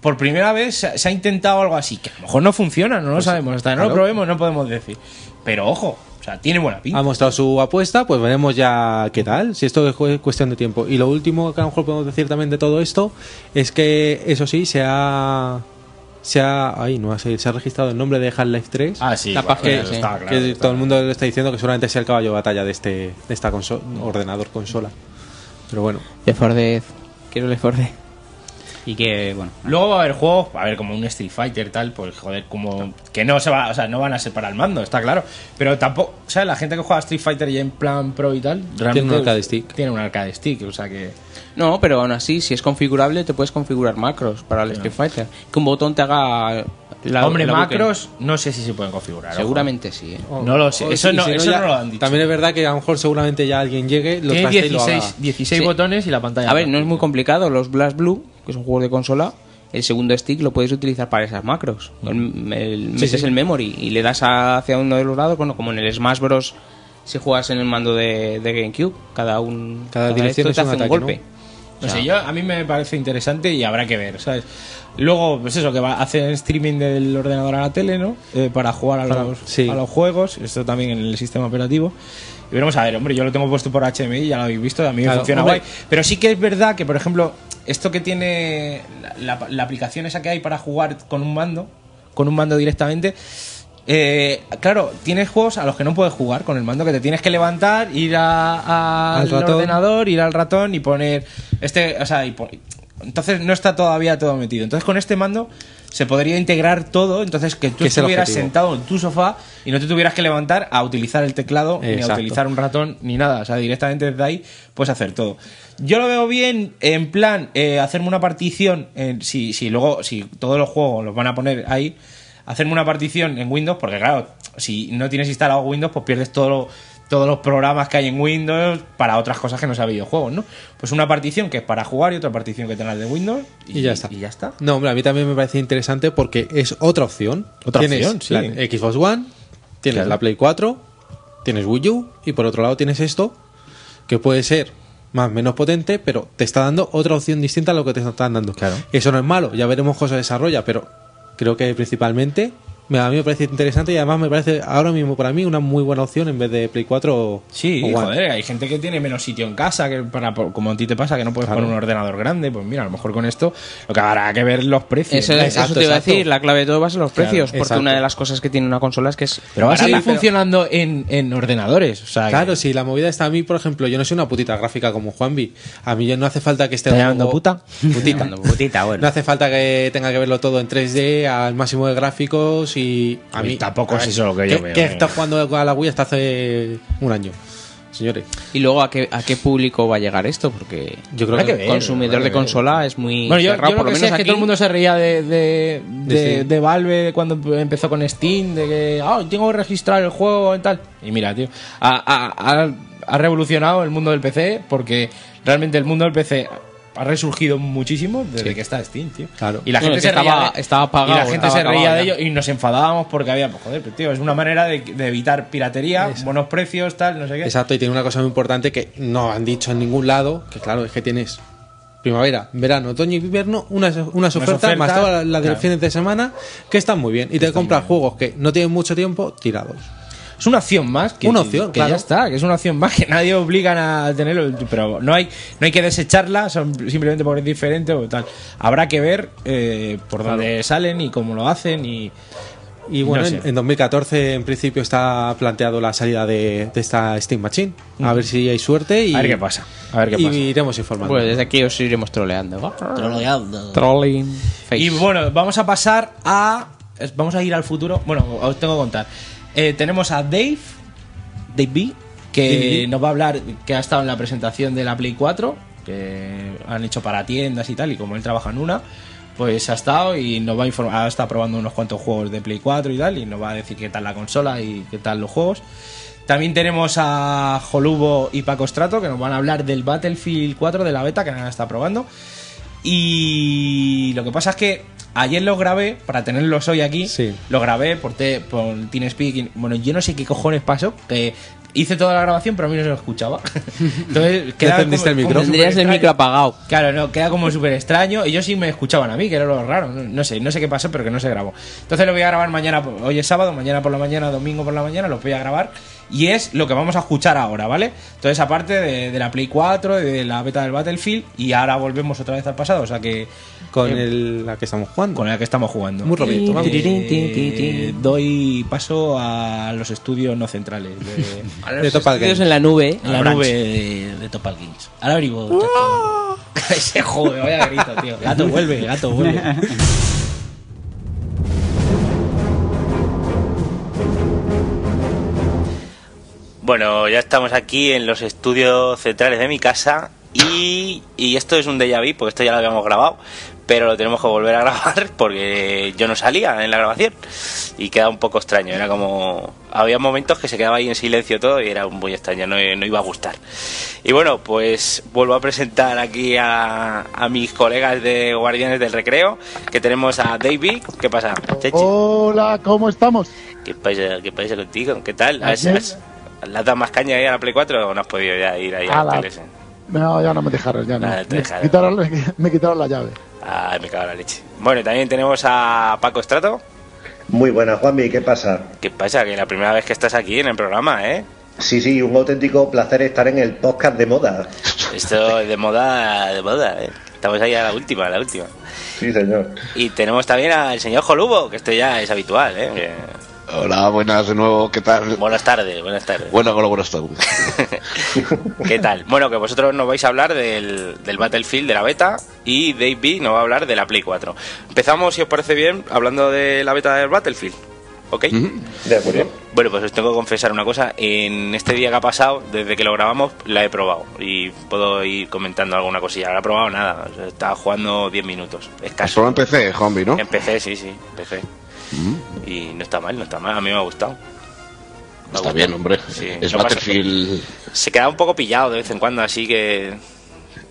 Speaker 8: Por primera vez se se ha intentado algo así, que a lo mejor no funciona, no lo sabemos. Hasta que no lo
Speaker 4: Pues claro.
Speaker 8: probemos, no podemos decir. Pero ojo, o sea, tiene buena pinta.
Speaker 4: ha mostrado su apuesta, pues veremos ya qué tal, si esto es cu- cuestión de tiempo. Y lo último que a lo mejor podemos decir también de todo esto es que, eso sí, se ha... Se ha, ay, no, va a salir, se ha registrado el nombre de Half-Life 3.
Speaker 8: Ah, sí,
Speaker 4: La
Speaker 8: bueno,
Speaker 4: página,
Speaker 8: eso
Speaker 4: que-
Speaker 8: está claro,
Speaker 4: que
Speaker 8: está
Speaker 4: todo el mundo le está diciendo que seguramente sea el caballo de batalla de este de esta conso- ordenador consola. Pero bueno.
Speaker 9: De Fordez. Quiero el Fordez.
Speaker 16: Y que, bueno.
Speaker 8: Luego va a haber juegos, va a haber como un Street Fighter tal, pues joder, como que no se va, o sea, no van a separar el mando, está claro, pero tampoco, o sea, la gente que juega a Street Fighter ya en plan pro y tal,
Speaker 9: un arcade
Speaker 4: stick.
Speaker 8: Tiene un arcade stick, o sea que
Speaker 9: No, pero aún así, si es configurable, te puedes configurar macros para el Street Fighter. Que un botón te haga. La,
Speaker 8: hombre,
Speaker 9: la buque.
Speaker 8: macros no sé si se pueden configurar. ojo.
Speaker 9: Seguramente sí, ¿eh?
Speaker 8: No lo sé,
Speaker 4: O-
Speaker 8: eso
Speaker 4: y
Speaker 8: no-
Speaker 4: Oh, si
Speaker 8: eso
Speaker 4: ya-
Speaker 8: no lo han dicho.
Speaker 4: También es verdad que a lo mejor seguramente ya alguien llegue, lo
Speaker 9: Tiene
Speaker 4: traste y lo haga.
Speaker 9: 16
Speaker 8: 16
Speaker 9: Sí.
Speaker 8: botones y la pantalla.
Speaker 9: A ver, no es muy complicado. Los Blast Blue, que es un juego de consola, el segundo stick lo puedes utilizar para esas macros. El- el-
Speaker 8: Mm. Sí,
Speaker 9: metes
Speaker 8: sí.
Speaker 9: el memory y le das a- hacia uno de los lados, bueno, como en el Smash Bros. Si juegas en el mando de, de GameCube, cada un
Speaker 4: Cada dirección
Speaker 9: esto
Speaker 4: es
Speaker 9: te
Speaker 4: un
Speaker 9: hace un
Speaker 4: ataque,
Speaker 9: golpe.
Speaker 8: No sé, yo, a mí me parece interesante y habrá que ver, ¿sabes? Luego, pues eso, que va, hacen streaming del ordenador a la tele, ¿no? Eh, para jugar a
Speaker 4: Para-
Speaker 8: los,
Speaker 4: sí.
Speaker 8: a los juegos, esto también en el sistema operativo. Y veremos, a ver, hombre, yo lo tengo puesto por HDMI, ya lo habéis visto, a mí me
Speaker 4: Claro,
Speaker 8: funciona
Speaker 4: hombre.
Speaker 8: guay. Pero sí que es verdad que, por ejemplo, esto que tiene la, la- la aplicación esa que hay para jugar con un mando, con un mando directamente. eh, claro, tienes juegos a los que no puedes jugar con el mando, que te tienes que levantar, ir a- a-
Speaker 4: Al
Speaker 8: al
Speaker 4: ratón.
Speaker 8: ordenador, ir al ratón y poner este, o sea, y po- entonces no está todavía todo metido. Entonces con este mando se podría integrar todo, entonces que tú
Speaker 4: Que es el
Speaker 8: estuvieras
Speaker 4: objetivo.
Speaker 8: sentado en tu sofá y no te tuvieras que levantar a utilizar el teclado ni a
Speaker 4: Exacto.
Speaker 8: utilizar un ratón ni nada, o sea, directamente desde ahí puedes hacer todo. Yo lo veo bien en plan eh, hacerme una partición, en- si, si luego, si todos los juegos los van a poner ahí, hacerme una partición en Windows, porque claro, si no tienes instalado Windows, pues pierdes todo lo- todos los programas que hay en Windows para otras cosas que no sea videojuegos, ¿no? Pues una partición que es para jugar y otra partición que tengas de Windows y,
Speaker 4: Y ya está.
Speaker 8: Y ya está.
Speaker 4: No, hombre, a mí también me parece interesante porque es otra opción.
Speaker 8: Otra
Speaker 4: tienes
Speaker 8: opción, sí.
Speaker 4: la Xbox One, tienes
Speaker 8: Claro.
Speaker 4: la Play 4, tienes Wii U y por otro lado tienes esto que puede ser más o menos potente, pero te está dando otra opción distinta a lo que te están dando. Eso no es malo, ya veremos cómo se desarrolla, pero creo que principalmente me- a mí me parece interesante y además me parece ahora mismo para mí una muy buena opción en vez de Play 4 o
Speaker 8: Sí,
Speaker 4: o One.
Speaker 8: joder, hay gente que tiene menos sitio en casa, que para, por- como a ti te pasa, que no puedes
Speaker 4: Claro.
Speaker 8: poner un ordenador grande. Pues mira, a lo mejor con esto lo que habrá que ver los precios.
Speaker 9: Eso,
Speaker 8: ¿no?
Speaker 9: eso te iba a decir, la clave de todo va a ser los
Speaker 8: Claro,
Speaker 9: precios, porque
Speaker 8: exacto.
Speaker 9: una de las cosas que tiene una consola es que es.
Speaker 8: Pero va a
Speaker 9: barata.
Speaker 8: seguir funcionando en, en ordenadores. O sea,
Speaker 4: Claro, si la movida está a mí, por ejemplo, yo no soy una putita gráfica como Juanvi. A mí ya no hace falta que esté.
Speaker 8: ¿Está llamando puta?
Speaker 4: Putita. [laughs] No hace falta que tenga que verlo todo en 3D, al máximo de gráficos y. A
Speaker 8: Y
Speaker 4: mí.
Speaker 8: tampoco
Speaker 4: a
Speaker 8: es
Speaker 4: ver,
Speaker 8: eso lo que yo veo,
Speaker 4: Que
Speaker 8: eh.
Speaker 4: está jugando a la Wii hasta hace un año. Señores.
Speaker 9: Y luego, ¿a qué, ¿a qué público va a llegar esto? Porque
Speaker 4: Yo creo
Speaker 9: el
Speaker 4: que ver,
Speaker 9: consumidor
Speaker 4: habrá
Speaker 9: de
Speaker 4: que ver.
Speaker 9: consola es muy
Speaker 8: Bueno, yo,
Speaker 9: cerrado,
Speaker 8: yo
Speaker 9: por
Speaker 8: lo
Speaker 9: lo
Speaker 8: que
Speaker 9: menos
Speaker 8: sé es
Speaker 9: aquí.
Speaker 8: que todo el mundo se reía de, de, de-
Speaker 9: De Steam.
Speaker 8: de Valve de cuando empezó con Steam, de que "Ah, tengo que registrar el juego y tal. Y mira, tío, ha, ha- ha- ha revolucionado el mundo del PC porque realmente el mundo del PC ha resurgido muchísimo desde que está Steam, tío.
Speaker 9: Claro.
Speaker 8: Y la
Speaker 9: Bueno,
Speaker 8: gente
Speaker 9: es
Speaker 8: se
Speaker 9: que
Speaker 8: reía
Speaker 9: estaba-
Speaker 8: de-
Speaker 9: estaba pagado,
Speaker 8: y la gente
Speaker 9: estaba
Speaker 8: se reía
Speaker 9: acabado
Speaker 8: de
Speaker 9: ya.
Speaker 8: ello y nos enfadábamos porque había, pues, joder, pero, tío, es una manera de, de evitar piratería, buenos precios, tal, no sé qué.
Speaker 4: Exacto, y tiene una cosa muy importante que no han dicho en ningún lado, que claro, es que tienes primavera, verano, otoño y invierno, unas, unas ofertas,
Speaker 8: ofertas,
Speaker 4: más todas las de
Speaker 8: claro.
Speaker 4: fines de semana, que están muy bien. Y te compras juegos que no tienen mucho tiempo tirados.
Speaker 8: Es una opción más que,
Speaker 4: Una opción,
Speaker 8: que
Speaker 4: claro.
Speaker 8: ya está, que es una opción más que nadie obligan a tenerlo, pero no hay no hay que desecharla son- simplemente porque es diferente o tal. Habrá que ver eh, por dónde salen y cómo lo hacen y
Speaker 4: Y bueno,
Speaker 8: No sé.
Speaker 4: en, en 2014 en principio está planteado la salida de, de esta Steam Machine. A ver si hay suerte y...
Speaker 8: A ver qué pasa, a ver qué
Speaker 4: y
Speaker 8: pasa.
Speaker 4: iremos informando.
Speaker 9: Pues desde aquí os iremos troleando.
Speaker 8: Troleando.
Speaker 9: Trolling. Face.
Speaker 8: Y bueno, vamos a pasar a. es- Vamos a ir al futuro. Bueno, os tengo que contar. Eh, tenemos a Dave, Dave B, que
Speaker 9: Dave B.
Speaker 8: nos va a hablar, que ha estado en la presentación de la Play 4, que han hecho para tiendas y tal, y como él trabaja en una, pues ha estado y nos va a informar, ha estado probando unos cuantos juegos de Play 4 y tal, y nos va a decir qué tal la consola y qué tal los juegos. También tenemos a Jolubo y Paco Strato, que nos van a hablar del Battlefield 4 de la beta que nada está probando. Y lo que pasa es que ayer los grabé, para tenerlos hoy aquí, los grabé por, te, por TeamSpeak. y- Bueno, yo no sé qué cojones pasó, que hice toda la grabación, pero a mí no se lo escuchaba. [laughs] Entonces, quedaba
Speaker 4: Encendiste el micrófono.
Speaker 8: súper
Speaker 4: Tendrías el micro
Speaker 8: extraño. Claro, no, queda como súper extraño. Ellos sí me escuchaban a mí, que era lo raro. No, no sé, no sé qué pasó, pero que no se grabó. Entonces lo voy a grabar mañana, por- hoy es sábado, mañana por la mañana, domingo por la mañana, lo voy a grabar. Y es lo que vamos a escuchar ahora, ¿vale? Entonces, aparte de, de la Play 4, de la beta del Battlefield, y ahora volvemos otra vez al pasado, o sea que.
Speaker 4: Con
Speaker 8: eh,
Speaker 4: el- la que estamos jugando.
Speaker 8: Con la que estamos jugando.
Speaker 4: Muy rapidito, vamos.
Speaker 8: Eh, doy paso a los estudios no centrales de,
Speaker 4: A los De Topal estudios Games.
Speaker 9: en la nube.
Speaker 8: En la,
Speaker 9: La branch.
Speaker 8: nube de, de Topal Games. Ahora venimos.
Speaker 1: ¡Oh!
Speaker 8: chacho. [laughs] Ese joder, vaya grito, tío. Gato vuelve, gato vuelve.
Speaker 1: Bueno, ya estamos aquí en los estudios centrales de mi casa y, y esto es un déjà vu, porque esto ya lo habíamos grabado, pero lo tenemos que volver a [laughs] grabar porque yo no salía en la grabación y queda un poco extraño, era como... Había momentos que se quedaba ahí en silencio todo y era muy extraño, no, no iba a gustar. Y bueno, pues vuelvo a presentar aquí a, a mis colegas de Guardianes del Recreo, que tenemos a David, ¿qué pasa? Chechi?
Speaker 7: Hola, ¿cómo estamos?
Speaker 1: ¿Qué pasa, qué pasa contigo? ¿Qué tal? ¿Has,
Speaker 7: Ayer-
Speaker 1: has, ¿Le has dado más caña ahí a la Play 4 o no has podido ya ir ahí
Speaker 7: A
Speaker 1: a la
Speaker 7: la-
Speaker 1: tele?
Speaker 7: No, ya no me dejaron, ya no.
Speaker 1: Nada, Ah, te
Speaker 7: me,
Speaker 1: dejaron.
Speaker 7: quitaron, me quitaron la llave.
Speaker 1: Ay, Ah, me cago en la leche. Bueno, y también tenemos a Paco Estrato.
Speaker 19: Muy buena, Juanmi, ¿qué pasa?
Speaker 1: ¿Qué pasa? Que la primera vez que estás aquí en el programa, ¿eh?
Speaker 19: Sí, sí, un auténtico placer estar en el podcast de moda.
Speaker 1: Esto es de moda, de moda, ¿eh? Estamos ahí a la última, a la última.
Speaker 19: Sí, señor.
Speaker 1: Y tenemos también al señor Jolubo, que esto ya es habitual, ¿eh? Que-
Speaker 20: Hola, buenas de nuevo, ¿qué tal?
Speaker 1: Buenas tardes, buenas tardes.
Speaker 20: Bueno, bueno, buenas tardes.
Speaker 1: [laughs] [laughs] ¿Qué tal? Bueno, que vosotros nos vais a hablar del, del Battlefield, de la beta, y Dave B nos va a hablar de la Play 4. Empezamos, si os parece bien, hablando de la beta del Battlefield. ¿Ok?
Speaker 19: De acuerdo.
Speaker 1: Bueno, pues os tengo que confesar una cosa. En este día que ha pasado, desde que lo grabamos, la he probado. Y puedo ir comentando alguna cosilla. No he probado nada. O sea, Estaba jugando 10 minutos. Escaso.
Speaker 20: Ah, Solo empecé, zombie, ¿no? Mm.
Speaker 1: Empecé, sí, sí. Empecé. Y no está mal, no está mal. A mí me ha gustado.
Speaker 20: Está bien, hombre.
Speaker 1: Sí,
Speaker 20: es
Speaker 1: lo que pasa-
Speaker 20: Battlefield.
Speaker 1: Se queda un poco pillado de vez en cuando, así que...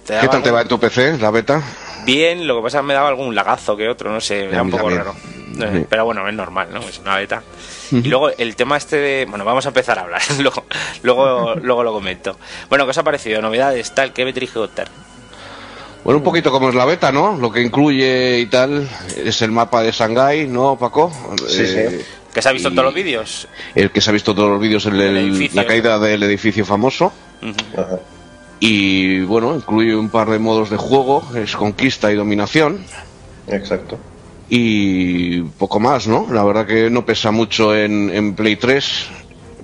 Speaker 1: te
Speaker 20: ¿Qué
Speaker 1: daba
Speaker 20: tal te va en tu PC, la beta?
Speaker 1: Bien, lo que pasa es que me daba algún lagazo que otro, no sé,
Speaker 20: a
Speaker 1: era un
Speaker 20: mí
Speaker 1: poco
Speaker 20: también.
Speaker 1: raro. No sé,
Speaker 20: Sí.
Speaker 1: Pero bueno, es normal, ¿no? Es una beta. Y luego el tema este de... Bueno, vamos a empezar a hablar, [laughs] luego, luego, luego lo comento. Bueno, ¿qué os ha parecido? Novedades, tal, ¿qué me tenéis que contar? Mm.
Speaker 20: Bueno, un poquito como es la beta, ¿no? Lo que incluye y tal es el mapa de Shanghái, ¿no, Paco?
Speaker 1: Sí, sí.
Speaker 20: Eh,
Speaker 1: ¿Que se ha visto en
Speaker 20: y
Speaker 1: todos los vídeos?
Speaker 20: El que se ha visto todos los vídeos, el- el-
Speaker 1: edificio.
Speaker 20: la caída del edificio famoso. Y bueno, incluye un par de modos de juego, es conquista y dominación.
Speaker 19: Exacto.
Speaker 20: Y poco más, ¿no? La verdad que no pesa mucho en, en Play 3,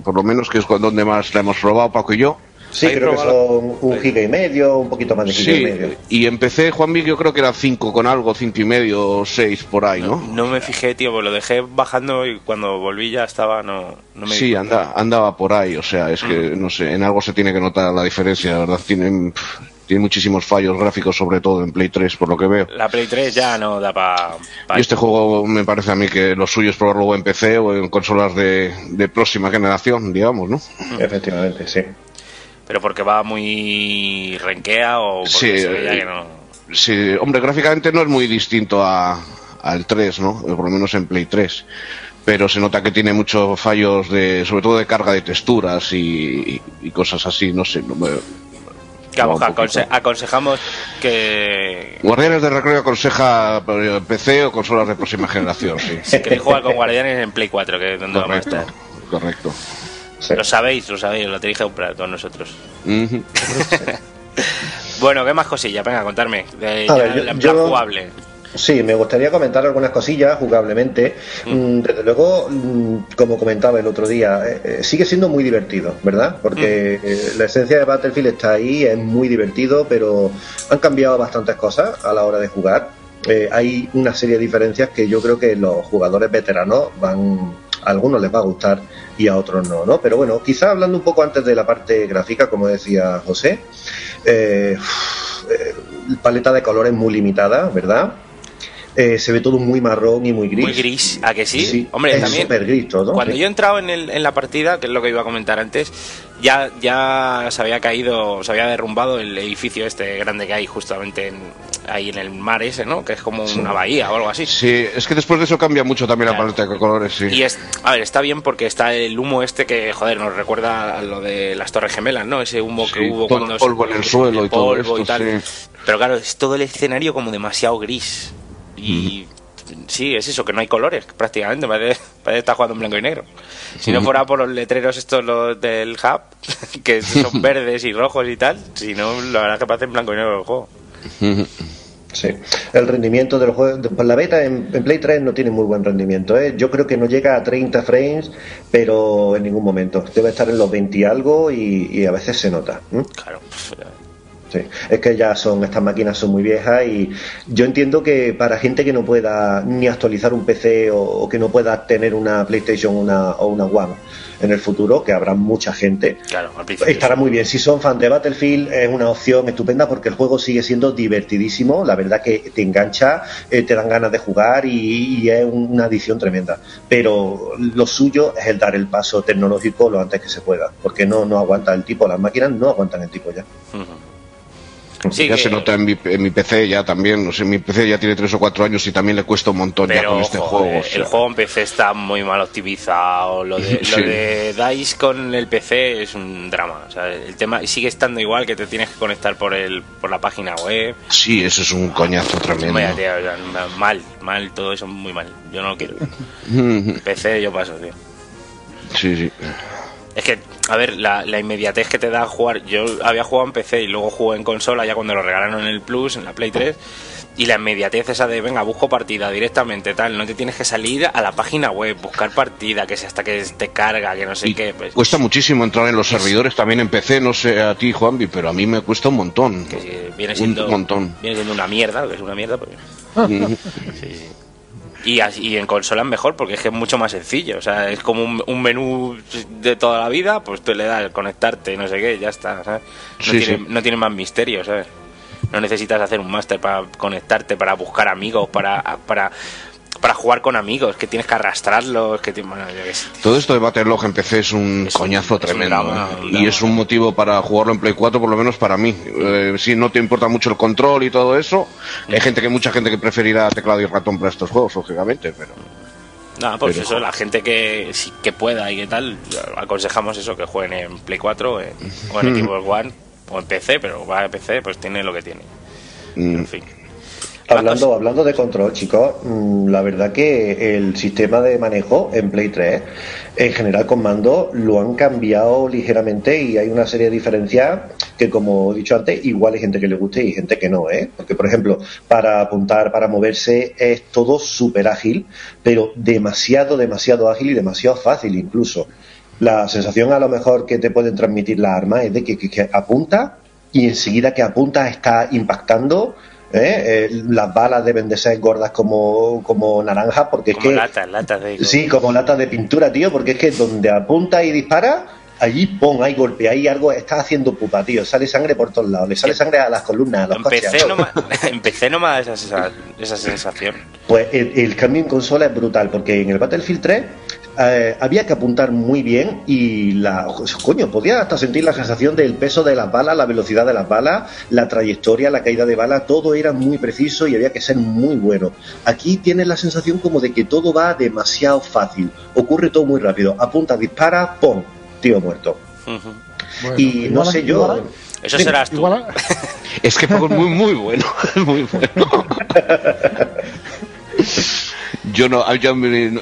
Speaker 20: por lo menos que es con- donde más la hemos probado Paco y yo.
Speaker 19: Sí,
Speaker 20: Ahí
Speaker 19: creo que
Speaker 20: probaba-
Speaker 19: son un giga y medio, un poquito más de giga y
Speaker 20: Sí,
Speaker 19: medio.
Speaker 20: y empecé, Juanvi, yo creo que era 5 con algo, 5 y medio o 6 por ahí, ¿no?
Speaker 1: No me fijé, tío, pues lo dejé bajando y cuando volví ya estaba, no, no me Mm. di
Speaker 20: Sí, anda, andaba por ahí, o sea, es que, no sé, en algo se tiene que notar la diferencia, la verdad, tienen, pf, tienen muchísimos fallos gráficos, sobre todo en Play 3, por lo que veo.
Speaker 1: La Play 3 ya no da para...
Speaker 20: Y este juego me parece a mí que lo suyo es probarlo o en PC o en consolas de, de próxima generación, digamos, ¿no?
Speaker 1: Mm.
Speaker 19: Efectivamente, sí.
Speaker 1: Pero porque va muy renquea o porque
Speaker 20: Sí,
Speaker 1: se ve ya
Speaker 20: eh,
Speaker 1: que no...
Speaker 20: sí, hombre, gráficamente no es muy distinto a, al 3, ¿no? Por lo menos en Play 3. Pero se nota que tiene muchos fallos, de, sobre todo de carga de texturas y, y cosas así, no sé. no me-
Speaker 1: Que
Speaker 20: un poquito.
Speaker 1: aconse- aconsejamos que,
Speaker 20: Guardianes de Recreo aconseja eh, PC o consolas de próxima generación, sí.
Speaker 1: si queréis jugar con Guardianes en Play 4, que es donde vamos a
Speaker 20: Correcto,
Speaker 1: estar.
Speaker 20: correcto.
Speaker 1: Lo sabéis, lo sabéis, lo tenéis que comprar todos nosotros.
Speaker 20: Ujú.
Speaker 1: Bueno, ¿qué más cosillas? Venga, contarme. De,
Speaker 19: A
Speaker 1: ya
Speaker 19: ver, yo-
Speaker 1: la- la
Speaker 19: yo-
Speaker 1: jugable.
Speaker 19: Sí, me gustaría comentar algunas cosillas jugablemente. Mm, Desde luego, mm, como comentaba el otro día, eh, eh, sigue siendo muy divertido, ¿verdad? Porque eh, la esencia de Battlefield está ahí, es muy divertido, pero han cambiado bastantes cosas a la hora de jugar. Eh, hay una serie de diferencias que yo creo que los jugadores veteranos van a algunos les va a gustar y a otros no, ¿no? Pero bueno, quizá hablando un poco antes de la parte gráfica, como decía José, eh, uf, eh, paleta de colores muy limitada, ¿verdad? Eh, se ve todo muy marrón y muy gris.
Speaker 1: Muy gris, ¿a que sí? Hombre,
Speaker 19: es
Speaker 1: también.
Speaker 19: súper gris todo.
Speaker 1: Cuando
Speaker 19: Sí.
Speaker 1: yo he entrado en, el- en la partida, que es lo que iba a comentar antes, ya, ya se había caído, se había derrumbado el edificio este grande que hay justamente en- ahí en el mar ese, ¿no? Que es como una bahía o algo así.
Speaker 20: Sí, es que después de eso cambia mucho también la paleta de colores, sí.
Speaker 1: Y es, a ver, está bien porque está el humo este que, joder, nos recuerda a lo de las Torres Gemelas, ¿no? Ese humo que
Speaker 20: Sí,
Speaker 1: hubo
Speaker 20: todo
Speaker 1: cuando
Speaker 20: el polvo en el suelo y todo
Speaker 1: polvo
Speaker 20: esto,
Speaker 1: tal.
Speaker 20: sí.
Speaker 1: Pero claro, es todo el escenario como demasiado gris. Y sí, es eso, que no hay colores prácticamente. Parece, parece estar jugando en blanco y negro. Si no
Speaker 20: Ujú.
Speaker 1: fuera por los letreros estos los del Hub, [laughs] que
Speaker 20: [laughs]
Speaker 1: son verdes y rojos y tal, si no, la verdad es que parece en blanco y negro el juego.
Speaker 19: Sí. El rendimiento de los juegos. de- pues la beta en, en Play 3 no tiene muy buen rendimiento. ¿eh? Yo creo que no llega a 30 frames, pero en ningún momento. Debe estar en los 20 y algo y, y a veces se nota. ¿eh?
Speaker 1: Claro.
Speaker 19: Sí, es que ya son, estas máquinas son muy viejas y yo entiendo que para gente que no pueda ni actualizar un PC o, o que no pueda tener una PlayStation una, o una One en el futuro, que habrá mucha gente,
Speaker 1: Claro, al principio.
Speaker 19: estará muy bien. Si son fan de Battlefield, es una opción estupenda porque el juego sigue siendo divertidísimo, la verdad que te engancha, eh, te dan ganas de jugar y, y es una adición tremenda. Pero lo suyo es el dar el paso tecnológico lo antes que se pueda, porque no, no aguanta el tipo, las máquinas no aguantan el tipo ya.
Speaker 20: ya se nota en mi, en mi PC ya también, no sé, mi PC ya tiene tres o cuatro años y también le cuesta un montón ya
Speaker 1: Pero
Speaker 20: con este
Speaker 1: ojo,
Speaker 20: juego.
Speaker 1: eh,
Speaker 20: o sea.
Speaker 1: el juego en PC está muy mal optimizado. Lo
Speaker 20: [laughs]
Speaker 1: de,
Speaker 20: Sí.
Speaker 1: lo de DICE con el PC es un drama. O sea, el tema sigue estando igual que te tienes que conectar por el por la página web.
Speaker 20: Sí, eso es un coñazo tremendo.
Speaker 1: Vaya, tío, o sea, mal, mal, todo eso muy mal. Yo no lo
Speaker 20: [laughs]
Speaker 1: quiero.
Speaker 20: Ujú.
Speaker 1: PC yo paso, tío.
Speaker 20: Sí, sí.
Speaker 1: Es que, a ver, la, la inmediatez que te da jugar. Yo había jugado en PC y luego jugué en consola, ya cuando lo regalaron en el Plus, en la Play 3. Y la inmediatez esa de, venga, busco partida directamente, tal. No te tienes que salir a la página web, buscar partida, que sea hasta que te carga, que no sé qué. Pues,
Speaker 20: Cuesta muchísimo entrar en los servidores también en PC, no sé a ti, Juanvi, pero a mí me cuesta un montón.
Speaker 1: eh, viene
Speaker 20: un
Speaker 1: siendo.
Speaker 20: montón.
Speaker 1: Viene siendo una mierda, que es una
Speaker 20: [laughs]
Speaker 1: mierda. Pero... Y, así- y en consola es mejor porque es que es mucho más sencillo. O sea, es como un, un menú de toda la vida, pues tú le das conectarte, no sé qué, ya está. ¿sabes? No,
Speaker 20: Sí,
Speaker 1: tiene,
Speaker 20: sí.
Speaker 1: no tiene más misterio, ¿sabes? No necesitas hacer un máster para conectarte, para buscar amigos, para, para, para jugar con amigos, que tienes que arrastrarlos, que ti- bueno, yo qué sé.
Speaker 20: Todo esto de Battlelog en PC es un coñazo tremendo.
Speaker 1: drama,
Speaker 20: ¿eh?
Speaker 1: un
Speaker 20: y es un motivo para jugarlo en Play 4, por lo menos para mí. Eh, si no te importa mucho el control y todo eso, hay
Speaker 1: Mm.
Speaker 20: gente que mucha gente que preferirá teclado y ratón para estos juegos, lógicamente,
Speaker 1: [laughs]
Speaker 20: pero [laughs]
Speaker 1: Nada, pues
Speaker 20: Pero-
Speaker 1: eso, la gente que, sí- que pueda y que tal, aconsejamos eso, que jueguen en Play 4 eh, o
Speaker 19: [laughs]
Speaker 1: en
Speaker 20: Mm.
Speaker 1: Xbox One o en PC, pero va a PC, pues tiene lo que tiene.
Speaker 20: mm,
Speaker 19: Hablando, hablando de control, chicos, mm, la verdad que el sistema de manejo en Play 3, en general con mando, lo han cambiado ligeramente y hay una serie de diferencias que, como he dicho antes, igual hay gente que le guste y gente que no, ¿eh? Porque, por ejemplo, para apuntar, para moverse, es todo súper ágil, pero demasiado, demasiado ágil y demasiado fácil incluso. La sensación a lo mejor que te pueden transmitir las armas es de que, que- que apunta y enseguida que apunta está impactando. ¿eh? Eh, las balas deben de ser gordas como, como naranjas porque
Speaker 1: Como
Speaker 19: es que...
Speaker 1: latas, latas de...
Speaker 19: Sí, como lata de pintura, tío, porque es que donde apunta y dispara, allí pon, hay golpe, hay algo, estás haciendo pupa, tío, sale sangre por todos lados, le sale sangre a las columnas, a los coches. a
Speaker 1: Empecé
Speaker 19: todo.
Speaker 1: nomás, [laughs] empecé nomás esa, esa, esa sensación.
Speaker 19: Pues el, el cambio en consola es brutal, porque en el Battlefield 3 eh, había que apuntar muy bien y la coño, podía hasta sentir la sensación del peso de las balas, la velocidad de las balas, la trayectoria, la caída de bala, todo era muy preciso y había que ser muy bueno. Aquí tienes la sensación como de que todo va demasiado fácil, ocurre todo muy rápido, apunta, dispara, ¡pum! Tío muerto.
Speaker 1: Bueno,
Speaker 19: y no
Speaker 1: igual-
Speaker 19: sé yo.
Speaker 1: igual- Eso serás tú.
Speaker 7: Igual-
Speaker 20: Es que Paco es muy, muy bueno. [laughs] Muy bueno. Yo no, yo,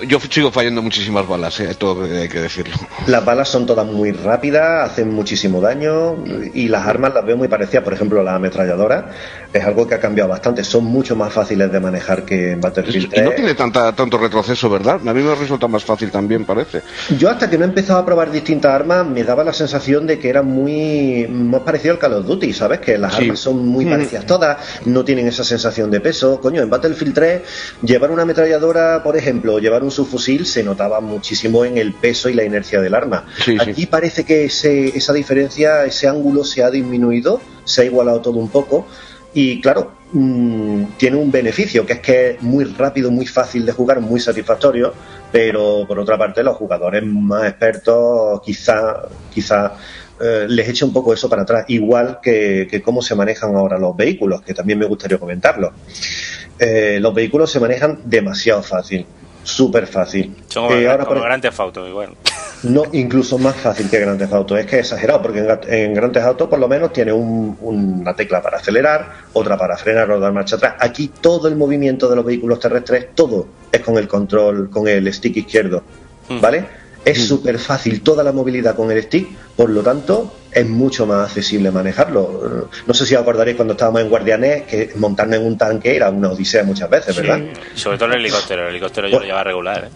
Speaker 20: yo sigo fallando muchísimas balas, eh, todo hay que decirlo.
Speaker 19: Las balas son todas muy rápidas, hacen muchísimo daño y las armas las veo muy parecidas. Por ejemplo, la ametralladora es algo que ha cambiado bastante. Son mucho más fáciles de manejar que en
Speaker 20: Y
Speaker 19: Battlefield 3.
Speaker 20: no tiene tanta, tanto retroceso, ¿verdad? A mí me resulta más fácil también, parece.
Speaker 19: Yo hasta que no empezaba a probar distintas armas me daba la sensación de que era muy más parecido al Call of Duty, ¿sabes? Que las
Speaker 20: Sí.
Speaker 19: armas son muy parecidas todas, no tienen esa sensación de peso. Coño, en Battlefield 3 llevar una ametralladora, por ejemplo, o llevar un subfusil se notaba muchísimo en el peso y la inercia del arma.
Speaker 20: Sí, sí.
Speaker 19: Aquí parece que ese- esa diferencia, ese ángulo se ha disminuido, se ha igualado todo un poco y claro, mm, tiene un beneficio que es que es muy rápido, muy fácil de jugar, muy satisfactorio, pero por otra parte los jugadores más expertos quizá, quizá eh, les eche un poco eso para atrás, igual que, que cómo se manejan ahora los vehículos, que también me gustaría comentarlo. Eh, los vehículos se manejan demasiado fácil, súper fácil.
Speaker 1: Son como,
Speaker 19: Eh, ahora, por
Speaker 1: como Grand Theft Auto, igual.
Speaker 19: no, incluso más fácil que Grand Theft Auto. Es que es exagerado, porque en, Gat- en Grand Theft Auto por lo menos tiene un- una tecla para acelerar, otra para frenar o dar marcha atrás. Aquí todo el movimiento de los vehículos terrestres, todo es con el control, con el stick izquierdo. ¿Vale? Es súper fácil toda la movilidad con el stick, por lo tanto es mucho más accesible manejarlo. Eh, No sé si os acordaréis cuando estábamos en Guardianes que montarnos en un tanque era una odisea muchas
Speaker 1: [laughs]
Speaker 19: veces, ¿verdad?
Speaker 1: Sobre todo el helicóptero. El helicóptero yo lo llevaba regular, ¿eh?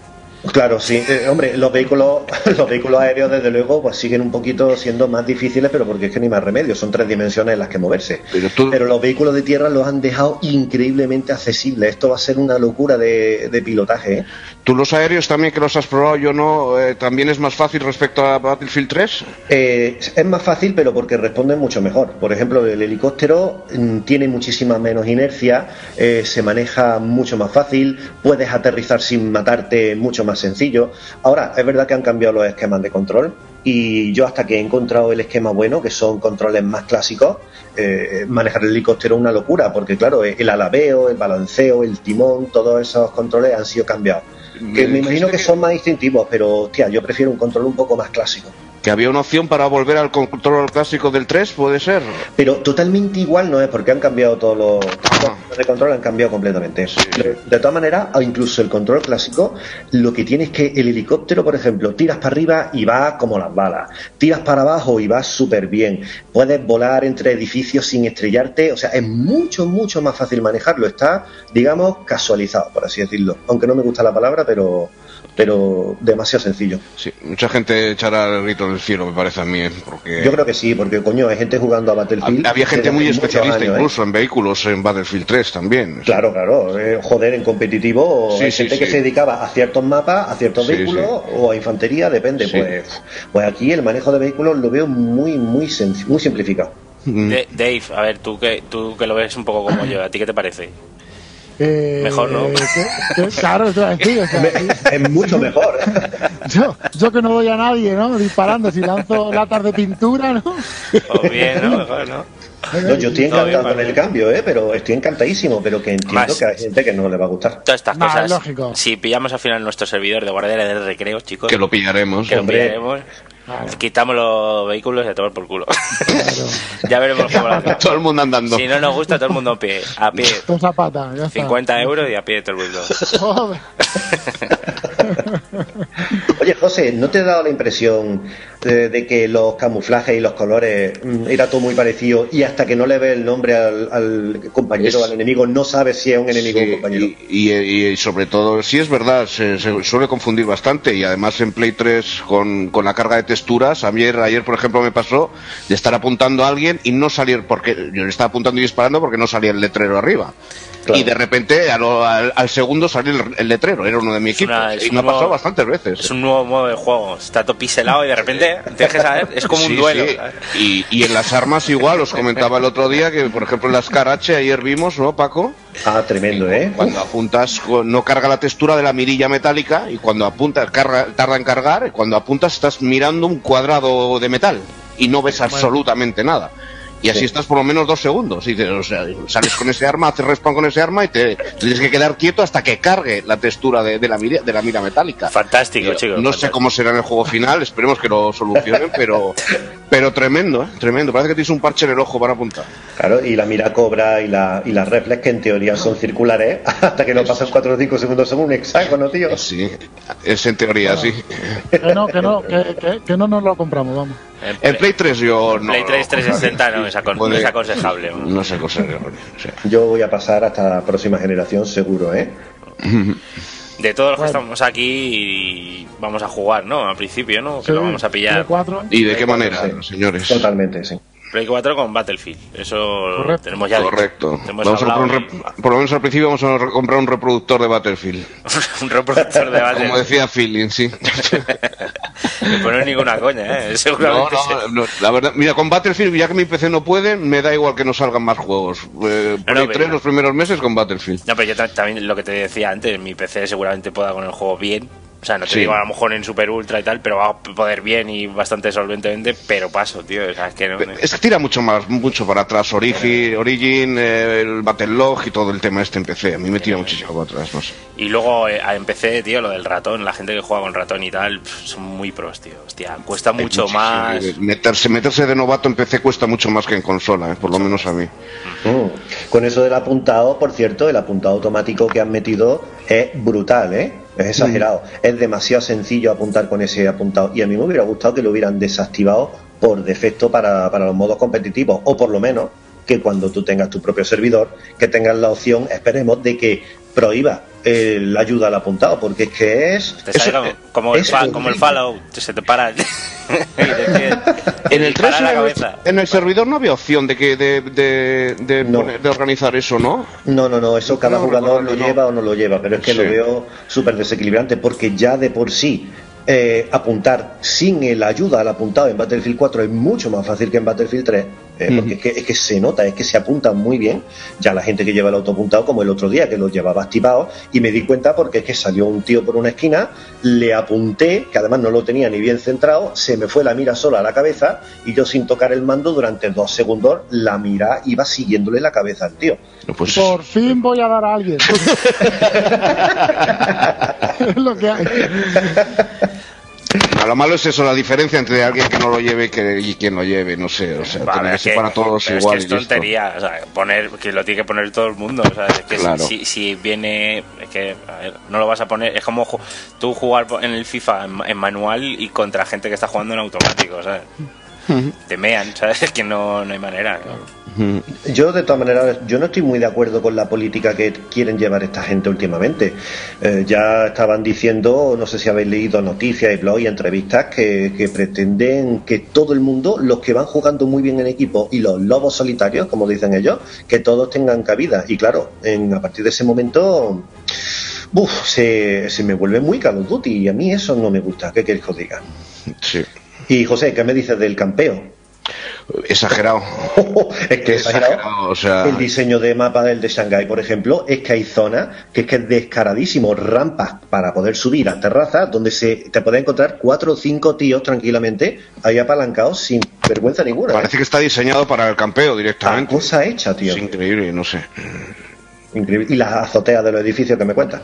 Speaker 19: Claro, sí. Eh, hombre, los vehículos, [laughs] los vehículos aéreos, desde luego, pues siguen un poquito siendo más difíciles, pero porque es que ni más remedio, son tres dimensiones en las que moverse.
Speaker 20: Pero,
Speaker 19: los vehículos de tierra los han dejado increíblemente accesibles. Esto va a ser una locura de, de pilotaje, ¿eh?
Speaker 20: ¿Tú los aéreos también que los has probado, yo no, eh, también es más fácil respecto a Battlefield 3?
Speaker 19: Eh, es más fácil, pero porque responden mucho mejor. Por ejemplo, el helicóptero mm, tiene muchísima menos inercia, eh, se maneja mucho más fácil, puedes aterrizar sin matarte mucho más sencillo. Ahora, es verdad que han cambiado los esquemas de control y yo hasta que he encontrado el esquema bueno, que son controles más clásicos, eh, manejar el helicóptero es una locura, porque claro, eh, el alabeo, el balanceo, el timón, todos esos controles han sido cambiados. Que me imagino que son más instintivos, pero hostia, yo prefiero un control un poco más clásico.
Speaker 20: Que había una opción para volver al control clásico del 3, puede ser.
Speaker 19: Pero totalmente igual no es, porque han cambiado todos los los de control, han cambiado completamente. Pero, De todas maneras, o incluso el control clásico, lo que tiene es que el helicóptero, por ejemplo, tiras para arriba y va como las balas, tiras para abajo y va súper bien, puedes volar entre edificios sin estrellarte, o sea, es mucho, mucho más fácil manejarlo, está, digamos, casualizado, por así decirlo. Aunque no me gusta la palabra, pero, pero demasiado sencillo.
Speaker 20: Sí, mucha gente echará el grito del cielo, me parece a mí, eh, porque...
Speaker 19: Yo creo que sí, porque coño, hay gente jugando a Battlefield.
Speaker 20: Había gente
Speaker 19: desde
Speaker 20: muy
Speaker 19: hace muchos
Speaker 20: especialista
Speaker 19: años, ¿eh?
Speaker 20: incluso en vehículos en Battlefield 3 también.
Speaker 19: Claro, claro. eh, joder, en competitivo
Speaker 20: Sí,
Speaker 19: hay
Speaker 20: sí,
Speaker 19: gente que
Speaker 20: sí.
Speaker 19: se dedicaba a ciertos mapas, a ciertos
Speaker 20: Sí,
Speaker 19: vehículos o a infantería, depende.
Speaker 1: Sí.
Speaker 19: Pues, pues aquí el manejo de vehículos lo veo muy, muy, senc- muy simplificado. Mm.
Speaker 1: De- Dave, a ver, tú que, tú que lo ves un poco
Speaker 19: [clears throat]
Speaker 1: como yo, ¿a ti qué te parece?
Speaker 7: Eh,
Speaker 1: Mejor, ¿no?
Speaker 7: que- que- claro, te iba
Speaker 1: [laughs]
Speaker 7: a decir, o sea,
Speaker 19: Es mucho mejor.
Speaker 7: yo, yo que no doy a nadie, ¿no? Disparando, si lanzo latas de pintura, ¿no?
Speaker 1: O Pues
Speaker 20: Pues
Speaker 1: bien, ¿no? Mejor, ¿no?
Speaker 19: No, yo estoy
Speaker 1: Todo bien,
Speaker 19: encantado con el cambio, eh, pero estoy encantadísimo, pero que entiendo
Speaker 1: Más.
Speaker 19: que hay gente que no le va a gustar.
Speaker 1: Todas estas
Speaker 19: Más
Speaker 1: cosas.
Speaker 19: lógico.
Speaker 1: Si pillamos al final nuestro servidor de guardería del recreo, chicos.
Speaker 20: Que lo pillaremos.
Speaker 1: Que lo
Speaker 19: Hombre.
Speaker 1: pillaremos. Quitamos los vehículos y a tomar por culo. [laughs] ya veremos cómo lo hacemos.
Speaker 20: Todo el mundo andando.
Speaker 1: Si no nos gusta, todo el mundo a pie. A
Speaker 20: [laughs]
Speaker 1: pie.
Speaker 7: Con zapata, ya está.
Speaker 1: 50 euros y a pie todo el mundo.
Speaker 7: Joder.
Speaker 19: Oye, José, ¿no te ha dado la impresión de, de que los camuflajes y los colores mm, era todo muy parecido y hasta que no le ve el nombre al, al compañero,
Speaker 20: Es-
Speaker 19: al enemigo, no sabes si es un enemigo o un
Speaker 20: Sí,
Speaker 19: compañero?
Speaker 20: Y, y- y sobre todo, sí es verdad, se, se suele confundir bastante y además en Play 3 con, con la carga de texturas, ayer, ayer por ejemplo me pasó de estar apuntando a alguien y no salir porque yo le estaba apuntando y disparando porque no salía el letrero arriba. y de repente a lo- al, al segundo salió el, el letrero, era uno de mi equipo.
Speaker 1: una- es
Speaker 20: y me ha
Speaker 1: un nuevo-
Speaker 20: pasado bastantes veces.
Speaker 1: Es un nuevo modo de juego. Está todo pixelado y de repente te dejes saber. Es como
Speaker 20: Sí,
Speaker 1: un duelo.
Speaker 20: sí.
Speaker 1: ¿sabes?
Speaker 20: Y, y en las armas igual, os comentaba el otro día que, por ejemplo, en las Karache ayer vimos, ¿no, Paco?
Speaker 19: Ah, tremendo, ¿eh?
Speaker 20: Cuando apuntas, co- no carga la textura de la mirilla metálica y cuando apuntas, carga, tarda en cargar, y cuando apuntas estás mirando un cuadrado de metal y no ves absolutamente nada. Y así estás por lo menos dos segundos. Y dices, o sea, sales con ese arma, haces respawn con ese arma y te, te tienes que quedar quieto hasta que cargue la textura de, de la, mira, de la mira metálica.
Speaker 1: Fantástico, chicos.
Speaker 20: No sé cómo será en el juego final, esperemos que
Speaker 19: [laughs]
Speaker 20: lo solucionen,
Speaker 1: [laughs]
Speaker 20: pero, pero tremendo, ¿eh? tremendo. Parece que tienes un parche en el ojo para apuntar.
Speaker 19: Claro, y la mira cobra y la y las reflex que en teoría son circulares [laughs] hasta que no pasan 4 o 5 segundos son un hexágono, tío.
Speaker 20: Eh, Sí, es en teoría, sí.
Speaker 7: Que no, que no, que, que- que no nos lo compramos, vamos.
Speaker 20: En Play 3 yo no.
Speaker 1: Play 3 360
Speaker 20: [laughs]
Speaker 1: no es, acon- no es aconsejable.
Speaker 20: No es aconsejable.
Speaker 19: Yo voy a pasar hasta la próxima generación, seguro,
Speaker 20: [laughs]
Speaker 19: ¿eh?
Speaker 1: De todos los que estamos aquí y vamos a jugar, ¿no? Al principio, ¿no? Que lo vamos a pillar.
Speaker 20: ¿Y de qué manera, señores?
Speaker 19: Totalmente, sí.
Speaker 1: Play 4 con Battlefield. Eso lo tenemos ya.
Speaker 20: Correcto.
Speaker 1: Hemos
Speaker 20: Vamos a
Speaker 1: hablado
Speaker 20: comprar un rep- por lo menos al principio vamos a re- comprar un reproductor de Battlefield.
Speaker 1: [laughs] un reproductor de Battlefield.
Speaker 20: Como decía Feeling, sí.
Speaker 1: Pero no es ninguna coña,
Speaker 20: [laughs]
Speaker 1: ¿eh?
Speaker 20: No,
Speaker 1: Seguramente.
Speaker 20: no, no, la verdad, mira, con Battlefield, ya que mi PC no puede, me da igual que no salgan más juegos. Eh, Play
Speaker 1: pero-
Speaker 20: 3 los primeros meses con Battlefield.
Speaker 1: No, pero yo ta- también lo que te decía antes, mi PC seguramente pueda con el juego bien. O sea, no te
Speaker 20: Sí.
Speaker 1: digo a lo mejor en Super Ultra y tal, pero va a poder bien y bastante solventemente, pero paso, tío. O sea, es que no.
Speaker 20: Es que tira mucho más, mucho para atrás. Origi- Origin, eh, el Battlelog y todo el tema este en PC. A mí me tira muchísimo para atrás, no sé.
Speaker 1: Y luego eh, en PC, tío, lo del ratón, la gente que juega con ratón y tal, pf, son muy pros, tío. Hostia, cuesta
Speaker 20: Hay
Speaker 1: mucho
Speaker 20: muchísimo-
Speaker 1: más.
Speaker 20: eh, Meterse, meterse de novato en PC cuesta mucho más que en consola, eh, por lo menos a mí. Oh.
Speaker 19: Mm. Con eso del apuntado, por cierto, el apuntado automático que han metido es brutal, ¿eh? Es exagerado.
Speaker 20: Mm.
Speaker 19: Es demasiado sencillo apuntar con ese apuntado. Y a mí me hubiera gustado que lo hubieran desactivado por defecto para, para los modos competitivos. O por lo menos que cuando tú tengas tu propio servidor, que tengas la opción, esperemos, de que prohíba eh, la ayuda al apuntado. Porque es que es...
Speaker 1: Te sale
Speaker 20: eh,
Speaker 1: como, como el,
Speaker 19: es
Speaker 1: fa- como el
Speaker 19: horrible.
Speaker 1: Fallout, se te
Speaker 20: [laughs]
Speaker 1: para. [laughs] y te-
Speaker 20: En el 3
Speaker 1: dispara
Speaker 20: en
Speaker 1: la
Speaker 19: era-
Speaker 1: cabeza.
Speaker 20: En el servidor no había opción de que de, de- de poner- de organizar eso, ¿no?
Speaker 19: No, no, no, eso cada
Speaker 20: No,
Speaker 19: jugador
Speaker 20: no,
Speaker 19: lo
Speaker 20: no.
Speaker 19: lleva o no lo lleva, pero es que lo
Speaker 20: Sí.
Speaker 19: veo súper desequilibrante porque ya de por sí eh, apuntar sin la ayuda al apuntado en Battlefield 4 es mucho más fácil que en Battlefield 3, eh, porque es, que, es que se nota, es que se apunta muy bien ya la gente que lleva el autoapuntado como el otro día que lo llevaba activado y me di cuenta porque es que salió un tío por una esquina, le apunté, que además no lo tenía ni bien centrado, se me fue la mira sola a la cabeza y yo sin tocar el mando durante dos segundos la mira iba siguiéndole la cabeza al tío.
Speaker 7: Por fin voy a dar a alguien. es lo que hay.
Speaker 20: A lo malo es eso, la diferencia entre alguien que no lo lleve y, que, y quien lo lleve, no sé. O sea,
Speaker 1: Pero
Speaker 20: tener que ser para todos
Speaker 1: pero es
Speaker 20: igual.
Speaker 1: que es
Speaker 20: y listo.
Speaker 1: tontería, o sea, poner, que lo tiene que poner todo el mundo. O sea, es que si-
Speaker 20: Claro.
Speaker 1: si, si viene, es que, a ver, no lo vas a poner. Es como ju- tú jugar en el FIFA en, en manual y contra gente que está jugando en automático, ¿sabes? Te mean, [laughs] ¿sabes? Es que no, no hay manera. ¿no?
Speaker 19: Yo, de todas maneras, yo no estoy muy de acuerdo con la política que quieren llevar esta gente últimamente. Eh, ya estaban diciendo, no sé si habéis leído noticias y blogs y entrevistas, que, que pretenden que todo el mundo, los que van jugando muy bien en equipo y los lobos solitarios, como dicen ellos, que todos tengan cabida. Y claro, en- a partir de ese momento, uf, se, se me vuelve muy Call of Duty y a mí eso no me gusta. ¿Qué queréis que os diga?
Speaker 20: Sí.
Speaker 19: Y José, ¿qué me dices del campeo?
Speaker 20: Exagerado.
Speaker 19: [laughs] es que exagerado.
Speaker 20: Exagerado, o sea,
Speaker 19: El diseño de mapa del de Shanghái, por ejemplo, es que hay zonas que es que es descaradísimo, rampas para poder subir a terrazas donde se te puede encontrar cuatro o cinco tíos tranquilamente ahí apalancados sin vergüenza ninguna. ¿eh? Ah,
Speaker 20: parece que está diseñado para el campeo directamente.
Speaker 19: cosa hecha, tío.
Speaker 20: Es increíble, no sé.
Speaker 19: Increíble. Y las azoteas de los edificios que me cuentas.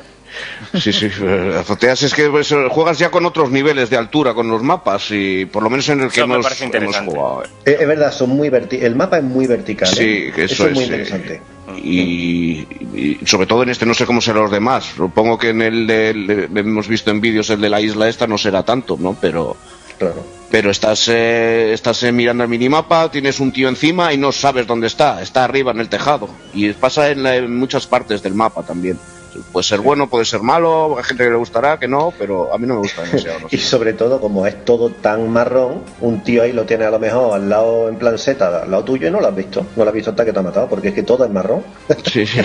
Speaker 20: Sí, sí, [laughs] eh, azoteas es que pues, eh, juegas ya con otros niveles de altura con los mapas y por lo menos en el que
Speaker 19: Eso me
Speaker 20: hemos,
Speaker 19: parece
Speaker 20: hemos
Speaker 19: interesante.
Speaker 20: jugado. eh.
Speaker 19: Es, es verdad, son muy verti el mapa es muy vertical. ¿eh?
Speaker 20: Sí, que eso,
Speaker 19: es muy
Speaker 20: eh,
Speaker 19: interesante.
Speaker 20: Y, y sobre todo en este, no sé cómo serán los demás. Supongo que en el de- el de- hemos visto en vídeos el de la isla esta no será tanto, ¿no? Pero pero estás eh, estás eh, mirando el minimapa, tienes un tío encima y no sabes dónde está. Está arriba en el tejado y pasa en, la- en muchas partes del mapa también. Puede ser bueno, puede ser malo, hay gente que le gustará, que no,
Speaker 19: [laughs]
Speaker 20: pero a mí no me gusta demasiado.
Speaker 19: Y sobre todo, como es todo tan marrón, un tío ahí lo tiene a lo mejor al lado en plan Z, al lado tuyo y no lo has visto. No lo has visto hasta que te ha matado, porque es que todo es marrón.
Speaker 20: Sí, sí.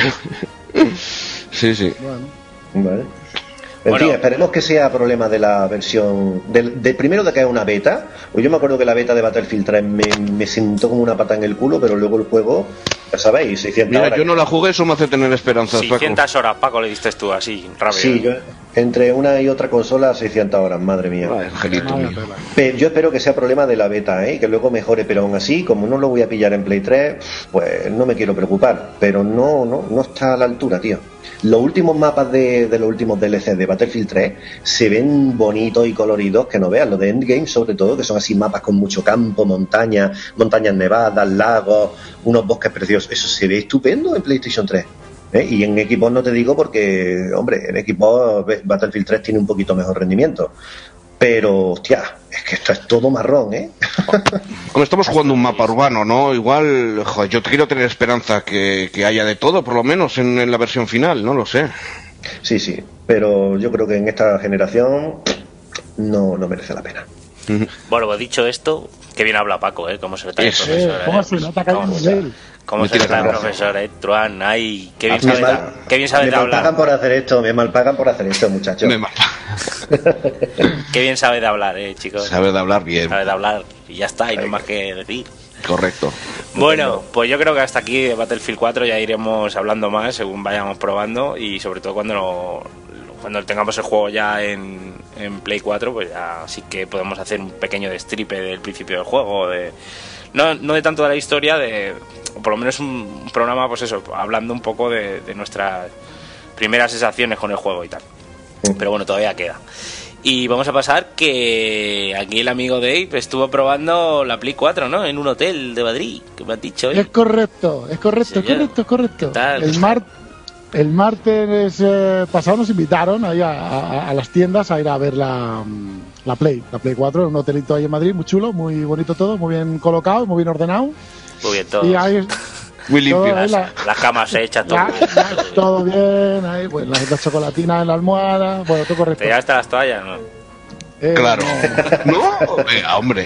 Speaker 20: Sí, sí.
Speaker 19: Vale. En fin, esperemos que sea problema de la versión. Del, de primero de que es una beta. Pues Yo me acuerdo que la beta de Battlefield 3 me, me sentó como una pata en el culo, pero luego el juego, ya sabéis, 600
Speaker 20: Mira,
Speaker 19: horas.
Speaker 20: yo no la jugué, eso me hace tener esperanzas, Paco.
Speaker 1: 600 horas, Paco, le diste tú así, rápido.
Speaker 19: Sí, yo- entre una y otra consola 600 horas, madre mía. Pero yo espero que sea problema de la beta, ¿eh? que luego mejore, pero aún así, como no lo voy a pillar en Play 3, pues no me quiero preocupar, pero no, no, no está a la altura, tío. Los últimos mapas de, de los últimos DLC de Battlefield 3 se ven bonitos y coloridos que no veas, los de Endgame sobre todo, que son así mapas con mucho campo, montaña, montañas nevadas, lagos, unos bosques preciosos, eso se ve estupendo en PlayStation 3. ¿eh? Y en equipos no te digo porque, hombre, en equipos Battlefield 3 tiene un poquito mejor rendimiento. Pero, hostia, es que esto es todo marrón, ¿eh? [laughs]
Speaker 20: Hombre, estamos jugando un mapa urbano, ¿no? Igual, joder, yo quiero tener esperanza que, que haya de todo, por lo menos en, en la versión final, no lo sé.
Speaker 19: Sí, sí, pero yo creo que en esta generación no, no merece la pena.
Speaker 1: Bueno, pues dicho esto, que bien habla Paco, ¿eh? Cómo se le trae el
Speaker 19: Eso.
Speaker 1: profesor,
Speaker 7: ¿Cómo
Speaker 1: ¿eh?
Speaker 7: se nota que hay
Speaker 1: Vamos,
Speaker 7: nivel?
Speaker 1: Cómo
Speaker 19: Me
Speaker 1: se le
Speaker 19: tiene
Speaker 1: trae el
Speaker 19: razón.
Speaker 1: profesor, ¿eh? Truán, ay, qué bien
Speaker 19: Me
Speaker 1: sabe,
Speaker 19: mal-
Speaker 1: de- qué bien sabe
Speaker 19: me
Speaker 1: de hablar.
Speaker 19: malpagan por hacer esto, me malpagan por hacer esto, muchachos. [laughs]
Speaker 1: Qué bien sabe de hablar, eh, chicos.
Speaker 20: Sabe de hablar bien.
Speaker 1: Sabe de hablar y ya está, y no hay más que decir.
Speaker 20: Correcto.
Speaker 1: Bueno, pues yo creo que hasta aquí Battlefield 4 ya iremos hablando más según vayamos probando y sobre todo cuando lo- cuando tengamos el juego ya en, en Play 4, pues ya sí que podemos hacer un pequeño destripe del principio del juego, de, no, no de tanto de la historia, de o por lo menos un programa, pues eso, hablando un poco de, de nuestras primeras sensaciones con el juego y tal. Pero bueno, todavía queda. Y vamos a pasar que aquí el amigo Dave estuvo probando la Play 4, ¿no? En un hotel de Madrid, que me has dicho, ¿eh?
Speaker 7: Es correcto, es correcto, es
Speaker 1: Señor.
Speaker 7: correcto, es correcto.
Speaker 1: tal?
Speaker 7: El, mar, el martes eh, pasado nos invitaron ahí a, a- a las tiendas a ir a ver la, mm, la Play, la Play 4, en un hotelito ahí en Madrid, muy chulo, muy bonito todo, muy bien colocado, muy bien ordenado.
Speaker 1: Muy bien, todo.
Speaker 7: Y ahí
Speaker 20: Muy
Speaker 1: limpio.
Speaker 7: todo ahí
Speaker 1: Las,
Speaker 7: la-
Speaker 1: las camas hechas, todo.
Speaker 7: todo bien, ahí pues las, las chocolatinas en la almohada, bueno, todo correcto.
Speaker 1: ¿Te llevaste las toallas? No.
Speaker 20: claro. ¿No? Eh, hombre.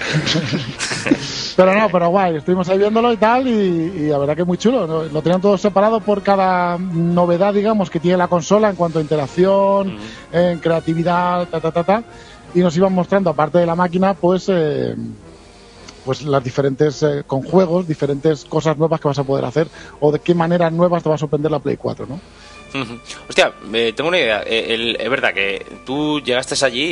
Speaker 7: Pero no, pero guay, estuvimos ahí viéndolo y tal, y, y la verdad que muy chulo. ¿no? Lo tenían todo separado por cada novedad, digamos, que tiene la consola en cuanto a interacción, en creatividad, ta, ta, ta, ta. Y nos iban mostrando, aparte de la máquina, pues, eh, pues las diferentes, eh, con juegos, diferentes cosas nuevas que vas a poder hacer, o de qué maneras nuevas te va a sorprender la Play 4, ¿no?
Speaker 1: Ujú. [laughs] Hostia, eh, tengo una idea. Eh, el- es verdad que tú llegaste allí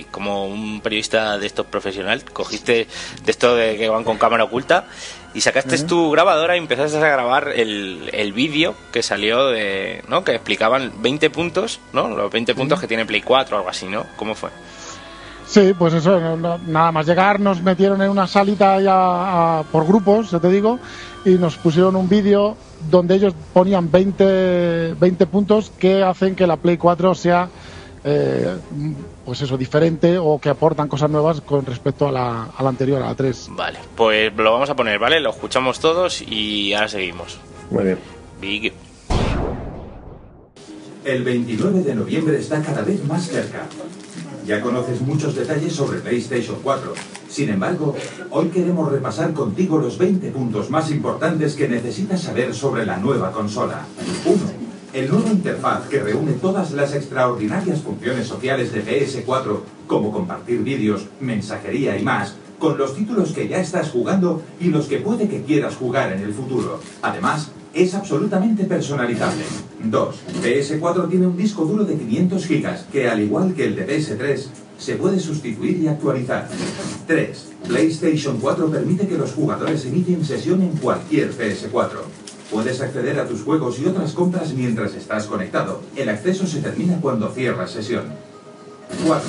Speaker 1: y como un periodista de estos profesional, cogiste de esto de que van con cámara oculta y sacaste
Speaker 21: Ujú.
Speaker 1: tu grabadora y empezaste a grabar el, el vídeo que salió de, ¿no? Que explicaban 20 puntos, ¿no? Los 20 puntos que tiene Play 4 o algo así, ¿no? ¿Cómo fue?
Speaker 7: Sí, pues eso, no- no- nada más llegar nos metieron en una salita ya por grupos, ya te digo, y nos pusieron un vídeo donde ellos ponían 20, 20 puntos que hacen que la Play 4 sea, eh, pues eso, diferente o que aportan cosas nuevas con respecto a la, a la anterior, a la 3.
Speaker 1: Vale. Pues lo vamos a poner, ¿vale? Lo escuchamos todos y ahora seguimos.
Speaker 19: Muy bien.
Speaker 1: Big.
Speaker 2: El 29 de noviembre está cada vez más cerca. Ya conoces muchos detalles sobre PlayStation 4. Sin embargo, hoy queremos repasar contigo los 20 puntos más importantes que necesitas saber sobre la nueva consola. 1. El nuevo interfaz que reúne todas las extraordinarias funciones sociales de PS4, como compartir vídeos, mensajería y más, con los títulos que ya estás jugando y los que puede que quieras jugar en el futuro. Además, es absolutamente personalizable. 2. PS4 tiene un disco duro de 500 GB que, al igual que el de PS3, se puede sustituir y actualizar. 3. PlayStation 4 permite que los jugadores inicien sesión en cualquier PS4. Puedes acceder a tus juegos y otras compras mientras estás conectado. El acceso se termina cuando cierras sesión. 4.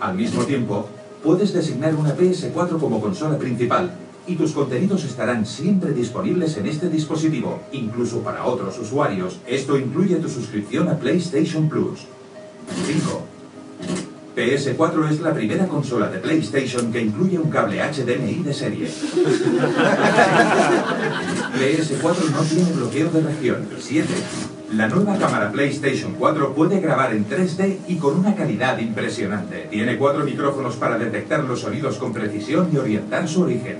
Speaker 2: Al mismo tiempo, puedes designar una PS4 como consola principal y tus contenidos estarán siempre disponibles en este dispositivo, incluso para otros usuarios. Esto incluye tu suscripción a PlayStation Plus. 5. PS4 es la primera consola de PlayStation que incluye un cable HDMI de serie. PS4 no tiene bloqueo de región. 7. La nueva cámara PlayStation 4 puede grabar en 3D y con una calidad impresionante. Tiene cuatro micrófonos para detectar los sonidos con precisión y orientar su origen.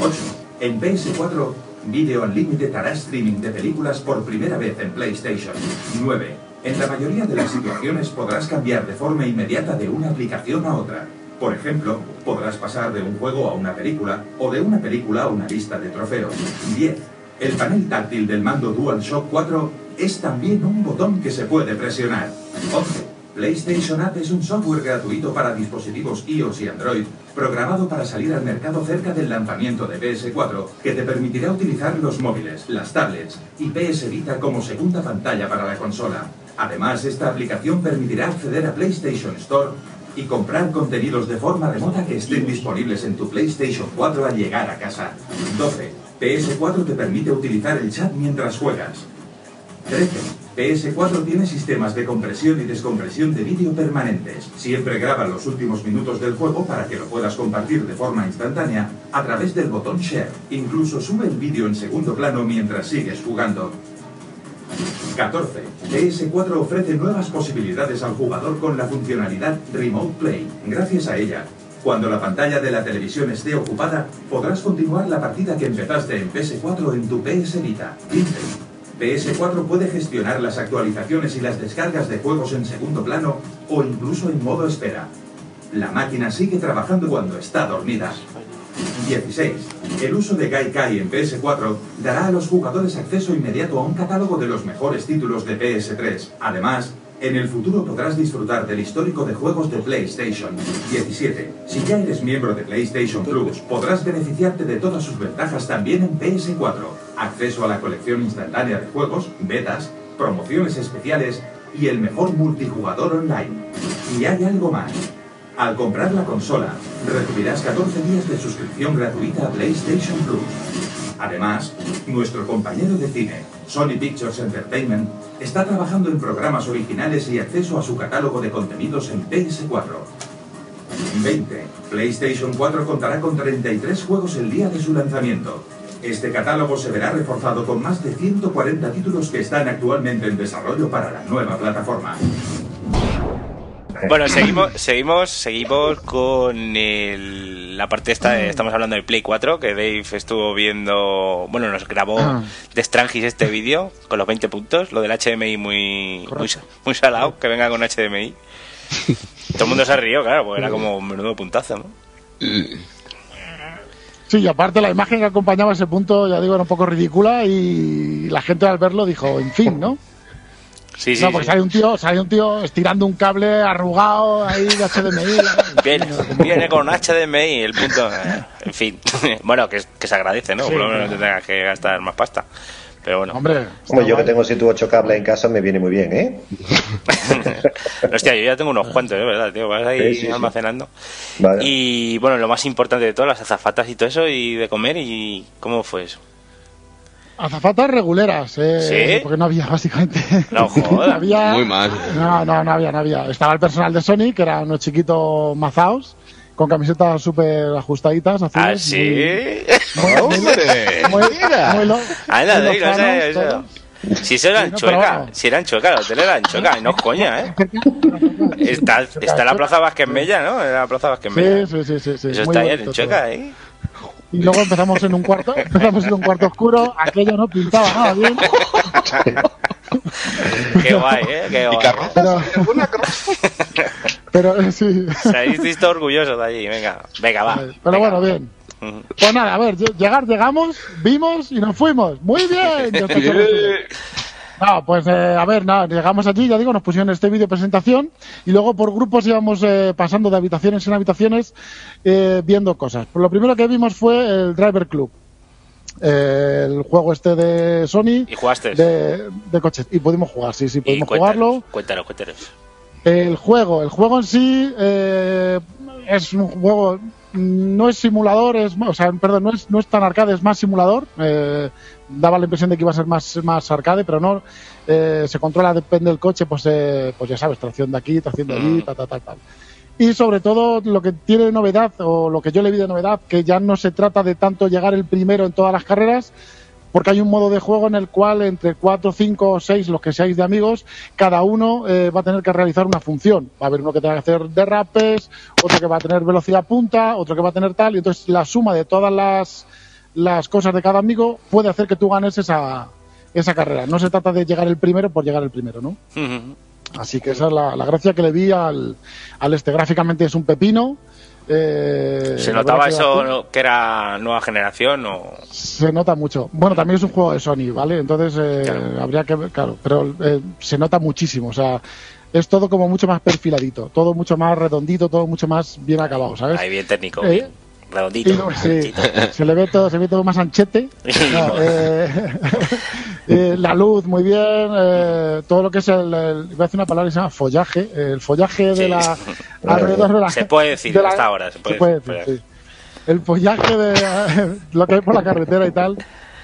Speaker 2: 8. En PS4 Video Unlimited hará streaming de películas por primera vez en PlayStation 9. En la mayoría de las situaciones podrás cambiar de forma inmediata de una aplicación a otra. Por ejemplo, podrás pasar de un juego a una película o de una película a una lista de trofeos. 10. El panel táctil del mando DualShock 4 es también un botón que se puede presionar. 11. PlayStation App es un software gratuito para dispositivos iOS y Android, programado para salir al mercado cerca del lanzamiento de PS4, que te permitirá utilizar los móviles, las tablets y PS Vita como segunda pantalla para la consola. Además, esta aplicación permitirá acceder a PlayStation Store y comprar contenidos de forma remota que estén disponibles en tu PlayStation 4 al llegar a casa. 12. PS4 te permite utilizar el chat mientras juegas. 13. PS4 tiene sistemas de compresión y descompresión de vídeo permanentes. Siempre graba los últimos minutos del juego para que lo puedas compartir de forma instantánea a través del botón Share. Incluso sube el vídeo en segundo plano mientras sigues jugando. 14. PS4 ofrece nuevas posibilidades al jugador con la funcionalidad Remote Play. Gracias a ella, cuando la pantalla de la televisión esté ocupada, podrás continuar la partida que empezaste en PS4 en tu PS Vita. 15. PS4 puede gestionar las actualizaciones y las descargas de juegos en segundo plano o incluso en modo espera. La máquina sigue trabajando cuando está dormida. 16. El uso de Gaikai en PS4 dará a los jugadores acceso inmediato a un catálogo de los mejores títulos de PS3. Además, en el futuro podrás disfrutar del histórico de juegos de PlayStation. 17. Si ya eres miembro de PlayStation Plus, podrás beneficiarte de todas sus ventajas también en PS4. Acceso a la colección instantánea de juegos, betas, promociones especiales y el mejor multijugador online. Y hay algo más. Al comprar la consola, recibirás 14 días de suscripción gratuita a PlayStation Plus. Además, nuestro compañero de cine, Sony Pictures Entertainment, está trabajando en programas originales y acceso a su catálogo de contenidos en PS4. 20. PlayStation 4 contará con 33 juegos el día de su lanzamiento. Este catálogo se verá reforzado con más de 140 títulos que están actualmente en desarrollo para la nueva plataforma.
Speaker 1: Bueno, seguimos, seguimos, seguimos con el- la parte esta, de- estamos hablando del Play 4, que Dave estuvo viendo, bueno, nos grabó de Strangis este vídeo con los 20 puntos, lo del HDMI muy, muy, muy salado, que venga con HDMI. Todo el mundo se rió, claro, porque era como un menudo puntazo, ¿no?
Speaker 7: Sí, y aparte la imagen que acompañaba ese punto, ya digo, era un poco ridícula y la gente al verlo dijo, en fin, ¿no?
Speaker 1: Sí, sí,
Speaker 7: no, porque
Speaker 1: sí.
Speaker 7: sale un tío, sale un tío estirando un cable arrugado ahí de HDMI.
Speaker 1: [laughs] Viene, viene con HDMI el punto. eh, En fin, [laughs] bueno, que, que se agradece, ¿no?
Speaker 7: Sí,
Speaker 1: Por lo menos
Speaker 7: claro.
Speaker 1: no te tengas que gastar más pasta. Pero bueno.
Speaker 7: Hombre,
Speaker 19: Como yo que tengo 7 u 8 cables en casa me viene muy bien, ¿eh?
Speaker 1: Hostia, yo ya tengo unos cuantos, ¿eh? ¿Verdad, tío? Vas ahí
Speaker 19: Sí, sí, sí.
Speaker 1: almacenando.
Speaker 19: Vale.
Speaker 1: Y bueno, lo más importante de todo, las azafatas y todo eso, y de comer, y ¿cómo fue eso?
Speaker 7: azafatas reguleras, eh,
Speaker 1: ¿Sí?
Speaker 7: porque no había [laughs] básicamente.
Speaker 1: No jodas.
Speaker 7: Había-
Speaker 1: Muy mal.
Speaker 7: No, no, no había, no había. Estaba el personal de Sony, que eran unos chiquitos mazaos, con camisetas súper ajustaditas, azules.
Speaker 1: ¿Ah, sí? [laughs]
Speaker 7: ¡Hombre! Muy, muy lo- [laughs]
Speaker 1: Anda,
Speaker 7: muy
Speaker 1: Dave, Ah, no
Speaker 7: lozanos,
Speaker 1: sé,
Speaker 7: todo.
Speaker 1: eso. Si eso eran
Speaker 7: no, pero
Speaker 1: chuecas,
Speaker 7: bueno.
Speaker 1: si eran chuecas, los hoteles eran chuecas, y no es coña,
Speaker 7: [laughs]
Speaker 1: ¿eh? Está, está la Plaza Vázquez Mella, ¿no? En la Plaza Vázquez Mella.
Speaker 7: Sí, sí, sí, sí, sí.
Speaker 1: Eso
Speaker 7: muy
Speaker 1: está ahí
Speaker 7: bonito
Speaker 1: en chueca,
Speaker 7: todo.
Speaker 1: ¿eh?
Speaker 7: Y luego empezamos en un cuarto, empezamos en un cuarto oscuro, aquello no pintaba nada bien.
Speaker 1: Qué guay, ¿eh? Qué guay. [laughs]
Speaker 7: Pero, pero eh, sí.
Speaker 1: Salís orgullosos de allí, venga. Venga, va.
Speaker 7: Pero bueno, bien. Pues nada, a ver, lle- llegar, llegamos, vimos y nos fuimos. Muy
Speaker 3: [laughs]
Speaker 7: bien. Ya está todo resuelto. No, pues eh, a ver, nada, llegamos allí, ya digo, nos pusieron este vídeo presentación y luego por grupos íbamos eh, pasando de habitaciones en habitaciones eh, viendo cosas. Pues lo primero que vimos fue el Driver Club, eh, el juego este de Sony.
Speaker 1: ¿Y jugaste?
Speaker 7: De, de coches. Y pudimos jugar, sí, sí,
Speaker 1: Y
Speaker 7: pudimos
Speaker 1: cuéntanos,
Speaker 7: jugarlo.
Speaker 1: Cuéntanos, cuéntanos.
Speaker 7: El juego, el juego en sí eh, es un juego, no es simulador, es, o sea, perdón, no es, no es tan arcade, es más simulador. eh, daba la impresión de que iba a ser más, más arcade, pero no. eh, se controla, depende del coche, pues, eh, pues ya sabes, tracción de aquí, tracción de allí, tal, tal, tal, tal. Y sobre todo lo que tiene de novedad, o lo que yo le vi de novedad, que ya no se trata de tanto llegar el primero en todas las carreras, porque hay un modo de juego en el cual entre 4, 5 o 6, los que seáis de amigos, cada uno eh, va a tener que realizar una función. Va a haber uno que tenga que hacer derrapes, otro que va a tener velocidad punta, otro que va a tener tal, y entonces la suma de todas las las cosas de cada amigo puede hacer que tú ganes esa, esa carrera. No se trata de llegar el primero por llegar el primero, ¿no? Así que esa es la, la gracia que le vi al, al este. Gráficamente es un pepino. eh,
Speaker 1: ¿Se
Speaker 7: la
Speaker 1: notaba
Speaker 7: verdad que
Speaker 1: eso
Speaker 7: bastante-
Speaker 1: no, que era nueva generación o...?
Speaker 7: se nota mucho. Bueno, también es un juego de Sony, ¿vale? Entonces eh, habría que ver, claro, pero eh, se nota muchísimo, o sea, es todo como mucho más perfiladito, todo mucho más redondito, todo mucho más bien acabado, ¿sabes?
Speaker 1: Ahí bien técnico,
Speaker 7: Eh,
Speaker 1: bien redondito.
Speaker 7: y no, sí, [laughs]
Speaker 1: anchito.
Speaker 7: se le ve todo, se ve todo más
Speaker 1: [laughs]
Speaker 7: anchete. No, eh, [laughs] eh, la luz muy bien, eh, todo lo que es el, el- iba a decir una palabra que se llama follaje, eh, el follaje
Speaker 1: [laughs]
Speaker 7: de la alrededor de la
Speaker 1: Se puede decir
Speaker 7: de la-
Speaker 1: hasta ahora, se puede,
Speaker 7: decir, sí. El follaje de [laughs] lo que hay por la carretera y tal.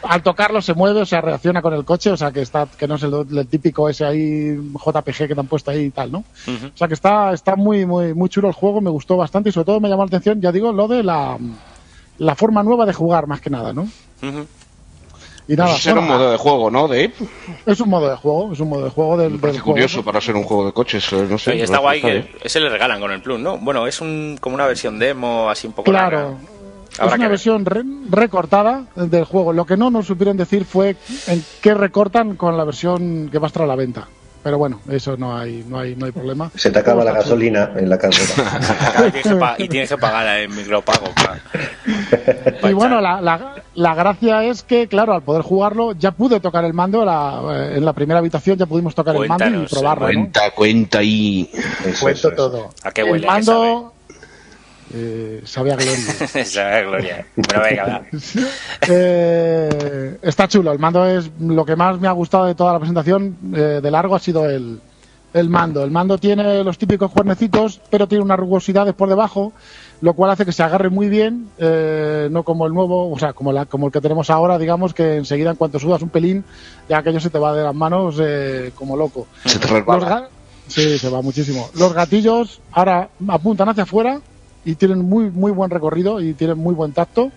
Speaker 7: Al tocarlo se mueve, o sea, reacciona con el coche, o sea, que está que no es el, el típico ese ahí JPG que te han puesto ahí y tal, ¿no? O sea que está, está muy, muy, muy chulo el juego, me gustó bastante y sobre todo me llamó la atención, ya digo, lo de la, la forma nueva de jugar, más que nada, ¿no? Y nada,
Speaker 20: Eso era un
Speaker 7: bueno,
Speaker 20: modo de juego, ¿no, Dave?
Speaker 7: es un modo de juego, es un modo de juego del, del
Speaker 20: Qué
Speaker 7: juego.
Speaker 20: curioso para ser un juego de coches. eh, No sé,
Speaker 1: Oye, está
Speaker 7: pues
Speaker 20: no,
Speaker 1: guay
Speaker 20: bien.
Speaker 1: que ese le regalan con el Plus, ¿no? Bueno, es un, como una versión demo, así un poco larga.
Speaker 7: Claro.
Speaker 1: Habrá
Speaker 7: es
Speaker 1: que
Speaker 7: una
Speaker 1: ver.
Speaker 7: versión re- recortada del juego. Lo que no nos supieron decir fue en qué recortan con la versión que va a estar a la venta. Pero bueno, eso no hay, no hay, no hay problema.
Speaker 19: Se te acaba la gasolina en la carrera.
Speaker 1: [laughs] Claro, y
Speaker 7: [laughs]
Speaker 1: tienes que pa- y tienes que pagar el micropago. claro.
Speaker 7: Y bueno, la, la- la gracia es que, claro, al poder jugarlo, ya pude tocar el mando. la- eh, en la primera habitación ya pudimos tocar el mando y probarlo. ¿no?
Speaker 20: Cuenta, cuenta y.
Speaker 7: Cuento todo.
Speaker 1: ¿A qué
Speaker 7: el
Speaker 1: huele?
Speaker 7: mando eh, sabe
Speaker 1: [laughs]
Speaker 7: a gloria.
Speaker 1: Esa es gloria. Bueno, venga, va.
Speaker 7: [laughs] Eh, está chulo, el mando es lo que más me ha gustado de toda la presentación eh, de largo ha sido el, el mando. El mando tiene los típicos cuernecitos, pero tiene unas rugosidades por debajo, lo cual hace que se agarre muy bien, eh, no como el nuevo, o sea, como, la, como el que tenemos ahora, digamos que enseguida en cuanto sudas un pelín, ya aquello se te va de las manos eh, como loco.
Speaker 20: Se te
Speaker 7: Los
Speaker 20: resbala.
Speaker 7: ga- sí, se va muchísimo. Los gatillos ahora apuntan hacia afuera y tienen muy, muy buen recorrido y tienen muy buen tacto.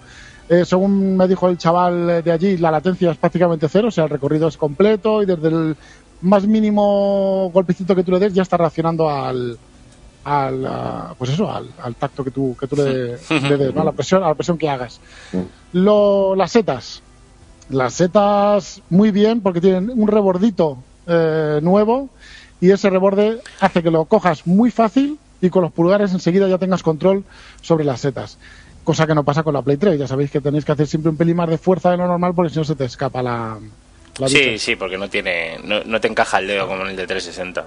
Speaker 7: Eh, según me dijo el chaval eh, de allí, la latencia es prácticamente cero, o sea, el recorrido es completo y desde el más mínimo golpecito que tú le des ya está reaccionando al, al ah, pues eso, al, al tacto que tú, que tú le, le des, ¿no? a, la presión, a la presión que hagas. Lo- las setas, las setas muy bien porque tienen un rebordito eh, nuevo y ese reborde hace que lo cojas muy fácil y con los pulgares enseguida ya tengas control sobre las setas. Cosa que no pasa con la Play 3. Ya sabéis que tenéis que hacer siempre un pelín más de fuerza de lo normal porque si no se te escapa la... la
Speaker 1: Sí, sí, porque no tiene no, no te encaja el dedo como en el de ¿eh? 360.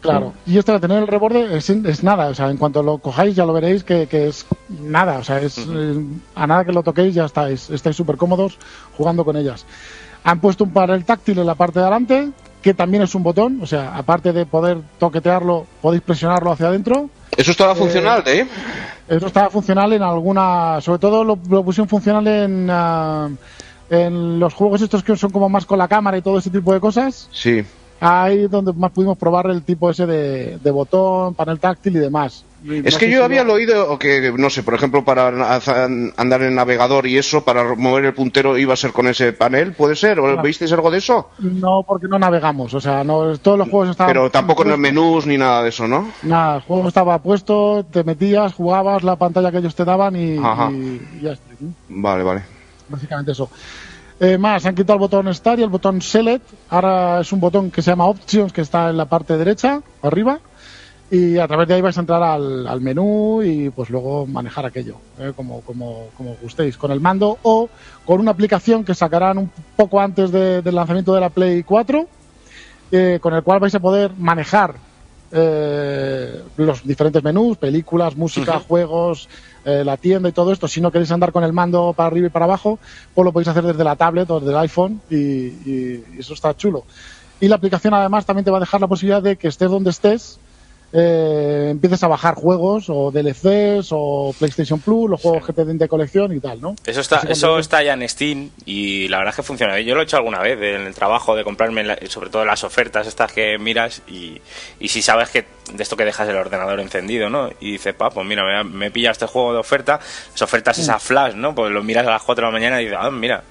Speaker 7: Claro. Y esto de tener el reborde es, es nada. O sea, en cuanto lo cojáis ya lo veréis que, que es nada. O sea, es eh, a nada que lo toquéis ya estáis estáis súper cómodos jugando con ellas. Han puesto un panel táctil en la parte de adelante, que también es un botón. O sea, aparte de poder toquetearlo, podéis presionarlo hacia adentro.
Speaker 20: Eso estaba
Speaker 7: Eh,
Speaker 20: funcional,
Speaker 7: [laughs]
Speaker 20: Dave.
Speaker 7: Esto estaba funcional en alguna. Sobre todo lo, lo pusieron funcional en. ah, en los juegos estos que son como más con la cámara y todo ese tipo de cosas.
Speaker 20: Sí.
Speaker 7: Ahí es donde más pudimos probar el tipo ese de, de botón, panel táctil y demás. Y no
Speaker 20: Es que
Speaker 7: sé
Speaker 20: yo
Speaker 7: si
Speaker 20: había
Speaker 7: lo-
Speaker 20: oído o que, no sé, por ejemplo, para na- andar en el navegador y eso, para mover el puntero iba a ser con ese panel, ¿puede ser? ¿O
Speaker 7: Claro.
Speaker 20: ¿Visteis algo de eso?
Speaker 7: No, porque no navegamos. O sea, Ah, no, todos los juegos estaban.
Speaker 20: Pero tampoco en los menús ni nada de eso, ¿no?
Speaker 7: Nada, el juego estaba puesto, te metías, jugabas la pantalla que ellos te daban y,
Speaker 20: Ajá.
Speaker 7: y- y ya está. ¿no?
Speaker 20: Vale, vale.
Speaker 7: Básicamente eso. Eh, más, han quitado el botón Start y el botón Select. Ahora es un botón que se llama Options, que está en la parte derecha, arriba. Y a través de ahí vais a entrar al, al menú y pues luego manejar aquello, eh, como, como, como gustéis, con el mando o con una aplicación que sacarán un poco antes de- del lanzamiento de la Play 4, eh, con el cual vais a poder manejar eh, los diferentes menús, películas, música, juegos, eh, la tienda y todo esto. Si no queréis andar con el mando para arriba y para abajo, pues lo podéis hacer desde la tablet o desde el iPhone y, y- y eso está chulo. Y la aplicación además también te va a dejar la posibilidad de que estés donde estés, eh, empieces a bajar juegos o DLCs o PlayStation Plus, los juegos que te den de colección y tal, ¿no?
Speaker 1: Eso está,
Speaker 7: Así
Speaker 1: eso está ya en Steam y la verdad es que funciona bien. Yo lo he hecho alguna vez eh, en el trabajo de comprarme, la- sobre todo las ofertas estas que miras y, y si sabes que de esto que dejas el ordenador encendido, ¿no? Y dices, pa, pues mira, me, me pilla este juego de oferta, las ofertas
Speaker 7: Mm.
Speaker 1: esas flash, ¿no? Pues lo miras a las 4 de la mañana y dices, ah, mira.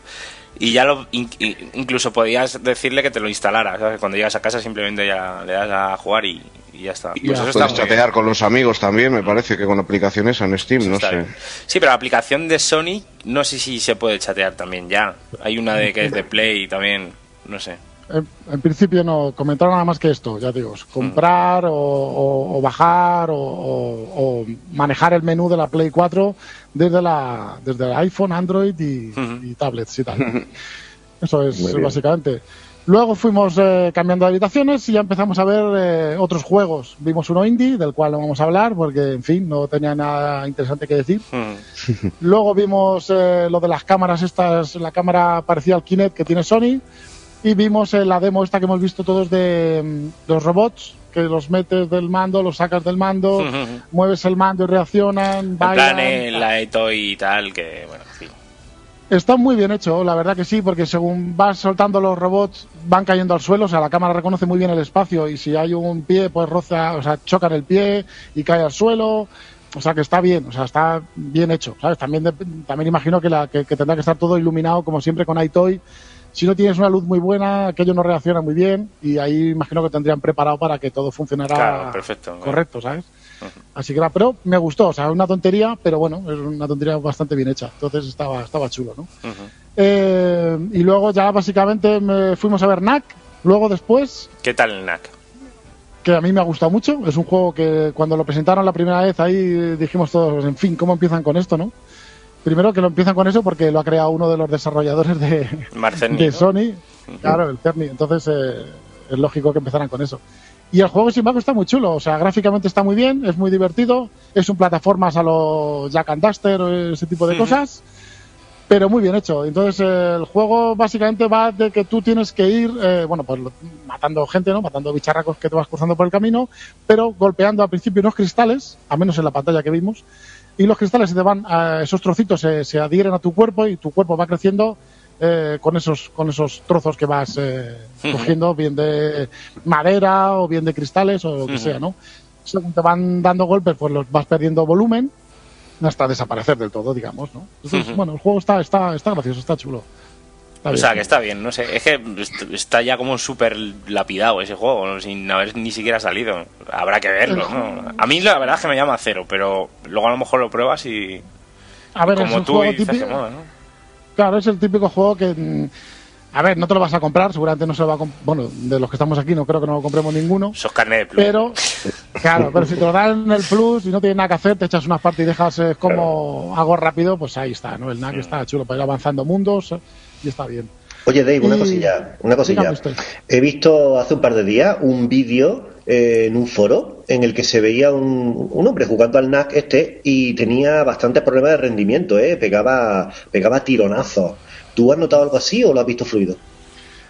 Speaker 1: Y ya lo, in- i- incluso podías decirle que te lo instalara, ¿sabes? Cuando llegas a casa simplemente ya le das a jugar y, y y ya está.
Speaker 20: Y
Speaker 1: Pues eso está
Speaker 20: puedes
Speaker 1: muy bien.
Speaker 20: chatear con los amigos también, me parece que con aplicaciones en Steam, no
Speaker 1: Está
Speaker 20: sé.
Speaker 1: bien. Sí, pero la aplicación de Sony, no sé si se puede chatear también ya. Hay una de que es de Play también, no sé.
Speaker 7: En, Eh, en principio no, comentar nada más que esto, ya digo, es comprar o, o- o bajar o, o- o manejar el menú de la Play 4 desde la desde el iPhone, Android y, y tablets y tal. Eso es
Speaker 22: Muy bien.
Speaker 7: básicamente. Luego fuimos eh, cambiando de habitaciones y ya empezamos a ver eh, otros juegos. Vimos uno indie, del cual no vamos a hablar porque, en fin, no tenía nada interesante que decir. Luego vimos eh, lo de las cámaras, estas, la cámara parecida al Kinect que tiene Sony. Y vimos eh, la demo esta que hemos visto todos de mm, los robots, que los metes del mando, los sacas del mando,
Speaker 1: Ujú.
Speaker 7: mueves el mando y reaccionan,
Speaker 1: En
Speaker 7: bailan.
Speaker 1: plan, eh, la Etoy y tal, que bueno, en fin.
Speaker 7: Está muy bien hecho, la verdad que sí, porque según vas soltando los robots, van cayendo al suelo, o sea, la cámara reconoce muy bien el espacio y si hay un pie, pues roza, o sea, chocan el pie y cae al suelo. O sea, que está bien, o sea, está bien hecho, ¿sabes? También, dep- también imagino que, la, que, que tendrá que estar todo iluminado, como siempre, con iToy. Si no tienes una luz muy buena, aquello no reacciona muy bien y ahí imagino que tendrían preparado para que todo funcionara
Speaker 1: Claro, perfecto.
Speaker 7: correcto, ¿sabes? Así que era, pero me gustó, o sea, una tontería, pero bueno, es una tontería bastante bien hecha, entonces estaba, estaba chulo, ¿no? Eh, y luego ya básicamente me fuimos a ver NAC, luego después,
Speaker 1: ¿Qué tal el NAC?
Speaker 7: que a mí me ha gustado mucho, es un juego que cuando lo presentaron la primera vez ahí dijimos todos, en fin, ¿cómo empiezan con esto, no? Primero que lo empiezan con eso porque lo ha creado uno de los desarrolladores de,
Speaker 1: Marcel
Speaker 7: de Sony, claro, el Cerny, entonces eh, es lógico que empezaran con eso. Y el juego, sin embargo, está muy chulo, o sea, gráficamente está muy bien, es muy divertido, es un plataformas a lo Jack and Duster, o ese tipo de cosas pero muy bien hecho. Entonces eh, el juego básicamente va de que tú tienes que ir, eh, bueno, pues lo- matando gente, ¿no? Matando bicharracos que te vas cruzando por el camino, pero golpeando al principio unos cristales, a menos en la pantalla que vimos, y los cristales se te van, a, esos trocitos se, se adhieren a tu cuerpo y tu cuerpo va creciendo eh, con esos con esos trozos que vas eh,
Speaker 22: Ujú.
Speaker 7: cogiendo, bien de madera o bien de cristales o lo que
Speaker 22: Ujú.
Speaker 7: sea, ¿no? Según te van dando golpes, pues los vas perdiendo volumen hasta desaparecer del todo, digamos, ¿no? Entonces,
Speaker 1: Ujú.
Speaker 7: bueno, el juego está, está, está gracioso, está chulo. Está
Speaker 1: o
Speaker 7: bien.
Speaker 1: sea, que está bien, no sé. Es que est- está ya como súper lapidado ese juego, ¿no? sin haber ni siquiera salido. Habrá que verlo, ¿no? A mí la verdad es que me llama cero, pero luego a lo mejor lo pruebas y.
Speaker 7: a ver, es
Speaker 1: como
Speaker 7: un
Speaker 1: tú
Speaker 7: juego
Speaker 1: y dices
Speaker 7: típico.
Speaker 1: que mola, ¿no?
Speaker 7: Claro, es el típico juego que. mm, A ver, no te lo vas a comprar, seguramente no se lo va a comp- Bueno, de los que estamos aquí, no creo que no lo compremos ninguno.
Speaker 1: Sos carne de plus.
Speaker 7: Pero, claro, pero si te lo dan en el plus y no tienes nada que hacer, te echas unas partes y dejas eh, como hago rápido, pues ahí está, ¿no? El
Speaker 1: Mm.
Speaker 7: NAC está chulo para ir avanzando mundos eh, y está bien.
Speaker 19: Oye, Dave, una
Speaker 7: Y-
Speaker 19: cosilla, una cosilla.
Speaker 7: dígame usted.
Speaker 19: He visto hace un par de días un vídeo eh, en un foro en el que se veía un, un hombre jugando al NAC este y tenía bastantes problemas de rendimiento, ¿eh? Pegaba, pegaba tironazos. ¿Tú has notado algo así o lo has visto fluido?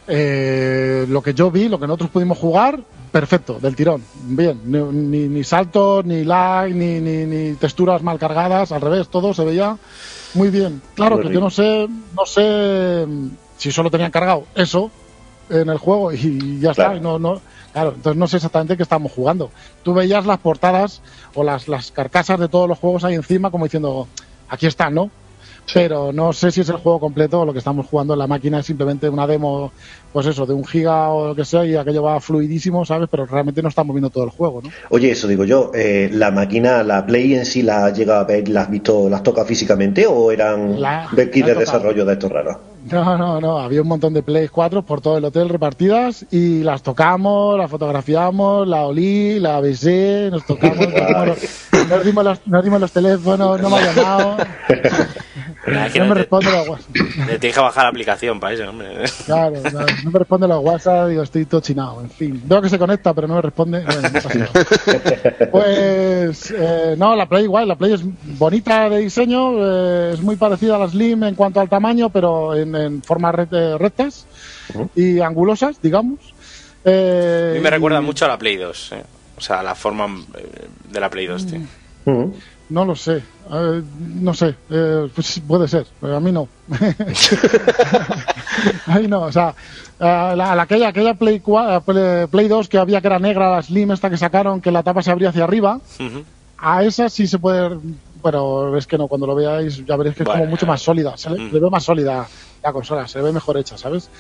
Speaker 7: Eh, lo que yo vi, lo que nosotros pudimos jugar, perfecto, del tirón, bien, ni, ni, ni saltos, ni lag, ni, ni, ni texturas mal cargadas, al revés, todo se veía muy bien. Claro
Speaker 22: Muy
Speaker 7: que
Speaker 22: rico.
Speaker 7: yo no sé, no sé mm, si solo tenían cargado eso en el juego y ya está,
Speaker 22: Claro.
Speaker 7: y no, no, claro, entonces no sé exactamente qué estábamos jugando. Tú veías las portadas o las, las carcasas de todos los juegos ahí encima como diciendo, aquí están, ¿no? pero no sé si es el juego completo o lo que estamos jugando en la máquina es simplemente una demo, pues eso, de un giga o lo que sea, y aquello va fluidísimo, ¿sabes? Pero realmente no estamos viendo todo el juego, ¿no?
Speaker 19: Oye, eso digo yo, eh, ¿la máquina, la Play en sí la has llegado a ver, la has visto, las toca físicamente o eran
Speaker 7: La-
Speaker 19: verkis
Speaker 7: la he
Speaker 19: de
Speaker 7: tocado.
Speaker 19: desarrollo de estos raros?
Speaker 7: No, no, no, había un montón de Play 4 por todo el hotel repartidas y las tocamos, las fotografiamos, la olí, la besé, nos [laughs] tocamos, tocamos los- nos, dimos los, nos dimos los teléfonos, no me ha llamado,
Speaker 1: [laughs] Nada, es que
Speaker 7: no me
Speaker 1: no te-
Speaker 7: responde los WhatsApp.
Speaker 1: [coughs] te tienes que bajar la aplicación para eso, hombre.
Speaker 7: Claro, no, no me responde los WhatsApp, digo, estoy todo chinado, en fin. Veo que se conecta, pero no me responde. Bueno, no pasa nada. [laughs] Pues eh, no, la Play igual, la Play es bonita de diseño, eh, es muy parecida a la Slim en cuanto al tamaño, pero en, en formas re- eh, rectas y angulosas, digamos. Eh,
Speaker 1: [laughs] A mí me recuerda
Speaker 7: y-
Speaker 1: mucho a la Play 2, eh. o sea, la forma eh, de la Play 2, tío.
Speaker 7: No lo sé, eh, no sé, eh, pues puede ser, pero a mí no. [laughs] a mí no, o sea, a la, a la- aquella, aquella Play, cua- Play- Play 2 que había que era negra, la Slim esta que sacaron, que la tapa se abría hacia arriba, a esa sí se puede pero es que no, cuando lo veáis ya veréis que es
Speaker 1: Vale.
Speaker 7: como mucho más sólida, se le,
Speaker 1: Mm.
Speaker 7: le veo más sólida la consola, se le ve mejor hecha, ¿sabes?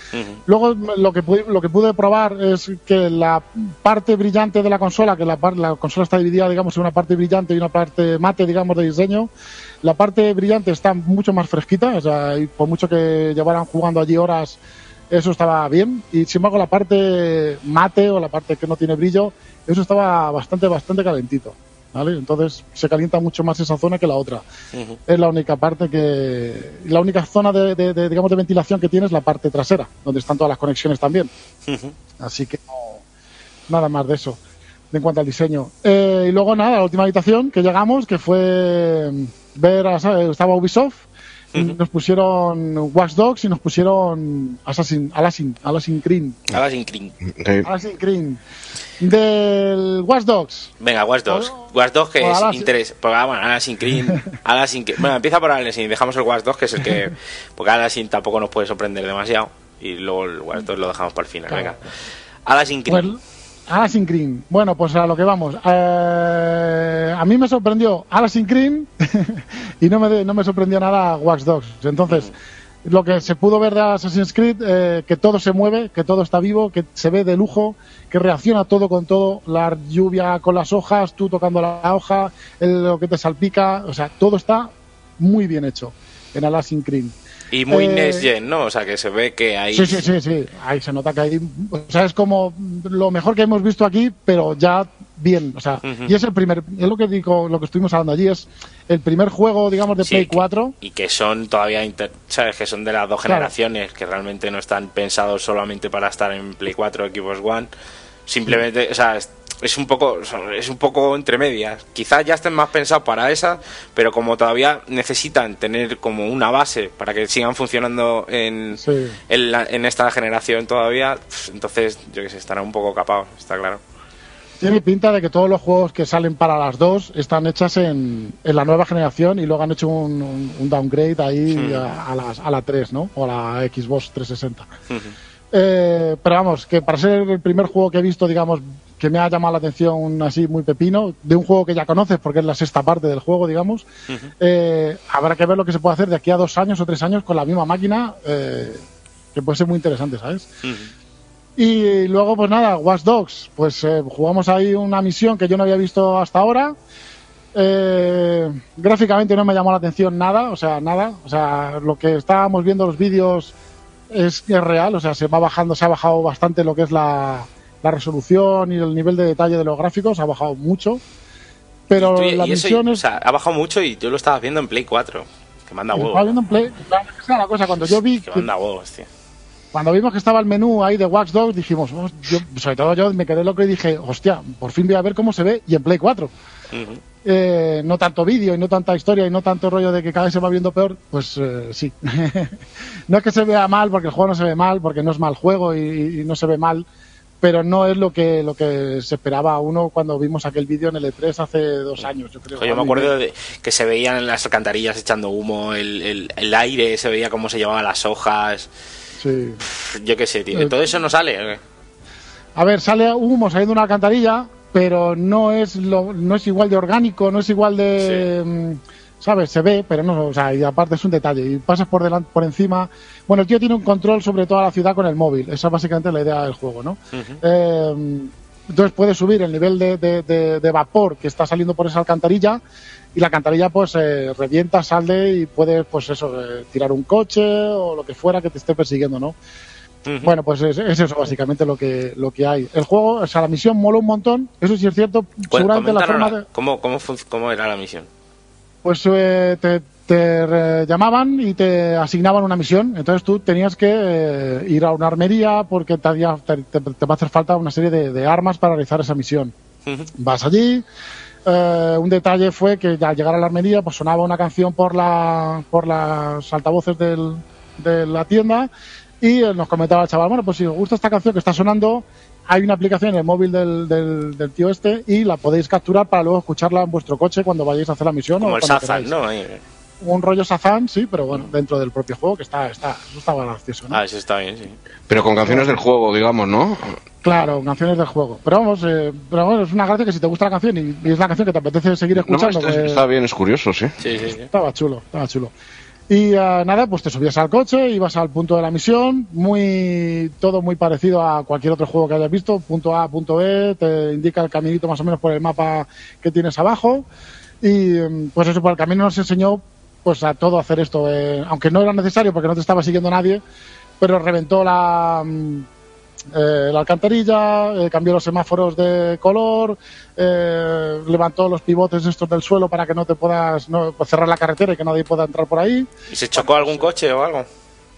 Speaker 7: Luego lo que, pude, lo que pude probar es que la parte brillante de la consola, que la, par- la consola está dividida, digamos, en una parte brillante y una parte mate, digamos, de diseño, la parte brillante está mucho más fresquita, o sea, y por mucho que llevaran jugando allí horas, eso estaba bien. Y sin embargo, la parte mate o la parte que no tiene brillo, eso estaba bastante, bastante calentito. ¿Vale? Entonces se calienta mucho más esa zona que la otra es la única parte que la única zona de, de- de, digamos de ventilación que tiene es la parte trasera donde están todas las conexiones también así que no- nada más de eso en cuanto al diseño Eh, y luego nada la última habitación que llegamos que fue mm, ver a- estaba Ubisoft nos pusieron Watch Dogs y nos pusieron Assassin Alasin Alasin Creed
Speaker 1: Ahora sin crin.
Speaker 7: Alasin Creed del Watch Dogs
Speaker 1: Venga, Watch 2. Watch 2 que
Speaker 7: o
Speaker 1: es
Speaker 7: Alas-
Speaker 1: interés. Porque ah, bueno, Alas sin Cream.
Speaker 7: [laughs]
Speaker 1: Alas sin que- Bueno, empieza por Alas sin. Dejamos el Watch 2 que es el que. Porque Alas sin tampoco nos puede sorprender demasiado. Y luego el Watch 2 lo dejamos para el final. Venga. Alas sin Cream.
Speaker 7: Bueno, Alasin Cream. Bueno, pues a lo que vamos. Eh, a mí me sorprendió Alasin Cream [laughs] y no me, de- no me sorprendió nada Watch Dogs. Entonces, lo que se pudo ver de Assassin's Creed, eh, que todo se mueve, que todo está vivo, que se ve de lujo, que reacciona todo con todo, la lluvia con las hojas, tú tocando la hoja, el- lo que te salpica, o sea, todo está muy bien hecho en Alasin Cream.
Speaker 1: Y muy
Speaker 7: Eh,
Speaker 1: Next Gen, ¿no? O sea, que se ve que hay.
Speaker 7: Sí, sí, sí, sí. Ahí se nota que hay. O sea, es como lo mejor que hemos visto aquí, pero ya bien. O sea,
Speaker 1: Ujú.
Speaker 7: y es el primer. Es lo que digo, lo que estuvimos hablando allí, es el primer juego, digamos, de
Speaker 1: Sí,
Speaker 7: Play
Speaker 1: que-
Speaker 7: 4.
Speaker 1: Y que son todavía. inter- ¿Sabes? Que son de las dos
Speaker 7: Claro.
Speaker 1: generaciones. Que realmente no están pensados solamente para estar en Play 4 o Xbox One. Simplemente. O sea, es, es un poco. son- Es un poco entre medias. Quizás ya estén más pensados para esas. Pero como todavía necesitan tener como una base para que sigan funcionando en. en la- en esta generación todavía, pf, entonces yo que sé, estarán un poco capados, está claro.
Speaker 7: Tiene pinta de que todos los juegos que salen para las dos están hechas en, en la nueva generación y luego han hecho un, un- un downgrade ahí
Speaker 1: Sí.
Speaker 7: a, a las- a la 3, ¿no? O a la Xbox 360. Eh, pero vamos, que para ser el primer juego que he visto, digamos, que me ha llamado la atención así muy pepino, de un juego que ya conoces porque es la sexta parte del juego, digamos, eh, habrá que ver lo que se puede hacer de aquí a dos años o tres años con la misma máquina, eh, que puede ser muy interesante, ¿sabes? Y luego, pues nada, Watch Dogs, pues eh, jugamos ahí una misión que yo no había visto hasta ahora. Eh, gráficamente no me llamó la atención nada, o sea, nada. O sea, lo que estábamos viendo los vídeos es, es real, o sea, se va bajando, se ha bajado bastante lo que es la, la resolución y el nivel de detalle de los gráficos, ha bajado mucho. Pero
Speaker 1: Tú, y-
Speaker 7: la
Speaker 1: y eso,
Speaker 7: misión
Speaker 1: o sea, ha bajado mucho y tú lo estabas viendo en Play 4. Que manda
Speaker 7: Lo estaba
Speaker 1: huevos.
Speaker 7: viendo en Play- la- esa es la cosa, cuando yo vi
Speaker 1: Que
Speaker 7: que-
Speaker 1: manda huevos, tío.
Speaker 7: cuando vimos que estaba el menú ahí de Watch Dogs, dijimos, "Oh, yo, sobre todo yo me quedé loco y dije, hostia, por fin voy a ver cómo se ve y en Play 4. Eh, no tanto vídeo y no tanta historia y no tanto rollo de que cada vez se va viendo peor, pues [laughs] eh, sí. no es que se vea mal, porque el juego no se ve mal, porque no es mal juego y, y no se ve mal, pero no es lo que, lo que se esperaba uno cuando vimos aquel vídeo en el E3 hace dos años, yo creo.
Speaker 1: Joder, yo me acuerdo de que se veían en las alcantarillas echando humo, el, el- el aire, se veía cómo se llevaban las hojas.
Speaker 7: Sí.
Speaker 1: Pff, Yo qué sé, tío.
Speaker 7: Eh,
Speaker 1: Todo eso no sale. ¿eh?
Speaker 7: A ver, sale humo saliendo de una alcantarilla, pero no es lo, no es igual de orgánico, no es igual de mm, sabes, se ve, pero no, o sea, y aparte es un detalle, y pasas por delante, por encima. Bueno, el tío tiene un control sobre toda la ciudad con el móvil, esa es básicamente la idea del juego, ¿no? Eh, entonces puedes subir el nivel de, de- de- de vapor que está saliendo por esa alcantarilla y la alcantarilla pues eh, revienta, sale y puedes pues eso, eh, tirar un coche o lo que fuera que te esté persiguiendo, ¿no? Bueno, pues es, es eso básicamente lo que, lo que hay. El juego, o sea, la misión mola un montón, eso sí es cierto,
Speaker 1: Cu-
Speaker 7: seguramente la
Speaker 1: coméntanos
Speaker 7: forma
Speaker 1: la-
Speaker 7: de...
Speaker 1: ¿Cómo, cómo, func- cómo era la misión?
Speaker 7: Pues eh, te, te, eh, llamaban y te asignaban una misión. Entonces tú tenías que eh, ir a una armería porque te, había- te- te- te va a hacer falta una serie de, de armas para realizar esa misión. Vas allí. eh, un detalle fue que al llegar a la armería pues sonaba una canción por, la, por las altavoces del- de la tienda y eh, nos comentaba el chaval, bueno, pues si os gusta esta canción que está sonando, hay una aplicación en el móvil del, del- del tío este y la podéis capturar para luego escucharla en vuestro coche cuando vayáis a hacer la misión. o
Speaker 1: Como el
Speaker 7: cuando
Speaker 1: Sazan,
Speaker 7: queráis".
Speaker 1: ¿no? Mm. Ahí.
Speaker 7: un rollo Sazan, sí, pero bueno, dentro del propio juego, que está, está, eso estaba gracioso, ¿no?
Speaker 1: Ah, eso está bien, sí.
Speaker 20: Pero con canciones del juego, digamos, ¿no?
Speaker 7: Claro, canciones del juego. Pero vamos, eh, pero bueno, es una gracia que si te gusta la canción y, y es la canción que te apetece seguir
Speaker 20: No,
Speaker 7: escuchando,
Speaker 20: está,
Speaker 7: pues,
Speaker 20: está bien, es curioso, sí.
Speaker 1: Sí, sí, sí.
Speaker 7: estaba chulo, estaba chulo. Y eh, nada, pues te subías al coche, ibas al punto de la misión, muy todo muy parecido a cualquier otro juego que hayas visto, punto A, punto B, te indica el caminito más o menos por el mapa que tienes abajo. Y eh, pues eso, por el camino nos enseñó pues a todo hacer esto, eh, aunque no era necesario porque no te estaba siguiendo nadie, pero reventó la, mm, eh, la alcantarilla, eh, cambió los semáforos de color, eh, levantó los pivotes estos del suelo para que no te puedas no, pues, cerrar la carretera y que nadie pueda entrar por ahí.
Speaker 1: ¿Y se chocó algún coche o algo?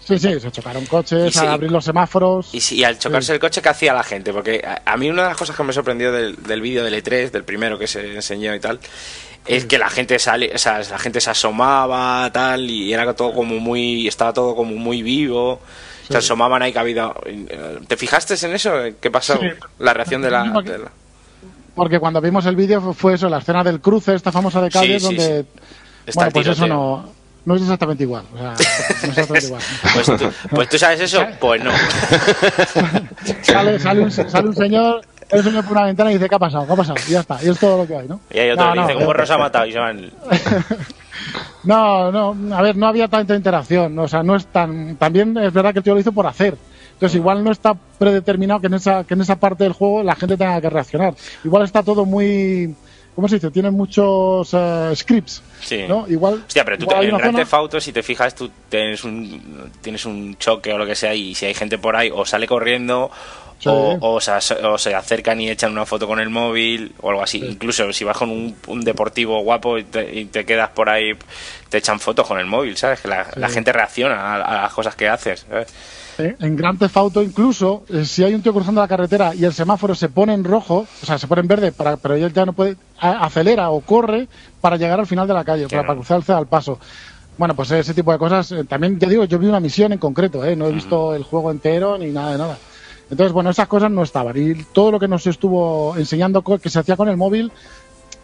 Speaker 7: Sí, sí, se chocaron
Speaker 1: Y
Speaker 7: coches,
Speaker 1: se-
Speaker 7: al abrir los semáforos.
Speaker 1: Y, si- y al chocarse
Speaker 22: Mm.
Speaker 1: el coche, ¿qué hacía la gente? Porque a, a mí una de las cosas que me sorprendió del, del vídeo del E3, del primero que se enseñó y tal,
Speaker 22: Mm.
Speaker 1: es que la gente sale, o sea, la gente se asomaba, tal, y era todo como muy, estaba todo como muy vivo. Se asomaban ahí cabida. ¿Te fijaste en eso? ¿Qué pasó?
Speaker 7: Sí.
Speaker 1: La reacción de la.
Speaker 7: Mismo
Speaker 1: de la-
Speaker 7: Porque cuando vimos el vídeo fu- fue eso, la escena del cruce, esta famosa de
Speaker 1: Sí,
Speaker 7: calles,
Speaker 1: sí,
Speaker 7: donde...
Speaker 1: Está
Speaker 7: Bueno,
Speaker 1: el
Speaker 7: pues eso
Speaker 1: tiroteo.
Speaker 7: no, no es exactamente igual. o
Speaker 22: Ah,
Speaker 7: sea, no es exactamente igual.
Speaker 1: [laughs] Pues tú, pues tú sabes eso,
Speaker 22: [laughs]
Speaker 1: pues no.
Speaker 7: sale, sale, un, sale un señor, el señor por una ventana y dice, ¿qué ha pasado? ¿Qué ha pasado? Y ya está, y es todo lo que hay, ¿no?
Speaker 1: Y hay otro
Speaker 7: No,
Speaker 1: que
Speaker 7: no,
Speaker 1: dice,
Speaker 7: eh,
Speaker 1: ¿cómo Rosa ha matado? Y se
Speaker 7: [laughs]
Speaker 1: van.
Speaker 7: No, no, a ver, no había tanta interacción, ¿no? o sea, no es tan... También es verdad que el tío lo hizo por hacer.
Speaker 1: Ah.
Speaker 7: Entonces, igual no está predeterminado que en esa, que en esa parte del juego la gente tenga que reaccionar. Igual está todo muy... ¿Cómo se dice? Tiene muchos eh, scripts,
Speaker 1: Sí.
Speaker 7: ¿no? Igual...
Speaker 1: Hostia, pero tú
Speaker 7: igual
Speaker 1: te-
Speaker 7: hay
Speaker 1: en
Speaker 7: una
Speaker 1: Grand
Speaker 7: zona-
Speaker 1: Theft Auto, si te fijas, tú tienes un, tienes un choque o lo que sea, y si hay gente por ahí, o sale corriendo,
Speaker 7: Sí.
Speaker 1: o, o se, as- o se acercan y echan una foto con el móvil, o algo así. Incluso si vas con un, un deportivo guapo y te, y te quedas por ahí, te echan fotos con el móvil, ¿sabes? Que la, la gente reacciona a, a las cosas que haces. ¿sabes?
Speaker 7: Eh, en Grand Theft Auto incluso, eh, si hay un tío cruzando la carretera y el semáforo se pone en rojo, o sea, se pone en verde, para, pero él ya no puede, a- acelera o corre para llegar al final de la calle, para, para cruzarse al paso. Bueno, pues ese tipo de cosas. eh, También, ya digo, yo vi una misión en concreto, ¿eh? no he visto el juego entero ni nada de nada. Entonces, bueno, esas cosas no estaban. Y todo lo que nos estuvo enseñando co- que se hacía con el móvil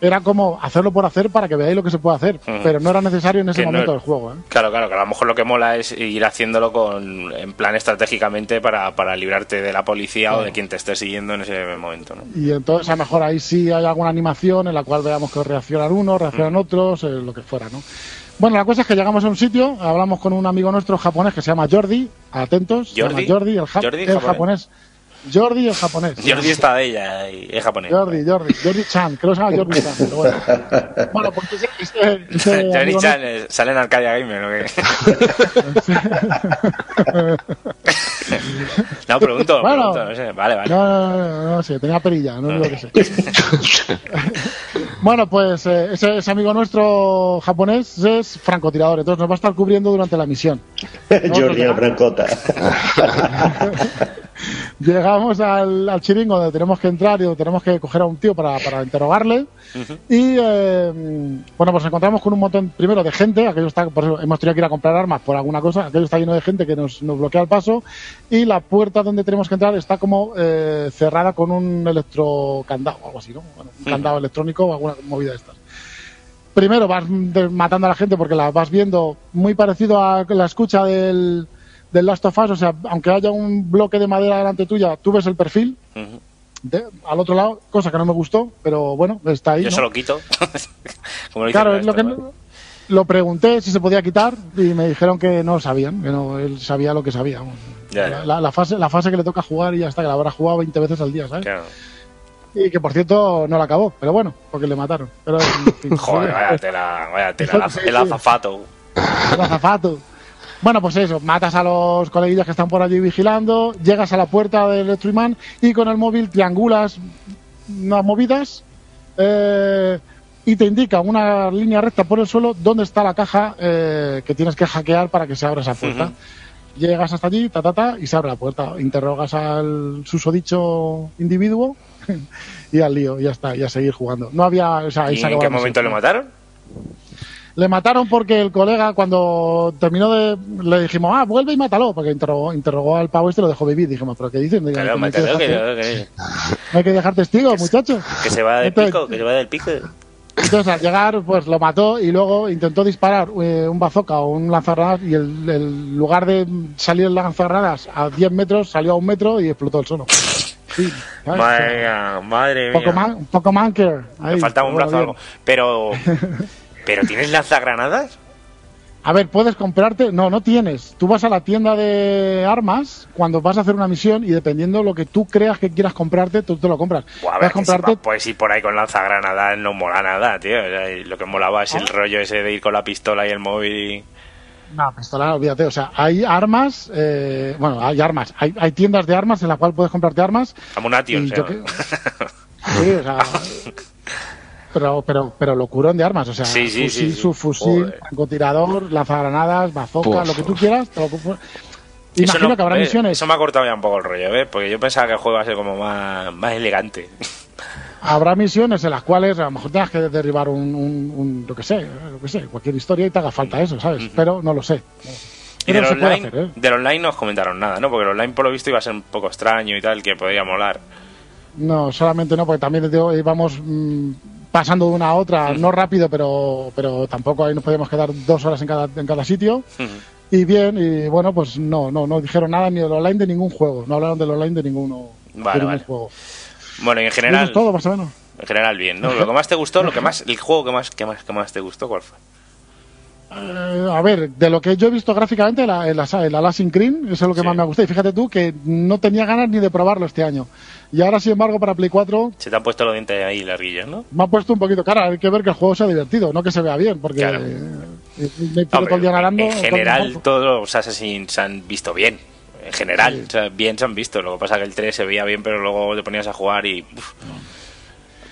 Speaker 7: era como hacerlo por hacer para que veáis lo que se puede hacer.
Speaker 1: Ujú.
Speaker 7: Pero no era necesario en ese
Speaker 1: Que no
Speaker 7: momento
Speaker 1: era-
Speaker 7: del juego. ¿eh?
Speaker 1: Claro, claro, que a lo mejor lo que mola es ir haciéndolo con, en plan estratégicamente para, para librarte de la policía o de quien te esté siguiendo en ese momento, ¿no?
Speaker 7: Y entonces a lo mejor ahí sí hay alguna animación en la cual veamos que reaccionan unos,
Speaker 1: Mm.
Speaker 7: reaccionan otros, eh, lo que fuera, ¿no? Bueno, la cosa es que llegamos a un sitio, hablamos con un amigo nuestro japonés que se llama Jordi, atentos, se llama
Speaker 1: Jordi.
Speaker 7: Jordi, el, ja-
Speaker 1: Jordi,
Speaker 7: el
Speaker 1: japonés.
Speaker 7: japonés. Jordi el japonés.
Speaker 1: Jordi está de ella y es japonés.
Speaker 7: Jordi, Jordi, Jordi Chan, creo que se llama Jordi Chan,
Speaker 1: [laughs]
Speaker 7: pero bueno. Bueno, porque ese- este- este
Speaker 1: Johnny
Speaker 7: amigo
Speaker 1: Chan eh, sale en Arcadia Gamer, ¿o
Speaker 7: [laughs]
Speaker 1: qué? [laughs] no, pregunto,
Speaker 7: Bueno.
Speaker 1: pregunto, no sé. Vale, vale.
Speaker 7: No, no, no, no, no sé, tenía perilla, no digo que sé.
Speaker 1: [laughs]
Speaker 7: bueno, pues eh, ese, ese amigo nuestro japonés es francotirador, entonces nos va a estar cubriendo durante la misión.
Speaker 19: [laughs] Jordi el Brancota.
Speaker 7: Llegamos al, al chiringo donde tenemos que entrar y donde tenemos que coger a un tío para, para interrogarle. Y eh, bueno, pues nos encontramos con un montón primero de gente, aquello está, por eso hemos tenido que ir a comprar armas por alguna cosa, aquello está lleno de gente que nos, nos bloquea el paso y la puerta donde tenemos que entrar está como eh, cerrada con un electrocandado o algo así, ¿no? Bueno, un
Speaker 22: Ujú.
Speaker 7: candado electrónico o alguna movida de estas. Primero vas de- matando a la gente porque la vas viendo muy parecido a la escucha del, del Last of Us, o sea, aunque haya un bloque de madera delante tuya, tú ves el perfil de- al otro lado, cosa que no me gustó, pero bueno, está ahí.
Speaker 1: Yo
Speaker 7: ¿no?
Speaker 1: se lo quito. [laughs] Como dicen
Speaker 7: Claro,
Speaker 1: en
Speaker 7: es lo que
Speaker 1: esto,
Speaker 7: no- lo pregunté si se podía quitar y me dijeron que no sabían, que no él sabía lo que sabía. vamos.
Speaker 1: Ya, ya.
Speaker 7: La, la- la fase, la fase que le toca jugar y hasta que la habrá jugado 20 veces al día, ¿sabes?
Speaker 1: Claro.
Speaker 7: Y que por cierto no la acabó, pero bueno, porque le mataron. Pero
Speaker 1: [laughs]
Speaker 7: en fin,
Speaker 1: Joder, vaya tela, vaya tela, el az- el azafato.
Speaker 7: el azafato. Bueno, pues eso, matas a los coleguillas que están por allí vigilando, llegas a la puerta del Electroimán y con el móvil triangulas unas movidas eh, y te indica una línea recta por el suelo dónde está la caja eh, que tienes que hackear para que se abra esa puerta.
Speaker 22: Ujú.
Speaker 7: Llegas hasta allí, ta, ta, ta, y se abre la puerta. Interrogas al susodicho individuo [laughs] y al lío, y ya está, y a seguir jugando. No había... O sea, ahí
Speaker 1: ¿Y
Speaker 7: se
Speaker 1: en
Speaker 7: acabó
Speaker 1: qué
Speaker 7: la misión.
Speaker 1: momento lo mataron?
Speaker 7: Le mataron porque el colega, cuando terminó de. Le dijimos, ah, vuelve y mátalo, porque interrogó, interrogó al pavo este y lo dejó vivir. Dijimos, ¿pero qué dicen? Digo,
Speaker 1: Claro,
Speaker 7: no, hay que
Speaker 1: mátalo, que,
Speaker 7: dejar-
Speaker 1: que-
Speaker 7: no hay que dejar testigos, muchachos.
Speaker 1: que se va del
Speaker 7: Entonces-
Speaker 1: pico, que se va del pico.
Speaker 7: Entonces al llegar, pues lo mató y luego intentó disparar eh, un bazooka o un lanzagranadas y el, el lugar de salir el lanzagranadas a 10 metros salió a un metro y explotó el sono. Sí, ¿sabes?
Speaker 1: Vaya, madre mía.
Speaker 7: Poco man, un poco manker.
Speaker 1: Me faltaba un brazo o algo.
Speaker 7: [laughs]
Speaker 1: Pero. ¿Pero tienes lanzagranadas?
Speaker 7: A ver, puedes comprarte. No, no tienes. Tú vas a la tienda de armas cuando vas a hacer una misión y dependiendo lo que tú creas que quieras comprarte, tú te lo compras.
Speaker 1: Buah, a ver,
Speaker 7: Puedes
Speaker 1: que si va- puedes ir por ahí con lanzagranadas, no mola nada, tío. O sea, y lo que molaba es el
Speaker 7: Ah.
Speaker 1: rollo ese de ir con la pistola y el móvil. y-
Speaker 7: No, pistola, olvídate. O sea, hay armas. eh, bueno, hay armas. Hay, hay tiendas de armas en las cuales puedes comprarte armas.
Speaker 1: Amunation,
Speaker 7: Y
Speaker 1: se
Speaker 7: yo Ah,
Speaker 1: llama. [laughs]
Speaker 7: Sí, o sea. pero, pero, pero locurón de armas. O sea,
Speaker 1: Sí, sí,
Speaker 7: fusil,
Speaker 1: sí, sí.
Speaker 7: subfusil, francotirador, lanzagranadas, bazooka,
Speaker 1: Puf.
Speaker 7: lo que tú quieras. te lo compro.
Speaker 1: Eso
Speaker 7: Imagino
Speaker 1: no-
Speaker 7: que habrá
Speaker 1: eh,
Speaker 7: misiones.
Speaker 1: Eso me ha cortado ya un poco el rollo, ¿ves? Porque yo pensaba que el juego iba a ser como más, más elegante. [laughs]
Speaker 7: Habrá misiones en las cuales a lo mejor tengas que derribar un, un, un- lo que sé, lo que sé, cualquier historia y te haga falta eso, ¿sabes? Pero no lo sé.
Speaker 1: Y
Speaker 7: Pero
Speaker 1: del
Speaker 7: se puede
Speaker 1: online,
Speaker 7: hacer, ¿eh?
Speaker 1: del online no os comentaron nada, ¿no? Porque el online por lo visto iba a ser un poco extraño y tal, que podía molar.
Speaker 7: No, solamente no, porque también te digo, íbamos mm, pasando de una a otra, no rápido, pero, pero tampoco ahí nos podíamos quedar dos horas en cada, en cada sitio. Y bien, y bueno, pues no, no, no dijeron nada ni del online de ningún juego, no hablaron del online de ninguno. de
Speaker 1: Vale,
Speaker 7: ningún
Speaker 1: vale.
Speaker 7: juego.
Speaker 1: Bueno, y en
Speaker 7: Eso
Speaker 1: general,
Speaker 7: es todo, más o menos.
Speaker 1: en general bien, ¿no? Lo que más te gustó, lo que más, el juego que más, que más, que más te gustó, ¿cuál fue?
Speaker 7: Eh, a ver, de lo que yo he visto gráficamente, la, el, Asa- el Assassin's Creed, eso es lo que más me ha gustado. Y fíjate tú que no tenía ganas ni de probarlo este año. Y ahora, sin embargo, para Play 4
Speaker 1: Se te han puesto los dientes ahí larguillos, ¿no?
Speaker 7: me ha puesto un poquito cara. Hay que ver que el juego sea divertido, no que se vea bien, porque
Speaker 1: Claro.
Speaker 7: eh, me tiro todo el día nadando.
Speaker 1: En
Speaker 7: todo el día nadando.
Speaker 1: general, todos los Assassins se han visto bien. En general, o sea, bien se han visto. Lo que pasa que el 3 se veía bien, pero luego te ponías a jugar y. uf.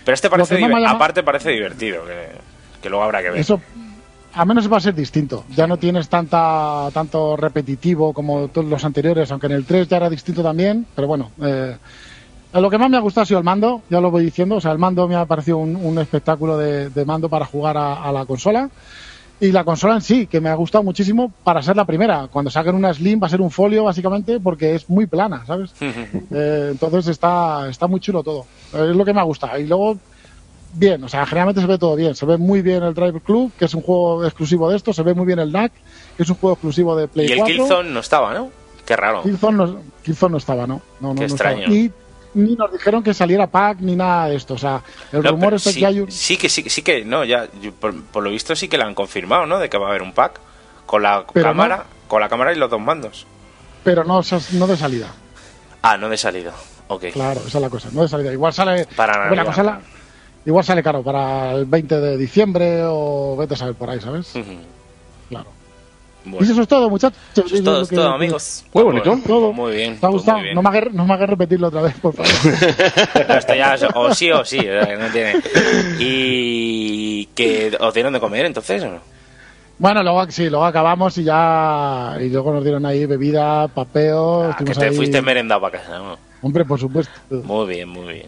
Speaker 1: Pero este parece.
Speaker 7: que más me
Speaker 1: diver-
Speaker 7: ha llamado-
Speaker 1: Aparte, parece divertido. Que, que luego habrá que ver.
Speaker 7: Eso, a menos va a ser distinto. Ya no tienes tanta tanto repetitivo como todos los anteriores, aunque en el 3 ya era distinto también, pero bueno. eh, lo que más me ha gustado ha sido el mando, ya lo voy diciendo. O sea, el mando me ha parecido un, un espectáculo de, de mando para jugar a, a la consola. Y la consola en sí, que me ha gustado muchísimo para ser la primera. Cuando saquen una Slim va a ser un folio, básicamente, porque es muy plana, ¿sabes? Eh, entonces está, está muy chulo todo. Es lo que me ha gustado. Y luego, bien, o sea, generalmente se ve todo bien. Se ve muy bien el Driver Club, que es un juego exclusivo de esto. Se ve muy bien el NAC, que es un juego exclusivo de Play
Speaker 1: Y el
Speaker 7: 4.
Speaker 1: Killzone no estaba, ¿no? Qué raro.
Speaker 7: Killzone no, Killzone no estaba, ¿no? No, no,
Speaker 1: Qué
Speaker 7: no estaba.
Speaker 1: extraño.
Speaker 7: Y ni nos dijeron que saliera pack ni nada de esto. O sea, el
Speaker 1: No,
Speaker 7: rumor
Speaker 1: pero
Speaker 7: es
Speaker 1: sí,
Speaker 7: que hay un.
Speaker 1: sí que sí, que- sí que no, ya yo- por, por lo visto sí que la han confirmado, ¿no? De que va a haber un pack con la
Speaker 7: Pero
Speaker 1: cámara, con la cámara y los dos mandos.
Speaker 7: Pero no, sas- no de salida.
Speaker 1: Ah, no de salida. Ok.
Speaker 7: Claro, esa es la cosa. No de salida. Igual sale.
Speaker 1: Para
Speaker 7: bueno,
Speaker 1: Navidad.
Speaker 7: pues la consola- igual sale caro para el 20 de diciembre o vete a saber por ahí, ¿sabes? Claro.
Speaker 1: Bueno.
Speaker 7: Y eso es todo, muchachos.
Speaker 1: Eso es todo, es todo, amigos. Pues
Speaker 7: Muy bonito. Todo.
Speaker 1: Muy bien.
Speaker 7: ¿Te ha
Speaker 1: pues
Speaker 7: gustado?
Speaker 1: muy bien.
Speaker 7: No me hagas no me hagas repetirlo otra vez, por favor.
Speaker 1: [laughs] No, esto ya es o sí o sí, o sea, que no tiene. Y que os dieron de comer entonces o no?
Speaker 7: Bueno, luego sí, luego acabamos y ya. Y luego nos dieron ahí bebida, papeo.
Speaker 1: Ah, que
Speaker 7: estuvimos
Speaker 1: te
Speaker 7: Pues ahí-
Speaker 1: fuiste merendado para casa, ¿no?
Speaker 7: Hombre, por supuesto.
Speaker 1: Muy bien, muy bien.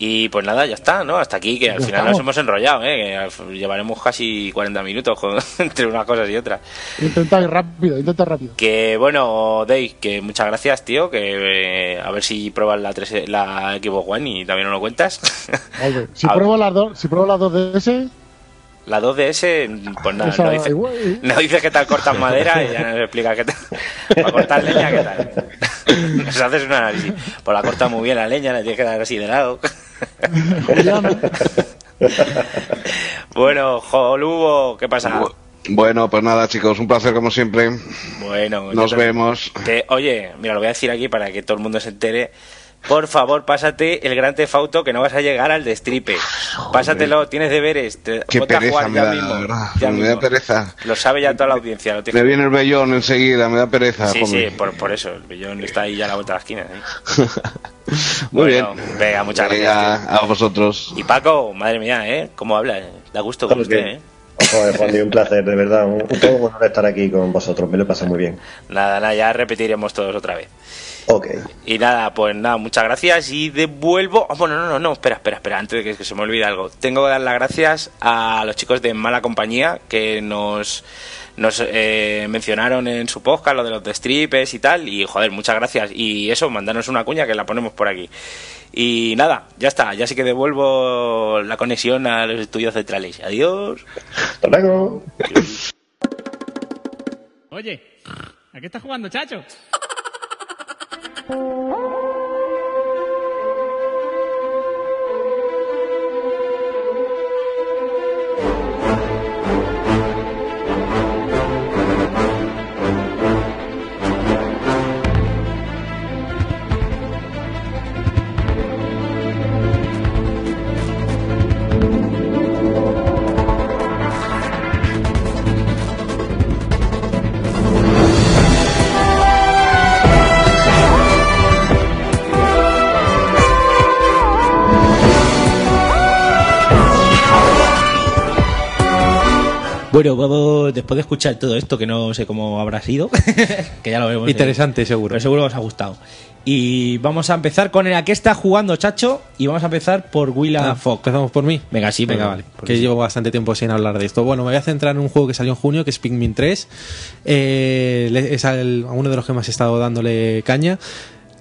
Speaker 1: Y pues nada, ya está, ¿no? Hasta aquí, que al
Speaker 7: Ya
Speaker 1: final nos
Speaker 7: estamos.
Speaker 1: hemos enrollado, ¿eh? Que al- llevaremos casi 40 minutos con- [laughs] entre unas cosas y otras.
Speaker 7: Intenta ir rápido, intenta rápido.
Speaker 1: Que bueno, Dave, que muchas gracias, tío. Que eh, a ver si pruebas la, 3, la Xbox One y también nos lo cuentas.
Speaker 7: Hombre, si
Speaker 1: A-
Speaker 7: pruebo, las dos, si pruebo las dos de ese,
Speaker 1: la 2DS, pues nada,
Speaker 7: Esa-
Speaker 1: no dices
Speaker 7: igual- ¿eh?
Speaker 1: no dice qué tal cortas madera y ya nos explicas qué tal. [laughs] Para cortar leña, qué tal. [laughs] Nos haces un análisis. Pues la cortas muy bien la leña, la tienes que dar así de lado. [laughs]
Speaker 7: Pues
Speaker 1: bueno, Jolugo, ¿qué pasa?
Speaker 20: Bueno, pues nada, chicos, un placer como siempre.
Speaker 1: Bueno,
Speaker 20: Nos
Speaker 1: yo te-
Speaker 20: vemos.
Speaker 1: te- oye, mira, lo voy a decir aquí para que todo el mundo se entere. Por favor, pásate el gran tefauto que no vas a llegar al destripe. Pásatelo, tienes deberes. Te,
Speaker 20: Qué
Speaker 1: ponte a
Speaker 20: pereza
Speaker 1: jugar
Speaker 20: me
Speaker 1: ya
Speaker 20: da, la
Speaker 1: mismo.
Speaker 20: verdad.
Speaker 1: ya
Speaker 20: Me
Speaker 1: mismo.
Speaker 20: da pereza.
Speaker 1: Lo sabe ya toda la audiencia. Lo
Speaker 20: Me
Speaker 1: tienes-
Speaker 20: viene el vellón enseguida, me da pereza.
Speaker 1: sí, sí,
Speaker 20: joder.
Speaker 1: por, por eso. El billón está ahí ya a la vuelta de la esquina. ¿eh?
Speaker 20: Muy
Speaker 1: Bueno,
Speaker 20: bien.
Speaker 1: Venga, muchas
Speaker 20: Venga,
Speaker 1: gracias. tío.
Speaker 20: A [laughs] vosotros.
Speaker 1: Y Paco, madre mía, ¿eh? ¿Cómo habla? eh? Da gusto con
Speaker 19: Claro
Speaker 1: usted,
Speaker 19: que-
Speaker 1: ¿eh?
Speaker 19: Joder, Juan, un placer, de verdad. Un, un todo un honor estar aquí con vosotros. Me lo he pasado muy bien.
Speaker 1: Nada, nada, ya repetiremos todos otra vez.
Speaker 19: Ok.
Speaker 1: Y nada, pues nada, muchas gracias y devuelvo... ah, bueno, no, no, no, espera, espera, espera, antes de que, que se me olvide algo. Tengo que dar las gracias a los chicos de Mala Compañía que nos nos eh, mencionaron en su podcast lo de los destripes y tal. Y joder, muchas gracias. Y eso, mandarnos una cuña que la ponemos por aquí. Y nada, ya está. Ya sí que devuelvo la conexión a los estudios centrales. Adiós.
Speaker 19: Hasta luego.
Speaker 22: Oye, ¿a qué estás jugando, chacho?
Speaker 8: Bueno, vamos, después de escuchar todo esto, que no sé cómo habrá sido, [laughs] que ya lo vemos.
Speaker 4: Interesante, seguro.
Speaker 8: Pero seguro que os ha gustado. Y vamos a empezar con el a qué está jugando Chacho, y vamos a empezar por Willa
Speaker 4: Ah,
Speaker 8: Fox.
Speaker 4: ¿Empezamos por mí?
Speaker 8: Venga, sí, venga,
Speaker 4: Perdón,
Speaker 8: vale.
Speaker 4: Que llevo bastante tiempo sin hablar de esto. Bueno, me voy a centrar en un juego que salió en junio, que es Pikmin 3. Eh, le- es al- a uno de los que más he estado dándole caña.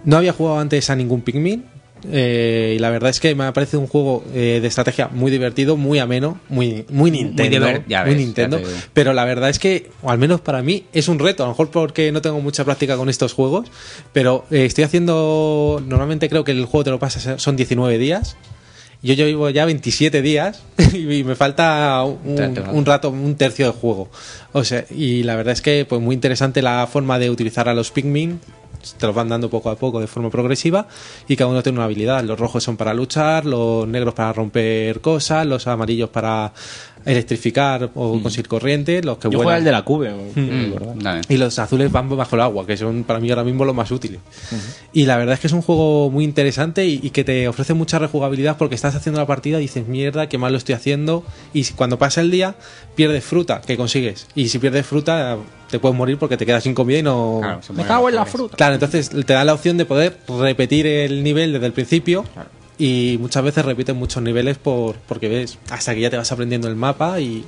Speaker 4: No había jugado antes a ningún Pikmin. eh, y la verdad es que me ha parecido un juego eh, de estrategia muy divertido, muy ameno, muy, muy Nintendo.
Speaker 16: diver- ya
Speaker 4: muy
Speaker 16: ves,
Speaker 4: Nintendo.
Speaker 16: ya te digo.
Speaker 4: Pero la verdad es que, o al menos para mí, es un reto. A lo mejor porque no tengo mucha práctica con estos juegos. Pero eh, estoy haciendo. Normalmente creo que el juego te lo pasas, eh, son 19 días. Yo ya llevo ya 27 días [laughs] y me falta un,
Speaker 16: Te- te falta.
Speaker 4: un rato, un tercio de juego. O sea, y la verdad es que pues muy interesante la forma de utilizar a los Pikmin. Te los van dando poco a poco de forma progresiva y cada uno tiene una habilidad. Los rojos son para luchar, los negros para romper cosas, los amarillos para electrificar o conseguir corriente, los que
Speaker 8: Mm. Yo juego
Speaker 4: vuelan.
Speaker 8: al
Speaker 4: [laughs]
Speaker 8: de la cube.
Speaker 4: Mm. Y los azules van bajo el agua, que son para mí ahora mismo los más útiles. Y la verdad es que es un juego muy interesante y, y que te ofrece mucha rejugabilidad porque estás haciendo la partida y dices, mierda, qué mal lo estoy haciendo. Y si- cuando pasa el día, pierdes fruta que consigues. Y si pierdes fruta, te puedes morir porque te quedas sin comida y no... [laughs]
Speaker 8: Me cago en la fruta.
Speaker 4: Claro, entonces te da la opción de poder repetir el nivel desde el principio. Y muchas veces repiten muchos niveles por, porque ves, hasta que ya te vas aprendiendo el mapa y,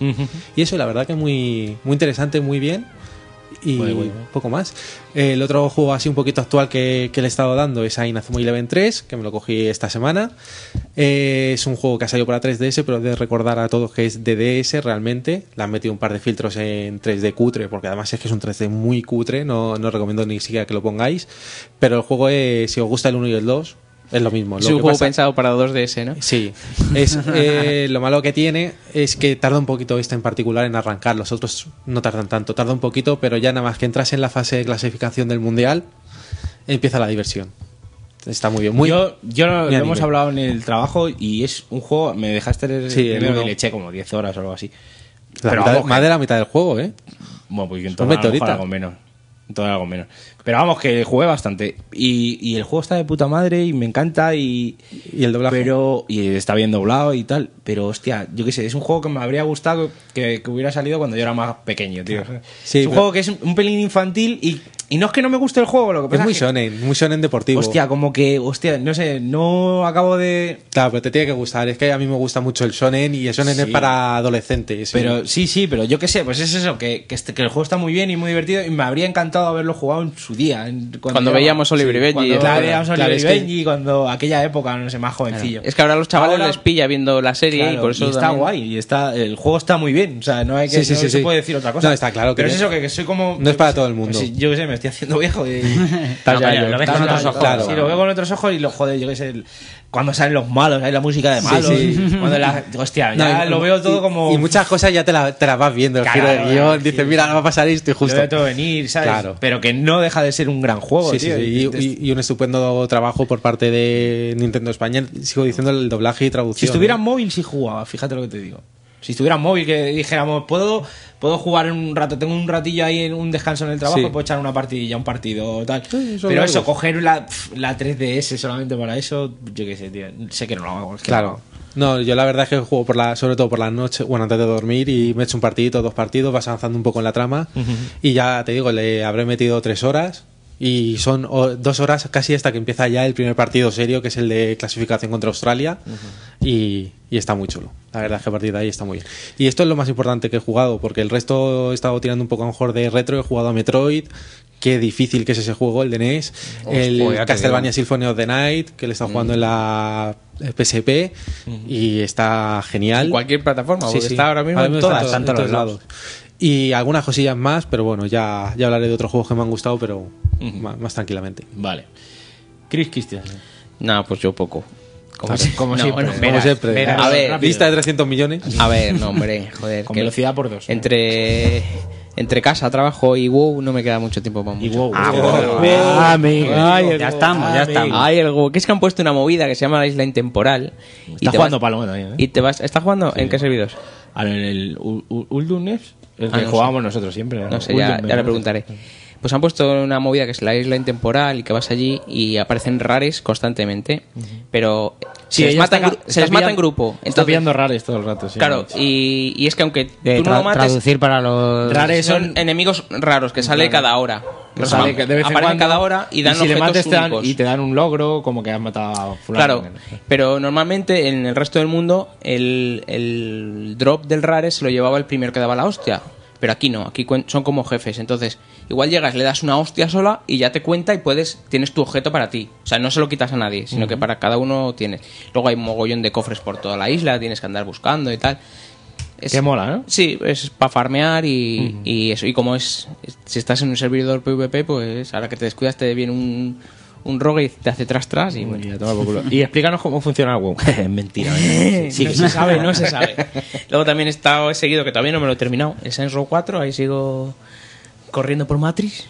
Speaker 4: y eso, la verdad que muy, muy interesante, muy bien. Y
Speaker 8: Muy bueno.
Speaker 4: poco más. Eh, El otro juego así un poquito actual que, que le he estado dando es a Inazuma Eleven 3, que me lo cogí esta semana. Eh, es un juego que ha salido para 3DS, pero he de recordar a todos que es DDS realmente. Le han metido un par de filtros en 3D cutre, porque además es que es un 3D muy cutre, no, no recomiendo ni siquiera que lo pongáis. Pero el juego, es, si os gusta el 1 y el 2, es lo mismo.
Speaker 9: Es
Speaker 4: Lo
Speaker 9: un
Speaker 4: que
Speaker 9: juego
Speaker 4: pasa-
Speaker 9: pensado para 2DS, ¿no?
Speaker 4: Sí. es, eh, lo malo que tiene es que tarda un poquito este en particular en arrancar. Los otros no tardan tanto. Tarda un poquito, pero ya nada más que entras en la fase de clasificación del mundial, empieza la diversión. Está muy bien. Muy,
Speaker 8: yo yo lo,
Speaker 4: muy
Speaker 8: lo
Speaker 4: anime.
Speaker 8: hemos hablado en el trabajo y es un juego. Me dejaste el
Speaker 4: Sí, el
Speaker 8: primero
Speaker 4: uno.
Speaker 8: y le eché como 10 horas o algo así.
Speaker 4: La
Speaker 8: Pero
Speaker 4: mitad-
Speaker 8: vamos,
Speaker 4: más de la mitad del juego, ¿eh?
Speaker 8: Bueno, pues yo
Speaker 4: Hombre,
Speaker 8: entonces a lo mejor
Speaker 4: Torita.
Speaker 8: algo menos. Entonces algo menos. Pero vamos, que jugué bastante. Y, y el juego está de puta madre y me encanta y...
Speaker 4: Y el doblaje.
Speaker 8: Pero... Y está bien doblado y tal. Pero hostia, yo qué sé, es un juego que me habría gustado que, que hubiera salido cuando yo era más pequeño, tío.
Speaker 4: Sí,
Speaker 8: es un
Speaker 4: pero-
Speaker 8: juego que es un, un pelín infantil y, y no es que no me guste el juego, lo que
Speaker 4: Es
Speaker 8: pasa
Speaker 4: muy
Speaker 8: es que...
Speaker 4: shonen, muy shonen deportivo.
Speaker 8: Hostia, como que, hostia, no sé, no acabo de...
Speaker 4: Claro, pero te tiene que gustar. Es que a mí me gusta mucho el shonen y el shonen
Speaker 8: Sí.
Speaker 4: es para adolescentes. ¿eh?
Speaker 8: Pero sí, sí, pero yo qué sé, pues es eso, que, que, este- que el juego está muy bien y muy divertido y me habría encantado haberlo jugado en su día. en-
Speaker 9: Cuando
Speaker 8: era-
Speaker 9: veíamos Oliver y Benji.
Speaker 8: Cuando
Speaker 9: Claro,
Speaker 8: veíamos
Speaker 9: claro,
Speaker 8: Oliver y
Speaker 9: es que-
Speaker 8: Benji, cuando aquella época, no sé, más jovencillo.
Speaker 9: Es que ahora los chavales les pilla viendo la serie
Speaker 8: Claro,
Speaker 9: y por eso
Speaker 8: está
Speaker 9: también-
Speaker 8: guay, y está, el juego está muy bien, o sea, no, hay que,
Speaker 9: Sí, sí,
Speaker 8: no
Speaker 9: sí,
Speaker 8: se
Speaker 9: sí.
Speaker 8: puede decir otra cosa.
Speaker 9: No, está claro que
Speaker 8: Pero es
Speaker 9: no.
Speaker 8: eso, que, que soy como...
Speaker 4: No es para todo el mundo.
Speaker 8: pues sí, yo qué sé, me estoy haciendo viejo
Speaker 4: [laughs]
Speaker 8: y...
Speaker 4: Estás ya yo,
Speaker 8: lo ves
Speaker 4: estás
Speaker 8: con
Speaker 4: ya
Speaker 8: otros
Speaker 4: yo.
Speaker 8: ojos.
Speaker 4: Claro.
Speaker 8: Sí, lo veo con otros ojos y lo joder, yo qué sé, el- cuando salen los malos, hay la música de
Speaker 4: Sí,
Speaker 8: malos,
Speaker 4: sí.
Speaker 8: cuando la... Hostia,
Speaker 4: [laughs] No,
Speaker 8: ya
Speaker 4: y-
Speaker 8: lo veo todo
Speaker 4: y-
Speaker 8: como...
Speaker 4: Y muchas cosas ya te, la- te las vas viendo. El
Speaker 8: Claro,
Speaker 4: giro de
Speaker 8: claro,
Speaker 4: guión. Dices, mira, ahora va a pasar esto y justo.
Speaker 8: Lo veo todo venir, ¿sabes?
Speaker 4: Claro.
Speaker 8: Pero que no deja de ser un gran juego,
Speaker 4: Sí,
Speaker 8: tío.
Speaker 4: sí, sí. Y- Y, y un estupendo trabajo por parte de Nintendo España. Sigo diciendo el doblaje y traducción.
Speaker 8: Si estuviera en
Speaker 4: ¿eh?
Speaker 8: móvil, sí jugaba, fíjate lo que te digo. Si estuviera en móvil, que dijéramos, puedo, puedo jugar en un rato, tengo un ratillo ahí en un descanso en el trabajo,
Speaker 4: Sí.
Speaker 8: puedo echar una partidilla, un partido, tal.
Speaker 4: son
Speaker 8: Pero
Speaker 4: largos.
Speaker 8: eso, coger la, pf, la 3DS solamente para eso, yo qué sé, tío. Sé que no lo hago. es que
Speaker 4: Claro. No, yo la verdad es que juego por la, sobre todo por la noche, bueno, antes de dormir y me echo un partidito, dos partidos, vas avanzando un poco en la trama
Speaker 8: Ujú.
Speaker 4: y ya te digo, le habré metido tres horas y son o- dos horas casi hasta que empieza ya el primer partido serio, que es el de clasificación contra Australia y, y está muy chulo. La verdad es que a partir de ahí está muy bien. Y esto es lo más importante que he jugado, porque el resto he estado tirando un poco a lo mejor de retro, he jugado a Metroid. Qué difícil que es ese juego, el de NES.
Speaker 16: Hostia,
Speaker 4: el
Speaker 16: ya te
Speaker 4: Castlevania
Speaker 16: digo. Mm.
Speaker 4: Symphony of the Night, que le están jugando en la PSP. Y está genial.
Speaker 9: En cualquier plataforma, porque está ahora mismo en todas,
Speaker 4: está en todos lados. Y algunas cosillas más, pero bueno, ya, ya hablaré de otros juegos que me han gustado, pero ma- más, tranquilamente.
Speaker 8: Vale. Chris Christian.
Speaker 9: No, pues yo poco.
Speaker 4: Como,
Speaker 9: si- como siempre.
Speaker 4: como
Speaker 9: verás,
Speaker 4: siempre.
Speaker 9: verás. A ver,
Speaker 4: lista de 300 millones.
Speaker 9: A ver, no, hombre, joder.
Speaker 4: Con
Speaker 9: que
Speaker 4: velocidad
Speaker 8: por dos.
Speaker 9: Entre, entre casa, trabajo y WoW no me queda mucho tiempo para mucho.
Speaker 8: Ah, wow. wow. Ah, amigo. Ay, el
Speaker 9: ya
Speaker 8: WoW.
Speaker 9: estamos, ya
Speaker 8: Ah,
Speaker 9: estamos.
Speaker 8: amigo.
Speaker 9: Ay, el WoW. Que es que han puesto una movida que se llama la isla intemporal.
Speaker 8: Está jugando Paloma también, ¿eh?
Speaker 9: Y te vas, ¿Estás jugando en qué servidores?
Speaker 8: A ver, el U- U- Uldum es el
Speaker 9: Ah,
Speaker 8: que
Speaker 9: no
Speaker 8: jugábamos
Speaker 9: sé.
Speaker 8: nosotros siempre.
Speaker 9: No sé, ya,
Speaker 8: Uldum,
Speaker 9: ya le
Speaker 8: ¿no?
Speaker 9: preguntaré. Pues han puesto una movida que es la isla intemporal y que vas allí y aparecen rares constantemente, pero
Speaker 8: Sí,
Speaker 9: se les
Speaker 8: ella
Speaker 9: mata en,
Speaker 8: está
Speaker 9: gru-
Speaker 8: ca-
Speaker 9: se
Speaker 8: está
Speaker 9: les mata
Speaker 8: pillando-
Speaker 9: en grupo.
Speaker 8: está
Speaker 9: Entonces,
Speaker 8: pillando rares todo el rato. sí.
Speaker 9: Claro, y, y es que aunque tú no
Speaker 16: tra-
Speaker 9: lo mates,
Speaker 16: traducir para los
Speaker 9: rares son enemigos raros que sale
Speaker 8: Raros.
Speaker 9: cada hora.
Speaker 8: Que
Speaker 9: Los
Speaker 8: sale
Speaker 9: am-
Speaker 8: que de vez en
Speaker 9: aparecen
Speaker 8: cuando,
Speaker 9: cada hora y dan
Speaker 8: si le
Speaker 9: objetos
Speaker 8: matas te dan-
Speaker 9: únicos.
Speaker 8: y te dan un logro como que has matado a fulano.
Speaker 9: Claro, pero normalmente en el resto del mundo el, el drop del rare se lo llevaba el primero que daba la hostia. Pero aquí no, aquí cuen- son como jefes. Entonces, igual llegas, le das una hostia sola y ya te cuenta y puedes, tienes tu objeto para ti. O sea, no se lo quitas a nadie, sino que
Speaker 8: Ujú.
Speaker 9: para cada uno tienes. Luego hay un mogollón de cofres por toda la isla, tienes que andar buscando y tal. Es,
Speaker 8: Qué mola, ¿no?
Speaker 9: Sí, es para farmear y, y eso. Y como es, es- si estás en un servidor PvP, pues ahora que te descuidas te viene un, un rogue y te hace tras tras y bueno.
Speaker 8: Y explícanos cómo funciona
Speaker 9: [laughs]
Speaker 8: el WoW. Es mentira. ¿eh?
Speaker 9: no se sabe, no se
Speaker 8: [laughs]
Speaker 9: sabe. Luego también he estado he seguido, que todavía no me lo he terminado, el Saints Row 4, ahí sigo corriendo por Matrix.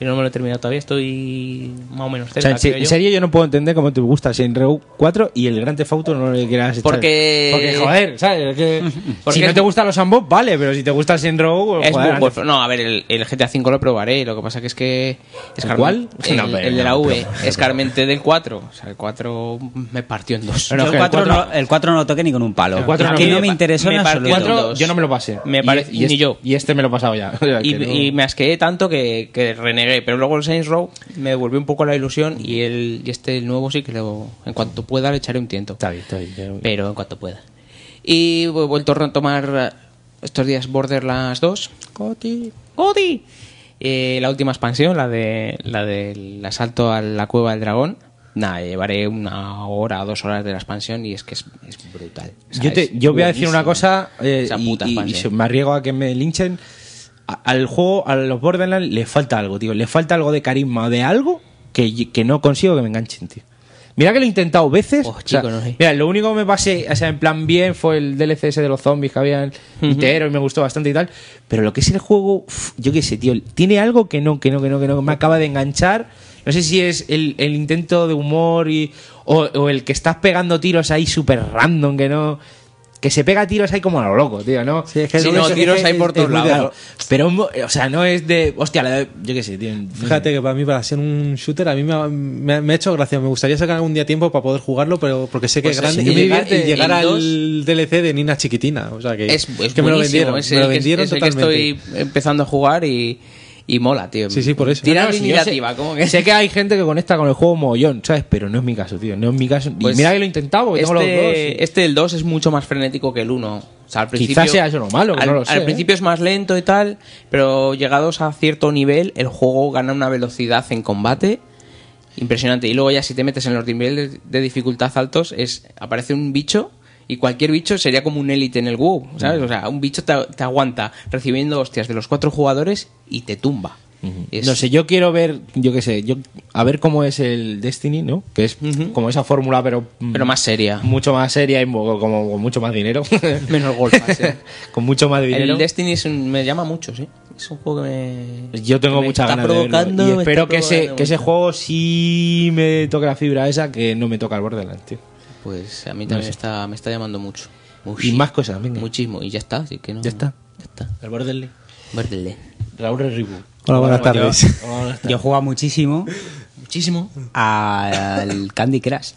Speaker 9: Y no me lo he terminado todavía, estoy más o menos
Speaker 8: O
Speaker 9: cerca.
Speaker 8: sea, en, se-
Speaker 9: creo
Speaker 8: en
Speaker 9: yo.
Speaker 8: serio yo no puedo entender cómo te gusta Sin Row 4 y el Gran Theft Auto no le quieras echar.
Speaker 9: Porque-
Speaker 8: Porque, joder, ¿sabes? Es que-
Speaker 9: Porque
Speaker 8: si no
Speaker 9: es-
Speaker 8: te gustan los ambos, vale, pero si te gusta Sin Row,
Speaker 9: Es
Speaker 8: joder,
Speaker 9: muy bueno. No, a ver, el, el GTA V lo probaré, lo que pasa que es que... Es
Speaker 8: ¿El
Speaker 9: Carmen-
Speaker 8: cuál?
Speaker 9: El,
Speaker 8: No, pero-
Speaker 9: el de la
Speaker 8: no,
Speaker 9: V,
Speaker 8: pero-
Speaker 9: es Carmente del 4. O sea, el 4 me partió en dos.
Speaker 16: Yo el, 4 no, el cuatro no lo toqué ni con un palo.
Speaker 9: El cuatro
Speaker 16: A
Speaker 9: no.
Speaker 16: mí no
Speaker 9: Me
Speaker 16: me
Speaker 9: pa-
Speaker 16: interesó
Speaker 9: me
Speaker 16: en
Speaker 9: partió en
Speaker 16: absoluto.
Speaker 9: dos.
Speaker 8: yo no me lo pasé.
Speaker 9: Me
Speaker 8: Y-
Speaker 9: parece-
Speaker 8: y este-
Speaker 9: ni yo.
Speaker 8: Y este me lo he pasado ya. [laughs] O sea,
Speaker 9: y,
Speaker 8: que no-
Speaker 9: y me asqué tanto que, que renegué. Pero luego el Saints Row me devolvió un poco la ilusión y, el, y este el nuevo sí que lo, en cuanto pueda le echaré un tiento. Está bien, Pero en cuanto pueda. Y he vuelto a tomar estos días Borderlands 2. Coti. Coti. Eh, la última expansión, la de la del asalto a la cueva del dragón. Nada, llevaré una hora o dos horas de la expansión y es que es, es brutal. O sea,
Speaker 8: yo, te-
Speaker 9: es
Speaker 8: yo voy a decir una
Speaker 9: buenísima.
Speaker 8: cosa eh,
Speaker 9: Esa
Speaker 8: y,
Speaker 9: puta
Speaker 8: y-
Speaker 9: expansión.
Speaker 8: y se- me arriesgo a que me linchen. A- al juego, a los Borderlands, le falta algo, tío. Le falta algo de carisma o de algo que, y- que no consigo que me enganchen, tío. Mira que lo he intentado veces. o sea,
Speaker 9: Oh, chico, no sé.
Speaker 8: Mira, lo único que me pasé, o sea, en plan bien, fue el DLC ese de los zombies que había en el Itero y me gustó bastante y tal. Pero lo que es el juego, uf, yo qué sé, tío, tiene algo que no, que no, que no, que no, que me acaba de enganchar. No sé si es el, el intento de humor y, o, o el que estás pegando tiros ahí súper random, que no. Que se pega tiros ahí como a lo loco, tío, ¿no? Sí,
Speaker 9: que Sí, es- no, es- tiros es- hay por es todos muy lados. de algo.
Speaker 8: Pero, mo- o sea, no es de. Hostia, la- yo qué sé, tío.
Speaker 4: Fíjate que para mí, para ser un shooter, a mí me ha, me- me ha hecho gracia. Me gustaría sacar algún día tiempo para poder jugarlo, pero porque sé que
Speaker 9: Pues
Speaker 4: es grande.
Speaker 9: sí,
Speaker 4: y
Speaker 9: me
Speaker 4: llegar,
Speaker 9: divierte
Speaker 4: y llegar
Speaker 9: en
Speaker 4: al
Speaker 9: dos.
Speaker 4: DLC de Nina Chiquitina. O sea, que,
Speaker 9: es, es
Speaker 4: que me lo
Speaker 9: buenísimo,
Speaker 4: vendieron.
Speaker 9: Es
Speaker 4: me
Speaker 9: el
Speaker 4: lo
Speaker 9: que-
Speaker 4: vendieron
Speaker 9: es el que
Speaker 4: totalmente.
Speaker 9: estoy empezando a jugar y, y mola, tío.
Speaker 4: Sí, sí, por eso.
Speaker 9: Tira
Speaker 8: No, no, sí, yo
Speaker 9: iniciativa,
Speaker 8: sé-
Speaker 9: como que...
Speaker 8: Sé que hay gente que conecta con el juego mogollón, ¿sabes? Pero no es mi caso, tío. No es mi caso. Y
Speaker 9: Pues
Speaker 8: mira que lo he intentado, porque
Speaker 9: este,
Speaker 8: tengo los dos. y-
Speaker 9: este del 2 es mucho más frenético que el 1. O sea, al principio,
Speaker 8: Quizás sea eso lo malo, que
Speaker 9: al,
Speaker 8: no lo
Speaker 9: al
Speaker 8: sé, ¿eh?
Speaker 9: principio es más lento y tal, pero llegados a cierto nivel, el juego gana una velocidad en combate impresionante. Y luego ya si te metes en los niveles de dificultad altos, es aparece un bicho y cualquier bicho sería como un élite en el WoW,
Speaker 8: Mm.
Speaker 9: ¿sabes? O sea, un bicho te, te aguanta recibiendo hostias de los cuatro jugadores y te tumba. Es-
Speaker 8: No sé, yo quiero ver, yo qué sé, yo a ver cómo es el Destiny, ¿no? Que es como esa fórmula, pero mm,
Speaker 9: Pero más seria.
Speaker 8: mucho más seria y mo- como con mucho más dinero.
Speaker 9: [laughs] Menos
Speaker 8: [laughs]
Speaker 9: golpes. ¿eh?
Speaker 8: con mucho más dinero.
Speaker 9: El Destiny es un- me llama mucho, sí. Es un juego que me.
Speaker 8: Yo tengo
Speaker 9: me
Speaker 8: muchas
Speaker 9: está
Speaker 8: ganas de verlo.
Speaker 9: provocando,
Speaker 8: Y
Speaker 9: me
Speaker 8: espero
Speaker 9: está
Speaker 8: que ese,
Speaker 9: provocando
Speaker 8: que ese
Speaker 9: mucho.
Speaker 8: juego sí me toque la fibra esa que no me toca el Borderlands, tío.
Speaker 9: Pues a mí
Speaker 8: No
Speaker 9: también
Speaker 8: sé.
Speaker 9: está, me está llamando mucho.
Speaker 8: Y más cosas,
Speaker 9: Muchísimo. Y ya está, así que no. Ya está. Ya está.
Speaker 8: El Borderlands.
Speaker 9: Borderlands.
Speaker 8: Raúl Ribu.
Speaker 4: Hola, buenas tardes.
Speaker 16: Yo he jugado muchísimo
Speaker 9: Muchísimo.
Speaker 16: al Candy
Speaker 4: [laughs]
Speaker 16: Crush.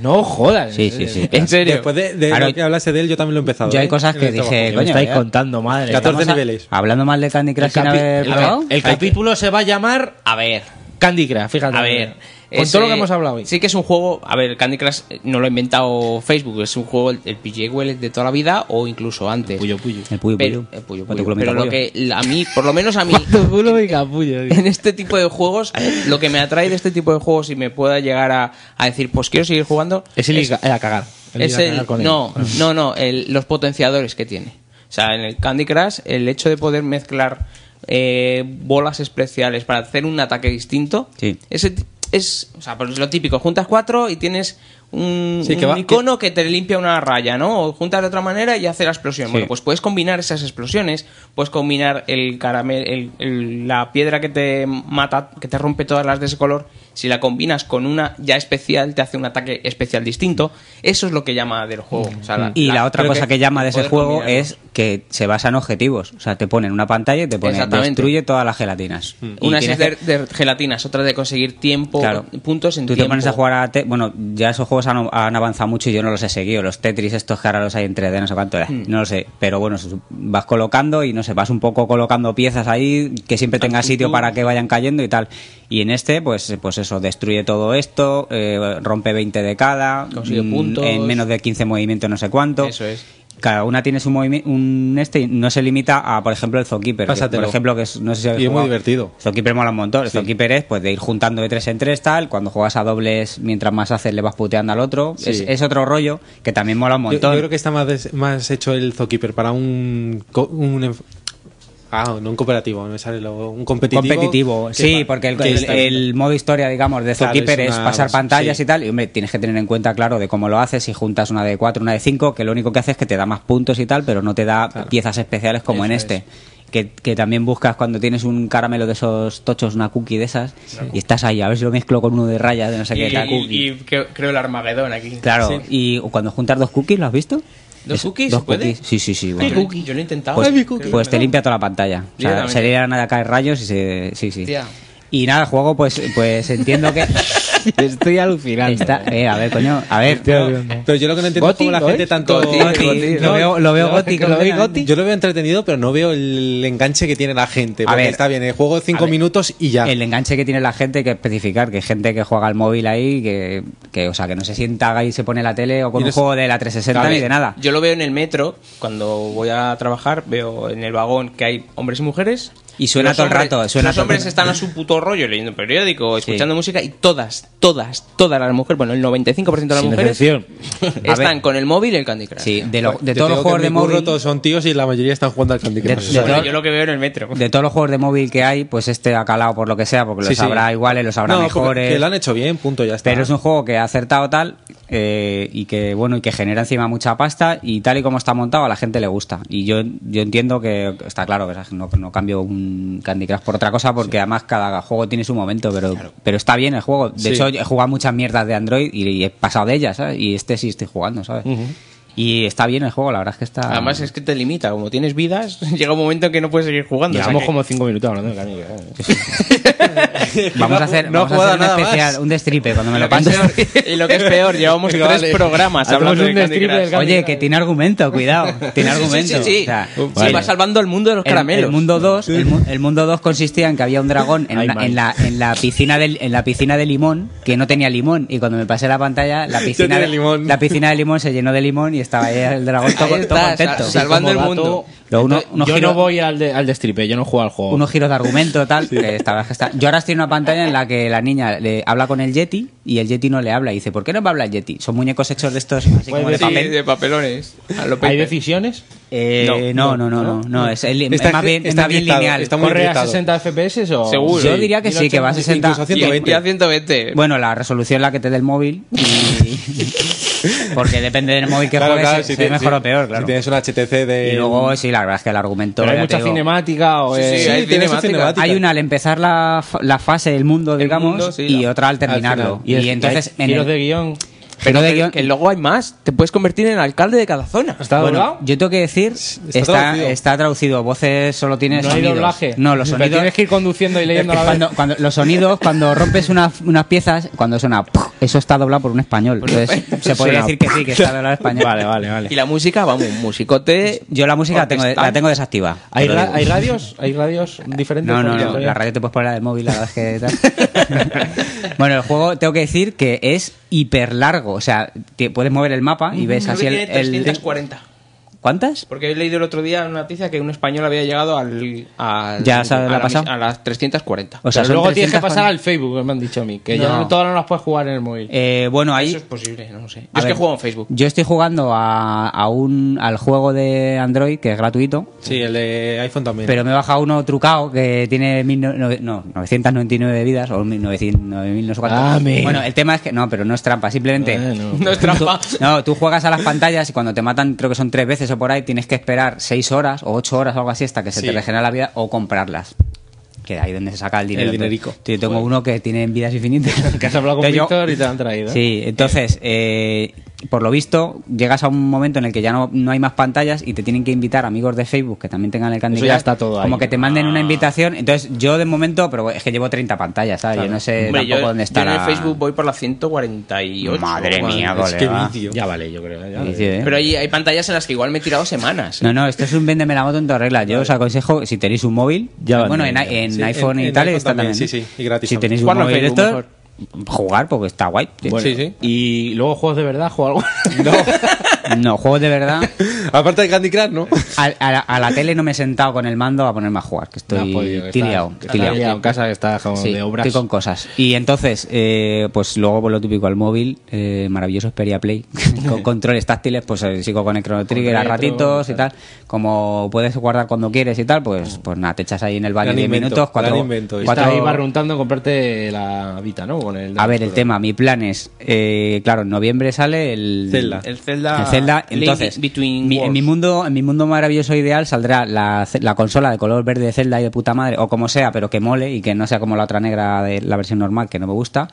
Speaker 8: No jodas.
Speaker 16: Sí, sí, sí.
Speaker 4: Después de, de
Speaker 16: Claro,
Speaker 4: lo que hablaste de él, yo también lo he empezado.
Speaker 16: yo hay
Speaker 4: ¿eh?
Speaker 16: cosas
Speaker 4: En
Speaker 16: que
Speaker 4: el
Speaker 16: dije,
Speaker 4: trabajo.
Speaker 16: coño. ya-
Speaker 8: madre.
Speaker 4: 14
Speaker 16: Estamos a-
Speaker 4: niveles.
Speaker 16: Hablando mal de Candy Crush
Speaker 8: El
Speaker 16: sin
Speaker 8: capi-
Speaker 16: haber
Speaker 8: el-
Speaker 16: probado.
Speaker 8: el capítulo se va a llamar
Speaker 9: A ver.
Speaker 8: Candy Crush, fíjate.
Speaker 9: A ver. pues
Speaker 8: Con todo lo que hemos hablado hoy.
Speaker 9: Sí que es un juego, a ver, Candy Crush eh, no lo ha inventado Facebook, es un juego, el, el PJ Wells de toda la vida o incluso antes. El Puyo Puyo. El Puyo Pero, el Puyo Puyo.
Speaker 10: culo me
Speaker 9: Pero lo
Speaker 10: capullo.
Speaker 9: que la- a mí, por lo
Speaker 8: [laughs]
Speaker 9: menos a mí, [laughs] en este tipo de juegos, lo que me atrae de este tipo de juegos y me pueda llegar a, a decir, pues quiero seguir jugando...
Speaker 8: Es el ir a- a cagar. El ir
Speaker 9: es
Speaker 8: a
Speaker 9: el-
Speaker 8: cagar con él. [laughs] Ah.
Speaker 9: no, no, no, el- los potenciadores que tiene. O sea, en el Candy Crush, el hecho de poder mezclar eh, bolas especiales para hacer un ataque distinto,
Speaker 10: Sí.
Speaker 9: ese t- es, o sea, pues es lo típico, juntas cuatro y tienes un,
Speaker 10: Sí, que
Speaker 9: un
Speaker 10: va-
Speaker 9: icono que... te limpia una raya, ¿no? O juntas de otra manera y hace la explosión.
Speaker 10: Sí.
Speaker 9: Bueno, pues puedes combinar esas explosiones, puedes combinar el caramel, el- el- la piedra que te mata, que te rompe todas las de ese color, si la combinas con una ya especial, te hace un ataque especial distinto. Eso es lo que llama del juego. O sea,
Speaker 10: Y la otra
Speaker 9: creo
Speaker 10: cosa que, llama de ese
Speaker 9: poder
Speaker 10: juego
Speaker 9: combinarlo.
Speaker 10: es que se basa en objetivos. O sea, te ponen una pantalla y te ponen
Speaker 9: Exactamente.
Speaker 10: destruye todas las gelatinas. Y
Speaker 9: Una es
Speaker 10: tienes
Speaker 9: de,
Speaker 10: que-
Speaker 9: de gelatinas, otra de conseguir tiempo,
Speaker 10: Claro.
Speaker 9: puntos en
Speaker 10: Tú te
Speaker 9: tiempo.
Speaker 10: pones a jugar a... te- bueno, ya esos juegos han, han avanzado mucho y yo no los he seguido. Los Tetris estos que ahora los hay en 3D, no sé cuánto. eh,
Speaker 9: Mm.
Speaker 10: No lo sé. Pero bueno, su- vas colocando y no sé, vas un poco colocando piezas ahí que siempre tenga sitio para que vayan cayendo y tal. Y en este, pues, pues eso, destruye todo esto, eh, rompe 20 de cada.
Speaker 9: Consigue
Speaker 10: mm,
Speaker 9: puntos.
Speaker 10: En menos de 15 movimientos no sé cuánto.
Speaker 9: Eso es.
Speaker 10: Cada una tiene su movimiento, un este, y no se limita a, por ejemplo, el Zookeeper. que, Por
Speaker 4: Pásatelo.
Speaker 10: ejemplo, que es- no sé si habéis
Speaker 4: Y es muy
Speaker 10: jugado.
Speaker 4: divertido.
Speaker 10: Zookeeper mola un montón. Zookeeper es pues de ir juntando de tres en tres tal. Cuando juegas a dobles, mientras más haces, le vas puteando al otro.
Speaker 4: Sí.
Speaker 10: Es, es otro rollo que también mola un
Speaker 4: Yo, yo
Speaker 10: montón.
Speaker 4: creo que está más, des- más hecho el Zookeeper para un. co- un enf- ah, no un cooperativo, no me sale lo- un competitivo.
Speaker 10: competitivo.
Speaker 4: que
Speaker 10: Sí,
Speaker 4: pa-
Speaker 10: porque el,
Speaker 4: que
Speaker 10: el-
Speaker 4: está-
Speaker 10: el modo historia, digamos, de
Speaker 4: Claro,
Speaker 10: Zookeeper
Speaker 4: es
Speaker 10: es,
Speaker 4: una-
Speaker 10: pasar pantallas
Speaker 4: sí.
Speaker 10: y tal. Y hombre, tienes que tener en cuenta, claro, de cómo lo haces. Si juntas una de 4, una de 5, que lo único que hace es que te da más puntos y tal, pero no te da piezas especiales como en este. Que, que también buscas cuando tienes un caramelo de esos tochos, una cookie de esas, y estás ahí, a ver si lo mezclo con uno de rayas, de no sé
Speaker 9: Y,
Speaker 10: qué tal.
Speaker 9: y- y creo, creo el Armagedón aquí.
Speaker 10: Claro, y cuando juntas dos cookies, ¿lo has visto?
Speaker 9: ¿Dos
Speaker 10: Eso,
Speaker 9: cookies?
Speaker 10: Dos
Speaker 9: ¿Se puede?
Speaker 10: cookies. Sí, sí, sí.
Speaker 9: Ay,
Speaker 10: bueno.
Speaker 9: cookie. Yo lo he intentado.
Speaker 10: Pues,
Speaker 9: Ay, mi cookie.
Speaker 10: pues te limpia toda la pantalla. O sea,
Speaker 9: Directamente.
Speaker 10: se le irán a caer rayos y se. Sí, sí.
Speaker 9: Tía.
Speaker 10: Y nada, el juego, pues, pues entiendo
Speaker 9: [laughs]
Speaker 10: que. Estoy alucinando. eh, a ver, coño, a ver. Pues
Speaker 4: Pero yo lo que no entiendo es cómo la gente tanto.
Speaker 10: Goti, lo veo, lo [laughs] veo Goti,
Speaker 4: Yo
Speaker 10: completamente.
Speaker 4: Yo lo veo entretenido, pero no veo el enganche que tiene la gente.
Speaker 10: A
Speaker 4: Porque
Speaker 10: ver.
Speaker 4: está bien, el juego
Speaker 10: A
Speaker 4: 5
Speaker 10: ver,
Speaker 4: minutos y ya.
Speaker 10: El enganche que tiene la gente hay que especificar, que hay gente que juega al móvil ahí, que, que, o sea, que no se sienta y se pone la tele o con
Speaker 9: Y
Speaker 10: un
Speaker 9: no se-
Speaker 10: juego de la 360
Speaker 9: A
Speaker 10: ni
Speaker 9: ver,
Speaker 10: de nada.
Speaker 9: Yo lo veo en el metro, cuando voy a trabajar, veo en el vagón que hay hombres y mujeres.
Speaker 10: Y suena
Speaker 9: Los
Speaker 10: todo el
Speaker 9: hombres-
Speaker 10: rato, suena
Speaker 9: los
Speaker 10: todo el
Speaker 9: hombres
Speaker 10: rato.
Speaker 9: están a su puto rollo leyendo el periódico, escuchando música y todas, todas, todas las mujeres, bueno, el 95% de las
Speaker 10: Sin
Speaker 9: mujeres
Speaker 10: excepción. [laughs] A
Speaker 9: están
Speaker 10: ver.
Speaker 9: con el móvil y el Candy Crush.
Speaker 10: Sí, de, lo- de
Speaker 4: Yo
Speaker 10: todos los
Speaker 4: tengo
Speaker 10: juegos
Speaker 4: que
Speaker 10: de
Speaker 4: en mi curro
Speaker 10: móvil.
Speaker 4: Todos son tíos y la mayoría están jugando al Candy Crush.
Speaker 10: de
Speaker 9: Bueno,
Speaker 10: todos-
Speaker 9: yo lo que veo en el metro.
Speaker 10: de todos los juegos de móvil que hay, pues este ha calado por lo que sea, porque
Speaker 4: Sí,
Speaker 10: los
Speaker 4: sí.
Speaker 10: habrá iguales, los habrá
Speaker 4: No, porque-
Speaker 10: mejores.
Speaker 4: Que lo han hecho bien, punto, ya está.
Speaker 10: Pero es un juego que ha acertado tal eh, y que bueno y que genera encima mucha pasta y tal y como está montado a la gente le gusta. Y yo, yo entiendo que está claro que no, no cambio un Candy Crush por otra cosa porque además cada juego tiene su momento, pero, pero está bien el juego. De
Speaker 9: Sí.
Speaker 10: hecho he jugado muchas mierdas de Android y, y he pasado de ellas, ¿sabes? Y este sí estoy jugando,
Speaker 4: Mm.
Speaker 10: ¿sabes? Y está bien el juego, la verdad es que está...
Speaker 9: Además es que te limita, como tienes vidas, [laughs] llega un momento en que no puedes seguir jugando.
Speaker 10: Llevamos
Speaker 9: [laughs]
Speaker 10: como
Speaker 9: 5 minutos hablando de Candy
Speaker 10: [laughs]
Speaker 9: Crush.
Speaker 10: Vamos a hacer,
Speaker 9: No ha
Speaker 10: vamos a
Speaker 9: jugado
Speaker 10: hacer un
Speaker 9: nada
Speaker 10: especial,
Speaker 9: más.
Speaker 10: un destripe cuando me
Speaker 9: [laughs] Lo
Speaker 10: lo
Speaker 9: que es
Speaker 10: pases.
Speaker 9: peor- y lo que es peor, llevamos
Speaker 10: Venga,
Speaker 9: tres
Speaker 10: vale.
Speaker 9: programas
Speaker 10: Hacemos
Speaker 9: hablando
Speaker 10: un
Speaker 9: de Candy
Speaker 10: destripe
Speaker 9: Crush.
Speaker 10: del Candy Oye, que tiene argumento,
Speaker 9: [laughs]
Speaker 10: cuidado. Tiene argumento.
Speaker 9: Sí, sí, sí.
Speaker 10: O sea,
Speaker 9: Sí,
Speaker 10: vale.
Speaker 9: va salvando el mundo de los
Speaker 10: El-
Speaker 9: caramelos.
Speaker 10: El, mundo 2 el, mu- el mundo 2 consistía en que había un dragón en, una- en la, en la piscina del, en la piscina de limón que no tenía limón y cuando me pasé la pantalla
Speaker 9: [laughs]
Speaker 10: la
Speaker 9: Ya
Speaker 10: piscina
Speaker 9: tiene
Speaker 10: de limón. la piscina de limón se llenó de limón y estaba ahí el dragón todo,
Speaker 9: Ahí
Speaker 10: todo
Speaker 9: está,
Speaker 10: contento
Speaker 9: sal- salvando el
Speaker 10: Como
Speaker 9: mundo.
Speaker 10: dato, Luego uno- unos
Speaker 9: yo
Speaker 10: giros-
Speaker 9: no voy
Speaker 8: al, de- al destripe, yo no juego al juego.
Speaker 10: unos giros de argumento tal que está, está- yo ahora estoy en una pantalla en la que la niña le habla con el yeti y el yeti no le habla y dice ¿por qué no me habla el yeti? son muñecos hechos de estos así como de
Speaker 9: Sí,
Speaker 10: papel
Speaker 9: de papelones. A lo
Speaker 8: ¿Hay
Speaker 9: Paper.
Speaker 8: decisiones?
Speaker 10: Eh, no, no, no, no, no, es el-
Speaker 8: Está-
Speaker 10: es más bien, es
Speaker 8: está
Speaker 10: más bien
Speaker 8: encriptado,
Speaker 10: lineal.
Speaker 8: está muy ¿Corre a encriptado. 60 FPS o-
Speaker 9: Seguro.
Speaker 10: Yo diría que sí, que va a 60
Speaker 9: Y a 120.
Speaker 10: Bueno, la resolución la que te dé el móvil. y- Porque depende del móvil que
Speaker 4: Claro,
Speaker 10: juegues,
Speaker 4: claro,
Speaker 10: se,
Speaker 4: si
Speaker 10: se
Speaker 4: ti-
Speaker 10: mejor
Speaker 4: si-
Speaker 10: o peor, claro.
Speaker 4: si tienes un HTC de.
Speaker 10: Y luego, sí, la verdad es que el argumento.
Speaker 8: Pero hay
Speaker 10: ya te
Speaker 8: mucha
Speaker 10: digo-
Speaker 8: cinemática o es-
Speaker 10: tiene sus cinemáticas. Hay una al empezar la, fa- la fase, del mundo, digamos, y otra al terminarlo. y, entonces, en el-
Speaker 8: guión.
Speaker 10: Pero de guión-
Speaker 9: que, que luego hay más. Te puedes convertir en alcalde de cada zona. ¿Está
Speaker 10: Bueno, yo tengo que decir, está, está traducido.
Speaker 9: traducido.
Speaker 10: voces solo tiene
Speaker 8: No hay
Speaker 10: sonidos.
Speaker 8: doblaje.
Speaker 10: No, los
Speaker 8: Pero
Speaker 10: sonidos.
Speaker 8: tienes que ir conduciendo y leyendo
Speaker 10: Es que
Speaker 8: a la vez.
Speaker 10: cuando, cuando- los sonidos, cuando rompes una- unas piezas, cuando suena, ¡puf! eso está doblado por un español. Entonces, [laughs] se podría decir que sí, que está doblado en español.
Speaker 9: Vale, vale, vale. Y la música, vamos, un musicote.
Speaker 10: Yo la música la tengo, la tengo desactivada.
Speaker 9: ¿Hay
Speaker 10: te lo
Speaker 9: ra-
Speaker 10: digo.
Speaker 9: hay
Speaker 8: radios? ¿Hay radios diferentes?
Speaker 10: No, no,
Speaker 8: Porque-
Speaker 10: no. La radio te puedes poner la del móvil, la verdad es que tal. bueno, el juego tengo que decir que es hiper largo. O sea, te puedes mover el mapa y ves
Speaker 9: Creo
Speaker 10: así
Speaker 9: que
Speaker 10: el.
Speaker 9: tiene
Speaker 10: el-
Speaker 9: 340.
Speaker 10: ¿Cuántas?
Speaker 9: Porque he leído el otro día una noticia que un español había llegado al. al-
Speaker 10: Ya se la
Speaker 9: a,
Speaker 10: ha pasado.
Speaker 9: mis- a las 340.
Speaker 10: O sea,
Speaker 9: Pero
Speaker 10: son
Speaker 9: luego tienes que
Speaker 10: 340.
Speaker 9: pasar al Facebook, me han dicho a mí.
Speaker 8: Que ya no, todas no las puedes jugar en el móvil.
Speaker 10: Eh, bueno, ahí.
Speaker 9: Eso es posible, no lo sé. Yo
Speaker 10: A
Speaker 9: es
Speaker 10: ver,
Speaker 9: que juego en Facebook.
Speaker 10: Yo estoy jugando a, a un, al juego de Android que es gratuito.
Speaker 11: Sí, el de iPhone también.
Speaker 10: Pero me baja uno trucado que tiene mil no- no- no, 999 vidas o 999 no sé cuánto.
Speaker 8: Ah,
Speaker 9: Dame.
Speaker 10: Bueno, el tema es que no, pero no es trampa, simplemente. [laughs]
Speaker 9: No
Speaker 8: [laughs]
Speaker 9: es trampa.
Speaker 10: No, tú juegas a las pantallas y cuando te matan, creo que son tres veces o por ahí, tienes que esperar seis horas o ocho horas o algo así hasta que se
Speaker 9: Sí.
Speaker 10: te regenera la vida o comprarlas. Que de ahí donde se saca el dinero.
Speaker 9: El dinerico.
Speaker 10: Yo tengo uno que tiene vidas infinitas.
Speaker 8: [laughs] Que has hablado con
Speaker 10: Entonces yo-
Speaker 8: Víctor y te lo han traído.
Speaker 10: Sí, entonces, eh, por lo visto, llegas a un momento en el que ya no, no hay más pantallas y te tienen que invitar amigos de Facebook que también tengan el Candy
Speaker 8: Eso ya
Speaker 10: Crush,
Speaker 8: está todo ahí. Ah.
Speaker 10: Como que te manden una invitación. Entonces, yo de momento, pero es que llevo 30 pantallas, ¿sabes? Yo no sé
Speaker 9: Hombre,
Speaker 10: tampoco
Speaker 9: yo,
Speaker 10: dónde está
Speaker 9: yo en
Speaker 10: la-
Speaker 9: el Facebook voy por las 148.
Speaker 10: Madre mía,
Speaker 9: Madre-
Speaker 10: Es que colega. vicio.
Speaker 8: Ya vale, yo creo. ya
Speaker 10: Vicio,
Speaker 8: vale.
Speaker 10: ¿eh?
Speaker 9: Pero hay, hay pantallas en las que igual me he tirado semanas.
Speaker 10: No, no, esto es un véndeme la moto en todas reglas. Yo os aconsejo, si tenéis un móvil,
Speaker 9: van
Speaker 10: bueno, en,
Speaker 9: bien,
Speaker 10: en
Speaker 9: sí,
Speaker 10: iPhone
Speaker 9: en-
Speaker 10: y
Speaker 9: en
Speaker 10: tal,
Speaker 9: iPhone
Speaker 10: está
Speaker 9: también,
Speaker 10: también. ¿eh?
Speaker 9: sí, sí, y gratis
Speaker 10: Si
Speaker 9: también.
Speaker 10: tenéis un
Speaker 9: Jugarlo en
Speaker 10: móvil de
Speaker 9: Facebook,
Speaker 10: estos, jugar porque está guay.
Speaker 8: Bueno, Y luego juegos de verdad, juego algo.
Speaker 9: [laughs]
Speaker 10: No, juegos de verdad.
Speaker 11: Aparte de Candy Crush, ¿no?
Speaker 10: A, a la, a la tele no me he sentado con el mando a ponerme a jugar, que estoy
Speaker 8: No has podido, que
Speaker 10: tiliao,
Speaker 8: estás-
Speaker 10: tiliao.
Speaker 8: estás liado en casa, que estás como
Speaker 10: Sí,
Speaker 8: de obras.
Speaker 10: Estoy con cosas. Y entonces, eh, pues luego por lo típico al móvil, eh, maravilloso Xperia Play, [laughs] con
Speaker 9: [laughs]
Speaker 10: controles táctiles, pues eh, sigo con el Chrono Trigger a
Speaker 9: retro,
Speaker 10: ratitos y tal. Como puedes guardar cuando quieres y tal, pues, pues nada, te echas ahí en el baño
Speaker 8: Mm. Gran
Speaker 10: 10
Speaker 8: invento,
Speaker 10: minutos, cuatro,
Speaker 8: gran invento.
Speaker 10: cuatro-
Speaker 8: Está ahí barruntando comprarte la Vita, ¿no? Con el
Speaker 10: a ver, el tema, mi plan es, eh, claro, en noviembre sale el
Speaker 9: Zelda. El Zelda-
Speaker 10: el Zelda,
Speaker 9: Link
Speaker 10: entonces,
Speaker 9: Between
Speaker 10: mi- en, mi
Speaker 9: Worlds.
Speaker 10: mundo, en mi mundo maravilloso ideal saldrá la, ce- la consola de color verde de Zelda y de puta madre, o como sea, pero que mole y que no sea como la otra negra de la versión normal, que no me gusta,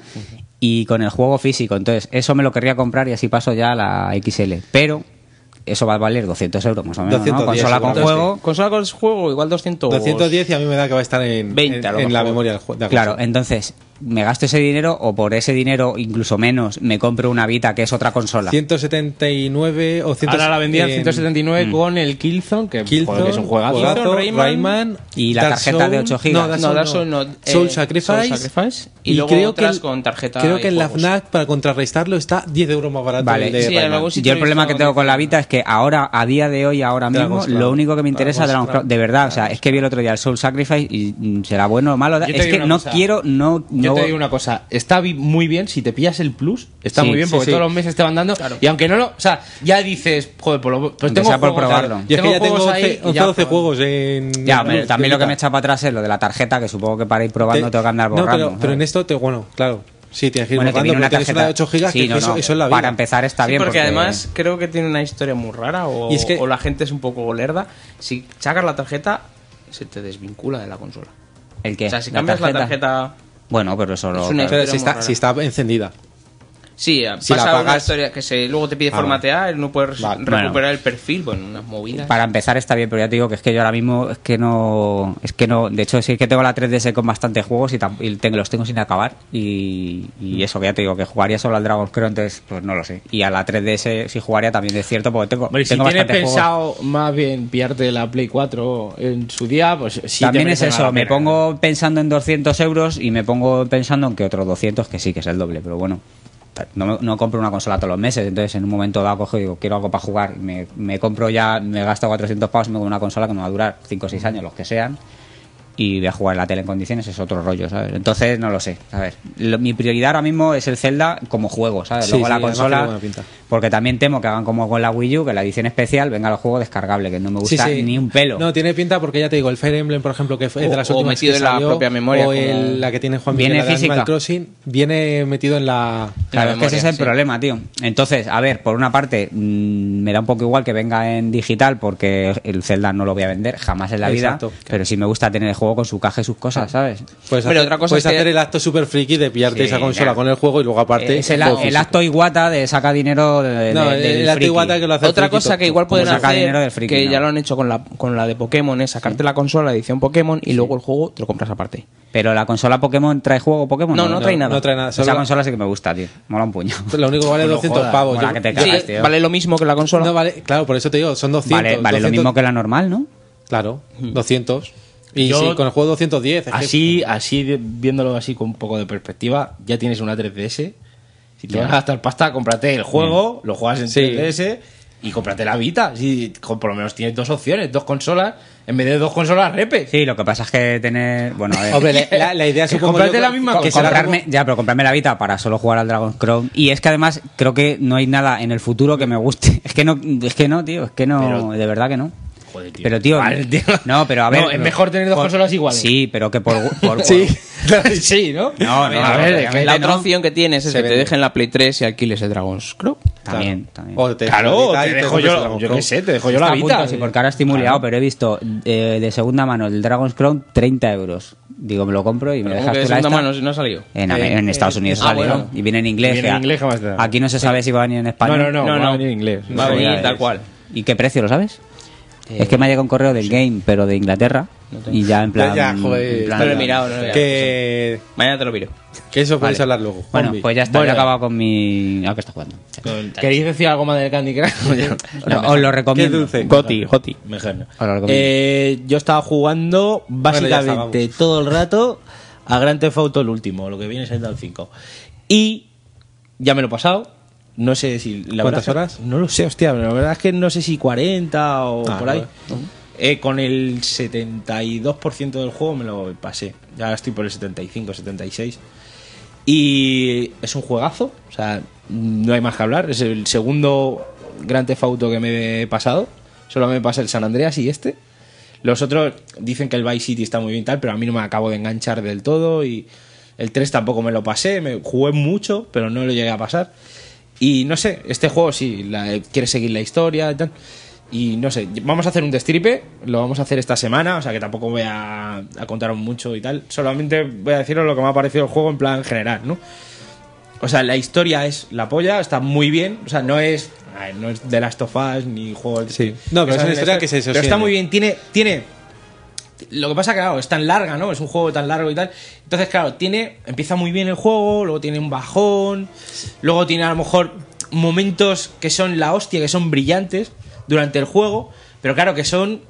Speaker 10: y con el juego físico. Entonces, eso me lo querría comprar y así paso ya a la XL. Pero eso va a valer 200 euros más o menos, ¿no?
Speaker 11: 210
Speaker 10: Consola con
Speaker 11: seguramente,
Speaker 10: juego.
Speaker 9: Consola con juego, igual 200.
Speaker 11: 210 y a mí me da que va a estar en,
Speaker 10: 20
Speaker 11: en-
Speaker 10: a lo
Speaker 11: en la
Speaker 10: mejor.
Speaker 11: memoria del juego. de la
Speaker 10: Claro,
Speaker 11: consola.
Speaker 10: entonces, me gasto ese dinero o por ese dinero, incluso menos, me compro una Vita, que es otra consola.
Speaker 11: 179 o 100,
Speaker 8: Ahora la vendían 179
Speaker 11: mm.
Speaker 8: con el Killzone, que, joder,
Speaker 11: Killzone,
Speaker 8: que es un juegazo.
Speaker 11: juegazo,
Speaker 8: Killzone,
Speaker 11: Rayman,
Speaker 10: y la
Speaker 11: Dark
Speaker 10: tarjeta de
Speaker 11: Soul,
Speaker 10: 8 gigas.
Speaker 11: No, Dark
Speaker 9: No,
Speaker 11: Soul,
Speaker 9: Dark
Speaker 11: no.
Speaker 9: Soul no, eh,
Speaker 11: Soul
Speaker 9: Soul
Speaker 11: Sacrifice.
Speaker 9: Sacrifice, y luego otras con tarjeta
Speaker 11: Creo
Speaker 9: y
Speaker 11: que en la
Speaker 9: juegos.
Speaker 11: FNAC, para contrarrestarlo, está 10 euros más barato.
Speaker 10: Vale,
Speaker 11: el de Rayman.
Speaker 10: yo el problema que tengo con la Vita es que ahora, a día de hoy, ahora mismo,
Speaker 11: Dragon's Crown.
Speaker 10: lo único que me interesa es
Speaker 11: Dragon's
Speaker 10: Dragon's Crown. De verdad, o sea, es que vi el otro día el Soul Sacrifice y mm, será bueno o malo.
Speaker 8: Yo te
Speaker 10: Es
Speaker 8: digo
Speaker 10: que
Speaker 8: una
Speaker 10: no
Speaker 8: cosa.
Speaker 10: quiero, no.
Speaker 8: Yo
Speaker 10: no-
Speaker 8: te digo una cosa, está bi- muy bien, si te pillas el plus, está
Speaker 10: Sí,
Speaker 8: muy bien
Speaker 10: sí,
Speaker 8: porque
Speaker 10: sí.
Speaker 8: todos los meses te van dando y aunque no lo, o sea, ya dices, joder, por lo, pues
Speaker 10: Aunque
Speaker 8: tengo
Speaker 10: sea por
Speaker 8: juegos,
Speaker 10: probarlo.
Speaker 8: claro,
Speaker 10: Y es que
Speaker 11: ya tengo
Speaker 8: juegos
Speaker 11: 11,
Speaker 8: ahí y
Speaker 11: 11
Speaker 8: ya,
Speaker 11: 12 juegos en.
Speaker 10: Ya,
Speaker 11: en-
Speaker 10: pero
Speaker 11: en
Speaker 10: también lo que
Speaker 11: Vita.
Speaker 10: me echa para atrás es lo de la tarjeta, que supongo que para ir probando
Speaker 11: Te-
Speaker 10: tengo que andar
Speaker 11: No,
Speaker 10: borrando.
Speaker 11: pero, pero en esto, te, bueno, claro. Sí, tienes que ir
Speaker 10: Bueno, te
Speaker 11: borrando,
Speaker 10: viene
Speaker 11: pero
Speaker 10: una
Speaker 11: tienes una
Speaker 10: tarjeta.
Speaker 11: de 8 gigas,
Speaker 10: Sí,
Speaker 11: que
Speaker 10: no,
Speaker 11: eso,
Speaker 10: no.
Speaker 11: eso es la vida.
Speaker 10: Para empezar está
Speaker 9: Sí,
Speaker 10: bien.
Speaker 9: porque, además creo que tiene una historia muy rara o,
Speaker 10: Y es que-
Speaker 9: o la gente es un poco lerda. Si sacas la tarjeta, se te desvincula de la consola.
Speaker 10: ¿El qué?
Speaker 9: O sea, si
Speaker 10: ¿La
Speaker 9: cambias la tarjeta...
Speaker 10: Bueno, pero eso lo-
Speaker 9: Es una historia
Speaker 11: Pero si
Speaker 9: muy
Speaker 11: está,
Speaker 9: rara.
Speaker 11: si está encendida.
Speaker 9: Sí, eh,
Speaker 11: Si la
Speaker 9: pasa una
Speaker 11: apagas-
Speaker 9: historia que se, luego te pide
Speaker 10: Ah,
Speaker 9: formatear, no puedes res-
Speaker 10: Vale.
Speaker 9: recuperar
Speaker 10: Bueno.
Speaker 9: el perfil, bueno, unas movidas.
Speaker 10: Para empezar está bien, pero ya te digo que es que yo ahora mismo es que no, es que no, de hecho sí que tengo la 3DS con bastantes juegos y, tam- y tengo- los tengo sin acabar y,
Speaker 11: Mm.
Speaker 10: y eso que ya te digo que jugaría solo al Dragon's Crown, entonces pues no lo sé. Y a la 3DS sí jugaría también es cierto porque tengo,
Speaker 8: Hombre, si
Speaker 10: tengo
Speaker 8: tienes
Speaker 10: bastantes juegos.
Speaker 8: pensado más bien pillarte la Play 4 en su día, pues sí
Speaker 10: También
Speaker 8: te
Speaker 10: es
Speaker 8: merece la
Speaker 10: eso, me
Speaker 8: pena.
Speaker 10: pongo pensando en 200 euros y me pongo pensando en que otros 200, que sí, que es el doble, pero bueno, no, me- no compro una consola todos los meses, entonces en un momento dado cojo y digo, quiero algo para jugar, me, me compro ya, me gasto 400 pavos y me compro una consola que me va a durar 5 o 6 años, los que sean, y voy a jugar en la tele en condiciones, es otro rollo, ¿sabes? Entonces no lo sé, a ver, lo- mi prioridad ahora mismo es el Zelda como juego, ¿sabes?
Speaker 11: Sí,
Speaker 10: Luego
Speaker 11: sí,
Speaker 10: la
Speaker 11: además
Speaker 10: consola...
Speaker 11: tiene buena pinta.
Speaker 10: Porque también temo que hagan como con la Wii U, que la edición especial venga el juego descargable, que no me gusta
Speaker 11: Sí, sí.
Speaker 10: ni un pelo.
Speaker 11: No, tiene pinta porque ya te digo, el Fire Emblem, por ejemplo, que fue- es de
Speaker 10: O-
Speaker 11: las
Speaker 10: o
Speaker 11: últimas
Speaker 10: metido
Speaker 11: que
Speaker 10: en la
Speaker 11: salió,
Speaker 10: propia memoria,
Speaker 11: o el-
Speaker 10: como-
Speaker 11: la que tiene Juan
Speaker 10: Viene
Speaker 11: Miguel, la de
Speaker 10: física.
Speaker 11: Animal Crossing, viene metido en la...
Speaker 10: Claro, es que ese es el problema, tío. Entonces, a ver, por una parte, mm, me da un poco igual que venga en digital porque el Zelda no lo voy a vender jamás en la
Speaker 11: Exacto.
Speaker 10: vida. Pero sí me gusta tener el juego con su caja y sus cosas, ¿sabes?
Speaker 4: Puedes, hacer, puedes hacer el acto super friki de pillarte
Speaker 10: Sí,
Speaker 4: esa consola
Speaker 10: claro.
Speaker 4: con el juego y luego aparte.
Speaker 10: es el,
Speaker 4: juego
Speaker 10: el
Speaker 4: físico.
Speaker 10: acto iguata de saca dinero de,
Speaker 4: No,
Speaker 10: de-
Speaker 4: el-
Speaker 10: del
Speaker 4: el acto
Speaker 10: friki.
Speaker 4: iguata que lo hace
Speaker 9: Otra cosa que igual pueden
Speaker 10: Como saca
Speaker 9: hacer,
Speaker 10: dinero del friki,
Speaker 9: que
Speaker 10: ¿no?
Speaker 9: ya lo han hecho con la, con la de Pokémon, es sacarte la consola edición Pokémon y luego el juego te lo compras aparte.
Speaker 10: Pero la consola Pokémon trae juego Pokémon.
Speaker 9: No, no trae nada.
Speaker 10: No trae nada.
Speaker 9: Solo
Speaker 10: Esa
Speaker 9: la-
Speaker 10: consola sí que me gusta, tío. Mola un puño.
Speaker 4: Lo único que vale
Speaker 10: No
Speaker 4: 200
Speaker 10: jodas,
Speaker 4: pavos.
Speaker 10: mola
Speaker 4: yo-
Speaker 10: que te cagas, tío.
Speaker 9: lo mismo que la consola.
Speaker 4: No vale, claro, por eso te digo, son 200.
Speaker 10: Vale- vale lo mismo que la normal, ¿no? Hmm.
Speaker 4: Claro, 200. Y
Speaker 8: Yo-
Speaker 4: sí, con el juego 210. es que-
Speaker 8: Así, así de- viéndolo así con un poco de perspectiva, ya tienes una 3DS. Si te
Speaker 4: Ya.
Speaker 8: vas a gastar pasta, cómprate el juego, lo juegas en
Speaker 4: Sí.
Speaker 8: 3DS y cómprate la Vita. Si con- por lo menos tienes dos opciones, dos consolas, en vez de dos consolas repes.
Speaker 10: Sí, lo que pasa es que tener. Bueno, a ver.
Speaker 8: [laughs] [laughs] Hombre, la- la- la idea Que supongo comprarte yo que- la misma
Speaker 10: que
Speaker 8: consola.
Speaker 10: comprarme, Ya, pero comprarme la Vita para solo jugar al Dragon Crown. Y es que además creo que no hay nada en el futuro que me guste. [laughs] Es que no, es que no, tío. Es que no, de verdad que no. Pero tío,
Speaker 8: Vale, tío.
Speaker 10: no, pero a ver.
Speaker 8: No, es
Speaker 10: pero-
Speaker 8: mejor tener dos
Speaker 10: por-
Speaker 8: consolas iguales.
Speaker 10: Sí, pero que por.
Speaker 9: [laughs]
Speaker 10: por-
Speaker 8: Sí.
Speaker 10: por-
Speaker 8: sí, ¿no?
Speaker 10: No, no,
Speaker 9: A
Speaker 10: no,
Speaker 9: ver,
Speaker 10: obviamente
Speaker 9: la otra
Speaker 10: no.
Speaker 9: opción que tienes es
Speaker 10: Se
Speaker 9: que te
Speaker 10: vende.
Speaker 9: dejen la Play 3 y alquiles el Dragon's Club.
Speaker 10: También, también.
Speaker 8: Claro, te dejo yo, yo qué sé, te dejo yo
Speaker 10: Está
Speaker 8: la eh.
Speaker 10: a punto,
Speaker 8: Vita.
Speaker 10: sí, porque ahora estoy muy liado, pero he visto eh, de segunda mano el Dragon's Crown 30 euros. Digo, me lo compro y me
Speaker 9: Pero
Speaker 10: dejas
Speaker 9: ¿cómo que de
Speaker 10: tú la
Speaker 9: segunda
Speaker 10: esta.
Speaker 9: mano si no ha salido?
Speaker 10: En,
Speaker 9: Eh,
Speaker 10: en Estados
Speaker 9: eh,
Speaker 10: Unidos
Speaker 9: ah,
Speaker 10: salió,
Speaker 9: bueno.
Speaker 10: y viene en inglés.
Speaker 9: Viene en
Speaker 10: ya.
Speaker 9: inglés, jamás te da.
Speaker 10: Aquí no se sabe si va a venir en español.
Speaker 9: No, no, no, va a venir en
Speaker 8: inglés. Eh,
Speaker 10: No
Speaker 8: Va a
Speaker 10: sé,
Speaker 8: venir
Speaker 10: ya
Speaker 8: tal
Speaker 10: ves.
Speaker 8: cual.
Speaker 10: ¿Y qué precio lo sabes? es que me ha llegado un correo del game, pero de Inglaterra. y ya en plan.
Speaker 4: Ya, joder.
Speaker 10: en plan-
Speaker 4: No lo he mirado, no lo he mirado. Que-
Speaker 9: Mañana te lo miro.
Speaker 4: Que eso podéis hablar luego.
Speaker 10: Bueno,
Speaker 4: Juanvi.
Speaker 10: pues ya está,
Speaker 4: Bueno.
Speaker 10: ya he acabado con mi. ¿A qué está jugando?
Speaker 8: [laughs] ¿Queréis decir algo más del Candy [laughs] Crush?
Speaker 10: [laughs] No, os lo recomiendo.
Speaker 8: Goti,
Speaker 10: Goti.
Speaker 8: Mejor no.
Speaker 10: Os lo recomiendo.
Speaker 8: Eh, yo estaba jugando
Speaker 10: Bueno, ya
Speaker 8: básicamente
Speaker 10: está,
Speaker 8: todo el rato a Grand Theft Auto el último, lo que viene siendo el 5. Y ya me lo he pasado. No sé si la
Speaker 4: ¿Cuántas
Speaker 8: verdad es que- No lo sé, hostia, pero la verdad es que no sé si 40 o
Speaker 4: Ah,
Speaker 8: por ahí.
Speaker 4: vale.
Speaker 8: Eh, con el 72% del juego me lo pasé. Ya estoy por el 75, 76. Y es un juegazo, o sea, no hay más que hablar. Es el segundo Gran Theft Auto que me he pasado. Solo me pasa el San Andreas y este. Los otros dicen que el Vice City está muy bien y tal, pero a mí no me acabo de enganchar del todo. Y el 3 tampoco me lo pasé. Me jugué mucho, pero no lo llegué a pasar. Y no sé, este juego sí, la, quiere seguir la historia y tal. Y no sé, vamos a hacer un destripe, lo vamos a hacer esta semana, o sea que tampoco voy a, a contaros mucho y tal. Solamente voy a deciros lo que me ha parecido el juego en plan general, ¿no? O sea, la historia es la polla, está muy bien, o sea, no es, a ver, no es The Last of Us ni juego. Sí,
Speaker 4: No, pero es una historia que se
Speaker 8: Pero está
Speaker 4: sostiene.
Speaker 8: muy bien, tiene, tiene lo que pasa que, claro, es tan larga, ¿no? Es un juego tan largo y tal. Entonces, claro, tiene. Empieza muy bien el juego, luego tiene un bajón. Luego tiene a lo mejor momentos que son la hostia, que son brillantes durante el juego. Pero claro, que son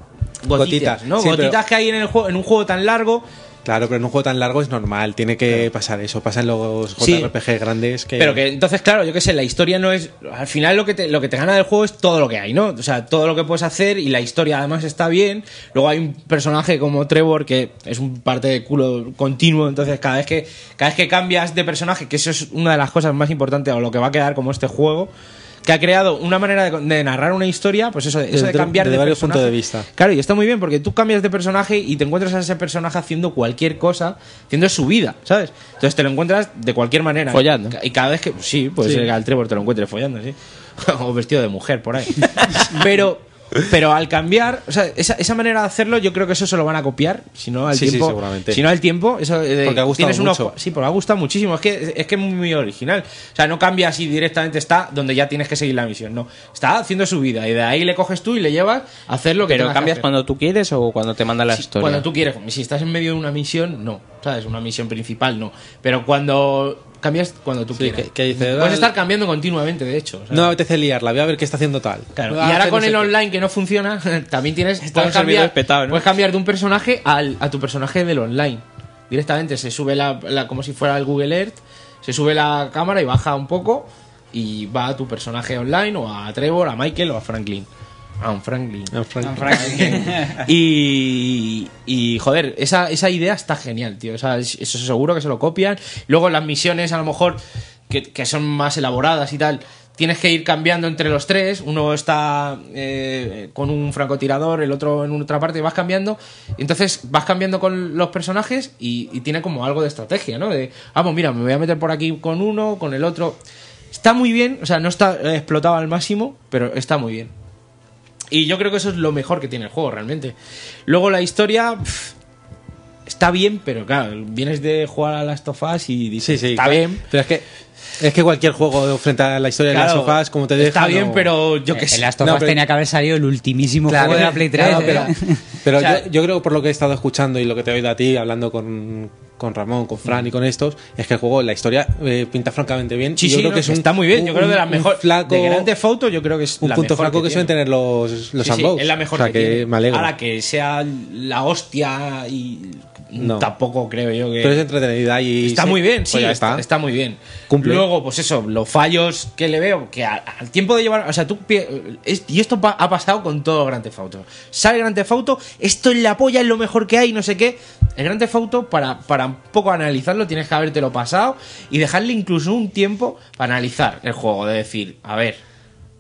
Speaker 8: gotitas,
Speaker 4: Gotitas,
Speaker 8: ¿no?
Speaker 4: sí, pero-
Speaker 8: gotitas que hay en el juego, en un juego tan largo.
Speaker 4: Claro, pero en un juego tan largo es normal, tiene que pasar eso. Pasa en los
Speaker 8: Sí.
Speaker 4: JRPG grandes que.
Speaker 8: Pero que entonces, claro, yo qué sé, la historia no es. Al final lo que, te, lo que te gana del juego es todo lo que hay, ¿no? O sea, todo lo que puedes hacer y la historia además está bien. Luego hay un personaje como Trevor que es un parte de culo continuo. Entonces, cada vez que, cada vez que cambias de personaje, que eso es una de las cosas más importantes o lo que va a quedar como este juego. Que ha creado una manera de, de narrar una historia, pues eso, de- eso de
Speaker 4: Desde-
Speaker 8: cambiar
Speaker 4: desde
Speaker 8: de
Speaker 4: varios
Speaker 8: personaje.
Speaker 4: puntos de vista.
Speaker 8: Claro, y está muy bien porque tú cambias de personaje y te encuentras a ese personaje haciendo cualquier cosa, haciendo su vida, ¿sabes? Entonces te lo encuentras de cualquier manera.
Speaker 9: Follando.
Speaker 8: Y cada vez que. Sí, puede
Speaker 9: Sí.
Speaker 8: ser que al Trevor te lo encuentres follando, sí. [laughs] o vestido de mujer por ahí. [laughs] Pero. Pero al cambiar, o sea, esa, esa manera de hacerlo, yo creo que eso se lo van a copiar. Si no al
Speaker 4: Sí, sí,
Speaker 8: tiempo.
Speaker 4: seguramente.
Speaker 8: Si no al tiempo, eso eh,
Speaker 4: Porque ha gustado
Speaker 8: tienes unos-
Speaker 4: mucho.
Speaker 8: sí, porque ha gustado muchísimo. Es que es que es muy original. O sea, no cambia así directamente, está donde ya tienes que seguir la misión. No. Está haciendo su vida. Y de ahí le coges tú y le llevas a hacer lo que tengas
Speaker 9: ¿Pero
Speaker 8: que
Speaker 9: cambias
Speaker 8: hacer.
Speaker 9: cuando tú quieres o cuando te manda la historia?
Speaker 8: Cuando tú quieres, si estás en medio de una misión, no, ¿sabes? Una misión principal, no. Pero cuando cambias, cuando tú quieres.
Speaker 4: que- que dices,
Speaker 8: Puedes
Speaker 10: Pues
Speaker 4: "Ah,
Speaker 8: estar cambiando continuamente, de hecho. o sea.
Speaker 4: No me apetece liarla, voy a ver qué está haciendo tal.
Speaker 8: Claro,
Speaker 4: Ah,
Speaker 8: Y ahora
Speaker 4: que
Speaker 8: con
Speaker 4: no
Speaker 8: el
Speaker 4: sé qué.
Speaker 8: online que no funciona, [laughs] también tienes.
Speaker 9: un servidor petado, ¿no?
Speaker 8: puedes cambiar de un personaje al, a tu personaje del online. Directamente se sube la, la- como si fuera el Google Earth, se sube la cámara y baja un poco y va a tu personaje online o a Trevor, a Michael o a Franklin. A un Franklin. A un Franklin. [laughs] y, y, joder, esa, esa idea está genial, tío. O sea, es- eso seguro que se lo copian. Luego las misiones, a lo mejor, que, que son más elaboradas y tal, tienes que ir cambiando entre los tres. Uno está eh, con un francotirador, el otro en otra parte, y vas cambiando. Entonces vas cambiando con los personajes y, y tiene como algo de estrategia, ¿no? De, ah, pues mira, me voy a meter por aquí con uno, con el otro. Está muy bien, o sea, no está eh, explotado al máximo, pero está muy bien. Y yo creo que eso es lo mejor que tiene el juego, realmente. Luego la historia. pf, está bien, pero claro, vienes de jugar a Last of Us y dices, está
Speaker 4: claro.
Speaker 8: bien.
Speaker 4: Pero es que. Es que cualquier juego frente a la historia de
Speaker 8: Claro,
Speaker 4: las sofás, como te deja.
Speaker 8: está bien,
Speaker 4: no-
Speaker 8: pero yo
Speaker 10: Eh,
Speaker 8: qué sé.
Speaker 4: El Eh, Last of Us tenía
Speaker 16: que haber salido el ultimísimo
Speaker 4: Claro,
Speaker 16: juego de la Play 3.
Speaker 4: claro,
Speaker 10: [laughs]
Speaker 4: pero pero
Speaker 16: O sea,
Speaker 4: yo, yo creo por lo que he estado escuchando y lo que te he oído a ti, hablando con, con Ramón, con Fran y con estos, es que el juego, la historia eh, pinta francamente bien.
Speaker 8: Sí,
Speaker 4: y yo
Speaker 8: sí,
Speaker 4: creo
Speaker 8: no,
Speaker 4: que es
Speaker 8: que
Speaker 4: un-
Speaker 8: está muy bien. Yo
Speaker 4: un-
Speaker 8: creo de las
Speaker 4: un
Speaker 8: mejor
Speaker 4: flaco-
Speaker 8: de Grand Theft Auto, yo creo que es
Speaker 4: un
Speaker 8: la
Speaker 4: punto
Speaker 8: mejor
Speaker 4: flaco que,
Speaker 8: tiene.
Speaker 4: suelen tener los, los
Speaker 8: Sí, sí,
Speaker 4: Unboxed.
Speaker 8: es la mejor
Speaker 4: O sea,
Speaker 8: que,
Speaker 4: que,
Speaker 8: tiene.
Speaker 4: me alegro.
Speaker 8: Ahora que sea la hostia y
Speaker 4: No.
Speaker 8: tampoco creo yo que
Speaker 4: Pero es entretenida y.
Speaker 8: está
Speaker 4: sí,
Speaker 8: muy bien,
Speaker 4: pues
Speaker 8: sí,
Speaker 4: ya
Speaker 8: está.
Speaker 4: está.
Speaker 8: está muy bien.
Speaker 4: Cumple.
Speaker 8: Luego, pues eso, los fallos que le veo, que a- al tiempo de llevar, o sea, tú pi- es- y esto pa- ha pasado con todo Grand Theft Auto. Sale Grand Theft Auto, esto en la polla es lo mejor que hay, no sé qué. El Grand Theft Auto para para un poco analizarlo tienes que habértelo pasado y dejarle incluso un tiempo para analizar el juego, de decir, a ver,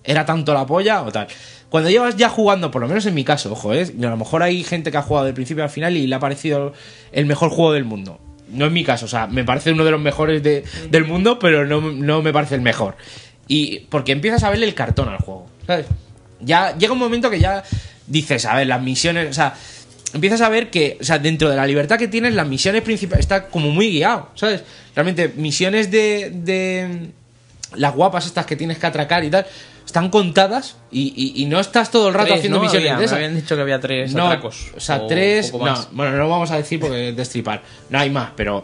Speaker 8: era tanto la polla o tal. Cuando llevas ya jugando, por lo menos en mi caso, ojo, ¿eh? a lo mejor hay gente que ha jugado del principio al final y le ha parecido el mejor juego del mundo. No es mi caso, o sea, me parece uno de los mejores de- del mundo, pero no, no me parece el mejor. Y porque empiezas a verle el cartón al juego, ¿sabes? Ya llega un momento que ya dices, a ver, las misiones, o sea, empiezas a ver que, o sea, dentro de la libertad que tienes, las misiones principales, está como muy guiado, ¿sabes? Realmente, misiones de- de las guapas estas que tienes que atracar y tal, están contadas y, y- y no estás todo el rato
Speaker 9: Tres,
Speaker 8: haciendo
Speaker 9: ¿no?
Speaker 8: misiones
Speaker 9: Había-
Speaker 8: de
Speaker 9: me
Speaker 8: esas.
Speaker 9: habían dicho que había tres
Speaker 8: no,
Speaker 9: atracos,
Speaker 8: O sea,
Speaker 9: o
Speaker 8: tres.
Speaker 9: poco
Speaker 8: no,
Speaker 9: más.
Speaker 8: bueno, no lo vamos a decir porque es destripar. No hay más, pero.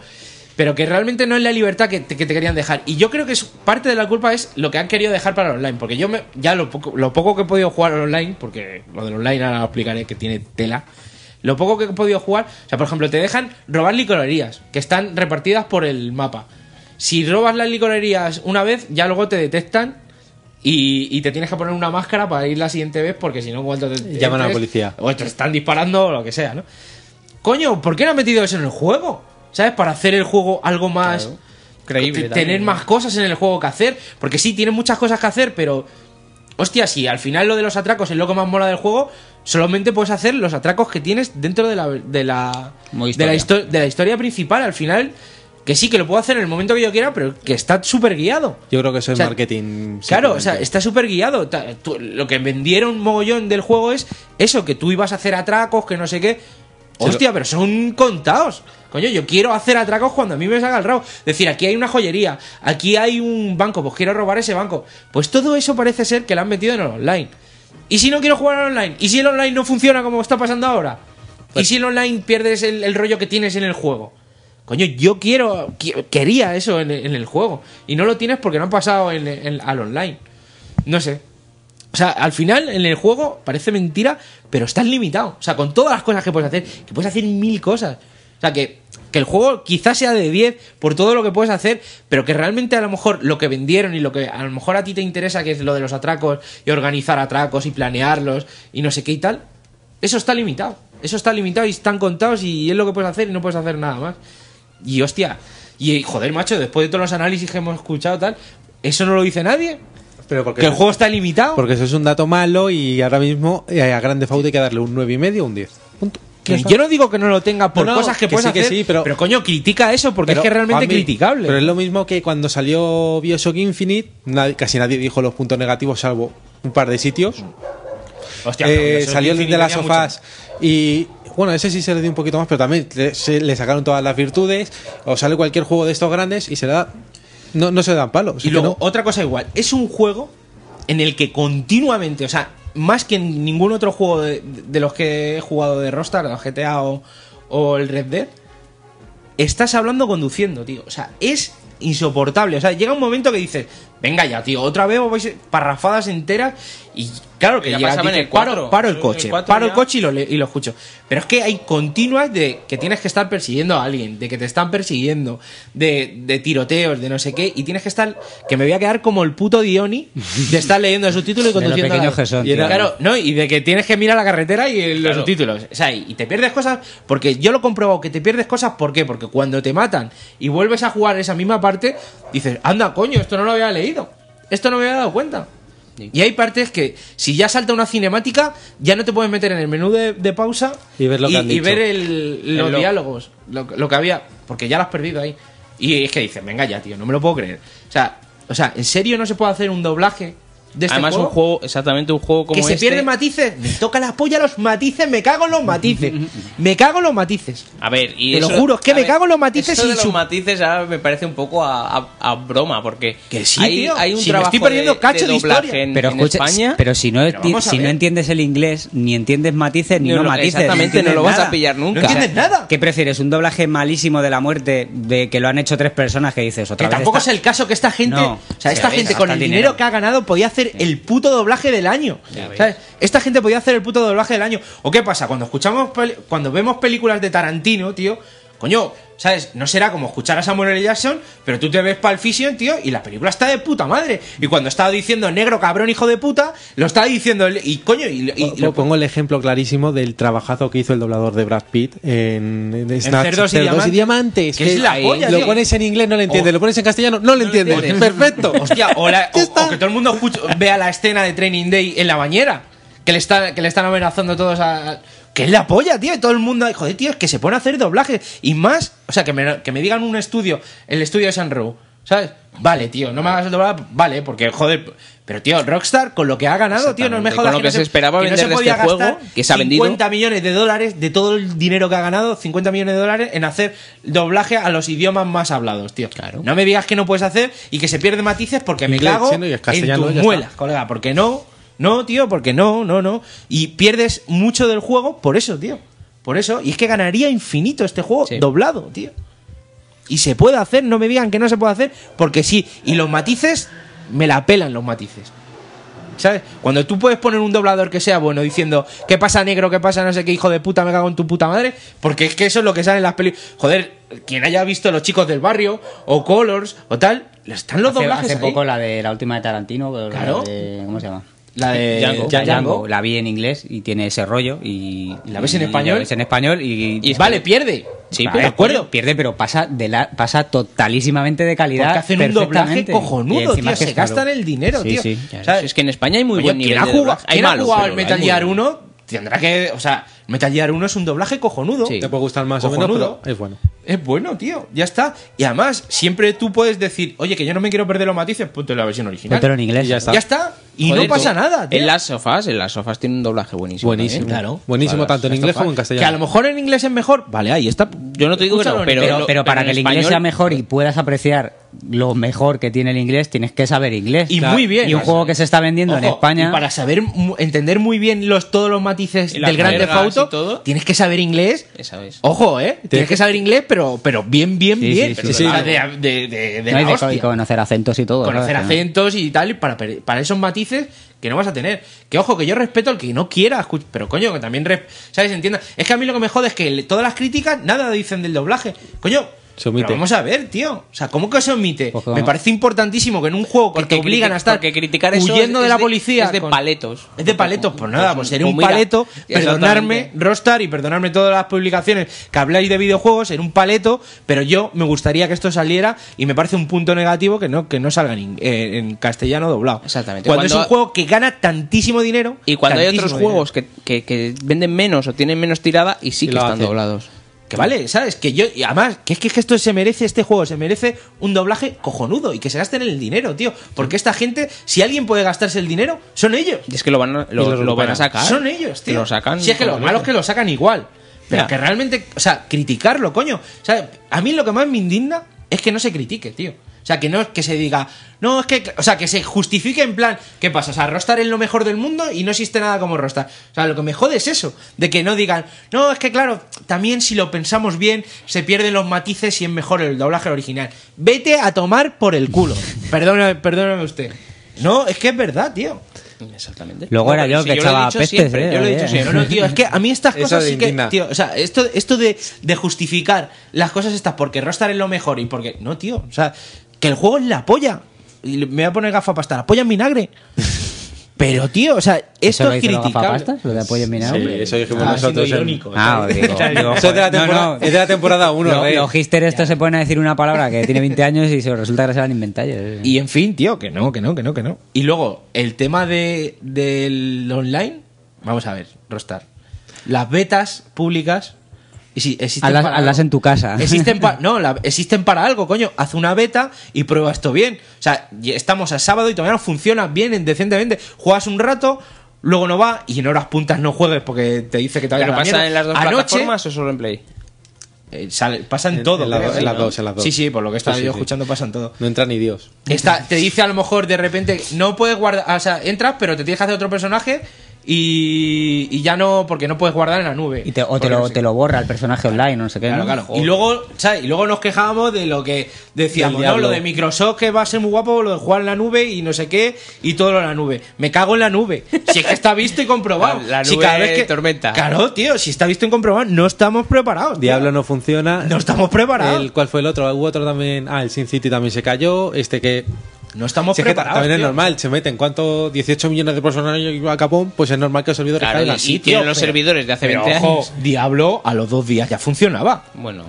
Speaker 8: Pero que realmente no es la libertad que te, que te querían dejar. Y yo creo que es- parte de la culpa es lo que han querido dejar para el online. Porque yo me, ya lo poco, lo poco que he podido jugar al online, porque lo del online ahora lo explicaré que tiene tela. Lo poco que he podido jugar, o sea, por ejemplo, te dejan robar licorerías que están repartidas por el mapa. Si robas las licorerías una vez, ya luego te detectan y, y te tienes que poner una máscara para ir la siguiente vez porque si no, cuando te te
Speaker 4: Llaman a la
Speaker 8: entres,
Speaker 4: policía.
Speaker 8: O te están disparando o lo que sea, ¿no? Coño, ¿por qué no han metido eso en el juego? ¿Sabes? Para hacer el juego algo más
Speaker 9: Creíble
Speaker 8: te-
Speaker 9: también,
Speaker 8: Tener
Speaker 9: ¿no?
Speaker 8: más cosas en el juego que hacer. Porque sí, tienes muchas cosas que hacer, pero. Hostia, si al final lo de los atracos es lo que más mola del juego, solamente puedes hacer los atracos que tienes dentro de la, de la, de la, histo- de la historia principal. Al final, que sí, que lo puedo hacer en el momento que yo quiera, pero que está súper guiado.
Speaker 4: Yo creo que eso es
Speaker 8: O sea,
Speaker 4: marketing.
Speaker 8: Claro, o
Speaker 4: simplemente.
Speaker 8: sea, está súper guiado. Ta- tú- Lo que vendieron mogollón del juego es eso, que tú ibas a hacer atracos, que no sé qué.
Speaker 4: Pero-
Speaker 8: Hostia, pero son contados. Coño, yo quiero hacer atracos cuando a mí me salga el rabo. Es decir, aquí hay una joyería, aquí hay un banco, pues quiero robar ese banco. Pues todo eso parece ser que lo han metido en el online. ¿Y si no quiero jugar al online? ¿Y si el online no funciona como está pasando ahora? ¿Y si el online pierdes el, el rollo que tienes en el juego? Coño, yo quiero, qui- quería eso en, en el juego. Y no lo tienes porque no han pasado en- en- al online. No sé. O sea, al final en el juego parece mentira, pero estás limitado. O sea, con todas las cosas que puedes hacer, que puedes hacer mil cosas. O sea, que, que el juego quizás sea de 10 por todo lo que puedes hacer, pero que realmente a lo mejor lo que vendieron y lo que a lo mejor a ti te interesa, que es lo de los atracos y organizar atracos y planearlos y no sé qué y tal, eso está limitado. Eso está limitado y están contados y es lo que puedes hacer y no puedes hacer nada más. Y hostia, y joder, macho, después de todos los análisis que hemos escuchado, tal, eso no lo dice nadie.
Speaker 4: Pero porque
Speaker 8: que el juego está limitado.
Speaker 4: Porque eso es un dato malo y ahora mismo eh, a Grande Fauto hay que darle un 9,5 o un 10. Punto.
Speaker 8: Que yo no digo que no lo tenga Ah, por cosas que puedes
Speaker 4: sí, que
Speaker 8: hacer,
Speaker 4: sí, pero,
Speaker 8: coño, critica eso porque es que realmente criticable.
Speaker 4: Pero es lo mismo que cuando salió Bioshock Infinite, nadie- casi nadie dijo los puntos negativos salvo un par de sitios.
Speaker 8: Hostia,
Speaker 4: Eh,
Speaker 8: no, Bioshock
Speaker 4: salió el
Speaker 8: Infinite
Speaker 4: de las
Speaker 8: tenía
Speaker 4: sofás y bueno, ese sí se le dio un poquito más, pero también le, se- le sacaron todas las virtudes. O sale cualquier juego de estos grandes y se le da no, no se le dan palos.
Speaker 8: Y luego, otra cosa igual, es un juego en el que continuamente, o sea, más que en ningún otro juego de, de los que he jugado de Rockstar, los GTA o, o el Red Dead, estás hablando conduciendo, tío. O sea, es insoportable. O sea, llega un momento que dices, venga ya, tío, otra vez os vais parrafadas enteras y claro que
Speaker 9: Ya
Speaker 8: llega,
Speaker 9: pasaba en
Speaker 8: dices,
Speaker 9: el cuatro.
Speaker 8: paro, paro el
Speaker 9: El
Speaker 8: coche,
Speaker 9: cuatro
Speaker 8: paro el
Speaker 9: ya.
Speaker 8: coche y lo, le- y lo escucho. Pero es que hay continuas de que tienes que estar persiguiendo a alguien, de que te están persiguiendo, de, de tiroteos, de no sé qué, y tienes que estar, que me voy a quedar como el puto Dioni de estar leyendo el subtítulo
Speaker 16: lo
Speaker 8: y conduciendo. a la
Speaker 16: pequeño
Speaker 8: vez.
Speaker 16: que son,
Speaker 8: Y era-
Speaker 16: tío.
Speaker 8: claro, no, y de que tienes que mirar la carretera y los subtítulos. O sea, y y te pierdes cosas porque yo lo he comprobado que te pierdes cosas, ¿por qué? Porque cuando te matan y vuelves a jugar esa misma parte, dices, anda, coño, esto no lo había leído. Esto no me había dado cuenta. Y hay partes que, si ya salta una cinemática, ya no te puedes meter en el menú de, de pausa
Speaker 4: Y ver lo que han dicho.
Speaker 8: ver el- los
Speaker 4: El log.
Speaker 8: diálogos, lo, lo que había, porque ya lo has perdido ahí. Y es que dices, venga ya, tío, no me lo puedo creer. O sea, o sea, ¿en serio no se puede hacer un doblaje ¿De este
Speaker 9: Además,
Speaker 8: juego?
Speaker 9: un juego, exactamente un juego como
Speaker 8: que se
Speaker 9: este.
Speaker 8: pierden matices. Me toca la polla los matices, me cago en los
Speaker 9: [laughs]
Speaker 8: matices. me cago en los matices.
Speaker 9: A ver, y
Speaker 8: Te lo
Speaker 9: eso-
Speaker 8: juro, es que
Speaker 9: a
Speaker 8: me
Speaker 9: ver,
Speaker 8: cago en los matices
Speaker 9: eso de
Speaker 8: y
Speaker 9: los
Speaker 8: su-
Speaker 9: matices ahora me parece un poco a, a- a broma, porque
Speaker 8: sí,
Speaker 9: hay,
Speaker 8: tío.
Speaker 9: hay un
Speaker 8: Si me
Speaker 9: trabajo
Speaker 8: estoy perdiendo
Speaker 9: de,
Speaker 8: cacho de
Speaker 9: doblaje
Speaker 8: historia.
Speaker 9: en,
Speaker 10: pero
Speaker 9: en
Speaker 10: escucha,
Speaker 9: España.
Speaker 10: pero si no,
Speaker 9: Pero
Speaker 10: enti-
Speaker 9: vamos a
Speaker 10: si no
Speaker 9: ver.
Speaker 10: entiendes el inglés, ni entiendes matices, ni
Speaker 9: No
Speaker 10: no,
Speaker 9: lo-
Speaker 10: matices.
Speaker 9: exactamente, no
Speaker 10: entiendes
Speaker 9: lo vas a
Speaker 10: nada.
Speaker 9: pillar nunca. No entiendes
Speaker 10: nada. ¿Qué prefieres? ¿Un doblaje malísimo de la muerte de que lo han hecho tres personas que dices otra
Speaker 8: Que
Speaker 10: vez?
Speaker 8: tampoco
Speaker 10: está-
Speaker 8: es el caso que esta gente,
Speaker 10: No,
Speaker 8: o sea,
Speaker 10: sí,
Speaker 8: esta
Speaker 10: ves,
Speaker 8: gente
Speaker 10: gasta
Speaker 8: con el
Speaker 10: el
Speaker 8: dinero.
Speaker 10: dinero.
Speaker 8: que ha ganado podía hacer el puto doblaje del año. ¿Sabes? Esta gente podía hacer el puto doblaje del año. ¿O qué pasa? Cuando escuchamos peli- cuando vemos películas de Tarantino, tío, coño, ¿sabes? No será como escuchar a Samuel L. Jackson, pero tú te ves Pulp Fiction, tío, y la película está de puta madre. Y cuando estaba diciendo negro cabrón hijo de puta, lo estaba diciendo el- y coño y, y- y
Speaker 4: Lo
Speaker 8: lo-
Speaker 4: pongo el ejemplo clarísimo del trabajazo que hizo el doblador de Brad Pitt en, en Snatch,
Speaker 8: Cerdos y Diamantes.
Speaker 4: Diamantes,
Speaker 8: Que es la
Speaker 4: ahí
Speaker 8: polla,
Speaker 4: lo
Speaker 8: tío.
Speaker 4: pones en inglés, no lo entiendes. Lo pones en castellano, no lo entiendes. [laughs] Perfecto.
Speaker 8: Hostia, o, la- o- o que todo el mundo escuche- vea la escena de Training Day en la bañera. Que le, está, que le están amenazando todos a. a- Que es la polla, tío. y todo el mundo. Joder, tío, es que se pone a hacer doblaje. Y más. O sea, que me, que me digan un estudio. El estudio de San Reu. ¿Sabes? Vale, tío. No me hagas el doblaje. Vale, porque, joder. Pero, tío, Rockstar, con lo que ha ganado, tío, no me
Speaker 9: Exactamente,
Speaker 8: jodas.
Speaker 9: con lo que
Speaker 8: no
Speaker 9: se esperaba
Speaker 8: que no
Speaker 9: vender
Speaker 8: se
Speaker 9: de
Speaker 8: podía
Speaker 9: este juego,
Speaker 8: gastar
Speaker 9: que se ha vendido.
Speaker 8: 50 millones de dólares de todo el dinero que ha ganado, 50 millones de dólares en hacer doblaje a los idiomas más hablados, tío. Claro. No me digas que no puedes hacer y que se pierde matices porque me
Speaker 4: Inglés,
Speaker 8: cago
Speaker 4: chino y
Speaker 8: en
Speaker 4: castellano, ya
Speaker 8: tus
Speaker 4: está.
Speaker 8: muelas, colega, porque no, no, tío, porque no, no, no. Y pierdes mucho del juego por eso, tío. Por eso, y es que ganaría infinito este juego doblado, tío. Y se puede hacer, no me digan que no se puede hacer, porque sí. Y los matices, me la pelan los matices. ¿Sabes? Cuando tú puedes poner un doblador que sea bueno diciendo, ¿qué pasa negro? ¿Qué pasa no sé qué hijo de puta? Me cago en tu puta madre. Porque es que eso es lo que sale en las películas. Joder, quien haya visto Los chicos del barrio o Colors o tal, están los
Speaker 10: Hace-
Speaker 8: doblajes
Speaker 10: Hace
Speaker 8: ahí.
Speaker 10: poco la de la última de Tarantino, pero
Speaker 8: Claro.
Speaker 10: la de, ¿cómo se llama?
Speaker 8: La de
Speaker 10: Django.
Speaker 8: Django.
Speaker 10: La vi en inglés y tiene ese rollo y y la
Speaker 8: ves en español?
Speaker 10: ves en español y,
Speaker 8: vale, pierde.
Speaker 10: Sí,
Speaker 8: Vale,
Speaker 10: pero
Speaker 8: de acuerdo.
Speaker 10: Pierde, pero pasa de la, pasa totalísimamente de calidad.
Speaker 8: Porque hacen un doblaje
Speaker 10: perfectamente. Y
Speaker 8: cojonudo, tío.
Speaker 10: encima que
Speaker 8: Se
Speaker 10: es caro.
Speaker 8: gastan el dinero,
Speaker 10: Sí,
Speaker 8: tío.
Speaker 10: sí.
Speaker 8: ¿Sabes?
Speaker 9: Es que en España hay muy
Speaker 8: Oye,
Speaker 9: buen
Speaker 8: ¿quién
Speaker 9: nivel
Speaker 8: ha
Speaker 9: de
Speaker 8: jugado,
Speaker 9: doblaje. Hay
Speaker 8: quién ha
Speaker 9: malos,
Speaker 8: jugado
Speaker 9: pero
Speaker 8: al
Speaker 9: hay
Speaker 8: Metal
Speaker 9: muy
Speaker 8: Gear
Speaker 9: buenos.
Speaker 8: 1? Tendrá que. O sea, Metal Gear 1 es un doblaje cojonudo.
Speaker 4: Te puede gustar más o menos,
Speaker 8: Cojonudo.
Speaker 4: pero es bueno.
Speaker 8: Es bueno, tío. Ya está. Y además, siempre tú puedes decir, oye, que yo no me quiero perder los matices, punto en la versión original.
Speaker 10: Póntelo en inglés.
Speaker 8: Y ya está. Ya está. Y
Speaker 9: Joder,
Speaker 8: no pasa
Speaker 9: tú,
Speaker 8: nada, tío.
Speaker 9: En las sofás, en las sofás tiene un doblaje buenísimo.
Speaker 4: Buenísimo.
Speaker 9: también.
Speaker 4: Claro. Buenísimo,
Speaker 9: Para las-
Speaker 4: tanto en
Speaker 9: las
Speaker 4: inglés
Speaker 9: sofás.
Speaker 4: como en castellano.
Speaker 8: Que a lo mejor en inglés es mejor. Vale, ahí está.
Speaker 9: Yo no te digo que no,
Speaker 8: Escúchalo en
Speaker 9: pero,
Speaker 8: inglés.
Speaker 10: Pero, pero para
Speaker 9: en
Speaker 10: que el inglés
Speaker 9: español-
Speaker 10: sea mejor y puedas apreciar lo mejor que tiene el inglés, tienes que saber inglés.
Speaker 8: Y muy bien.
Speaker 10: Y un juego que se está vendiendo en
Speaker 8: Ojo,
Speaker 10: España.
Speaker 8: y para saber mu- entender muy bien los todos los matices
Speaker 10: Y las
Speaker 8: del grande
Speaker 10: jergas y
Speaker 8: Auto, tienes que saber inglés.
Speaker 9: Esa es.
Speaker 8: Ojo, ¿eh? Tienes que saber inglés, pero, pero bien, bien,
Speaker 10: Sí,
Speaker 8: bien.
Speaker 10: sí, sí, sí.
Speaker 8: O sea, de, de- de- de
Speaker 10: No, y
Speaker 8: la
Speaker 10: de-
Speaker 8: hostia.
Speaker 10: y conocer acentos y todo.
Speaker 8: conocer
Speaker 10: ¿sabes? Que no.
Speaker 8: acentos y tal, y para, per- para esos matices que no vas a tener. Que ojo, que yo respeto al que no quiera, escu- pero coño, que también, res- ¿sabes? Entienda. Es que a mí lo que me jode es que le- todas las críticas nada dicen del doblaje. Coño.
Speaker 4: Se omite.
Speaker 8: pero vamos a ver, tío. O sea, ¿cómo que se omite?
Speaker 10: Ojo,
Speaker 8: Me
Speaker 10: no.
Speaker 8: parece importantísimo que en un juego que
Speaker 9: Porque
Speaker 8: te obligan
Speaker 9: criti-
Speaker 8: a estar
Speaker 9: porque criticar eso
Speaker 8: huyendo
Speaker 9: es-
Speaker 8: de
Speaker 9: es
Speaker 8: la
Speaker 9: de-
Speaker 8: policía.
Speaker 9: es de paletos.
Speaker 8: Es de paletos, pues nada, pues seré
Speaker 9: pues
Speaker 8: un
Speaker 9: mira,
Speaker 8: paleto.
Speaker 9: exactamente.
Speaker 8: Perdonarme, Rostar, y perdonarme todas las publicaciones que habláis de videojuegos, seré un paleto, pero yo me gustaría que esto saliera y me parece un punto negativo que no, que no salga en, ing- eh, en castellano doblado.
Speaker 9: Exactamente.
Speaker 8: Cuando, es un
Speaker 9: Cuando-
Speaker 8: juego que gana tantísimo dinero.
Speaker 9: Y cuando hay
Speaker 8: tantísimo
Speaker 9: otros juegos que, que- que venden menos o tienen menos tirada y sí que
Speaker 8: lo
Speaker 9: están
Speaker 8: hacen.
Speaker 9: doblados.
Speaker 8: Que vale, ¿sabes? Que yo, y además, que es que esto se merece, este juego se merece un doblaje cojonudo y que se gasten el dinero, tío. Porque esta gente, si alguien puede gastarse el dinero, son ellos.
Speaker 9: Y es que lo van a,
Speaker 8: Y
Speaker 9: lo,
Speaker 8: los
Speaker 9: lo van a
Speaker 8: recuperan.
Speaker 9: sacar.
Speaker 8: Son ellos, tío.
Speaker 9: Lo sacan.
Speaker 8: Si es que lo
Speaker 9: como
Speaker 8: malo es
Speaker 9: loco.
Speaker 8: que lo sacan igual. Pero
Speaker 9: Ya.
Speaker 8: que realmente, o sea, criticarlo, coño. O sea, a mí lo que más me indigna es que no se critique, tío. O sea, que no es que se diga, no, es que, o sea, que se justifique en plan, ¿qué pasa? O sea, Rostar es lo mejor del mundo y no existe nada como Rostar. O sea, lo que me jode es eso, de que no digan, no, es que claro, también si lo pensamos bien, se pierden los matices y es mejor el doblaje original. Vete a tomar por el culo. perdóname, perdóname usted. No, es que es verdad, tío.
Speaker 9: Exactamente.
Speaker 10: Luego era
Speaker 9: No,
Speaker 10: yo
Speaker 9: si
Speaker 10: que
Speaker 9: lo he
Speaker 10: echaba
Speaker 9: dicho
Speaker 10: pestes,
Speaker 9: siempre,
Speaker 10: eh,
Speaker 9: Yo lo he
Speaker 10: oye.
Speaker 9: dicho siempre.
Speaker 8: No, no, tío, es que a mí estas
Speaker 9: [laughs] Eso
Speaker 8: cosas
Speaker 9: de
Speaker 8: sí que.
Speaker 9: indigna.
Speaker 8: Tío, o sea, esto, esto de, de justificar las cosas estas porque Rostar es lo mejor y porque. No, tío, o sea, que el juego es la polla. Y le- me voy a poner gafa pasta, la polla en vinagre. Pero, tío, o sea,
Speaker 10: ¿Eso
Speaker 8: esto
Speaker 10: lo
Speaker 8: es
Speaker 10: hizo la
Speaker 8: criticable.
Speaker 10: gafapastas? ¿Lo de apoyo en vinagre?
Speaker 4: Sí, eso dijimos
Speaker 10: Ah,
Speaker 4: nosotros.
Speaker 10: siendo
Speaker 4: en-
Speaker 8: ¿eh?
Speaker 10: irónico. Ah, os digo, digo,
Speaker 4: Eso es de la temporada- eh. es de la temporada eh. 1.
Speaker 10: Lo- Los hipster estos se ponen a decir una palabra que tiene 20 años y se resulta que la se la han inventado ellos.
Speaker 8: Y en fin, tío, que no, que no, que no, que no. Y luego, el tema de, del online. Vamos a ver, Rostar. Las betas públicas Exi- existen
Speaker 10: Hazlas-
Speaker 8: para
Speaker 10: hazlas
Speaker 8: algo.
Speaker 10: en tu casa.
Speaker 8: Existen pa- no, la- existen para algo, coño. Haz una beta y prueba esto bien. O sea, y estamos a sábado y todavía no funciona bien, en- decentemente. Juegas un rato, luego no va y en horas puntas no juegues porque te dice que todavía
Speaker 9: ¿Pero
Speaker 8: no
Speaker 9: pasa en las dos plataformas o solo en Play? Eh,
Speaker 8: pasa en,
Speaker 9: En-
Speaker 8: todo.
Speaker 9: en las
Speaker 8: creo,
Speaker 9: dos,
Speaker 8: sí,
Speaker 9: en las
Speaker 8: ¿no?
Speaker 9: dos, en las dos.
Speaker 8: Sí, sí, por lo que estaba
Speaker 9: Sí, sí,
Speaker 8: yo
Speaker 9: sí.
Speaker 8: escuchando pasa en todo.
Speaker 11: No entra ni Dios.
Speaker 8: Está, te dice a lo mejor de repente, no puedes guardar, o sea, entras, pero te tienes que hacer otro personaje y, y ya no, porque no puedes guardar en la nube.
Speaker 10: [laughs] Y te- o te
Speaker 8: Porque
Speaker 10: lo,
Speaker 8: no sé
Speaker 10: te lo borra el personaje online, o no sé qué.
Speaker 8: Claro,
Speaker 10: ¿no?
Speaker 8: claro. Y luego, ¿sabes? Y luego nos quejábamos de lo que decíamos,
Speaker 10: Del
Speaker 8: ¿no?
Speaker 10: diablo.
Speaker 8: Lo de Microsoft que va a ser muy guapo, lo de jugar en la nube y no sé qué, y todo lo en la nube. Me cago en la nube. Si es que está visto y comprobado.
Speaker 9: La- la
Speaker 8: Si
Speaker 9: nube
Speaker 8: cada vez que-
Speaker 9: tormenta.
Speaker 8: Claro, tío, si está visto y comprobado, no estamos preparados. tío.
Speaker 4: Diablo no funciona. No
Speaker 8: estamos preparados.
Speaker 4: El, ¿Cuál fue el otro? Hubo otro también. Ah, el Sin City también se cayó. Este que.
Speaker 8: No estamos
Speaker 4: Si es que ta-
Speaker 8: preparados,
Speaker 4: también es
Speaker 8: tío.
Speaker 4: normal, se meten cuánto 18 millones de personas a Capón, pues es normal que los servidores
Speaker 8: Claro,
Speaker 4: caigan.
Speaker 8: y sí, tío, pero- pero, ojo, Diablo a los dos días ya funcionaba. Bueno,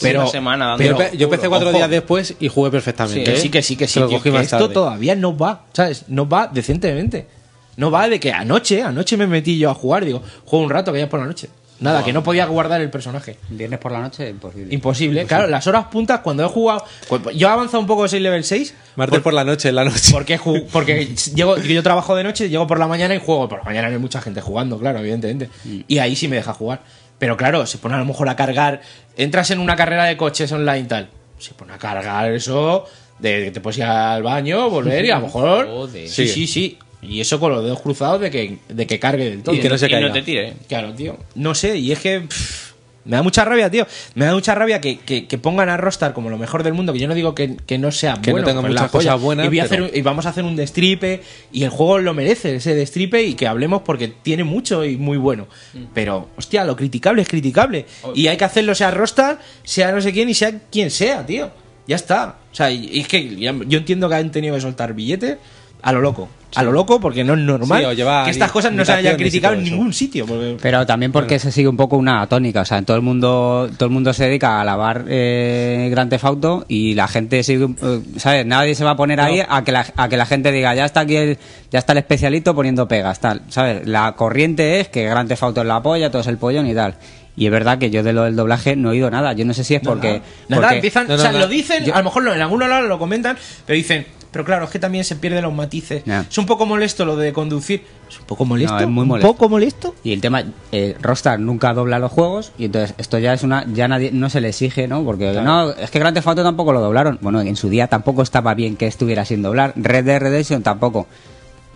Speaker 8: pero
Speaker 4: Pero yo empe- yo empecé cuatro días después y jugué perfectamente.
Speaker 8: Que
Speaker 4: ¿eh?
Speaker 8: sí, que sí, que sí.
Speaker 4: Lo
Speaker 8: tío,
Speaker 4: cogí
Speaker 8: que
Speaker 4: más
Speaker 8: esto
Speaker 4: tarde.
Speaker 8: todavía no va, ¿sabes? No va decentemente. No va de que anoche, anoche me metí yo a jugar. Digo, juego un rato que ya es por la noche. Nada,
Speaker 10: Wow.
Speaker 8: que no podía guardar el personaje.
Speaker 10: Viernes por la noche, imposible.
Speaker 8: Imposible, claro, las horas puntas cuando he jugado. cu- Yo he avanzado un poco de 6 level 6.
Speaker 4: Martes por, la noche, en la noche.
Speaker 8: Porque, ju- porque llego, yo trabajo de noche, llego por la mañana y juego. Por la mañana no hay mucha gente jugando, claro, evidentemente.
Speaker 10: Mm.
Speaker 8: Y ahí sí me deja jugar. Pero claro, se pone a lo mejor a cargar. Entras en una carrera de coches online tal. Se pone a cargar eso de que te puedes ir al baño, volver y a lo
Speaker 9: [laughs]
Speaker 8: mejor.
Speaker 9: Joder.
Speaker 8: Sí,
Speaker 9: Sigue.
Speaker 8: sí, sí. Y eso con los dedos cruzados de que, de que cargue del todo.
Speaker 9: Y que no se Y caiga. no te ¿eh?
Speaker 8: tire. Claro, tío. No sé, y es que. pff, me da mucha rabia, tío. Me da mucha rabia que, que- que pongan a Rostar como lo mejor del mundo. Que yo no digo que, que no sea
Speaker 4: Que no
Speaker 8: bueno.
Speaker 4: tenga
Speaker 8: pues la
Speaker 4: muchas
Speaker 8: joya.
Speaker 4: cosas buenas,
Speaker 8: Y, voy a hacer
Speaker 4: pero-
Speaker 8: un- y vamos a hacer un destripe. Y el juego lo merece, ese destripe. Y que hablemos porque tiene mucho y muy bueno.
Speaker 10: Mm.
Speaker 8: Pero, hostia, lo criticable es criticable. Y hay que hacerlo, sea Rostar, sea no sé quién y sea quien sea, tío. Ya está. O sea, y, y es que ya- yo entiendo que han tenido que soltar billetes a lo loco. A lo loco porque no es normal
Speaker 10: Sí, o llevar
Speaker 8: que estas cosas no se hayan
Speaker 10: invitaciones y
Speaker 8: criticado
Speaker 10: todo
Speaker 8: en
Speaker 10: eso.
Speaker 8: ningún sitio. porque-
Speaker 10: Pero también porque se sigue un poco una tónica, o sea, en todo el mundo todo el mundo se dedica a lavar eh, Grand Theft Auto y la gente sigue, un- eh, ¿sabes? Nadie se va a poner ahí a que la, a que la gente diga, ya está aquí el ya está el especialito poniendo pegas, tal, ¿sabes? La corriente es que Grand Theft Auto es la polla, todo es el pollón y tal. Y es verdad que yo de lo del doblaje no he oído nada, yo no sé si es porque
Speaker 8: Nada,
Speaker 10: porque-
Speaker 8: empiezan, o sea, lo dicen, a lo mejor lo- en algún lado lo comentan, pero dicen, pero claro, es que también se pierden los matices.
Speaker 10: Ya.
Speaker 8: Es un poco molesto lo de conducir. Es un poco molesto.
Speaker 10: No, es muy
Speaker 8: un
Speaker 10: molesto.
Speaker 8: poco molesto.
Speaker 10: Y el tema, eh, Rockstar nunca dobla los juegos y entonces esto ya es una, ya nadie, no se le exige, ¿no? Porque
Speaker 8: Claro.
Speaker 10: no, es que Grand Theft Auto tampoco lo doblaron. Bueno, en su día tampoco estaba bien que estuviera sin doblar. Red Dead Redemption tampoco.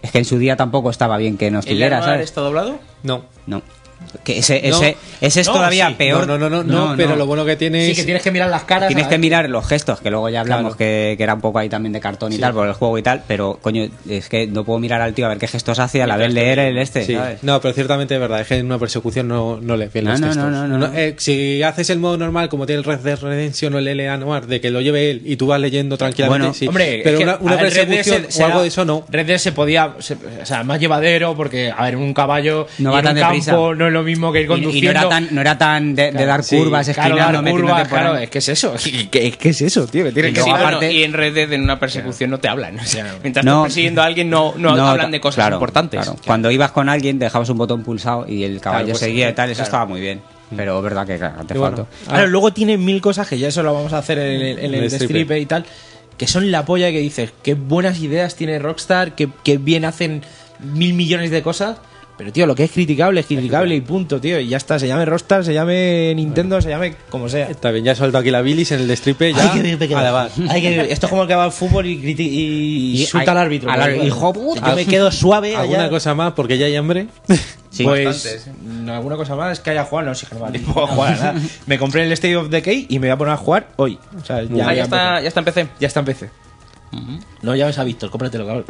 Speaker 10: Es que en su día tampoco estaba bien que no
Speaker 9: ¿El
Speaker 10: estuviera,
Speaker 9: Jaguar
Speaker 10: ¿sabes?
Speaker 9: está doblado?
Speaker 4: No.
Speaker 10: No. Que ese, ese, ese es todavía peor.
Speaker 4: No, no, no, no, pero lo bueno que tiene es-
Speaker 8: que mirar las caras.
Speaker 10: Tienes
Speaker 4: a
Speaker 10: que
Speaker 4: la-
Speaker 10: mirar los gestos, que luego ya hablamos que, que era un poco ahí también de cartón y
Speaker 4: Sí.
Speaker 10: tal por el juego y tal, pero coño, es que no puedo mirar al tío a ver qué gestos hace y a la vez leer el este,
Speaker 4: Sí.
Speaker 10: ¿sabes?
Speaker 4: No, pero ciertamente es verdad, es que en una persecución no, no le bien
Speaker 10: No,
Speaker 4: los
Speaker 10: no,
Speaker 4: textos.
Speaker 10: no, no, no, no.
Speaker 4: eh, si haces el modo normal, como tiene el Red Dead Redemption o el LA Noir, de que lo lleve él y tú vas leyendo tranquilamente,
Speaker 8: Bueno,
Speaker 4: sí.
Speaker 8: hombre,
Speaker 4: pero
Speaker 8: es que,
Speaker 4: una, una
Speaker 8: a ver, Red Dead
Speaker 4: persecución
Speaker 8: se- se
Speaker 4: o algo
Speaker 8: da-
Speaker 4: de eso no.
Speaker 8: Red Dead se podía, se- o sea, más llevadero, porque, a ver, un caballo
Speaker 10: No
Speaker 8: y
Speaker 10: va
Speaker 8: en
Speaker 10: tan
Speaker 8: un
Speaker 10: deprisa.
Speaker 8: campo no es lo mismo que ir
Speaker 10: Y-
Speaker 8: conduciendo.
Speaker 10: Y, no era tan, no era tan de, de
Speaker 8: Claro,
Speaker 10: dar
Speaker 8: sí,
Speaker 10: curvas,
Speaker 8: claro,
Speaker 10: esquinando,
Speaker 8: dar
Speaker 10: metiéndote
Speaker 8: curvas,
Speaker 10: por ahí.
Speaker 8: claro, es que es
Speaker 10: [laughs]
Speaker 8: eso. ¿Qué, qué es eso, tío? Que
Speaker 9: Y,
Speaker 8: tiene que
Speaker 9: luego,
Speaker 8: ser-
Speaker 9: bueno, y en Red Dead en una persecución no te hablan. o sea, mientras
Speaker 10: No.
Speaker 9: estás persiguiendo a alguien no, no, hablan
Speaker 10: ta-
Speaker 9: de cosas
Speaker 10: claro,
Speaker 9: importantes.
Speaker 10: claro. Cuando ibas con alguien, dejabas un botón pulsado y el caballo
Speaker 9: pues,
Speaker 10: seguía y tal, eso
Speaker 9: claro.
Speaker 10: estaba muy bien. Pero es verdad que claro, te
Speaker 8: Y bueno,
Speaker 10: faltó.
Speaker 8: Claro, luego tiene mil cosas que ya eso lo vamos a hacer en el, en el
Speaker 10: El stripper.
Speaker 8: destripe y tal, que son la polla que dices, qué buenas ideas tiene Rockstar, que, que bien hacen mil millones de cosas. Pero, tío, lo que es criticable es criticable y punto, tío. Y ya está, se llame Rockstar, se llame Nintendo, se llame como sea.
Speaker 4: Está bien, ya he soltado aquí la bilis en el destripe. Ya,
Speaker 8: Hay que vivir pequeño.
Speaker 4: a la bar.
Speaker 8: Hay que vivir. Esto es como el que va al fútbol y, criti- [laughs] y
Speaker 4: Y
Speaker 8: insulta
Speaker 4: hay-
Speaker 8: al árbitro.
Speaker 4: al árbitro.
Speaker 8: Hijo puta, yo me
Speaker 4: Al-
Speaker 8: quedo suave.
Speaker 4: ¿Alguna
Speaker 8: allá.
Speaker 4: cosa más? Porque ya hay hambre.
Speaker 8: pues,
Speaker 9: ¿eh?
Speaker 8: mm, alguna cosa más que haya jugado, no sé, [laughs] no vale, puedo jugar a nada. Me compré el State of Decay y me voy a poner a jugar hoy. O sea,
Speaker 9: Ah, ya,
Speaker 8: ya, ya empecé.
Speaker 9: está, ya está en PC.
Speaker 8: Ya está en PC. No llames a Víctor, cómpratelo,
Speaker 9: [laughs]
Speaker 8: cabrón.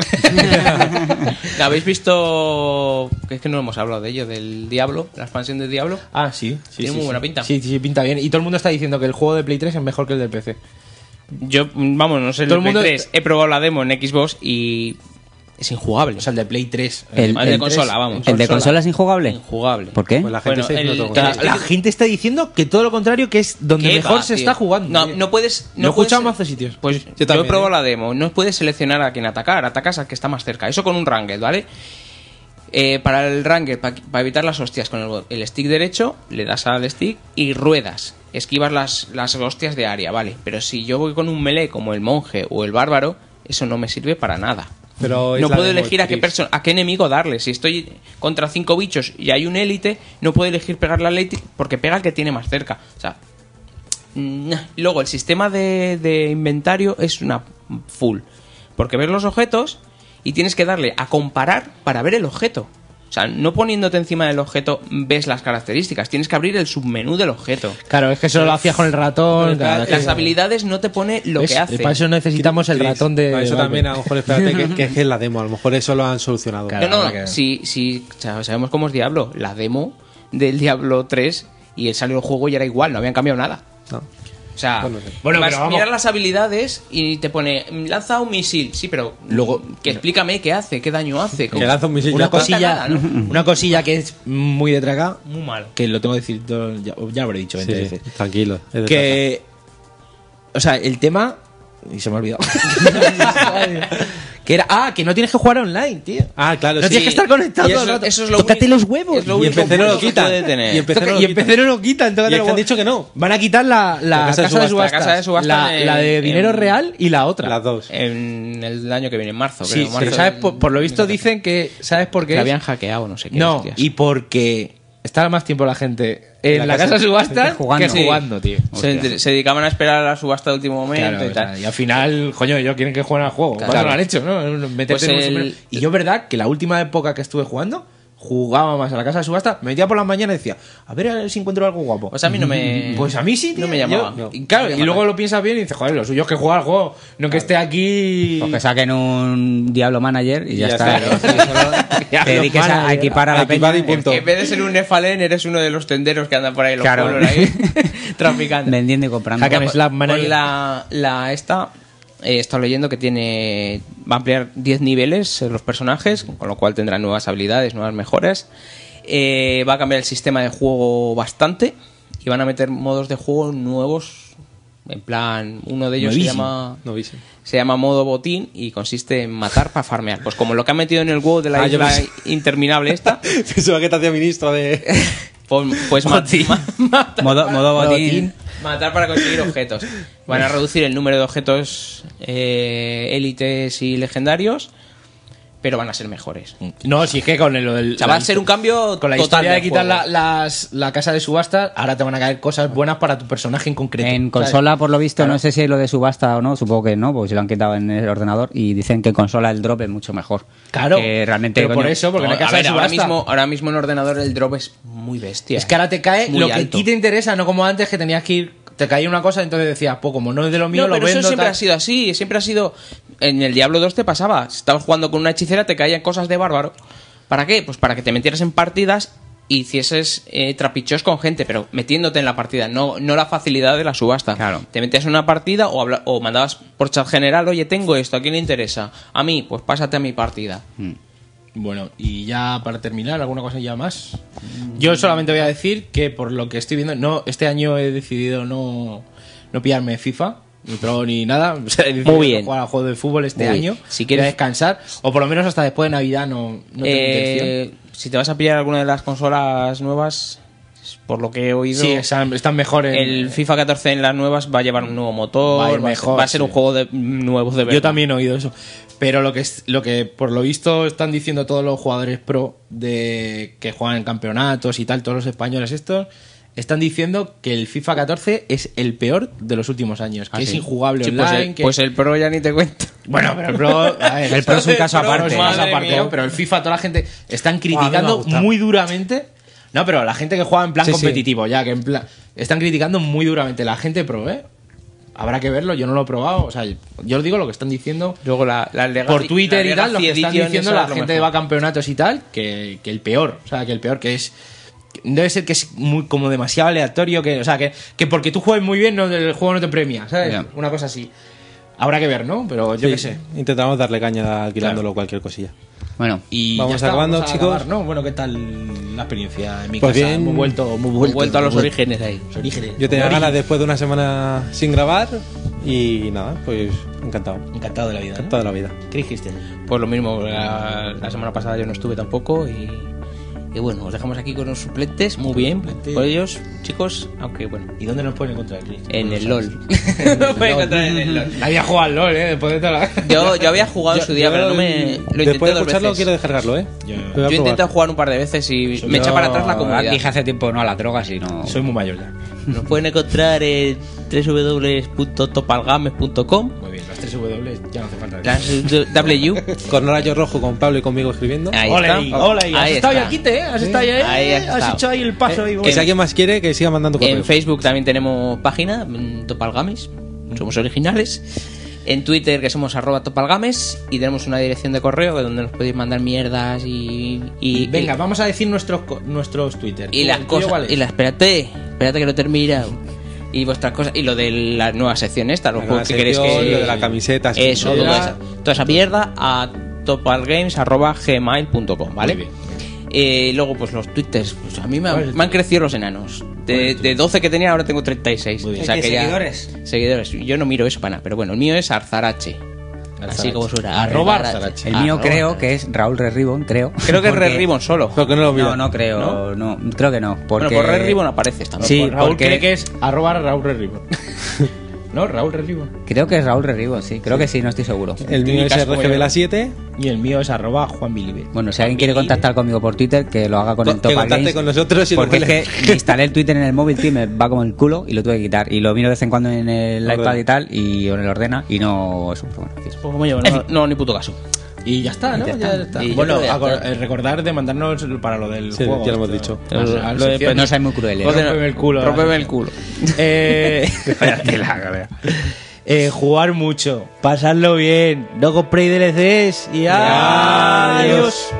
Speaker 9: ¿Habéis visto que es que no hemos hablado de ello, del Diablo, la expansión de Diablo?
Speaker 8: Ah, sí. sí,
Speaker 9: Tiene
Speaker 8: sí,
Speaker 9: muy
Speaker 8: sí.
Speaker 9: buena pinta.
Speaker 8: Sí, sí, sí, pinta bien. Y todo el mundo está diciendo que el juego de Play 3 es mejor que el del PC.
Speaker 9: Yo, mm, vamos, no sé, el,
Speaker 8: Todo el
Speaker 9: Play
Speaker 8: mundo-
Speaker 9: 3, he probado la demo en Xbox y es injugable. O sea,
Speaker 8: el de Play 3.
Speaker 9: El, de consola, vamos.
Speaker 10: ¿El de consola es injugable?
Speaker 9: Injugable. Pues
Speaker 10: ¿Por qué?
Speaker 9: Bueno, el-
Speaker 8: La, la gente está diciendo que todo lo contrario, que es donde
Speaker 9: ¿Qué
Speaker 8: mejor
Speaker 9: va,
Speaker 8: se
Speaker 9: tío?
Speaker 8: está jugando.
Speaker 9: No,
Speaker 8: tío.
Speaker 9: no puedes. No
Speaker 8: Lo he
Speaker 9: puedes-
Speaker 8: escuchado en más de sitios.
Speaker 9: Pues yo,
Speaker 8: también,
Speaker 9: he probado
Speaker 8: ¿eh?
Speaker 9: la demo. No puedes seleccionar a quién atacar. Atacas al que está más cerca. Eso con un Wrangle, ¿vale? Eh, para el Ranger, para evitar las hostias con el, bo- el stick derecho, le das al stick y ruedas. Esquivas las, las hostias de área, vale. Pero si yo voy con un melee como el monje o el bárbaro, eso no me sirve para nada.
Speaker 8: Oh,
Speaker 23: Pero es
Speaker 9: No
Speaker 23: la
Speaker 9: puedo
Speaker 23: de
Speaker 9: elegir a qué,
Speaker 23: Mortis.
Speaker 9: perso- a qué enemigo darle. Si estoy contra cinco bichos y hay un élite, no puedo elegir pegarle al élite porque pega al que tiene más cerca. O sea, Mm, nah. luego el sistema de, de inventario es una full. Porque ves los objetos y tienes que darle a comparar para ver el objeto. O sea, no poniéndote encima del objeto ves las características, tienes que abrir el submenú del objeto.
Speaker 8: Claro, es que eso lo hacías con el ratón. claro,
Speaker 9: Las
Speaker 8: que-
Speaker 9: habilidades no te pone lo
Speaker 8: ¿Ves?
Speaker 9: que hace.
Speaker 8: Para eso necesitamos el ratón de.
Speaker 4: Para eso
Speaker 8: Valve.
Speaker 4: también, a lo mejor, espérate que, que es la demo. A lo mejor eso lo han solucionado.
Speaker 9: no, no, sí, sí, sa- sabemos cómo es Diablo. La demo del Diablo 3 y el salió el juego y era igual, no habían cambiado nada. O sea,
Speaker 8: Bueno,
Speaker 9: bueno,
Speaker 8: pero
Speaker 9: vas
Speaker 8: vamos.
Speaker 9: mirar las habilidades y te pone mm, lanza un misil, sí, pero luego que explícame qué hace, qué daño hace, cómo-
Speaker 8: Una
Speaker 9: No cuenta
Speaker 8: cosilla,
Speaker 9: nada, ¿no?
Speaker 8: [laughs] una cosilla que es muy de traga.
Speaker 9: Muy malo.
Speaker 8: Que lo tengo que decir, todo- ya, ya habré dicho 20 veces.
Speaker 4: tranquilo. es de
Speaker 8: Que. O sea, el tema. Y se me ha olvidado. [laughs] que era. Ah, que no tienes que jugar online, tío.
Speaker 4: Ah, claro,
Speaker 8: No
Speaker 4: sí.
Speaker 8: tienes que estar conectado
Speaker 4: Y
Speaker 8: todo
Speaker 4: eso-
Speaker 8: el rato.
Speaker 4: eso es lo
Speaker 8: Tócate los huevos.
Speaker 4: es lo Y en único PC no lo bueno que quitan. puede tener.
Speaker 8: Y en PC no lo quitan.
Speaker 4: Y es que han dicho que no.
Speaker 8: Van a quitar la, la casa, de subastas.
Speaker 9: La casa de subastas
Speaker 8: La,
Speaker 9: en-
Speaker 8: la de dinero
Speaker 9: en-
Speaker 8: real y la otra.
Speaker 4: Las dos.
Speaker 9: En el año que viene, en marzo,
Speaker 8: Sí,
Speaker 9: creo, marzo
Speaker 8: pero ¿sabes? Por, por lo visto dicen que. ¿Sabes por qué?
Speaker 9: Que
Speaker 8: es?
Speaker 9: habían hackeado, no sé qué.
Speaker 8: No,
Speaker 9: hostias.
Speaker 8: y porque estaba más tiempo la gente en la, casa, de subastas que jugando, tío.
Speaker 9: Se, se dedicaban a esperar a la subasta de último momento
Speaker 8: Claro,
Speaker 9: y
Speaker 8: o
Speaker 9: tal.
Speaker 8: sea, y al final, coño, ellos quieren que jueguen al juego.
Speaker 9: Claro.
Speaker 8: Claro. lo han hecho, ¿no? Métete
Speaker 9: Pues
Speaker 8: en un
Speaker 9: el-
Speaker 8: sombrero. Y yo, verdad, que la última época que estuve jugando, jugaba más a la casa de subasta, me metía por las mañanas y decía, a ver, a ver si encuentro algo guapo.
Speaker 9: Pues a mí no me-
Speaker 8: Pues a mí sí,
Speaker 9: no
Speaker 8: tío.
Speaker 9: me llamaba.
Speaker 8: Yo-
Speaker 9: No.
Speaker 8: y claro, y luego lo piensas bien y dices, joder, lo suyo es que jugar al juego, no que esté aquí.
Speaker 10: Pues que saquen un Diablo Manager y ya,
Speaker 8: Ya
Speaker 10: está. [laughs]
Speaker 9: [laughs]
Speaker 10: Te dediques
Speaker 9: ¿eh?
Speaker 10: a, a equipar a la peña.
Speaker 9: En vez de ser un Nefalen, eres uno de los tenderos que andan por ahí los
Speaker 10: Claro.
Speaker 9: pueblos
Speaker 10: [laughs]
Speaker 9: ahí, traficando.
Speaker 10: Vendiendo y comprando. Hack and slap, man.
Speaker 9: Pues la, la esta eh, he estado leyendo que tiene va a ampliar 10 niveles eh, los personajes, con lo cual tendrán nuevas habilidades, nuevas mejoras. Eh, va a cambiar el sistema de juego bastante y van a meter modos de juego nuevos. En plan, uno de ellos se
Speaker 4: Nuevísimo.
Speaker 9: llama se llama modo botín y consiste en matar para farmear. Pues como lo que han metido en el WoW de la
Speaker 4: Ah, yo
Speaker 9: isla
Speaker 4: pensé-
Speaker 9: interminable
Speaker 10: [laughs]
Speaker 9: esta.
Speaker 4: Pensaba que te hacía
Speaker 8: [laughs]
Speaker 4: ministro de.
Speaker 9: Pues, pues ma- ma-
Speaker 10: [laughs]
Speaker 9: matar,
Speaker 10: Modo, modo
Speaker 9: para-
Speaker 10: botín.
Speaker 9: Matar para conseguir objetos. Van a reducir el número de objetos eh, élites y legendarios, pero van a ser mejores.
Speaker 8: Mm. No, si es que con el, lo del.
Speaker 9: O sea, va a ser un cambio
Speaker 8: Con la
Speaker 9: total
Speaker 8: historia de
Speaker 9: del
Speaker 8: quitar
Speaker 9: juego.
Speaker 8: la, las- la casa de subastas, ahora te van a caer cosas buenas para tu personaje en concreto. ¿sabes?
Speaker 10: En [laughs] consola, por lo visto, no sé si es lo de subasta o no, supongo que no, porque se lo han quitado en el ordenador y dicen que en consola el drop es mucho mejor.
Speaker 8: Claro,
Speaker 10: Que realmente,
Speaker 8: pero por eso, porque
Speaker 10: no,
Speaker 8: la casa
Speaker 10: a ver,
Speaker 8: de
Speaker 9: Ahora
Speaker 8: subasta.
Speaker 9: mismo, ahora mismo en ordenador el drop es muy bestia.
Speaker 8: Es que ahora te cae
Speaker 9: Muy
Speaker 8: lo que a
Speaker 9: alto.
Speaker 8: ti te interesa, no como antes que tenías que ir. Te caía una cosa, entonces decías, pues como no es de lo mío,
Speaker 9: No,
Speaker 8: lo
Speaker 9: pero
Speaker 8: vendo.
Speaker 9: eso siempre
Speaker 8: tal".
Speaker 9: ha sido así, siempre ha sido... En el Diablo 2 te pasaba, si estabas jugando con una hechicera, te caían cosas de bárbaro. ¿Para qué? Pues para que te metieras en partidas y hicieses eh, trapicheos con gente, pero metiéndote en la partida, no, no la facilidad de la subasta. Claro. Te metías en una partida o, habla- o mandabas por chat general, oye, tengo esto, ¿a quién le interesa? A mí, pues pásate a mi partida.
Speaker 8: Mm. Bueno, y ya para terminar, ¿alguna cosa ya más? Yo solamente voy a decir que por lo que estoy viendo, no, este año he decidido no, no pillarme FIFA, ni pro ni nada. [laughs] O sea, he decidido
Speaker 9: Muy bien.
Speaker 8: no Jugar al juego de fútbol este
Speaker 9: Muy bien.
Speaker 8: año.
Speaker 9: Si
Speaker 8: Si
Speaker 9: quieres-
Speaker 8: quieres descansar, o por lo menos hasta después de Navidad no, no tengo intención.
Speaker 9: Eh, si te vas a pillar alguna de las consolas nuevas, por lo que he oído...
Speaker 8: Sí, están, están mejor en.
Speaker 9: El FIFA 14 en las nuevas va a llevar un nuevo motor,
Speaker 8: Va a ir
Speaker 9: ser-
Speaker 8: mejor,
Speaker 9: va a ser un
Speaker 8: sí.
Speaker 9: juego de, nuevo de verdad.
Speaker 8: Yo también he oído eso. Pero lo que, es, lo que por lo visto están diciendo todos los jugadores pro de que juegan en campeonatos y tal, todos los españoles estos, están diciendo que el FIFA 14 es el peor de los últimos años, que
Speaker 9: Ah,
Speaker 8: es
Speaker 9: sí.
Speaker 8: injugable
Speaker 9: Sí, pues
Speaker 8: online.
Speaker 9: el-
Speaker 8: que-
Speaker 9: pues el pro ya ni te cuento.
Speaker 8: Bueno, pero
Speaker 9: [laughs]
Speaker 8: el pro, a ver,
Speaker 10: El pro es un caso
Speaker 8: el pro
Speaker 10: aparte.
Speaker 8: es un caso
Speaker 10: Madre
Speaker 8: aparte,
Speaker 10: mía.
Speaker 8: ¿no? pero el FIFA toda la gente están
Speaker 10: me ha
Speaker 8: criticando
Speaker 10: gustado.
Speaker 8: muy duramente. No, pero la gente que juega en plan
Speaker 10: Sí, sí.
Speaker 8: competitivo, ya que en plan están criticando muy duramente la gente pro, ¿eh? Habrá que verlo, yo no lo he probado, o sea, yo os digo lo que están diciendo
Speaker 9: Luego la, la Legacy-
Speaker 8: por Twitter
Speaker 9: la
Speaker 8: y tal, lo
Speaker 9: Legacy
Speaker 8: que están
Speaker 9: Edition,
Speaker 8: diciendo
Speaker 9: eso
Speaker 8: la
Speaker 9: es lo
Speaker 8: gente
Speaker 9: mejor.
Speaker 8: va a campeonatos y tal, que, que el peor, o sea, que el peor que es debe ser que es muy como demasiado aleatorio, que o sea, que, que porque tú juegues muy bien no el juego no te premia, ¿sabes?
Speaker 4: Ya.
Speaker 8: Una cosa así. Habrá que ver, ¿no? Pero yo
Speaker 4: Sí,
Speaker 8: qué sé.
Speaker 4: Intentamos darle caña alquilándolo cualquier cosilla.
Speaker 10: Bueno,
Speaker 8: Y
Speaker 4: vamos
Speaker 8: ya está,
Speaker 4: acabando,
Speaker 8: vamos a
Speaker 4: chicos.
Speaker 8: acabar, ¿no? Bueno, ¿qué tal la experiencia en mi
Speaker 4: Pues
Speaker 8: casa?
Speaker 4: bien.
Speaker 8: Hemos vuelto, hemos vuelto,
Speaker 4: Vuelto a los
Speaker 8: hemos
Speaker 4: orígenes
Speaker 9: ahí.
Speaker 8: Los orígenes.
Speaker 4: Yo tenía
Speaker 8: Orígenes.
Speaker 4: ganas después de una semana sin grabar y nada, pues Encantado.
Speaker 9: Encantado de la vida.
Speaker 4: Encantado de la vida.
Speaker 8: [laughs]
Speaker 9: ¿Qué dijiste? Pues lo mismo, la, la semana pasada yo no estuve tampoco y, y bueno, os dejamos aquí con los suplentes, muy bien,
Speaker 8: Suplentes.
Speaker 9: por ellos, chicos, aunque bueno.
Speaker 8: ¿Y dónde nos pueden encontrar, Chris?
Speaker 9: En el LOL.
Speaker 8: Nos pueden encontrar en el LOL. Había jugado al LOL, ¿eh? Después de toda la...
Speaker 9: Yo, yo
Speaker 8: [laughs]
Speaker 9: había jugado en su día, pero no me. Lo intenté
Speaker 4: Después de
Speaker 9: dos
Speaker 4: escucharlo,
Speaker 9: veces.
Speaker 4: quiero descargarlo, ¿eh? Lo voy a
Speaker 9: Yo he
Speaker 4: probar.
Speaker 9: intentado jugar un par de veces y me
Speaker 10: Yo-
Speaker 9: echa para atrás la comunidad.
Speaker 10: Dije hace tiempo no a las drogas y no.
Speaker 8: Soy muy mayor ya.
Speaker 9: Nos pueden encontrar en www.topalgames.com.
Speaker 8: Muy bien, las 3 W ya no hace falta.
Speaker 9: Las W.
Speaker 4: Con horario rojo, con Pablo y conmigo escribiendo.
Speaker 9: Ahí
Speaker 8: Ole ahí, ole ahí. Has estado ahí aquí, ¿eh? Has estado Eh, ahí,
Speaker 9: Ahí has
Speaker 8: has,
Speaker 9: estado.
Speaker 8: hecho ahí el paso. ahí,
Speaker 4: Eh, Que si alguien más quiere, que siga mandando
Speaker 9: En
Speaker 4: correos.
Speaker 9: Facebook también tenemos página, mm, Topalgames. Somos originales. En Twitter, que somos arroba topalgames. Y tenemos una dirección de correo donde nos podéis mandar mierdas y. y
Speaker 8: Venga,
Speaker 9: y-
Speaker 8: vamos a decir nuestros, co- nuestros Twitter.
Speaker 9: y las
Speaker 8: ¿El tuyo
Speaker 9: cosas
Speaker 8: cuál es?
Speaker 9: y las espérate espérate que lo termina y vuestras cosas y lo de la nueva sección esta los
Speaker 4: La
Speaker 9: juegos que
Speaker 4: nueva
Speaker 9: queréis
Speaker 4: sección,
Speaker 9: que
Speaker 4: lo de la camiseta,
Speaker 9: eso
Speaker 4: sin
Speaker 9: toda
Speaker 4: duda.
Speaker 9: esa, toda esa mierda a topalgames@gmail.com vale
Speaker 8: Muy bien.
Speaker 9: Eh, luego pues los twitters pues a mí me
Speaker 8: ¿Cuál es el
Speaker 9: han, me han crecido los enanos de, de 12 que tenía ahora tengo 36
Speaker 8: bien.
Speaker 9: O sea
Speaker 8: ¿El de
Speaker 9: que ya-
Speaker 8: seguidores?
Speaker 9: seguidores yo no miro eso para nada pero bueno el mío es arzarache Así
Speaker 8: Arzarache.
Speaker 9: como suena.
Speaker 8: Arroba
Speaker 9: Arzarache.
Speaker 8: Arzarache.
Speaker 10: El mío
Speaker 9: Arroba.
Speaker 10: creo que es Raúl Red Ribbon, creo.
Speaker 9: Creo que es
Speaker 10: Porque-
Speaker 9: Red Ribbon solo.
Speaker 10: No, no creo, no, creo que no. Porque...
Speaker 9: Bueno, por Red Ribbon apareces también.
Speaker 10: Sí,
Speaker 8: Por Raúl
Speaker 10: porque-
Speaker 8: cree que es arroba Raúl Rerribo. ¿No? Raúl Rerribo.
Speaker 10: Creo que es Raúl Red Ribbon, sí, creo que sí, no estoy seguro.
Speaker 4: El mío es
Speaker 8: Típicas
Speaker 4: RGB la 7.
Speaker 8: Y el mío es arroba Juan Bilibe.
Speaker 10: Bueno, si alguien quiere contactar conmigo por Twitter, que lo haga con
Speaker 4: Co-
Speaker 10: el Top
Speaker 4: que
Speaker 10: Al
Speaker 4: contacte
Speaker 10: Games,
Speaker 4: con nosotros y lo
Speaker 10: Porque es
Speaker 4: pone.
Speaker 10: que me instalé el Twitter en el móvil, tío, me va como el culo y lo tuve que quitar. Y lo miro de vez en cuando en el
Speaker 4: Ordena.
Speaker 10: iPad y tal, y o en el ordena, y no es un problema.
Speaker 9: En fin, [laughs] no, ni puto caso.
Speaker 8: Y ya está, ¿no?
Speaker 10: Ya
Speaker 8: Ya
Speaker 10: está.
Speaker 8: está.
Speaker 9: Y ya
Speaker 8: Bueno,
Speaker 9: está, ya
Speaker 8: acor-
Speaker 9: está.
Speaker 8: eh, recordar de mandarnos el- para lo del
Speaker 4: Sí,
Speaker 8: juego.
Speaker 4: ya lo hemos
Speaker 8: esto.
Speaker 4: dicho.
Speaker 8: Ah,
Speaker 9: Lo-
Speaker 8: ah,
Speaker 9: lo de-
Speaker 8: sección.
Speaker 10: No seas muy cruel, ¿eh?
Speaker 8: Rómpeme el culo.
Speaker 9: Rómpeme el culo.
Speaker 8: [laughs] Eh, vaya tela, colega. Eh, jugar mucho, pasarlo bien, no compréis DLCs y adiós.